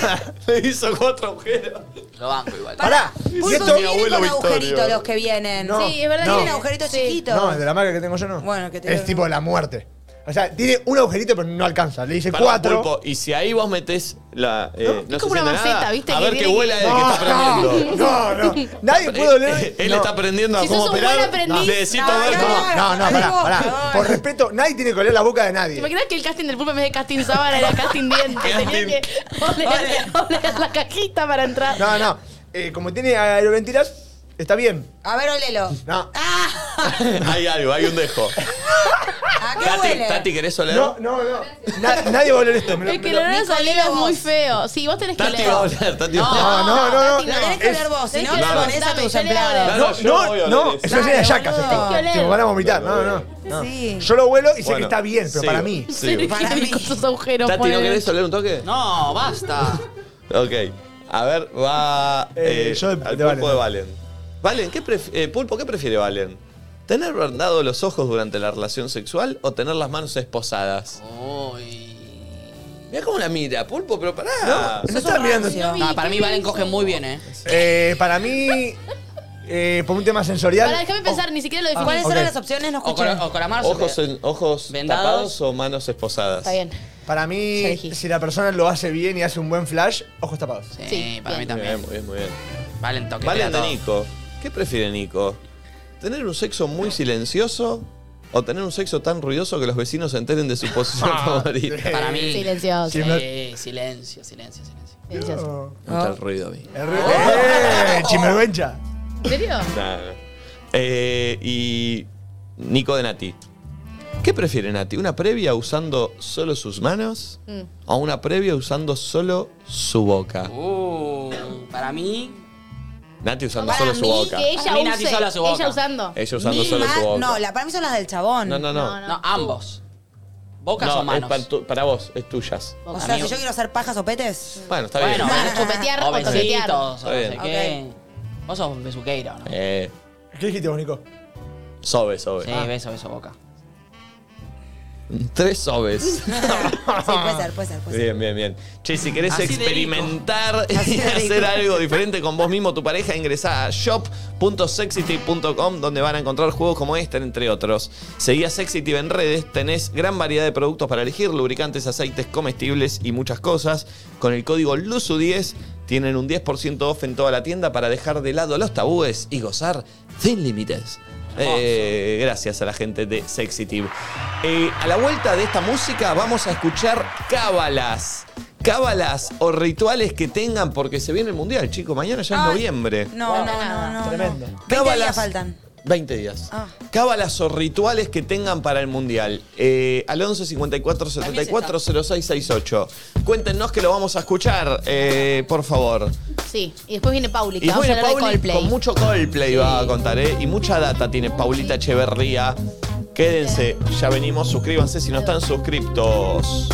Speaker 1: (laughs) hizo cuatro agujeros.
Speaker 2: Lo banco igual.
Speaker 4: Pará.
Speaker 13: Pulpo
Speaker 4: ¿Y esto?
Speaker 13: vienen con agujeritos los que vienen.
Speaker 4: No,
Speaker 13: sí, es verdad,
Speaker 4: no.
Speaker 13: tienen agujeritos chiquitos.
Speaker 4: No, el de la marca que tengo yo no.
Speaker 13: Bueno, que te
Speaker 4: es
Speaker 13: lo-
Speaker 4: tipo la muerte. O sea, tiene un agujerito, pero no alcanza. Le hice
Speaker 1: Pará,
Speaker 4: cuatro.
Speaker 1: pulpo, y si ahí vos metés la. eh, no,
Speaker 4: como
Speaker 1: se
Speaker 4: una
Speaker 1: siente
Speaker 4: maceta,
Speaker 1: nada,
Speaker 4: ¿viste?
Speaker 1: A
Speaker 4: Que
Speaker 1: ver qué
Speaker 4: tiene-
Speaker 1: huele el que
Speaker 4: No,
Speaker 1: está aprendiendo.
Speaker 4: No, no. Nadie puede oler.
Speaker 1: Él
Speaker 4: No.
Speaker 1: está aprendiendo a
Speaker 4: Si
Speaker 1: cómo
Speaker 4: sos un
Speaker 1: operar.
Speaker 4: buen aprendiz.
Speaker 1: Necesito
Speaker 4: No,
Speaker 1: ver
Speaker 4: no,
Speaker 1: cómo.
Speaker 4: No, no, pará, pará. Por respeto, nadie tiene que oler la boca de
Speaker 7: ¿Te
Speaker 4: nadie.
Speaker 7: imaginas que el casting del pulpo en vez de casting sábana era casting dientes? Tenía que oler, oler la cajita para entrar.
Speaker 4: No, no. Eh, como tiene aeroventilas, está bien.
Speaker 13: A ver, olelo. Ah,
Speaker 4: No.
Speaker 1: (laughs) hay algo, hay un dejo. Tati, Tati, ¿querés oler?
Speaker 4: No, no, no. Na- nadie va a oler esto. me lo-
Speaker 7: Es que
Speaker 4: me
Speaker 7: el
Speaker 4: lo-
Speaker 7: olor a salero es muy feo. Sí, vos tenés que
Speaker 1: Tati
Speaker 7: oler.
Speaker 1: va a oler, Tati va a
Speaker 4: No, no, no,
Speaker 1: oler.
Speaker 4: no.
Speaker 7: Tati, lo tenés que oler vos, si
Speaker 4: es-
Speaker 7: no, Claro. lo pones a tus
Speaker 4: Dame, yo le hago
Speaker 7: empleados.
Speaker 4: No,
Speaker 1: Claro, yo
Speaker 4: no,
Speaker 1: voy a
Speaker 4: no,
Speaker 1: oler
Speaker 4: eso
Speaker 1: eso.
Speaker 4: es de yacas
Speaker 7: Dale, boludo. Tenés
Speaker 4: esto.
Speaker 7: que
Speaker 4: Tipo,
Speaker 7: oler.
Speaker 4: van a vomitar. No, no. no. Yo lo huelo y sé que
Speaker 1: Bueno,
Speaker 4: está bien, pero
Speaker 1: sí,
Speaker 4: para mí.
Speaker 1: sí.
Speaker 7: Para mí. Con sus agujeros,
Speaker 1: Tati, ¿no
Speaker 7: ponele.
Speaker 1: querés oler un toque?
Speaker 2: No, basta.
Speaker 1: Ok. A ver, va
Speaker 4: Eh,
Speaker 1: eh,
Speaker 4: yo de-
Speaker 1: al
Speaker 4: de
Speaker 1: pulpo
Speaker 4: Valen.
Speaker 1: de Valen. Valen, ¿qué pref- eh, Pulpo, ¿qué prefiere Valen? ¿Tener vendado los ojos durante la relación sexual o tener las manos esposadas? Mira cómo la mira, Pulpo, pero
Speaker 2: Ah.
Speaker 1: pará.
Speaker 4: No estaba mirando.
Speaker 2: No, para mí Valen coge muy bien, eh.
Speaker 4: Eh, para mí, eh, por un tema sensorial.
Speaker 7: Pará, déjame pensar, ni siquiera lo definí.
Speaker 4: ¿Cuáles eran ok. las
Speaker 13: opciones?
Speaker 2: O con, o con la mano
Speaker 1: Ojos, en- ojos
Speaker 2: Vendados.
Speaker 1: tapados o manos esposadas.
Speaker 7: Está bien.
Speaker 4: Para mí, si la persona lo hace bien y hace un buen flash, ojos tapados.
Speaker 2: Sí, Eh, para mí también.
Speaker 1: Muy bien, muy bien.
Speaker 2: Valen toque.
Speaker 1: Valen
Speaker 2: te da
Speaker 1: de
Speaker 2: todo.
Speaker 1: Nico. ¿Qué prefiere Nico? ¿Tener un sexo muy silencioso o tener un sexo tan ruidoso que los vecinos se enteren de su posición
Speaker 2: Ah,
Speaker 1: favorita?
Speaker 2: Para mí.
Speaker 7: Silencioso.
Speaker 2: Sí, silencio, silencio, silencio.
Speaker 7: Silencioso.
Speaker 1: Me gusta el ruido a mí.
Speaker 4: El ruido- ¡Eh! ¡Chimervencha!
Speaker 7: ¿En serio?
Speaker 1: Nah, nah. Eh, y Nico de Nati. ¿Qué prefiere Nati? ¿Una previa usando solo sus manos
Speaker 2: Mm.
Speaker 1: o una previa usando solo su boca?
Speaker 2: Uh, para mí.
Speaker 1: Nati usando
Speaker 13: Para
Speaker 1: solo su
Speaker 13: mí
Speaker 1: boca.
Speaker 7: Que ella
Speaker 2: Mí Nati
Speaker 7: use.
Speaker 2: sola su boca.
Speaker 7: Ella usando.
Speaker 1: Ella usando
Speaker 13: Mi
Speaker 1: solo su
Speaker 13: ma-
Speaker 1: boca.
Speaker 13: No, la, para mí son las del chabón.
Speaker 1: No, no, no.
Speaker 2: No, ambos. Bocas
Speaker 1: No,
Speaker 2: o manos.
Speaker 1: es pa- tu- para vos, es tuyas.
Speaker 13: O sea, si yo quiero hacer pajas o petes.
Speaker 1: Bueno, está bien.
Speaker 2: Bueno,
Speaker 7: (laughs)
Speaker 1: Ah,
Speaker 7: Chupetear
Speaker 2: o
Speaker 7: o toquetear.
Speaker 2: besitos, o no sé
Speaker 1: Está
Speaker 2: qué. eh, Vos sos besuqueiro, ¿no?
Speaker 1: Eh,
Speaker 4: ¿Qué dijiste vos, Nico?
Speaker 1: sobe, sobe.
Speaker 2: Sí, beso, beso, boca.
Speaker 1: Tres sobes.
Speaker 13: Sí, puede ser, puede ser. Puede ser.
Speaker 1: Bien, bien, bien. Che, si querés
Speaker 13: Así de rico.
Speaker 1: experimentar
Speaker 13: Así
Speaker 1: y
Speaker 13: de
Speaker 1: hacer
Speaker 13: rico.
Speaker 1: algo diferente con vos mismo, tu pareja, ingresá a shop.sexity.com donde van a encontrar juegos como este, entre otros. Seguí a Sexity en redes, tenés gran variedad de productos para elegir, lubricantes, aceites, comestibles y muchas cosas. Con el código LUSU10 tienen un 10% off en toda la tienda para dejar de lado los tabúes y gozar sin límites. Eh, gracias a la gente de Sexity. Eh, a la vuelta de esta música vamos a escuchar cábalas. Cábalas o rituales que tengan porque se viene el mundial, chicos. Mañana ya es
Speaker 13: Ay,
Speaker 1: noviembre.
Speaker 13: No, no, no, no.
Speaker 4: Tremendo.
Speaker 13: Cábalas.
Speaker 1: Cábalas
Speaker 13: faltan.
Speaker 1: 20 días.
Speaker 13: Ah.
Speaker 1: Cábalas o rituales que tengan para el mundial. Eh, al 11 54 74 06 68. Cuéntenos que lo vamos a escuchar, eh, por favor.
Speaker 7: Sí, y después viene Pauli, que
Speaker 1: Y
Speaker 7: vamos
Speaker 1: bueno,
Speaker 7: a hablar
Speaker 1: Pauli
Speaker 7: de Coldplay.
Speaker 1: con mucho Coldplay va a contar, ¿eh? Y mucha data tiene Paulita Echeverría. Quédense, ya venimos, suscríbanse si no están suscriptos.